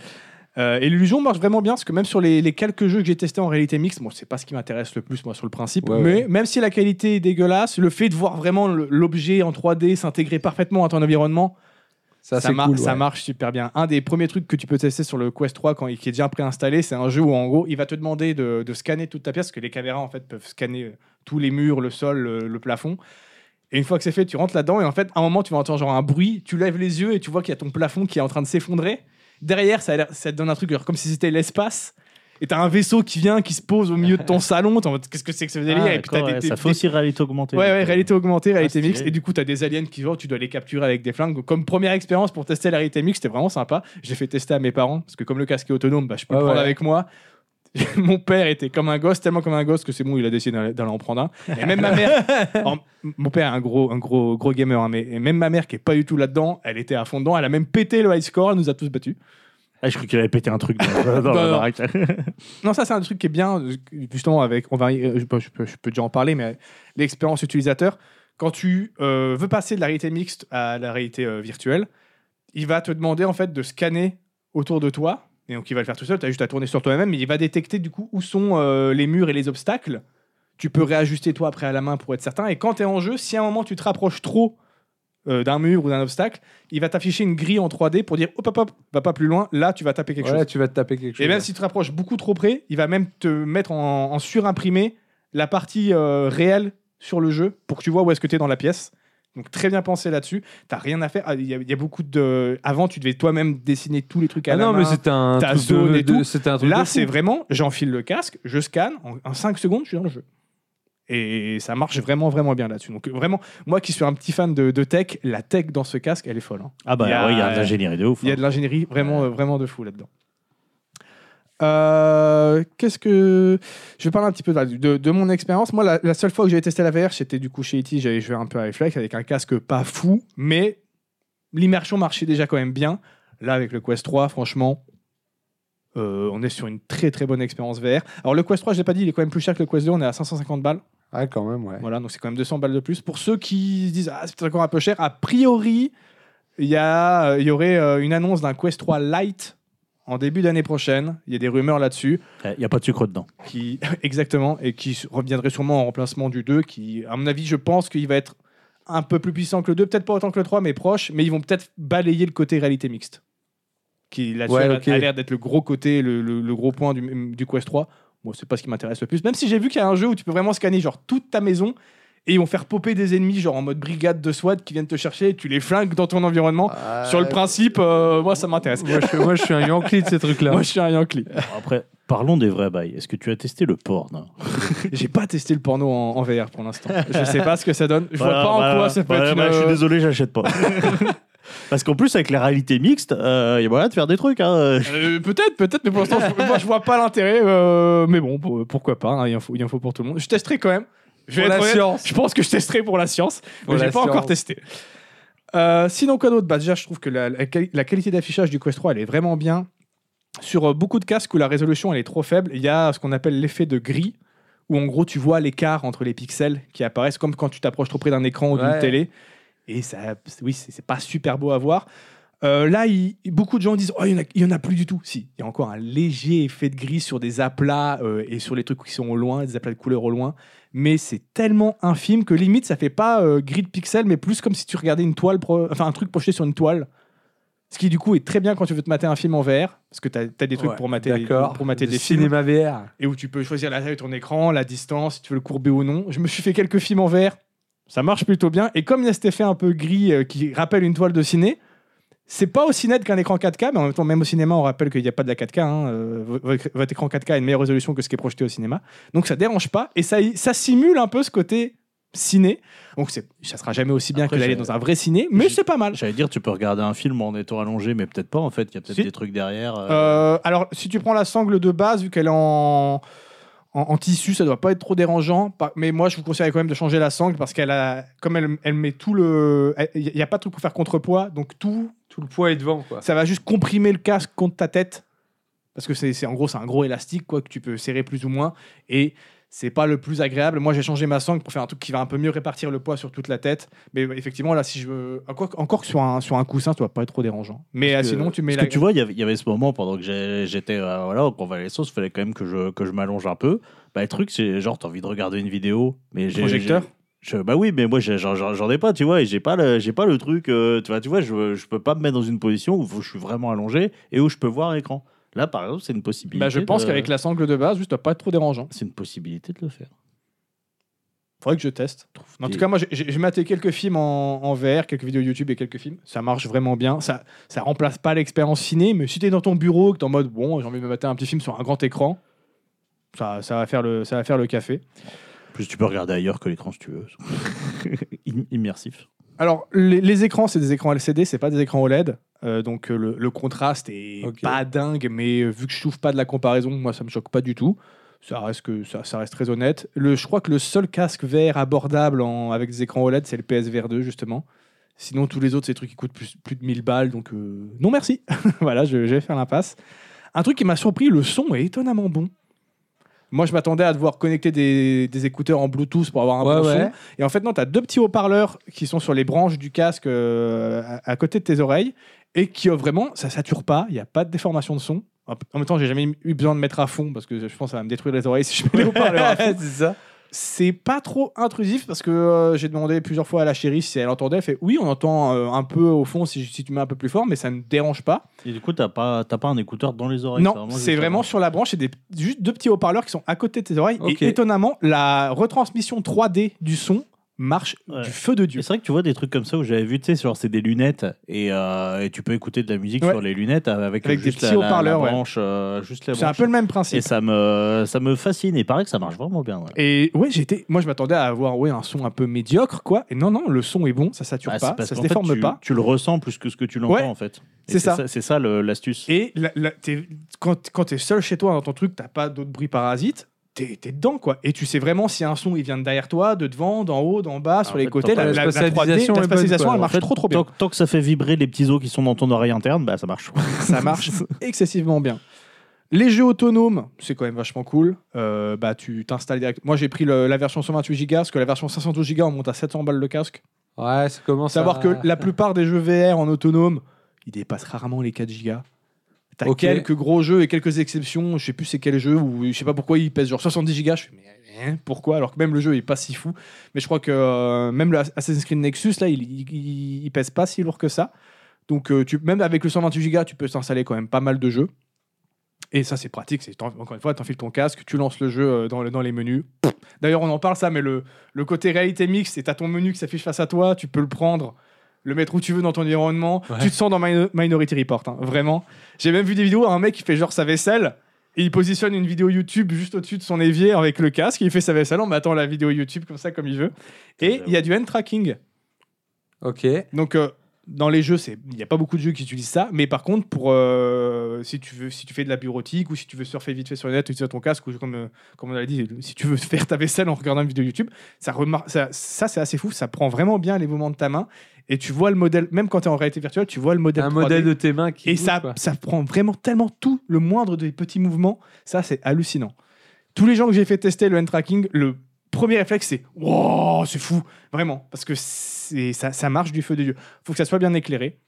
Euh, et l'illusion marche vraiment bien parce que même sur les, les quelques jeux que j'ai testés en réalité mixte, bon, c'est pas ce qui m'intéresse le plus moi sur le principe, Ouais, mais ouais. même si la qualité est dégueulasse, le fait de voir vraiment le- l'objet en 3D s'intégrer parfaitement à ton environnement, Ça, ça, c'est mar- cool. ça ouais. marche super bien. Un des premiers trucs que tu peux tester sur le Quest 3 quand il qui est déjà préinstallé, c'est un jeu où en gros il va te demander de, de scanner toute ta pièce parce que les caméras en fait peuvent scanner euh, tous les murs, le sol, le, le plafond. Et une fois que c'est fait, tu rentres là-dedans et en fait, à un moment, tu vas entendre genre un bruit, tu lèves les yeux et tu vois qu'il y a ton plafond qui est en train de s'effondrer. Derrière, ça, a l'air- ça te donne un truc genre, comme si c'était l'espace. Et t'as un vaisseau qui vient, qui se pose au milieu de ton salon. T'es en mode, Qu'est-ce que c'est que ce délire Ah, Et puis t'as d'accord, des- ouais, des- ça fait des- aussi réalité augmentée. euh, Ouais, ouais, réalité augmentée, réalité stylé. mixte. Et du coup, t'as des aliens qui vont, tu dois les capturer avec des flingues. Donc, Comme première expérience pour tester la réalité mixte, c'était vraiment sympa. J'ai fait tester à mes parents, parce que comme le casque est autonome, bah, je peux Ouais, le prendre ouais. avec moi. Mon père était comme un gosse, tellement comme un gosse que c'est bon, il a décidé d'aller- d'aller en prendre un. Et même ma mère, en- mon père est un gros, un gros, gros gamer, hein, mais et même ma mère qui est pas du tout là-dedans, elle était à fond dedans, elle a même pété le high score, elle nous a tous battus. Ah, je crois qu'il avait pété un truc dans, dans la non. baraque. Non, ça, c'est un truc qui est bien, euh, justement, avec. On va, euh, je, peux, je peux- je peux déjà en parler, mais l'expérience utilisateur, quand tu euh, veux passer de la réalité mixte à la réalité euh, virtuelle, il va te demander, en fait, de scanner autour de toi. Et donc, il va le faire tout seul. Tu as juste à tourner sur toi-même. mais Il va détecter, du coup, où sont euh, les murs et les obstacles. Tu peux réajuster toi après à la main pour être certain. Et quand tu es en jeu, si à un moment tu te rapproches trop euh, d'un mur ou d'un obstacle, il va t'afficher une grille en 3D pour dire hop hop hop, va pas plus loin, là tu vas taper quelque Ouais, chose. tu vas te taper quelque chose. Et même si tu te rapproches beaucoup trop près, il va même te mettre en, en surimprimé la partie euh, réelle sur le jeu pour que tu vois où est-ce que tu es dans la pièce. Donc très bien pensé là-dessus. T'as rien à faire. Ah, Il y, a- il y a beaucoup de. Avant, tu devais toi-même dessiner tous les trucs à Ah la non, main. mais c'était un, ta truc zone de- et tout. de- c'était un truc Là, de fou. c'est vraiment, j'enfile le casque, je scanne, en, 5 secondes, je suis dans le jeu. Et ça marche vraiment, vraiment bien là-dessus. Donc vraiment, moi qui suis un petit fan de, de tech, la tech dans ce casque, elle est folle. hein. Ah bah Il y a- ouais, il y a de l'ingénierie de ouf. Il y a hein. de l'ingénierie vraiment, euh, vraiment de fou là-dedans. Euh, Qu'est-ce que je vais parler un petit peu bah, de, de- de mon expérience. Moi, la, la seule fois que j'avais testé la VR, c'était du coup chez E.T. J'avais joué un peu à Reflex avec un casque pas fou, mais l'immersion marchait déjà quand même bien. Là, avec le Quest 3, franchement, euh, on est sur une très très bonne expérience VR. Alors, le Quest 3, je l'ai pas dit, il est quand même plus cher que le Quest 2. On est à 550 balles. Ouais, quand même, ouais. Voilà, donc c'est quand même 200 balles de plus. Pour ceux qui se disent, ah, c'est peut-être encore un peu cher, a priori, il y, a, euh, il y aurait euh, une annonce d'un Quest 3 Lite en début d'année prochaine. Il y a des rumeurs là-dessus, Il n'y Eh, a pas de sucre dedans. qui exactement, et qui s- reviendrait sûrement en remplacement du 2, qui, à mon avis, je pense qu'il va être un peu plus puissant que le 2, peut-être pas autant que le 3, mais proche, mais ils vont peut-être balayer le côté réalité mixte, qui là-dessus Ouais, a- ok. a l'air d'être le gros côté, le, le- le gros point du, du Quest 3. Moi, c'est pas ce qui m'intéresse le plus, même si j'ai vu qu'il y a un jeu où tu peux vraiment scanner genre toute ta maison. Et ils vont faire popper des ennemis, genre en mode brigade de SWAT qui viennent te chercher et tu les flingues dans ton environnement. Sur le principe, Ah, euh, moi ça m'intéresse. Moi, je, moi, je suis un Yankee de ces trucs-là. Moi je suis un Yankee. Après, parlons des vrais bails. Est-ce que tu as testé le porn J'ai pas testé le porno en, en VR pour l'instant. Je sais pas ce que ça donne. Je vois Voilà, pas en voilà. quoi ça peut Voilà, être bah, Je suis une. euh, désolé, j'achète pas. Parce qu'en plus, avec la réalité mixte, euh, il y a moyen de faire des trucs. hein. Euh, peut-être, peut-être, mais pour l'instant, je, moi, je vois pas l'intérêt. euh, mais bon, pour- pourquoi pas, hein, il, en faut, il en faut pour tout le monde. Je testerai quand même. Je, vais Pour être la honnête, science. je pense que je testerai pour la science, Pour mais j'ai la pas encore science. testé. Euh, sinon, quoi d'autre bah, Déjà, je trouve que la, la quali- la qualité d'affichage du Quest 3, elle est vraiment bien. Sur euh, beaucoup de casques où la résolution elle est trop faible, il y a ce qu'on appelle l'effet de gris, où en gros tu vois l'écart entre les pixels qui apparaissent, comme quand tu t'approches trop près d'un écran ou d'une Ouais. télé. Et ça, c'est- oui, c'est c'est pas super beau à voir. Euh, là, il- beaucoup de gens disent Oh, il n'y en, a- il y en a plus du tout. Si, il y a encore un léger effet de gris sur des aplats euh, et sur les trucs qui sont au loin, des aplats de couleurs au loin. Mais c'est tellement infime que limite, ça fait pas euh, gris de pixels, mais plus comme si tu regardais une toile, pro- enfin un truc projeté sur une toile. Ce qui, du coup, est très bien quand tu veux te mater un film en VR, parce que tu as, des trucs Ouais, pour mater, des- d'accord. pour mater Le des films cinéma VR. et où tu peux choisir la taille de ton écran, la distance, si tu veux le courber ou non. Je me suis fait quelques films en verre, ça marche plutôt bien. Et comme il y a cet effet un peu gris euh, qui rappelle une toile de ciné, c'est pas aussi net qu'un écran 4K, mais en même temps, même au cinéma, on rappelle qu'il n'y a pas de la 4K. hein. Euh, vo- votre, votre écran 4K a une meilleure résolution que ce qui est projeté au cinéma. Donc ça dérange pas et ça, y- ça simule un peu ce côté ciné. Donc c'est- ça sera jamais aussi bien Après, que d'aller j'ai- dans un vrai ciné, mais j'ai- c'est pas mal. J'allais dire, tu peux regarder un film en étant allongé, mais peut-être pas en fait. Il y a peut-être Si. des trucs derrière. euh. Euh, alors, si tu prends la sangle de base, vu qu'elle est en, en, en tissu, ça doit pas être trop dérangeant. Par- Mais moi, je vous conseille quand même de changer la sangle parce qu'elle a, comme elle, elle met tout le, il y a pas de truc pour faire contrepoids, donc tout, Tout le poids est devant, quoi. ça va juste comprimer le casque contre ta tête parce que c'est c'est- en gros c'est un gros élastique quoi que tu peux serrer plus ou moins et c'est pas le plus agréable. Moi, j'ai changé ma sangle pour faire un truc qui va un peu mieux répartir le poids sur toute la tête. Mais euh, effectivement, là, si je veux. Encore, encore que sur un, sur un coussin, ça doit pas être trop dérangeant. Mais Parce euh, que- sinon, tu mets parce la. que tu vois, il y avait- il y avait ce moment pendant que j'ai- j'étais euh, voilà, au convalescence, il fallait quand même que je, que je m'allonge un peu. Bah, le truc, c'est genre, t'as envie de regarder une vidéo, mais j'ai. Projecteur j'ai- je- bah oui, mais moi j'ai- j'en j'en- j'en ai pas, tu vois, et j'ai pas le, j'ai pas le truc, euh, tu vois, tu vois, je, je peux pas me mettre dans une position où je suis vraiment allongé et où je peux voir l'écran. Là, par exemple, c'est une possibilité. Bah, je pense de- qu'avec la sangle de base, juste, ça doit pas être trop dérangeant. C'est une possibilité de le faire. Faudrait que je teste. En des- tout cas, moi, j'ai- j'ai j'ai maté quelques films en, en VR, quelques vidéos YouTube et quelques films. Ça marche vraiment bien. Ça, ça remplace pas l'expérience ciné, mais si t'es dans ton bureau, que t'es en mode bon, j'ai envie de me mater un petit film sur un grand écran, ça, ça va faire le, ça va faire le café. En plus, tu peux regarder ailleurs que l'écran si tu veux. Im- Immersif. Alors, les, les écrans, c'est des écrans LCD, c'est pas des écrans OLED. Euh, donc, euh, le, le contraste est Ok. pas dingue, mais euh, vu que je trouve pas de la comparaison, moi, ça me choque pas du tout. Ça reste, que, ça, ça reste très E honnête. Le, je crois que le seul casque vert abordable en- avec des écrans OLED, c'est le PSVR 2, justement, Sinon, tous les autres, c'est des trucs qui coûtent plus, plus de 1000 balles. Donc, euh, non, merci. voilà, je, je vais faire l'impasse. Un truc qui m'a surpris, le son est étonnamment bon. Moi, je m'attendais à devoir connecter des, des écouteurs en Bluetooth pour avoir un Ouais, bon son. ouais. Et en fait, non, tu as deux petits haut-parleurs qui sont sur les branches du casque euh, à, à côté de tes oreilles et qui, euh, vraiment, ça sature pas. Il n'y a pas de déformation de son. En en même temps, j'ai jamais eu besoin de mettre à fond parce que je pense que ça va me détruire les oreilles si je mets les haut-parleurs à fond c'est ça. c'est pas trop intrusif parce que euh, j'ai demandé plusieurs fois à la chérie si elle entendait. Elle fait oui, on entend euh, un peu au fond si, si tu mets un peu plus fort, mais ça ne dérange pas. Et du coup, t'as pas, t'as pas un écouteur dans les oreilles. non, c'est juste- vraiment sur la branche et des, juste deux petits haut-parleurs qui sont à côté de tes oreilles. Ok. Et étonnamment, la retransmission 3D du son marche Ouais. du feu de Et Dieu. C'est vrai que tu vois des trucs comme ça où j'avais vu, tu sais, genre c'est des lunettes et, euh, et tu peux écouter de la musique Ouais. sur les lunettes avec, Avec des juste la- petits la- la haut-parleurs, ouais. branche, euh, juste la C'est un branche. peu le même Et principe. ça me, ça me fascine. Et paraît que ça marche vraiment bien. ouais. Et ouais, j'étais, moi je m'attendais à avoir ouais, un son un peu médiocre, quoi. Et non, non, le son est bon, ça sature Bah, c'est pas, parce ça se qu'en fait, déforme tu, pas. Tu le ressens plus que ce que tu l'entends Ouais. en fait. Et C'est ça. C'est ça le- l'astuce. Et la- la- t'es- quand, quand t'es seul chez toi dans ton truc, t'as pas d'autres bruits parasites, t'es t'es dedans quoi. Et tu sais vraiment si un son il vient de derrière toi, de devant, d'en haut, d'en bas, sur les Ah, fait, côtés. La, t'entends la, la la 3D, spatialisation est la bonne, spatialisation quoi. elle En marche fait, trop trop bien. Tant, tant que ça fait vibrer les petits os qui sont dans ton oreille interne, bah ça marche. Ça marche excessivement bien. Les jeux autonomes, c'est quand même vachement cool. Euh, bah tu t'installes direct. Moi j'ai pris le- la version 128 Go parce que la version 512 Go on monte à 700 balles le casque. Ouais, ça commence Savoir à- que la plupart des jeux VR en autonome, ils dépassent rarement les 4 gigas. T'as Ok. quelques gros jeux et quelques exceptions, je sais plus c'est quel jeu, ou je sais pas pourquoi ils pèsent genre 70 gigas. Je fais, mais hein, pourquoi Alors que même le jeu est pas si fou. Mais je crois que euh, même le Assassin's Creed Nexus, là, il, il- il pèse pas si lourd que ça. Donc euh, tu, même avec le 128 gigas, tu peux t'installer quand même pas mal de jeux. Et ça, c'est pratique. C'est, t'en- encore une fois, tu enfiles ton casque, tu lances le jeu euh, dans, le- dans les menus. D'ailleurs, on en parle ça, mais le, le côté réalité mixte, c'est à ton menu qui s'affiche face à toi. Tu peux le prendre, le mettre où tu veux dans ton environnement. Ouais. Tu te sens dans Min- Minority Report, hein, vraiment. J'ai même vu des vidéos où un mec qui fait genre sa vaisselle. Et il positionne une vidéo YouTube juste au-dessus de son évier avec le casque. Il fait sa vaisselle. On attend la vidéo YouTube comme ça, comme il veut. Et il y a du hand tracking. Ok. Donc euh, dans les jeux, c'est il n'y a pas beaucoup de jeux qui utilisent ça, mais par contre pour euh, si tu veux si tu fais de la bureautique ou si tu veux surfer vite fait sur le net, utiliser ton casque ou comme euh, comme on l'a dit, si tu veux faire ta vaisselle en regardant une vidéo YouTube, ça remar- ça, ça, c'est assez fou, ça prend vraiment bien les mouvements de ta main et tu vois le modèle même quand tu es en réalité virtuelle, tu vois le modèle Un 3D. modèle de tes mains qui. et bouge, ça quoi. ça prend vraiment tellement tout le moindre des petits mouvements, ça c'est hallucinant. Tous les gens que j'ai fait tester le hand tracking, le premier réflexe c'est wow, c'est fou, vraiment, parce que c'est ça, ça marche du feu de Dieu. Faut que ça soit bien éclairé.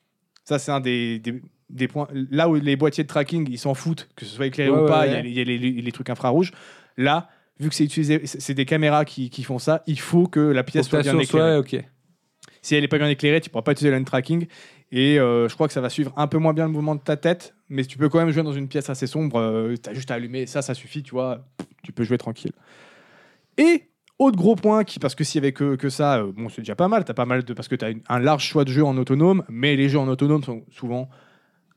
Ça, c'est un des, des, des points. Là où les boîtiers de tracking, ils s'en foutent, que ce soit éclairé Ouais, ou ouais, pas, il y ouais. a les- il y a, les, les trucs infrarouges. Là, vu que c'est utilisé, c'est c'est des caméras qui, qui font ça, il faut que la Faut pièce que soit ta bien source éclairée. soit- ok. Si elle n'est pas bien éclairée, tu pourras pas utiliser le hand tracking. Et euh, je crois que ça va suivre un peu moins bien le mouvement de ta tête, mais tu peux quand même jouer dans une pièce assez sombre. tu as juste à allumer, ça, ça suffit, tu vois. Tu peux jouer tranquille. Et autre gros point, qui, parce que s'il y avait que, que ça, euh, bon, c'est déjà pas mal. T'as pas mal de, parce que tu as un large choix de jeux en autonome, mais les jeux en autonome sont souvent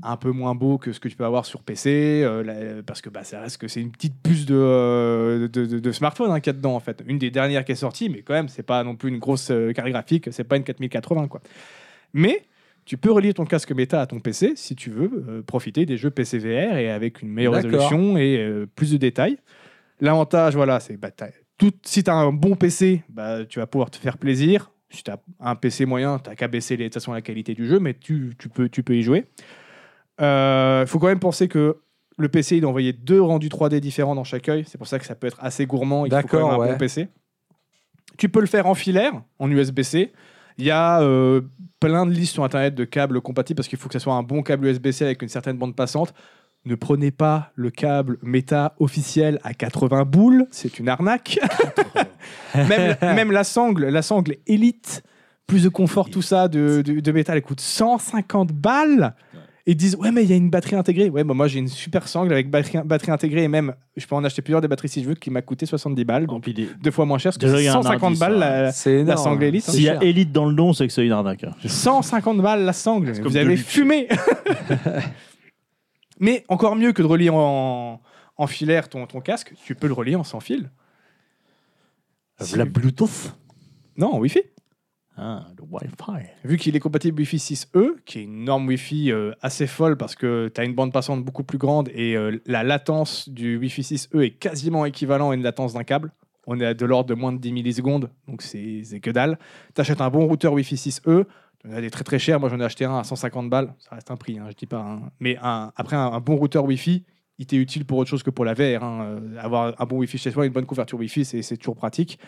un peu moins beaux que ce que tu peux avoir sur PC, euh, la- parce que bah, ça reste que c'est une petite puce de, euh, de, de- de smartphone hein, qu'il y a dedans, en fait. Une des dernières qui est sortie, mais quand même, c'est pas non plus une grosse euh, carte graphique, c'est pas une 4080, quoi. Mais tu peux relier ton casque méta à ton PC si tu veux euh, profiter des jeux PC VR et avec une meilleure D'accord. résolution et euh, plus de détails. L'avantage, voilà, c'est bah, t'as- tout, si tu as un bon PC, bah, tu vas pouvoir te faire plaisir. Si tu as un PC moyen, tu n'as qu'à baisser les, de toute façon, la qualité du jeu, mais tu, tu peux, tu peux y jouer. Il Euh, faut quand même penser que le PC, il a envoyé deux rendus 3D différents dans chaque œil. C'est pour ça que ça peut être assez gourmand. Il faut quand D'accord, même un ouais. bon PC. Tu peux le faire en filaire, en USB-C. Il y a euh, plein de listes sur Internet de câbles compatibles parce qu'il faut que ce soit un bon câble USB-C avec une certaine bande passante. Ne prenez pas le câble méta officiel à 80 boules, c'est une arnaque. même, même la sangle, la sangle élite, plus de confort, tout ça, de, de, de métal, elle coûte 150 balles. Et ils disent, ouais, mais il y a une batterie intégrée. Ouais, bah, moi j'ai une super sangle avec batterie, batterie intégrée et même, je peux en acheter plusieurs des batteries si je veux, qui m'a coûté 70 balles. Et Donc puis des- deux fois moins cher, parce que Oh. Déjà, il y c'est a un 150 indice, balles. hein. la- C'est énorme. sangle élite, C'est hein. S'il y a cher. élite dans le don, c'est que c'est une arnaque. hein. 150 balles la sangle. C'est comme Vous de avez l'huile. fumé. Mais encore mieux que de relier en, en filaire ton, ton casque, tu peux le relier en sans fil. Si- La Bluetooth Non, en Wi-Fi. Ah, le Wi-Fi. Vu qu'il est compatible Wi-Fi 6E, qui est une norme Wi-Fi euh, assez folle parce que tu as une bande passante beaucoup plus grande et euh, la latence du Wi-Fi 6E est quasiment équivalent à une latence d'un câble. On est à de l'ordre de moins de 10 millisecondes, donc c'est c'est que dalle. Tu achètes un bon routeur Wi-Fi 6E, Il y en a des très très chers. Moi, j'en ai acheté un à 150 balles. Ça reste un prix, hein, je dis pas. hein. Mais un- après, un, un bon routeur Wi-Fi, il t'est utile pour autre chose que pour la VR. hein. Euh, avoir un bon Wi-Fi chez soi, une bonne couverture Wi-Fi, c'est c'est toujours pratique.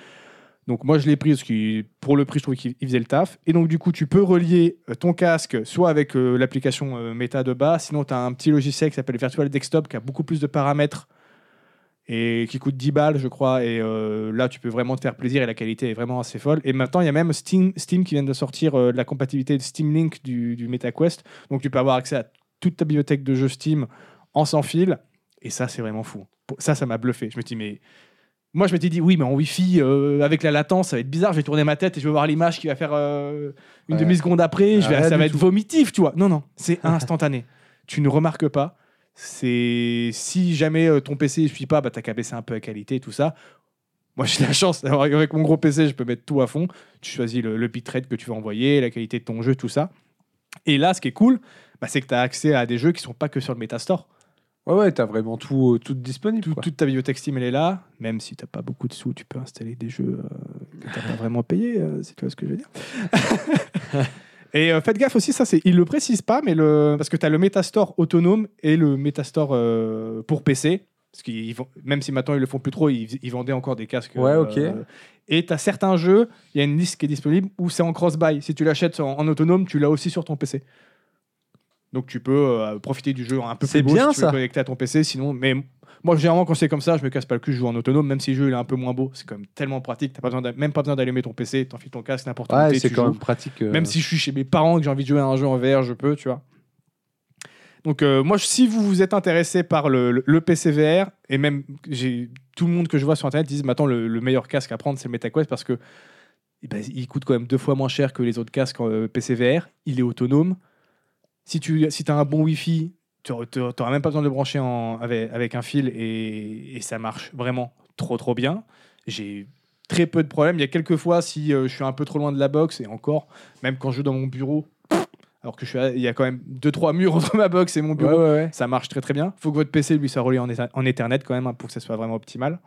Donc moi, je l'ai pris parce que pour le prix, je trouvais qu'il il faisait le taf. Et donc, du coup, tu peux relier euh, ton casque soit avec euh, l'application euh, Meta de bas, sinon tu as un petit logiciel qui s'appelle Virtual Desktop qui a beaucoup plus de paramètres et qui coûte 10 balles, je crois. Et euh, là, tu peux vraiment te faire plaisir et la qualité est vraiment assez folle. Et maintenant, il y a même Steam, Steam qui vient de sortir euh, la compatibilité de Steam Link du, du MetaQuest. Donc, tu peux avoir accès à toute ta bibliothèque de jeux Steam en sans fil. Et ça, c'est vraiment fou. Pour- Ça, ça m'a bluffé. Je me dis, mais. Moi, je m'étais dit, oui, mais en Wi-Fi, euh, avec la latence, ça va être bizarre. Je vais tourner ma tête et je vais voir l'image qui va faire euh, une Ouais. demi-seconde après. Je vais- Ah, rien ça du va être vomitif, tu vois. Non, non, c'est instantané. tu ne remarques pas. C'est si jamais euh, ton PC ne suit pas, bah, t'as qu'à baisser un peu la qualité et tout ça. Moi, j'ai la chance d'avoir avec mon gros PC, je peux mettre tout à fond. Tu choisis le, le bitrate que tu vas envoyer, la qualité de ton jeu, tout ça. Et là, ce qui est cool, bah, c'est que tu as accès à des jeux qui sont pas que sur le Metastore. Ouais, ouais, t'as vraiment tout, euh, tout disponible. Tout- quoi. toute ta bibliothèque Steam, elle est là. Même si t'as pas beaucoup de sous, tu peux installer des jeux euh, que t'as pas vraiment payé, euh, si tu vois ce que je veux dire. et euh, faites gaffe aussi, ça, c'est, ils le précisent pas, mais le, parce que t'as le Metastore autonome et le Metastore euh, pour PC. Parce qu'ils vont- même si maintenant ils le font plus trop, ils, ils vendaient encore des casques. euh, Ouais, ok. et t'as certains jeux, il y a une liste qui est disponible où c'est en cross-buy. Si tu l'achètes en, en autonome, tu l'as aussi sur ton PC. Donc tu peux euh, profiter du jeu un peu C'est plus beau bien, si tu veux ça. connecté à ton PC. Sinon, mais moi, généralement, quand c'est comme ça, je me casse pas le cul, je joue en autonome, même si le jeu il est un peu moins beau. C'est quand même tellement pratique, t'as pas besoin d'a- même pas besoin d'allumer ton PC, t'enfiles ton casque n'importe où. Ouais, t'es, c'est tu quand joues. même pratique. euh. Même si je suis chez mes parents et que j'ai envie de jouer à un jeu en VR, je peux, tu vois. Donc, euh, moi, je- si vous vous êtes intéressé par le, le- le PC VR, et même j'ai tout le monde que je vois sur Internet disent maintenant le, le meilleur casque à prendre, c'est le MetaQuest parce que eh ben, il coûte quand même deux fois moins cher que les autres casques euh, PC VR. Il est autonome. Si tu si as un bon Wi-Fi, tu n'auras même pas besoin de le brancher en- avec, avec un fil et, et ça marche vraiment trop, trop bien. J'ai très peu de problèmes. Il y a quelques fois, si euh, je suis un peu trop loin de la box, et encore, même quand je joue dans mon bureau, alors que je suis à- il y a quand même deux trois murs entre ma box et mon Ouais, bureau, ouais, ouais. ça marche très très bien. Faut que votre PC lui soit relié en, éta- en Ethernet quand même hein, pour que ça soit vraiment optimal.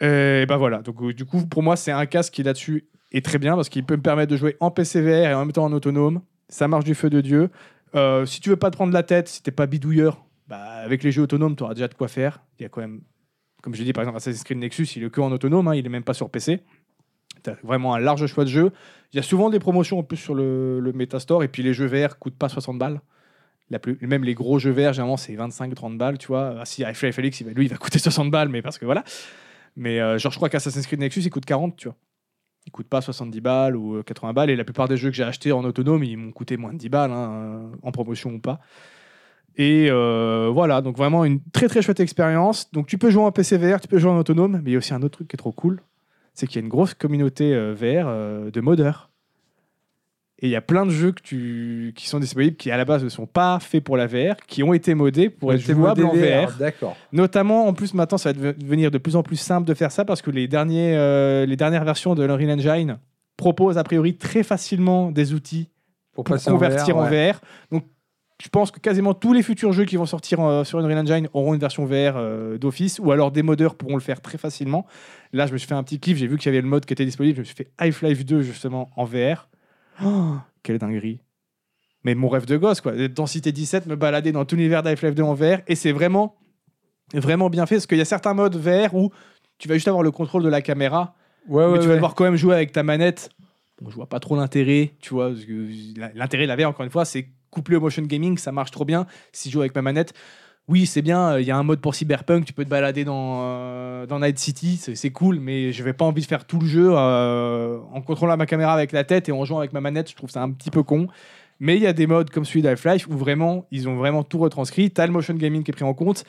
Et ben voilà. Donc euh, du coup pour moi c'est un casque qui là-dessus est très bien parce qu'il peut me permettre de jouer en PCVR et en même temps en autonome. Ça marche du feu de dieu. Euh, si tu veux pas te prendre la tête, si t'es pas bidouilleur, bah, avec les jeux autonomes tu auras déjà de quoi faire. Il y a quand même, comme je l'ai dit par exemple Assassin's Creed Nexus, il est que en autonome, hein, il est même pas sur PC. T'as vraiment un large choix de jeux. Il y a souvent des promotions en plus sur le, le Metastore et puis les jeux VR coûtent pas 60 balles. La plus- même les gros jeux verts, généralement, c'est 25-30 balles, tu vois. Ah, si Half-Life Felix, il va- lui, il va coûter 60 balles, mais parce que voilà. Mais euh, genre, je crois qu'Assassin's Creed Nexus, il coûte 40, tu vois. Il coûte pas 70 balles ou euh, 80 balles. Et la plupart des jeux que j'ai achetés en autonome, ils m'ont coûté moins de 10 balles, hein, en promotion ou pas. Et euh, voilà, donc vraiment une très très chouette expérience. Donc tu peux jouer en PC VR, tu peux jouer en autonome, mais il y a aussi un autre truc qui est trop cool, c'est qu'il y a une grosse communauté euh, VR euh, de modeurs. Et il y a plein de jeux que tu... qui sont disponibles, qui à la base ne sont pas faits pour la VR, qui ont été modés pour être T'es jouables en modélière, VR. hein, D'accord. Notamment, en plus, maintenant, ça va devenir de plus en plus simple de faire ça parce que les, derniers, euh, les dernières versions de l'Unreal Engine proposent a priori très facilement des outils Pour pour passer convertir en ouais. VR. Donc, je pense que quasiment tous les futurs jeux qui vont sortir euh, sur Unreal Engine auront une version VR euh, d'office, ou alors des modeurs pourront le faire très facilement. Là, je me suis fait un petit kiff, j'ai vu qu'il y avait le mode qui était disponible, je me suis fait Half-Life 2 justement en VR. Oh, quelle dinguerie! Mais mon rêve de gosse, quoi. D'être Densité 17, me balader dans tout l'univers d'Half-Life 2 en VR, et c'est vraiment, vraiment bien fait, parce qu'il y a certains modes VR où tu vas juste avoir le contrôle de la caméra, Ouais, ouais, mais tu vas ouais. devoir quand même jouer avec ta manette. Bon, je vois pas trop l'intérêt, tu vois. parce que la- L'intérêt de la VR, encore une fois, c'est couplé au motion gaming, ça marche trop bien. Si je joue avec ma manette, oui, c'est bien, euh, il y a un mode pour Cyberpunk, tu peux te balader dans, euh, dans Night City, c'est c'est cool, mais je vais pas envie de faire tout le jeu euh, en contrôlant ma caméra avec la tête et en jouant avec ma manette, je trouve ça un petit peu con. Mais il y a des modes comme celui d'Half-Life où vraiment, ils ont vraiment tout retranscrit. T'as le motion gaming qui est pris en compte,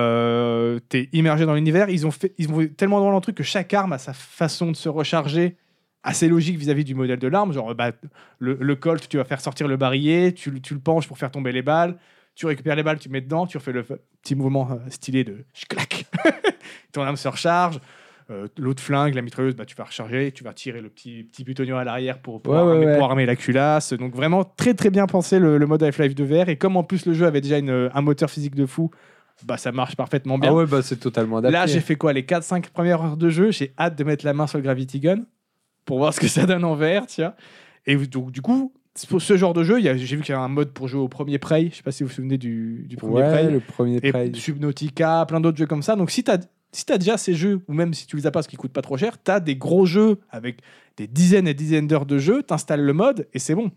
euh, t'es immergé dans l'univers. Ils ont fait ils ont tellement dans le truc que chaque arme a sa façon de se recharger assez logique vis-à-vis du modèle de l'arme. Genre, bah, le, le Colt, tu vas faire sortir le barillet, tu, le- tu le penches pour faire tomber les balles, tu récupères les balles, tu mets dedans, tu refais le f- petit mouvement euh, stylé de je claque, ton arme se recharge. Euh, L'autre flingue, la mitrailleuse, bah, tu vas recharger, tu vas tirer le petit, petit boutonnier à l'arrière pour, pour, Ouais, ouais, armer, ouais. pour armer la culasse. Donc vraiment très très bien pensé le, le mode Half-Life 2 VR. Et comme en plus le jeu avait déjà une- euh, un moteur physique de fou, bah ça marche parfaitement bien. Ah ouais, bah c'est totalement adapté. Là, j'ai fait quoi Les 4-5 premières heures de jeu, j'ai hâte de mettre la main sur le Gravity Gun pour voir ce que ça donne en VR, tu vois. Et donc, du coup, pour ce genre de jeu, il y a- j'ai vu qu'il y a un mode pour jouer au premier Prey. Je sais pas si vous vous souvenez du, du premier Ouais, Prey. le premier Et Prey. Subnautica, plein d'autres jeux comme ça. Donc, si tu as, si t'as déjà ces jeux, ou même si tu les as pas parce qu'ils coûtent pas trop cher, tu as des gros jeux avec des dizaines et dizaines d'heures de jeu, tu installes le mode et c'est bon.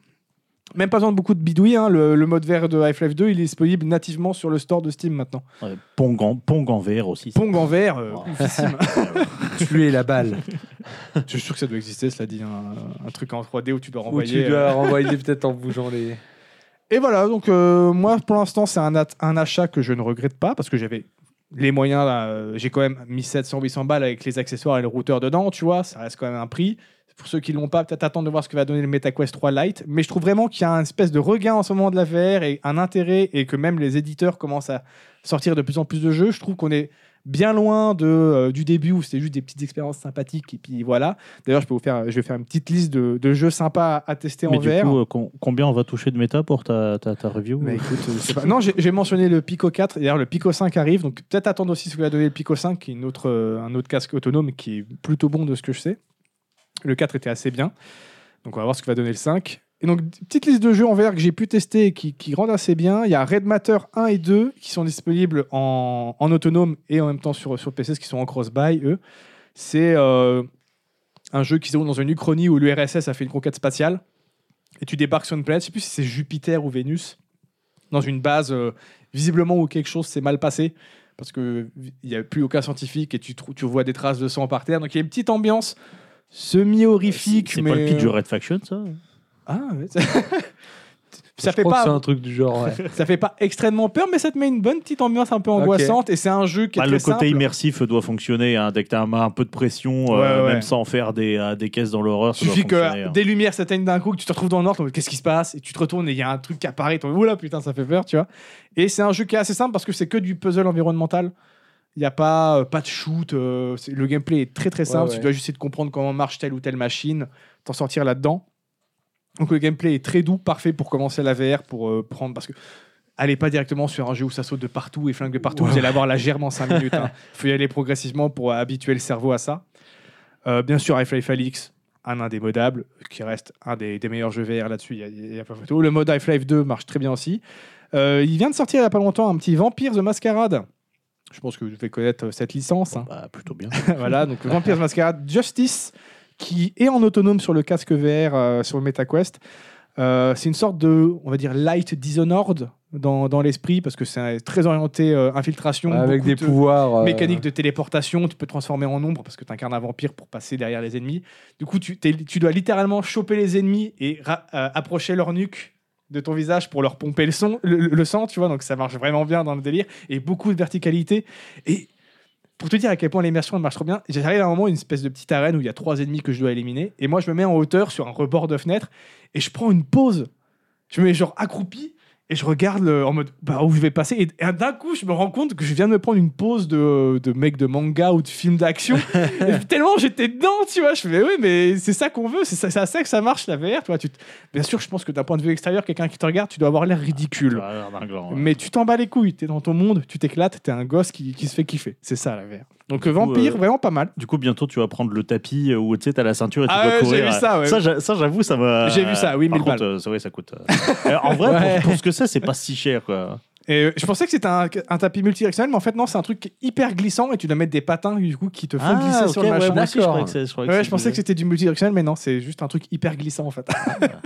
Même pas besoin de beaucoup de bidouilles. hein. Le, le mode vert de Half-Life 2, il est disponible nativement sur le store de Steam maintenant. Ouais, Euh, Pong en, Pong en VR aussi. ça. Pong en vert, euh, Oh. oufissime. Tuer la balle. Je suis sûr que ça doit exister, cela dit, un, un truc en 3D où tu dois Ou renvoyer. tu euh, dois renvoyer peut-être en bougeant les. Et voilà, donc euh, moi pour l'instant c'est un, at- un achat que je ne regrette pas parce que j'avais les moyens, là, euh, j'ai quand même mis 700-800 balles avec les accessoires et le routeur dedans, tu vois, ça reste quand même un prix. Pour ceux qui l'ont pas, peut-être attendre de voir ce que va donner le MetaQuest 3 Lite, mais je trouve vraiment qu'il y a un espèce de regain en ce moment de la VR et un intérêt et que même les éditeurs commencent à sortir de plus en plus de jeux. Je trouve qu'on est bien loin de, euh, du début où c'était juste des petites expériences sympathiques et puis voilà. D'ailleurs, je peux vous faire, je vais faire une petite liste de, de jeux sympas à, à tester Mais en du VR. coup, euh, com- combien on va toucher de méta pour ta, ta, ta review Mais écoute, euh, je sais pas. Non, j'ai- j'ai mentionné le Pico 4. et D'ailleurs, le Pico 5 arrive. Donc, peut-être attendre aussi ce que va donner le Pico 5, qui est une autre, euh, un autre casque autonome qui est plutôt bon de ce que je sais. Le 4 était assez bien. Donc, on va voir ce que va donner le 5. Et donc, d- petite liste de jeux en VR que j'ai pu tester et qui, qui rendent assez bien. Il y a Red Matter 1 et 2 qui sont disponibles en, en autonome et en même temps sur, sur PC, ce qui sont en cross-buy, eux. C'est euh, un jeu qui se déroule dans une uchronie où l'URSS a fait une conquête spatiale. Et tu débarques sur une planète, je sais plus si c'est Jupiter ou Vénus dans une base euh, visiblement où quelque chose s'est mal passé parce que il n'y a plus aucun scientifique et tu, trou- tu vois des traces de sang par terre. Donc il y a une petite ambiance semi-horrifique. C'est mais... euh, pas le pitch du Red Faction, ça Ah, ouais, ça- ça Je fait crois que c'est pas un truc du genre. ouais. ça fait pas extrêmement peur, mais ça te met une bonne petite ambiance un peu angoissante et c'est un jeu qui est Bah, très Le côté simple. immersif doit fonctionner. hein, Dès que t'as un, un peu de pression, Ouais, euh, ouais. même sans faire des, euh, des caisses dans l'horreur, ça doit suffit fonctionner, que hein. des lumières s'éteignent d'un coup, que tu te retrouves dans le nord, t'es en mode, qu'est-ce qui se passe Et tu te retournes et il y a un truc qui apparaît, t'es en mode, oula putain, ça fait peur, tu vois. Et c'est un jeu qui est assez simple parce que c'est que du puzzle environnemental. Il n'y a pas, euh, pas de shoot, euh, c'est- le gameplay est très très simple, ouais. tu dois juste essayer de comprendre comment marche telle ou telle machine, t'en sortir là-dedans. Donc le gameplay est très doux, parfait pour commencer la VR, pour euh, prendre. Parce que allez pas directement sur un jeu où ça saute de partout et flingue de partout, vous allez avoir la germe en 5 minutes. hein. faut y aller progressivement pour habituer le cerveau à ça. Euh, bien sûr, Half-Life Alix, un indémodable, qui reste un des, des meilleurs jeux VR là-dessus, il y a- il y a, pas photo. Le mode Half-Life 2 marche très bien aussi. Euh, il vient de sortir il n'y a pas longtemps un petit Vampire the Masquerade. Je pense que vous devez connaître euh, cette licence. hein. Bah, plutôt bien. voilà, donc Vampire the Masquerade Justice, qui est en autonome sur le casque VR, euh, sur le MetaQuest. Euh, c'est une sorte de, on va dire, light Dishonored dans, dans l'esprit, parce que c'est un- très orienté euh, infiltration. Avec beaucoup des de- pouvoirs. euh, mécanique de téléportation, tu peux te transformer en ombre parce que tu incarnes un vampire pour passer derrière les ennemis. Du coup, tu, t'es- tu dois littéralement choper les ennemis et ra- euh, approcher leur nuque de ton visage pour leur pomper le, son, le, le sang, tu vois. Donc ça marche vraiment bien dans le délire. Et beaucoup de verticalité. Et pour te dire à quel point l'immersion elle marche trop bien, j'arrive à un moment, une espèce de petite arène où il y a trois ennemis que je dois éliminer. Et moi, je me mets en hauteur sur un rebord de fenêtre et je prends une pause. Je me mets genre accroupi et je regarde le- en mode bah, où je vais passer. Et, et d'un coup, je me rends compte que je viens de me prendre une pause de, de mec de manga ou de film d'action. Et tellement j'étais dedans, tu vois. Je fais, mais oui, mais c'est ça qu'on veut. C'est ça- c'est à ça que ça marche la VR. Tu vois, tu te- Bien sûr, je pense que d'un point de vue extérieur, quelqu'un qui te regarde, tu dois avoir l'air ridicule. Ah, l'air d'un gland, ouais. Mais tu t'en bats les couilles, t'es dans ton monde, tu t'éclates, t'es un gosse qui, qui se fait kiffer. C'est ça la VR. Donc euh, Vampire, euh, vraiment pas mal. Du coup, bientôt, tu vas prendre le tapis euh, où tu sais, t'as la ceinture et tu Ah dois ouais, courir. j'ai vu ça, ouais. j'a- ça, j'avoue, ça m'a. J'ai vu ça, oui, Par 1000 contre, euh, c'est vrai, ça coûte. euh, en vrai, pour- Ouais. pour, ce que c'est, c'est pas si cher, quoi. Et euh, je pensais que c'était un, un tapis multidirectionnel, mais en fait, non, c'est un truc qui est hyper glissant et tu dois mettre des patins du coup qui te font glisser sur le Ah, ok, ouais, machin. moi aussi, je d'accord. croyais que c'est- je croyais que Ouais, c'est je pensais du- que c'était du multidirectionnel, mais non, c'est juste un truc hyper glissant en fait. Ah,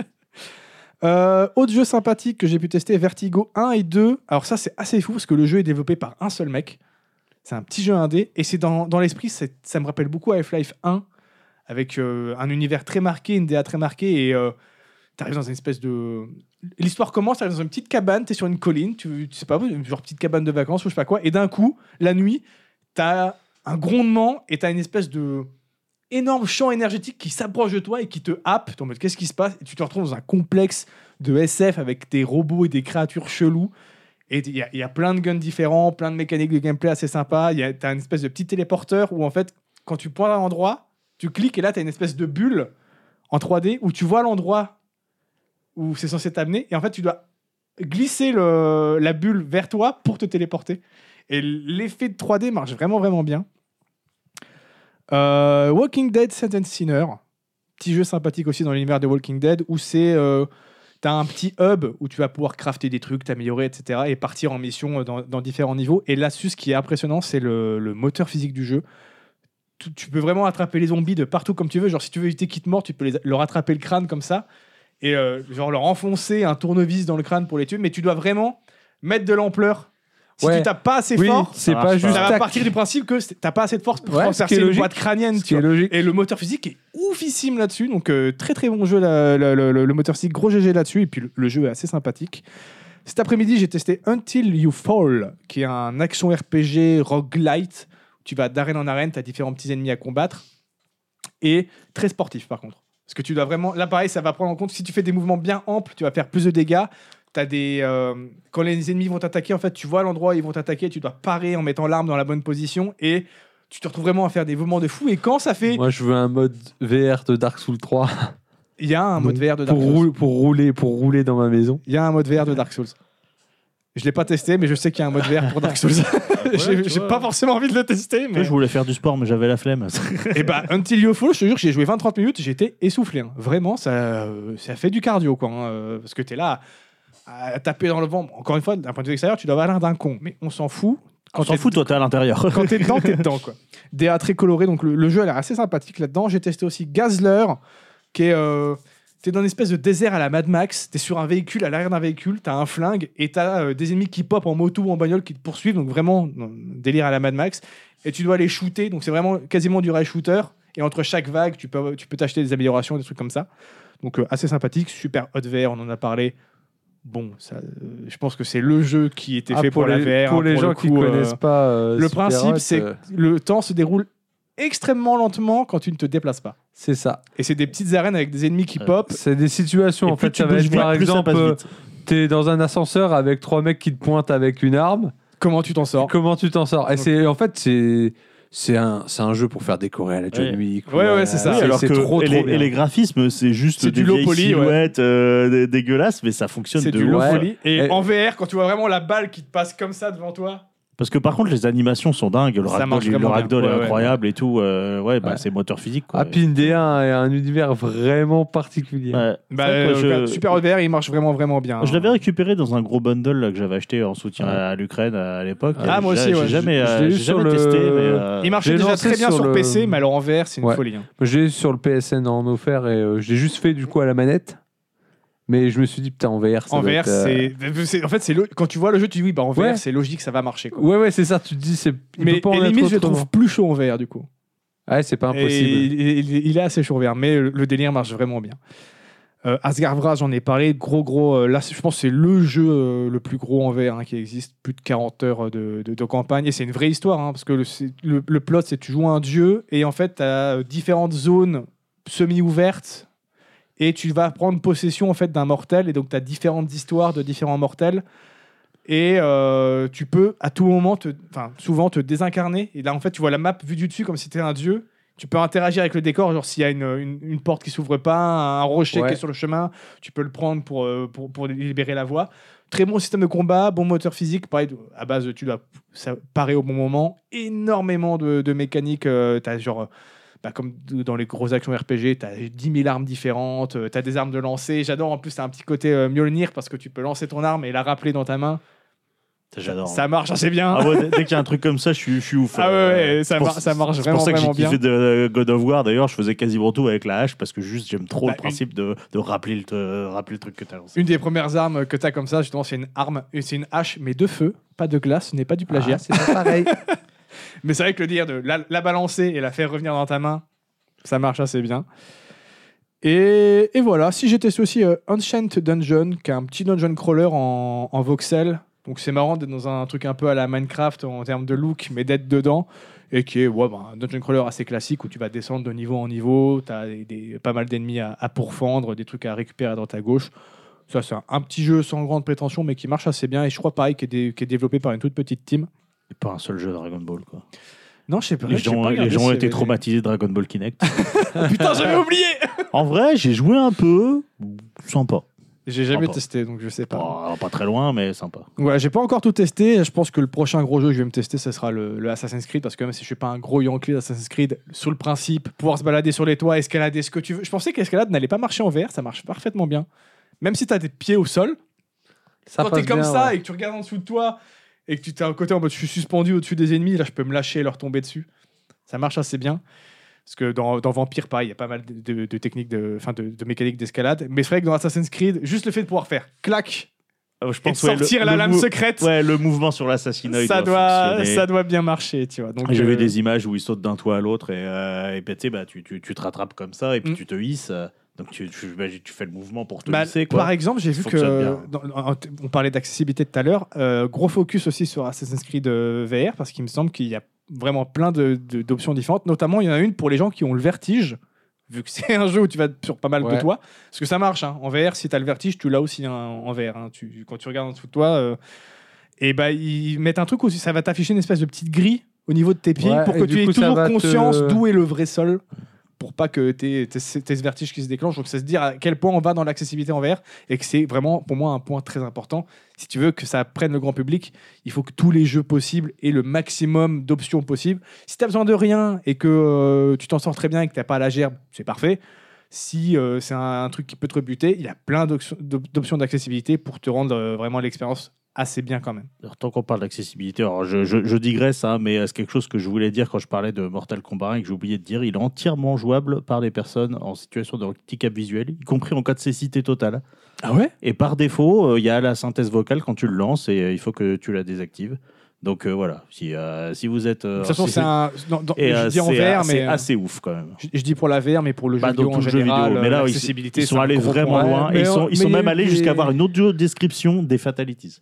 Euh, autre jeu sympathique que j'ai pu tester, Vertigo 1 et 2. Alors ça, c'est assez fou parce que le jeu est développé par un seul mec. C'est un petit jeu indé et c'est dans, dans l'esprit, c'est- ça me rappelle beaucoup Half-Life 1 avec euh, un univers très marqué, une DA très marquée et euh, t'arrives dans une espèce de... L'histoire commence, t'arrives dans une petite cabane, t'es sur une colline, tu, tu sais pas, genre petite cabane de vacances ou je sais pas quoi, et d'un coup, la nuit, t'as un grondement et t'as une espèce de énorme champ énergétique qui s'approche de toi et qui te happe. T'es en mode qu'est-ce qui se passe Et tu te retrouves dans un complexe de SF avec des robots et des créatures cheloues. Et il y, a- il y a plein de guns différents, plein de mécaniques de gameplay assez sympa. Il y a- T'as une espèce de petit téléporteur où en fait, quand tu pointes à un endroit, tu cliques et là t'as une espèce de bulle en 3D où tu vois l'endroit où c'est censé t'amener et en fait tu dois glisser le- la bulle vers toi pour te téléporter. Et l'effet de 3D marche vraiment vraiment bien. Euh, Walking Dead Sentence Sinner, petit jeu sympathique aussi dans l'univers de Walking Dead où c'est. euh, T'as un petit hub où tu vas pouvoir crafter des trucs, t'améliorer, etc. et partir en mission euh, dans, dans différents niveaux. Et là-dessus, ce qui est impressionnant, c'est le, le moteur physique du jeu. Tu, tu peux vraiment attraper les zombies de partout comme tu veux. Genre, si tu veux éviter qu'ils te mordent, tu peux les- leur attraper le crâne comme ça. Et euh, genre, leur enfoncer un tournevis dans le crâne pour les tuer. Mais tu dois vraiment mettre de l'ampleur. Si Ouais. tu tapes pas assez Oui, fort, c'est ça pas, marche ça juste. va tac. partir du principe que c'est- t'as pas assez de force pour Ouais, ce qui transpercer est une logique. boîte crânienne. Ce tu qui est vois. logique. Et le moteur physique est oufissime là-dessus. Donc, euh, très très bon jeu, la- la- la- le, le moteur physique, gros GG là-dessus. Et puis, le, le jeu est assez sympathique. Cet après-midi, j'ai testé Until You Fall, qui est un action RPG roguelite. Tu vas d'arène en arène, tu as différents petits ennemis à combattre. Et très sportif, par contre. Parce que tu dois vraiment. Là, pareil, ça va prendre en compte. Si tu fais des mouvements bien amples, tu vas faire plus de dégâts. T'as des, euh, quand les ennemis vont t'attaquer, en fait, tu vois l'endroit où ils vont t'attaquer, tu dois parer en mettant l'arme dans la bonne position et tu te retrouves vraiment à faire des mouvements de fou. Et quand ça fait. Moi, je veux un mode VR de Dark Souls 3 Il y a un mode Non. VR de pour, Dark Souls. roule- pour rouler, pour rouler dans ma maison. Il y a un mode VR de Dark Souls. Je l'ai pas testé, mais je sais qu'il y a un mode VR pour Dark Souls. J'ai tu j'ai vois. pas forcément envie de le tester, mais. Je voulais faire du sport, mais j'avais la flemme. Et bah, Until You Fall, je te jure que j'ai joué 20-30 minutes, j'étais essoufflé. hein. Vraiment, ça, euh, ça fait du cardio, quoi. hein, euh, parce que t'es là à, à taper dans le ventre. Encore une fois, d'un point de vue extérieur, tu dois avoir l'air d'un con. Mais on s'en fout. On s'en t'es- fout, toi, t'es à l'intérieur. Quand t'es dedans, t'es dedans, quoi. DA très coloré, donc le, le jeu a l'air assez sympathique là-dedans. J'ai testé aussi Gazler, qui est. euh, T'es dans une espèce de désert à la Mad Max, t'es sur un véhicule, à l'arrière d'un véhicule, t'as un flingue et t'as euh, des ennemis qui pop en moto ou en bagnole qui te poursuivent, donc vraiment non, délire à la Mad Max. Et tu dois les shooter, donc c'est vraiment quasiment du rail shooter. Et entre chaque vague, tu peux tu peux t'acheter des améliorations, des trucs comme ça. Donc euh, assez sympathique, super hot VR, on en a parlé. Bon, ça, euh, je pense que c'est le jeu qui était Ah, fait pour, la les, VR. pour hein, les le gens qui coup, euh, connaissent pas. euh, le Super principe, Hot, c'est euh, que le temps se déroule extrêmement lentement quand tu ne te déplaces pas. c'est ça. Et c'est des petites arènes avec des ennemis qui Ouais. pop. C'est des situations. Et en plus fait, tu ça va bouges être vite, par plus ça exemple, passe euh, vite. t'es dans un ascenseur avec trois mecs qui te pointent avec une arme. Comment tu t'en sors Comment tu t'en sors Et Donc- c'est en fait c'est c'est un c'est un jeu pour faire décorer à la John Ouais. Wick. Ouais, ouais, c'est ça. Oui, Ah, alors que trop, et, trop les, bien. et les graphismes, c'est juste C'est des du low vieilles poly, ouais. silhouettes euh, dé- dégueulasses, mais ça fonctionne C'est de du ouf. low ouais. poly. Et, Et- en VR, quand tu vois vraiment la balle qui te passe comme ça devant toi. Parce que par contre, les animations sont dingues. Le Ça marche ragdoll, vraiment le bien. ragdoll Ouais, est ouais. incroyable et tout. euh, ouais, bah, Ouais. c'est moteur physique. Quoi. Ah, puis une D1 a un univers vraiment particulier. Ouais. Bah, C'est vrai que euh, je- Super hot VR, il marche vraiment, vraiment bien. Je l'avais récupéré dans un gros bundle là, que j'avais acheté en soutien à à l'Ukraine à l'époque. Ah, Et moi j'ai- aussi, ouais. J'ai jamais, Je- je euh, l'ai eu j'ai sur jamais le- testé, mais. euh, Il marchait j'ai déjà lancé très bien sur sur, le- PC, mais alors en VR, c'est une Ouais. folie. hein. J'ai sur le PSN en offert et euh, je l'ai juste fait du coup à la manette. Mais je me suis dit putain en VR. Ça En doit VR, être, euh, c'est. c'est- En fait, c'est lo- quand tu vois le jeu, tu dis oui, bah en VR, Ouais. c'est logique, ça va marcher. Quoi. Ouais ouais c'est ça. Tu te dis c'est. il mais peut pas en et être limite, je le autrement. trouve plus chaud en VR du coup. Ouais c'est pas Et impossible. il, il- il est assez chaud vert, mais le, le délire marche vraiment bien. Euh, Asgardvra, j'en ai parlé. Gros, gros. euh, là, c'est- je pense que c'est le jeu euh, le plus gros en VR hein, qui existe. Plus de 40 heures euh, de, de- de campagne. Et c'est une vraie histoire, hein, parce que le, c'est- le- le plot, c'est tu joues un dieu et en fait, tu as différentes zones semi-ouvertes et tu vas prendre possession en fait d'un mortel. Et donc, tu as différentes histoires de différents mortels. Et euh, tu peux à tout moment, te, enfin souvent, te désincarner. Et là, en fait, tu vois la map vue du dessus comme si tu étais un dieu tu peux interagir avec le décor, genre s'il y a une, une- une porte qui s'ouvre pas, un rocher Ouais. qui est sur le chemin, tu peux le prendre pour, euh, pour, pour libérer la voie. Très bon système de combat, bon moteur physique, pareil, à base, de- tu dois ça paraît au bon moment, énormément de, de mécaniques, euh, t'as genre, euh, bah, comme d- dans les grosses actions RPG, t'as 10 000 armes différentes, euh, t'as des armes de lancer, j'adore, en plus t'as un petit côté euh, Mjolnir, parce que tu peux lancer ton arme et la rappeler dans ta main, J'adore. ça marche assez bien Ah ouais, dès- dès qu'il y a un truc comme ça, je suis, je suis ouf. Ah ouais, Euh, ouais, ça c'est pour mar- ça marche C'est pour ça que j'ai vraiment, vraiment kiffé de God of War. D'ailleurs, je faisais quasiment tout avec la hache parce que juste j'aime trop Bah, le principe de, de rappeler, le, de rappeler le truc que t'as lancé. Une des premières armes que t'as comme ça, justement, c'est une arme, c'est une hache, mais de feu, pas de glace, ce n'est pas du plagiat. Ah, c'est pas pareil. Mais c'est vrai que le dire de la, la balancer et la faire revenir dans ta main, ça marche assez bien. Et, et voilà, si j'ai testé aussi euh, Ancient Dungeon, qui est un petit dungeon crawler en, en voxel. Donc c'est marrant d'être dans un truc un peu à la Minecraft en termes de look, mais d'être dedans. Et qui est ouais, bah, un dungeon crawler assez classique où tu vas descendre de niveau en niveau, tu as pas mal d'ennemis à, à pourfendre, des trucs à récupérer à droite à gauche. Ça, c'est un, un petit jeu sans grande prétention, mais qui marche assez bien. Et je crois pareil, qui est, dé- qui est développé par une toute petite team. C'est pas un seul jeu Dragon Ball. Quoi. Non, je sais pas. Les j'ai pas gens, les regardé gens s'il ont y été avait des- traumatisés de Dragon Ball Kinect. Putain, j'avais oublié en vrai, j'ai joué un peu. Sympa. J'ai jamais Ah bon. testé, donc je sais pas. Bon, alors, pas très loin, mais sympa. Ouais, j'ai pas encore tout testé. Je pense que le prochain gros jeu que je vais me tester, ce sera le, le Assassin's Creed. Parce que même si je suis pas un gros Yankee d'Assassin's Creed, sous le principe, pouvoir se balader sur les toits, escalader ce que tu veux. Je pensais qu'escalade n'allait pas marcher en VR, ça marche parfaitement bien. Même si t'as tes pieds au sol, Ça quand t'es passe comme bien, ça ouais. et que tu regardes en dessous de toi et que tu t'es à côté en mode je suis suspendu au-dessus des ennemis, là je peux me lâcher et leur tomber dessus. Ça marche assez bien. Parce que dans, dans Vampire, pareil, il y a pas mal de, de- de techniques, de, enfin, de, de mécaniques d'escalade. Mais c'est vrai que dans Assassin's Creed, juste le fait de pouvoir faire clac Euh, je et de ouais, sortir le- la le lame mou- secrète, Ouais, le mouvement sur l'assassinat. il ça, doit, fonctionner. ça doit bien marcher, tu vois. Donc, Ah, J'ai euh, vu des images où il saute d'un toit à l'autre et, euh, et ben, tu sais, bah, tu, tu, tu te rattrapes comme ça et puis Mm. tu te hisses. euh, donc tu, tu, j'imagine, tu fais le mouvement pour te bah, hisser. Quoi. par exemple, j'ai Ça vu que fonctionne bien. dans- en- en- on parlait d'accessibilité tout à l'heure. euh, gros focus aussi sur Assassin's Creed euh, VR parce qu'il me semble qu'il y a vraiment plein de- de- d'options différentes. Notamment, il y en a une pour les gens qui ont le vertige, vu que c'est un jeu où tu vas sur pas mal Ouais. de toits. Parce que ça marche hein. en VR. Si tu as le vertige, tu l'as aussi hein, en VR. hein. Tu, quand tu regardes en dessous de toi, euh, et bah, ils mettent un truc où ça va t'afficher une espèce de petite grille au niveau de tes pieds Ouais, pour et que du tu aies coup, ça toujours va te- conscience d'où est le vrai sol pour pas que t'aies t'aies ce t'aies ce vertige qui se déclenche. Donc, c'est se dire à quel point on va dans l'accessibilité en VR et que c'est vraiment pour moi un point très important. Si tu veux que ça prenne le grand public, il faut que tous les jeux possibles aient le maximum d'options possibles. Si tu as besoin de rien et que euh, tu t'en sors très bien et que tu pas la gerbe, c'est parfait. Si euh, c'est un, un truc qui peut te rebuter, il y a plein d'options- d'op- d'options d'accessibilité pour te rendre euh, vraiment l'expérience assez bien quand même. Alors, tant qu'on parle d'accessibilité, alors je, je- je digresse, hein, mais euh, c'est quelque chose que je voulais dire quand je parlais de Mortal Kombat 1 et que j'ai oublié de dire. Il est entièrement jouable par les personnes en situation de handicap visuel, y compris en cas de cécité totale. Ah ouais Et par défaut, euh, il y a la synthèse vocale quand tu le lances et euh, il faut que tu la désactives. Donc euh, voilà, si, euh, si vous êtes. De euh, toute façon, si- c'est un. non, dans- et, je euh, dis en c'est VR, assez- mais. assez ouf quand même. Je, je dis pour la VR, mais pour le jeu Bah, vidéo dans en tout le jeu général, euh, vidéo. Mais là, ils- l'accessibilité, Ils c'est sont un allés gros vraiment point. loin. mais Ils sont, on- ils sont mais même il y a allés eu jusqu'à des- avoir une audio description des Fatalities.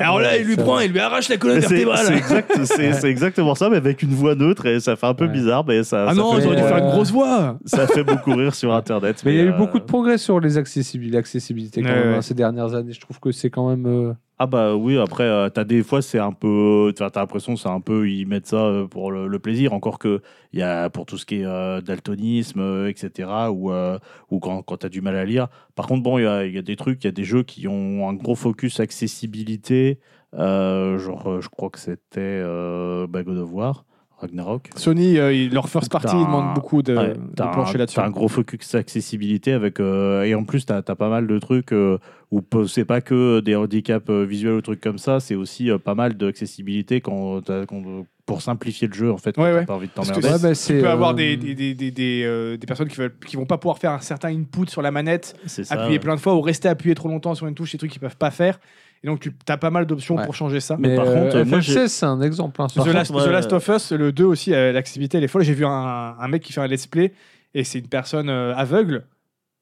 Alors là, il lui Ça prend, va. il lui arrache la colonne C'est vertébrale. c'est exact- c'est- c'est exactement ça, mais avec une voix neutre et ça fait un peu Ouais. bizarre, mais ça, Ah ça non, fait, ils auraient dû euh, faire une grosse voix. ça fait beaucoup rire sur Internet. Mais il y a eu euh, beaucoup de progrès sur les accessibil- l'accessibilité quand Ouais, même, hein, ouais. ces dernières années. Je trouve que c'est quand même. euh, Ah bah oui, après, euh, t'as des fois, c'est un peu... T'as t'as l'impression, que c'est un peu... Ils mettent ça euh, pour le, le plaisir, encore que il y a pour tout ce qui est euh, daltonisme, euh, etc., ou, euh, ou quand, quand t'as du mal à lire. Par contre, bon, il y a, il y a des trucs, il y a des jeux qui ont un gros focus accessibilité, euh, genre, euh, je crois que c'était euh, bah, God of War, Ragnarok. Sony, euh, ils- leur first party, ils T'as un- demandent beaucoup de, Ouais, de t'as plancher un- là-dessus. T'as un gros focus accessibilité avec euh, et en plus t'as as pas mal de trucs euh, où pe- c'est pas que des handicaps euh, visuels ou trucs comme ça, c'est aussi euh, pas mal d'accessibilité quand, t'as- quand- euh, pour simplifier le jeu en Ouais, fait. quand t'as ouais. Pas envie de Parce que t'emmerder. c'est- Ah Tu ouais, bah, c'est, peux avoir euh, des, des, des, des- des, euh, des personnes qui, veulent, qui vont pas pouvoir faire un certain input sur la manette, C'est ça. appuyer ouais. plein de fois ou rester appuyé trop longtemps sur une touche, des trucs qu'ils peuvent pas faire. Et donc, tu as pas mal d'options Ouais. pour changer ça. Mais par contre, euh, moi, FF16, j'ai- c'est un exemple. hein, The, sur- contre, Last, moi, The euh, Last of Us, le 2 aussi, euh, l'activité, elle est folle. J'ai vu un, un mec qui fait un let's play et c'est une personne euh, aveugle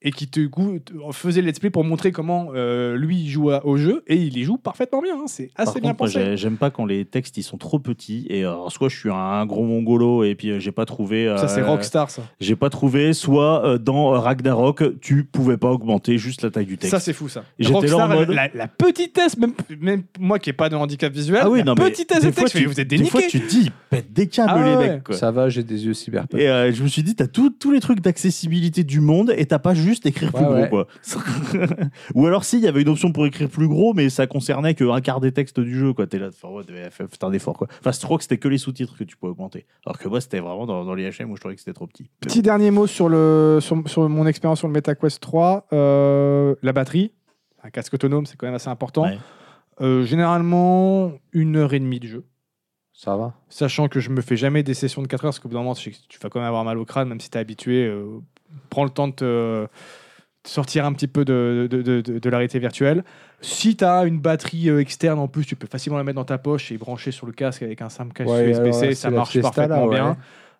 et qui te goût- faisait le let's play pour montrer comment euh, lui il joue à- au jeu et il y joue parfaitement bien. hein. C'est Par assez bien contre, moi, pensé. j'ai- j'aime pas quand les textes ils sont trop petits et euh, soit je suis un, un gros mongolo et puis euh, j'ai pas trouvé. euh, ça, c'est Rockstar, ça. J'ai pas trouvé. Soit euh, dans euh, Ragnarok tu pouvais pas augmenter juste la taille du texte. Ça, c'est fou, ça. J'étais là en Rockstar, mode- la, la petitesse, même, même moi qui n'ai pas de handicap visuel, Ah oui, la non, mais petitesse des des fois, textes, tu- vous êtes des fois déniqués. tu te dis ils pètent des câbles Ah les ouais. mecs. quoi. Ça va, j'ai des yeux cyberpunk. Et euh, je me suis dit, t'as tout- tous les trucs d'accessibilité du monde et t'as pas juste écrire plus Ouais, gros, ouais. quoi. Ou alors, si, il y avait une option pour écrire plus gros, mais ça concernait qu'un quart des textes du jeu, quoi. T'es là, enfin, ouais, t'es- fais un effort, quoi. Enfin, je crois que c'était que les sous-titres que tu pouvais augmenter. Alors que moi, c'était vraiment dans, dans les HM où je trouvais que c'était trop petit. Petit dernier mot sur, le, sur, sur mon expérience sur le MetaQuest 3. euh, la batterie, un casque autonome, c'est quand même assez important. Ouais. Euh, généralement, une heure et demie de jeu. Ça va. Sachant que je me fais jamais des sessions de 4 heures, parce qu'au bout d'un moment, tu sais que tu vas quand même avoir mal au crâne, même si tu es habitué. euh, prends le temps de te de sortir un petit peu de, de, de- de- de la réalité virtuelle. Si tu as une batterie euh, externe en plus, tu peux facilement la mettre dans ta poche et brancher sur le casque avec un simple casque Ouais, alors USB-C, là, ça c'est la marche fiesta, là, parfaitement ouais. bien.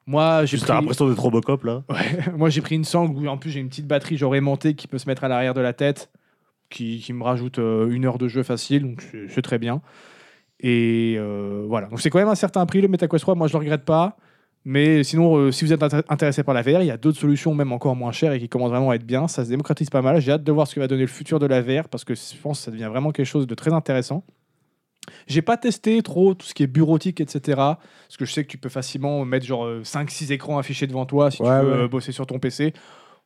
Moi, j'ai Juste, pris... t'as l'impression d'être Robocop, là. Moi, j'ai pris une sangle où, en plus, j'ai une petite batterie genre aimantée qui peut se mettre à l'arrière de la tête, qui, qui me rajoute euh, une heure de jeu facile, donc c'est- c'est très bien. Et euh, voilà. Donc, c'est quand même un certain prix, le MetaQuest 3. Moi, je le regrette pas. Mais sinon, euh, si vous êtes inté- intéressé par la VR, il y a d'autres solutions, même encore moins chères, et qui commencent vraiment à être bien. Ça se démocratise pas mal. J'ai hâte de voir ce que va donner le futur de la VR, parce que je pense que ça devient vraiment quelque chose de très intéressant. J'ai pas testé trop tout ce qui est bureautique, etc. Parce que je sais que tu peux facilement mettre genre 5-6 euh, écrans affichés devant toi si Ouais, tu veux ouais. euh, bosser sur ton PC.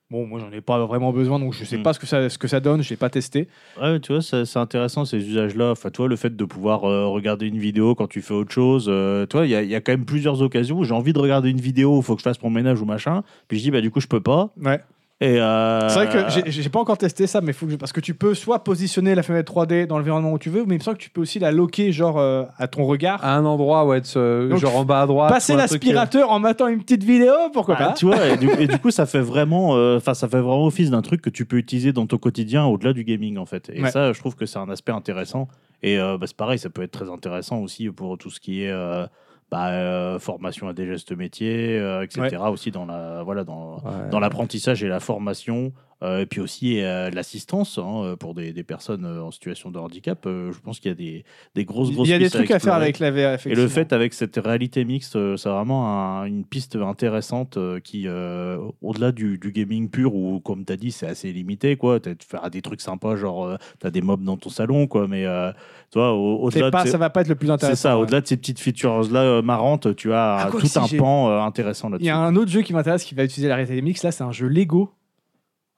Bon, moi, j'en ai pas vraiment besoin, donc je sais Mm. pas ce que ça, ce que ça donne. Je l'ai pas testé. Ouais, tu vois, ça- c'est intéressant ces usages-là. Enfin, tu vois, le fait de pouvoir euh, regarder une vidéo quand tu fais autre chose. euh, tu vois, il y a, il y a quand même plusieurs occasions où j'ai envie de regarder une vidéo où il faut que je fasse mon ménage ou machin. Puis je dis, bah du coup, je peux pas. Ouais. Et euh, C'est vrai que j'ai- j'ai pas encore testé ça, mais faut que je- parce que tu peux soit positionner la fenêtre 3D dans l'environnement où tu veux, mais il me semble que tu peux aussi la loquer genre euh, à ton regard. Ah, À un endroit, ouais, de ce- Donc, genre en bas à droite. Passer ou un truc, euh, l'aspirateur en matant une petite vidéo, pourquoi Ah, pas tu vois, et du, et du coup, ça fait vraiment, euh, enfin, ça fait vraiment office d'un truc que tu peux utiliser dans ton quotidien au-delà du gaming, en fait. Et Ouais. ça, je trouve que c'est un aspect intéressant. Et euh, bah, c'est pareil, ça peut être très intéressant aussi pour tout ce qui est euh, bah, euh, formation à des gestes métiers, euh, etc. Aussi dans la, voilà, dans, ouais. dans l'apprentissage et la formation, euh, et puis aussi euh, l'assistance hein, euh, pour des, des personnes euh, en situation de handicap. Euh, je pense qu'il y a des, des grosses, grosses Il y a des pistes trucs à faire explorer. avec la VR, Et le effectivement. fait avec cette réalité mixte, euh, c'est vraiment un- une piste intéressante euh, qui, euh, au-delà du, du gaming pur, où comme tu as dit, c'est assez limité, quoi. Tu feras des trucs sympas, genre euh, t'as des mobs dans ton salon, quoi. Mais euh, toi, au- C'est au-delà de pas, ces- ça va pas être le plus c'est intéressant. ça, ouais. au-delà de ces petites features là marrantes, tu as Ah, euh, quoi, tout si, un j'ai- pan euh, intéressant Il y là-dessus. a un autre jeu qui m'intéresse qui va utiliser la réalité mixte. Là, c'est un jeu Lego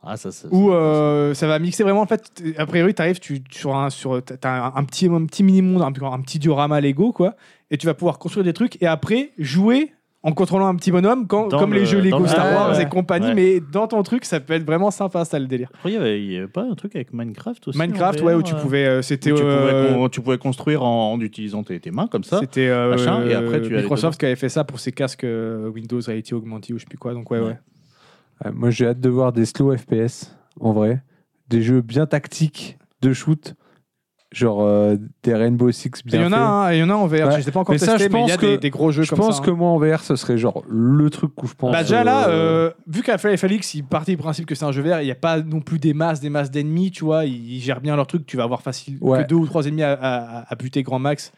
Ah, ça, ça- où euh, ça va mixer vraiment. En fait, t- a priori, t'arrives, tu sur un sur t'as un, un petit un petit mini monde, un, un petit diorama Lego quoi, et tu vas pouvoir construire des trucs et après jouer en contrôlant un petit bonhomme quand- Dans comme le- les jeux dans Lego le- Star Ouais, Wars ouais. et compagnie. Ouais. Mais dans ton truc, ça peut être vraiment sympa, ça le délire. Après, il y avait- il y avait pas un truc avec Minecraft aussi Minecraft, en ouais, VR, où tu euh, pouvais, euh, où tu, c'était pouvais, euh, con- tu pouvais construire en, en utilisant tes, tes mains comme ça. C'était euh, machin, et après, tu allais dedans. Microsoft qui avait fait ça pour ses casques euh, Windows Reality Augmented ou je sais plus quoi. Donc ouais, Ouais. ouais. Ouais, moi, j'ai hâte de voir des slow FPS, en vrai. Des jeux bien tactiques de shoot. Genre euh, des Rainbow Six Il bien y en a, faits. hein, il y en a en VR. Ouais. Je les ai pas encore Mais ça, testés, je mais il y a pense que- des, des gros jeux Je comme pense ça. hein. que moi, en VR, ce serait genre le truc où je pense. Bah déjà là, euh, euh, vu qu'Half-Life Felix, il partit du principe que c'est un jeu vert, il n'y a pas non plus des masses, des masses d'ennemis, tu vois, ils, ils gèrent bien leur truc, tu vas avoir facile Ouais. que deux ou trois ennemis à, à- à buter grand max.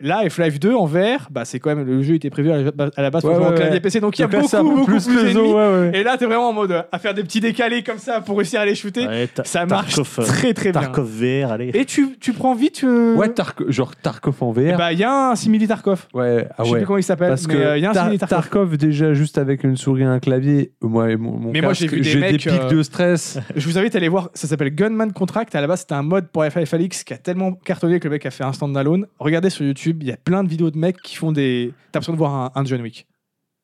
Là, Half-Life 2 en vert, bah c'est quand même le jeu était prévu à la, à la base pour Ouais, jouer en ouais, clavier ouais. PC, donc il y a donc là, beaucoup, c'est un peu beaucoup plus, les os, d'ennemis. ouais, ouais. Et là, t'es vraiment en mode euh, à faire des petits décalés comme ça pour réussir à les shooter. Ouais, ta- Ça marche Tarkov, euh, très très bien. Tarkov VR, allez. Et tu, tu prends vite. euh, Ouais, Tark- genre Tarkov en VR. bah il y a un simili Tarkov. ouais, ah Je sais ouais. plus comment il s'appelle, Parce mais que euh, il y a un Tar- simili Tarkov. Tarkov, déjà, juste avec une souris et un clavier, moi, mon, mon Mais moi, casque, j'ai vu des j'ai des mecs, pics euh, de stress. Je vous invite à aller voir, ça s'appelle Gunman Contract. À la base, c'était un mode pour FFLX qui a tellement cartonné que le mec a fait un standalone. Regardez sur YouTube, il y a plein de vidéos de mecs qui font des. T'as l'impression de voir un, un John Wick.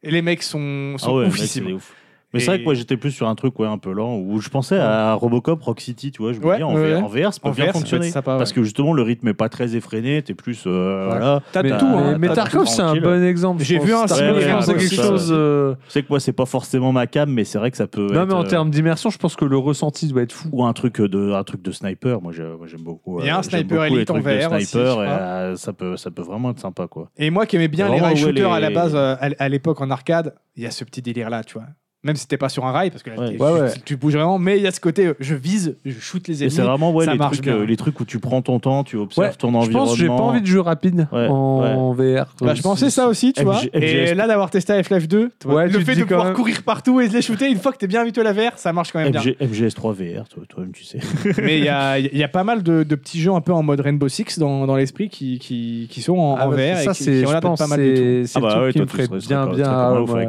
Et les mecs sont, sont Ah ouais, mec, oufissimes. c'est ouf. Mais c'est vrai Et- que moi j'étais plus sur un truc ouais, un peu lent où je pensais à Robocop, Rock City, tu vois. Je me Ouais, dis en, ouais, VR, ouais. en VR, ça peut En VR, bien ça peut fonctionner. être sympa, ouais. Parce que justement le rythme est pas très effréné, t'es plus. euh, Ouais. voilà. T'as mais, tout, hein. mais- mais T'as Tarkov, tout c'est un tranquille. bon exemple. je J'ai pense. vu un Tarkov, stream, je pense, c'est ouais, quelque ça, chose. euh, Je sais que moi c'est pas forcément ma cam, mais c'est vrai que ça peut. Non, être, mais en euh, termes d'immersion, je pense que le ressenti doit être fou. Ou un truc de, un truc de sniper, moi j'ai- moi, j'aime beaucoup. Il y a euh, un j'aime sniper beaucoup les Elite en trucs de VR aussi, sniper, je et, crois. euh, ça, peut, ça peut vraiment être sympa quoi. Et moi qui aimais bien les Vraiment, rail ouais, shooters à la les- base, euh, à, à l'époque en arcade, il y a ce petit délire là, tu vois. Même si t'es pas sur un rail, parce que là, Ouais. t'es- Ouais, tu, ouais. tu- tu bouges vraiment, mais il y a ce côté euh, je vise, je shoot les Et c'est ennemis. vraiment ouais, ça les, marche trucs, bien. euh, les trucs où tu prends ton temps, tu observes Ouais, ton Je environnement. pense que j'ai pas envie de jeux rapides Ouais, en VR. quoi. Bah, je pensais ça aussi, tu MG- vois. MGS. Et là, d'avoir testé Half-Life 2, tu vois, Ouais, tu le te fait dis de quand pouvoir même- courir partout et de les shooter, une fois que t'es bien habitué à la VR, ça marche quand même bien. MG- MGS3 VR, toi- toi-même tu sais. Mais il y a, il y a pas mal de, de petits jeux un peu en mode Rainbow Six dans, dans l'esprit qui, qui, qui sont en, Ah, en bah, VR et ça, qui, c'est, qui ont l'air je d'être pense, pas mal du tout. c'est Ah bah c'est le truc qui me ferait bien, bien. avec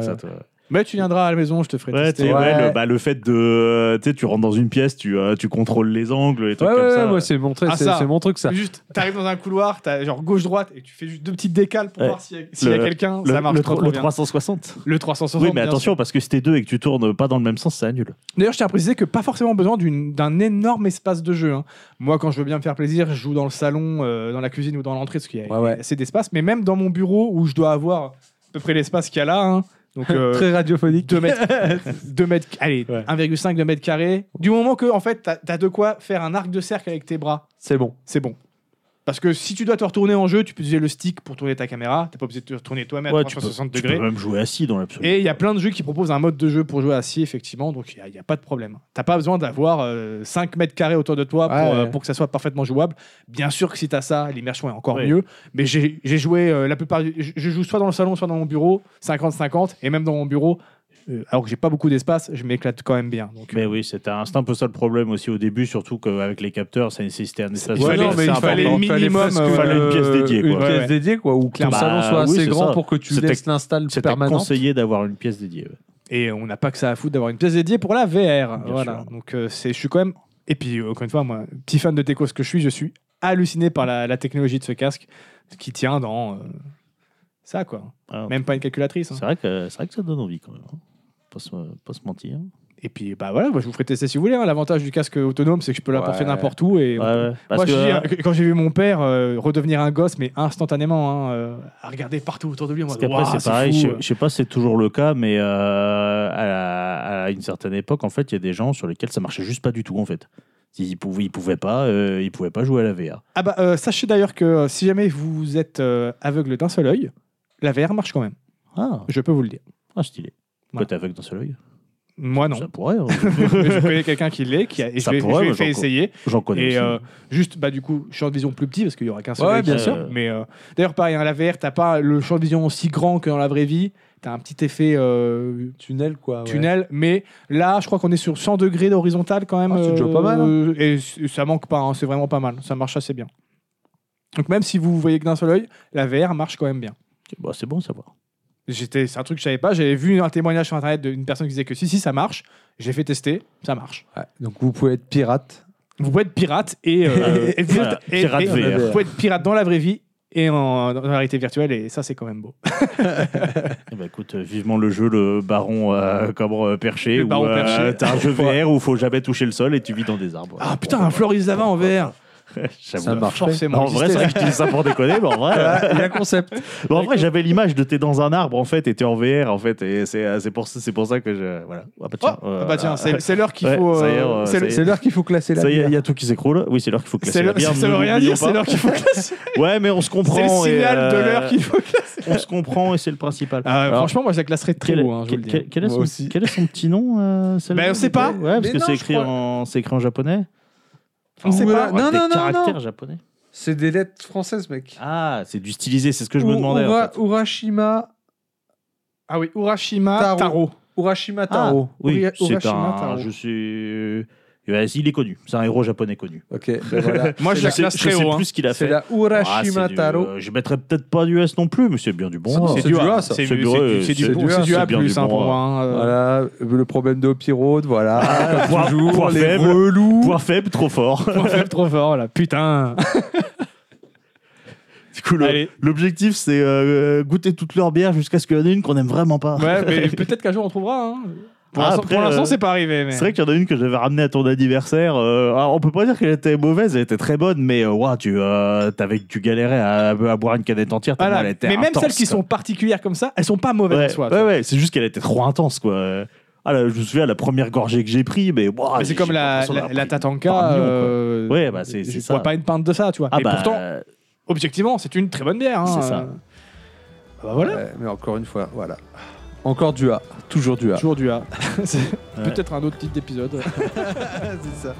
euh, ça, toi. Mais tu viendras à la maison, je te ferai Ouais, tu tester. sais, Ouais. ouais, le, bah, le fait de. euh, Tu sais, tu rentres dans une pièce, tu, euh, tu contrôles les angles et Ouais, trucs comme ouais, ça. moi, c'est mon truc, Ah, c'est ça. c'est mon truc, ça. Juste, t'arrives dans un couloir, t'as genre gauche-droite et tu fais juste deux petites décales pour Ouais. voir s'il y a, s'il y a Le- quelqu'un. le, Ça marche le, trop, tro- trop le bien. 360. Le 360. Oui, mais bien attention, sûr. parce que si t'es deux et que tu tournes pas dans le même sens, ça annule. D'ailleurs, je tiens à préciser que pas forcément besoin d'une- d'un énorme espace de jeu. hein. Moi, quand je veux bien me faire plaisir, je joue dans le salon, euh, dans la cuisine ou dans l'entrée, parce qu'il y a Ouais, ouais. assez d'espace. Mais même dans mon bureau où je dois avoir à peu près l'espace qu'il y a là. hein. Donc, euh, Très radiophonique. 2 mètres, deux mètres allez, Ouais. 1,5 2 mètres carrés. Du moment que, en fait, t'as as de quoi faire un arc de cercle avec tes bras, C'est bon. c'est bon. Parce que si tu dois te retourner en jeu, tu peux utiliser le stick pour tourner ta caméra, t'es pas obligé de te retourner toi-même à Ouais, tu peux, 360 tu degrés. peux même jouer assis dans l'absolu. Et il y a plein de jeux qui proposent un mode de jeu pour jouer assis, effectivement, donc il n'y a, pas de problème. T'as pas besoin d'avoir 5 mètres carrés autour de toi Ouais, pour, euh, ouais. pour que ça soit parfaitement jouable. Bien sûr que si t'as ça, l'immersion est encore Ouais. mieux, mais j'ai j'ai joué euh, la plupart du- Je, je joue soit dans le salon, soit dans mon bureau, 50-50, et même dans mon bureau, euh, alors que j'ai pas beaucoup d'espace, je m'éclate quand même bien. Donc, euh, Mais oui, c'était un, c'était un peu ça le problème aussi au début, surtout qu'avec les capteurs, ça nécessitait un espace. Il Ouais, fallait- non, mais c'est il important. fallait fallait minimum, presque, euh, fallait une pièce dédiée, Une quoi. pièce Ouais, ouais. dédiée, quoi, où que ton Bah, salon soit oui, assez c'est grand ça. pour que tu C'était- laisses l'install C'était permanente. conseillé d'avoir une pièce dédiée. ouais. Et on n'a pas que ça à foutre d'avoir une pièce dédiée pour la VR. Bien voilà. sûr. Donc euh, c'est, je suis quand même. Et puis euh, encore une fois, moi, petit fan de Teco, ce que je suis, je suis halluciné par la, la technologie de ce casque qui tient dans euh, ça quoi. Ah, Même pas une calculatrice. hein. C'est vrai, que, c'est vrai que ça donne envie quand même. hein. Pas se, pas se mentir. Et puis bah voilà, moi, je vous ferai tester si vous voulez. hein. L'avantage du casque autonome, c'est que je peux l'apporter Ouais. n'importe où et Ouais, ouais. Parce Moi, je que, euh, dis, hein, que- quand j'ai vu mon père euh, redevenir un gosse, mais instantanément, hein, euh, à regarder partout autour de lui, en Parce mode, qu'après, Waouh, c'est pareil, fou. je, je sais pas si c'est toujours le cas, mais euh, à, la- à une certaine époque, en fait, il y a des gens sur lesquels ça marchait juste pas du tout, en fait. Ils pouvaient, ils pouvaient pas, euh, ils pouvaient pas jouer à la VR. Ah bah, euh, sachez d'ailleurs que euh, si jamais vous êtes euh, aveugle d'un seul œil, la VR marche quand même. Ah, Je peux vous le dire. ah, stylé. Toi, Ouais. t'es aveugle d'un seul œil Moi, non. Ça pourrait. Mais hein. je connais quelqu'un qui l'est, qui a, et je Ça l'ai- je pourrait, l'ai mais fait j'en- essayer. J'en connais. Et aussi. euh, juste, bah, du coup, champ de vision plus petit, parce qu'il y aura qu'un seul Ouais, œil, bien euh, sûr. Mais euh, d'ailleurs, pareil, hein, la VR, t'as pas le champ de vision aussi grand que dans la vraie vie. T'as un petit effet euh, Tunnel, quoi. ouais. tunnel. Mais là, je crois qu'on est sur 100 degrés d'horizontale quand même. Ah, c'est déjà euh, pas mal, hein. Et c- ça manque pas, hein, c'est vraiment pas mal. Ça marche assez bien. Donc même si vous voyez que d'un seul œil, la VR marche quand même bien. Bah, c'est bon à savoir. J'étais, c'est un truc que je savais pas. J'avais vu un témoignage sur internet d'une personne qui disait que si si ça marche. J'ai fait tester, ça marche. Ouais, donc vous pouvez être pirate. Vous pouvez être pirate et, euh, et vous Voilà, êtes- et- pirate et- VR. vous pouvez être pirate dans la vraie vie et en, dans la réalité virtuelle et ça c'est quand même beau. Eh ben, écoute, euh, vivement le jeu, le baron euh, cabre euh, perché. Le où, baron euh, perché. T'as un jeu VR où faut jamais toucher le sol et tu vis dans des arbres. bah, Ah putain, un Floris Davin en VR. J'avoue. Ça marche. Forcément. Non, en vrai, c'est vrai que je dis ça pour déconner, mais en vrai. euh, Il y a concept. Bon, en vrai, j'avais l'image de t'es dans un arbre en fait et t'es en VR en fait et c'est euh, c'est pour ça- c'est pour ça que je voilà. Ah bah Oh, tiens, euh, ah bah tiens, c'est euh, c'est l'heure qu'il Ouais, faut. ça y est, euh, euh, c'est le- ça C'est l'heure qu'il faut classer la ça y est, bière. il y a tout qui s'écroule. Oui, c'est l'heure qu'il faut classer C'est la le- bière. ça ne veut rien l'oublions dire, c'est pas. l'heure qu'il faut classer. Ouais, mais on se comprend. C'est le et, signal de euh, l'heure qu'il faut classer. On se comprend et c'est le principal. Alors, franchement, moi, je la classerais très Quel, haut, hein, je vous quel- le dis. quel- quel est Moi son, aussi. quel est son petit nom euh, celle-là Ben, on sait pas. Ouais, parce Mais que non, c'est je écrit, crois- en... c'est écrit en japonais. On sait Ou, pas. euh, Non, des non, non, caractères non. japonais. C'est des lettres françaises, mec. Ah, c'est du stylisé, c'est ce que je me Ou- demandais. en Ura- fait. Urashima, Ah oui, Urashima Taro. Taro. Urashima Ah, Taro. oui, Uri- c'est Urashima un. Taro. Je suis. Ben, Il est connu. C'est un héros japonais connu. Ok, ben voilà. Moi, je C'est la sais, classe très sais haut. hein. plus ce qu'il a C'est fait. la Ah, c'est Urashima du- Taro. euh, je mettrais peut-être pas du S non plus, mais c'est bien du bon. Ah, hein. c'est du A, ça. C'est C'est du du- c'est- c'est c'est du du bon- A, c'est du c'est A+, bien du hein, bon pour A. moi. hein, euh. Voilà, euh, le problème de Pirate, voilà. comme Ah, Point- toujours, point les faible. relous. Point faible, trop fort. On fait trop fort, là. Putain. Du coup, le- Allez. l'objectif, c'est euh, goûter toutes leurs bières jusqu'à ce qu'il y en ait une qu'on aime vraiment pas. Ouais, mais peut-être qu'un jour, on trouvera. hein. Pour Ah, l'instant- après, pour l'instant, euh, c'est pas arrivé. Mais... C'est vrai qu'il y en a une que j'avais ramenée à ton anniversaire. euh, alors, on peut pas dire qu'elle était mauvaise, elle était très bonne, mais euh, ouah, tu, euh, t'avais- tu galérais à, à boire une canette entière. tellement Voilà. elle était Mais même intense, celles qui quoi. sont particulières comme ça, elles sont pas mauvaises en soi. Ouais, ouais, ouais, c'est juste qu'elle était trop intense, quoi. Ah, là, je me souviens, la première gorgée que j'ai pris, mais, ouah, Mais c'est Ah, j'ai- comme j'ai la, l'impression la, d'avoir la pris- Tatanka. par million, quoi. euh, Ouais, bah, c'est- c'est Je ça. bois pas une pinte de ça, tu vois. Ah Et bah, pourtant, euh, objectivement, c'est une très bonne bière. hein. C'est ça. Ah Bah voilà. Ouais, mais encore une fois, voilà. Encore du A, toujours du A. Toujours du A. C'est Peut-être un autre type d'épisode. C'est ça.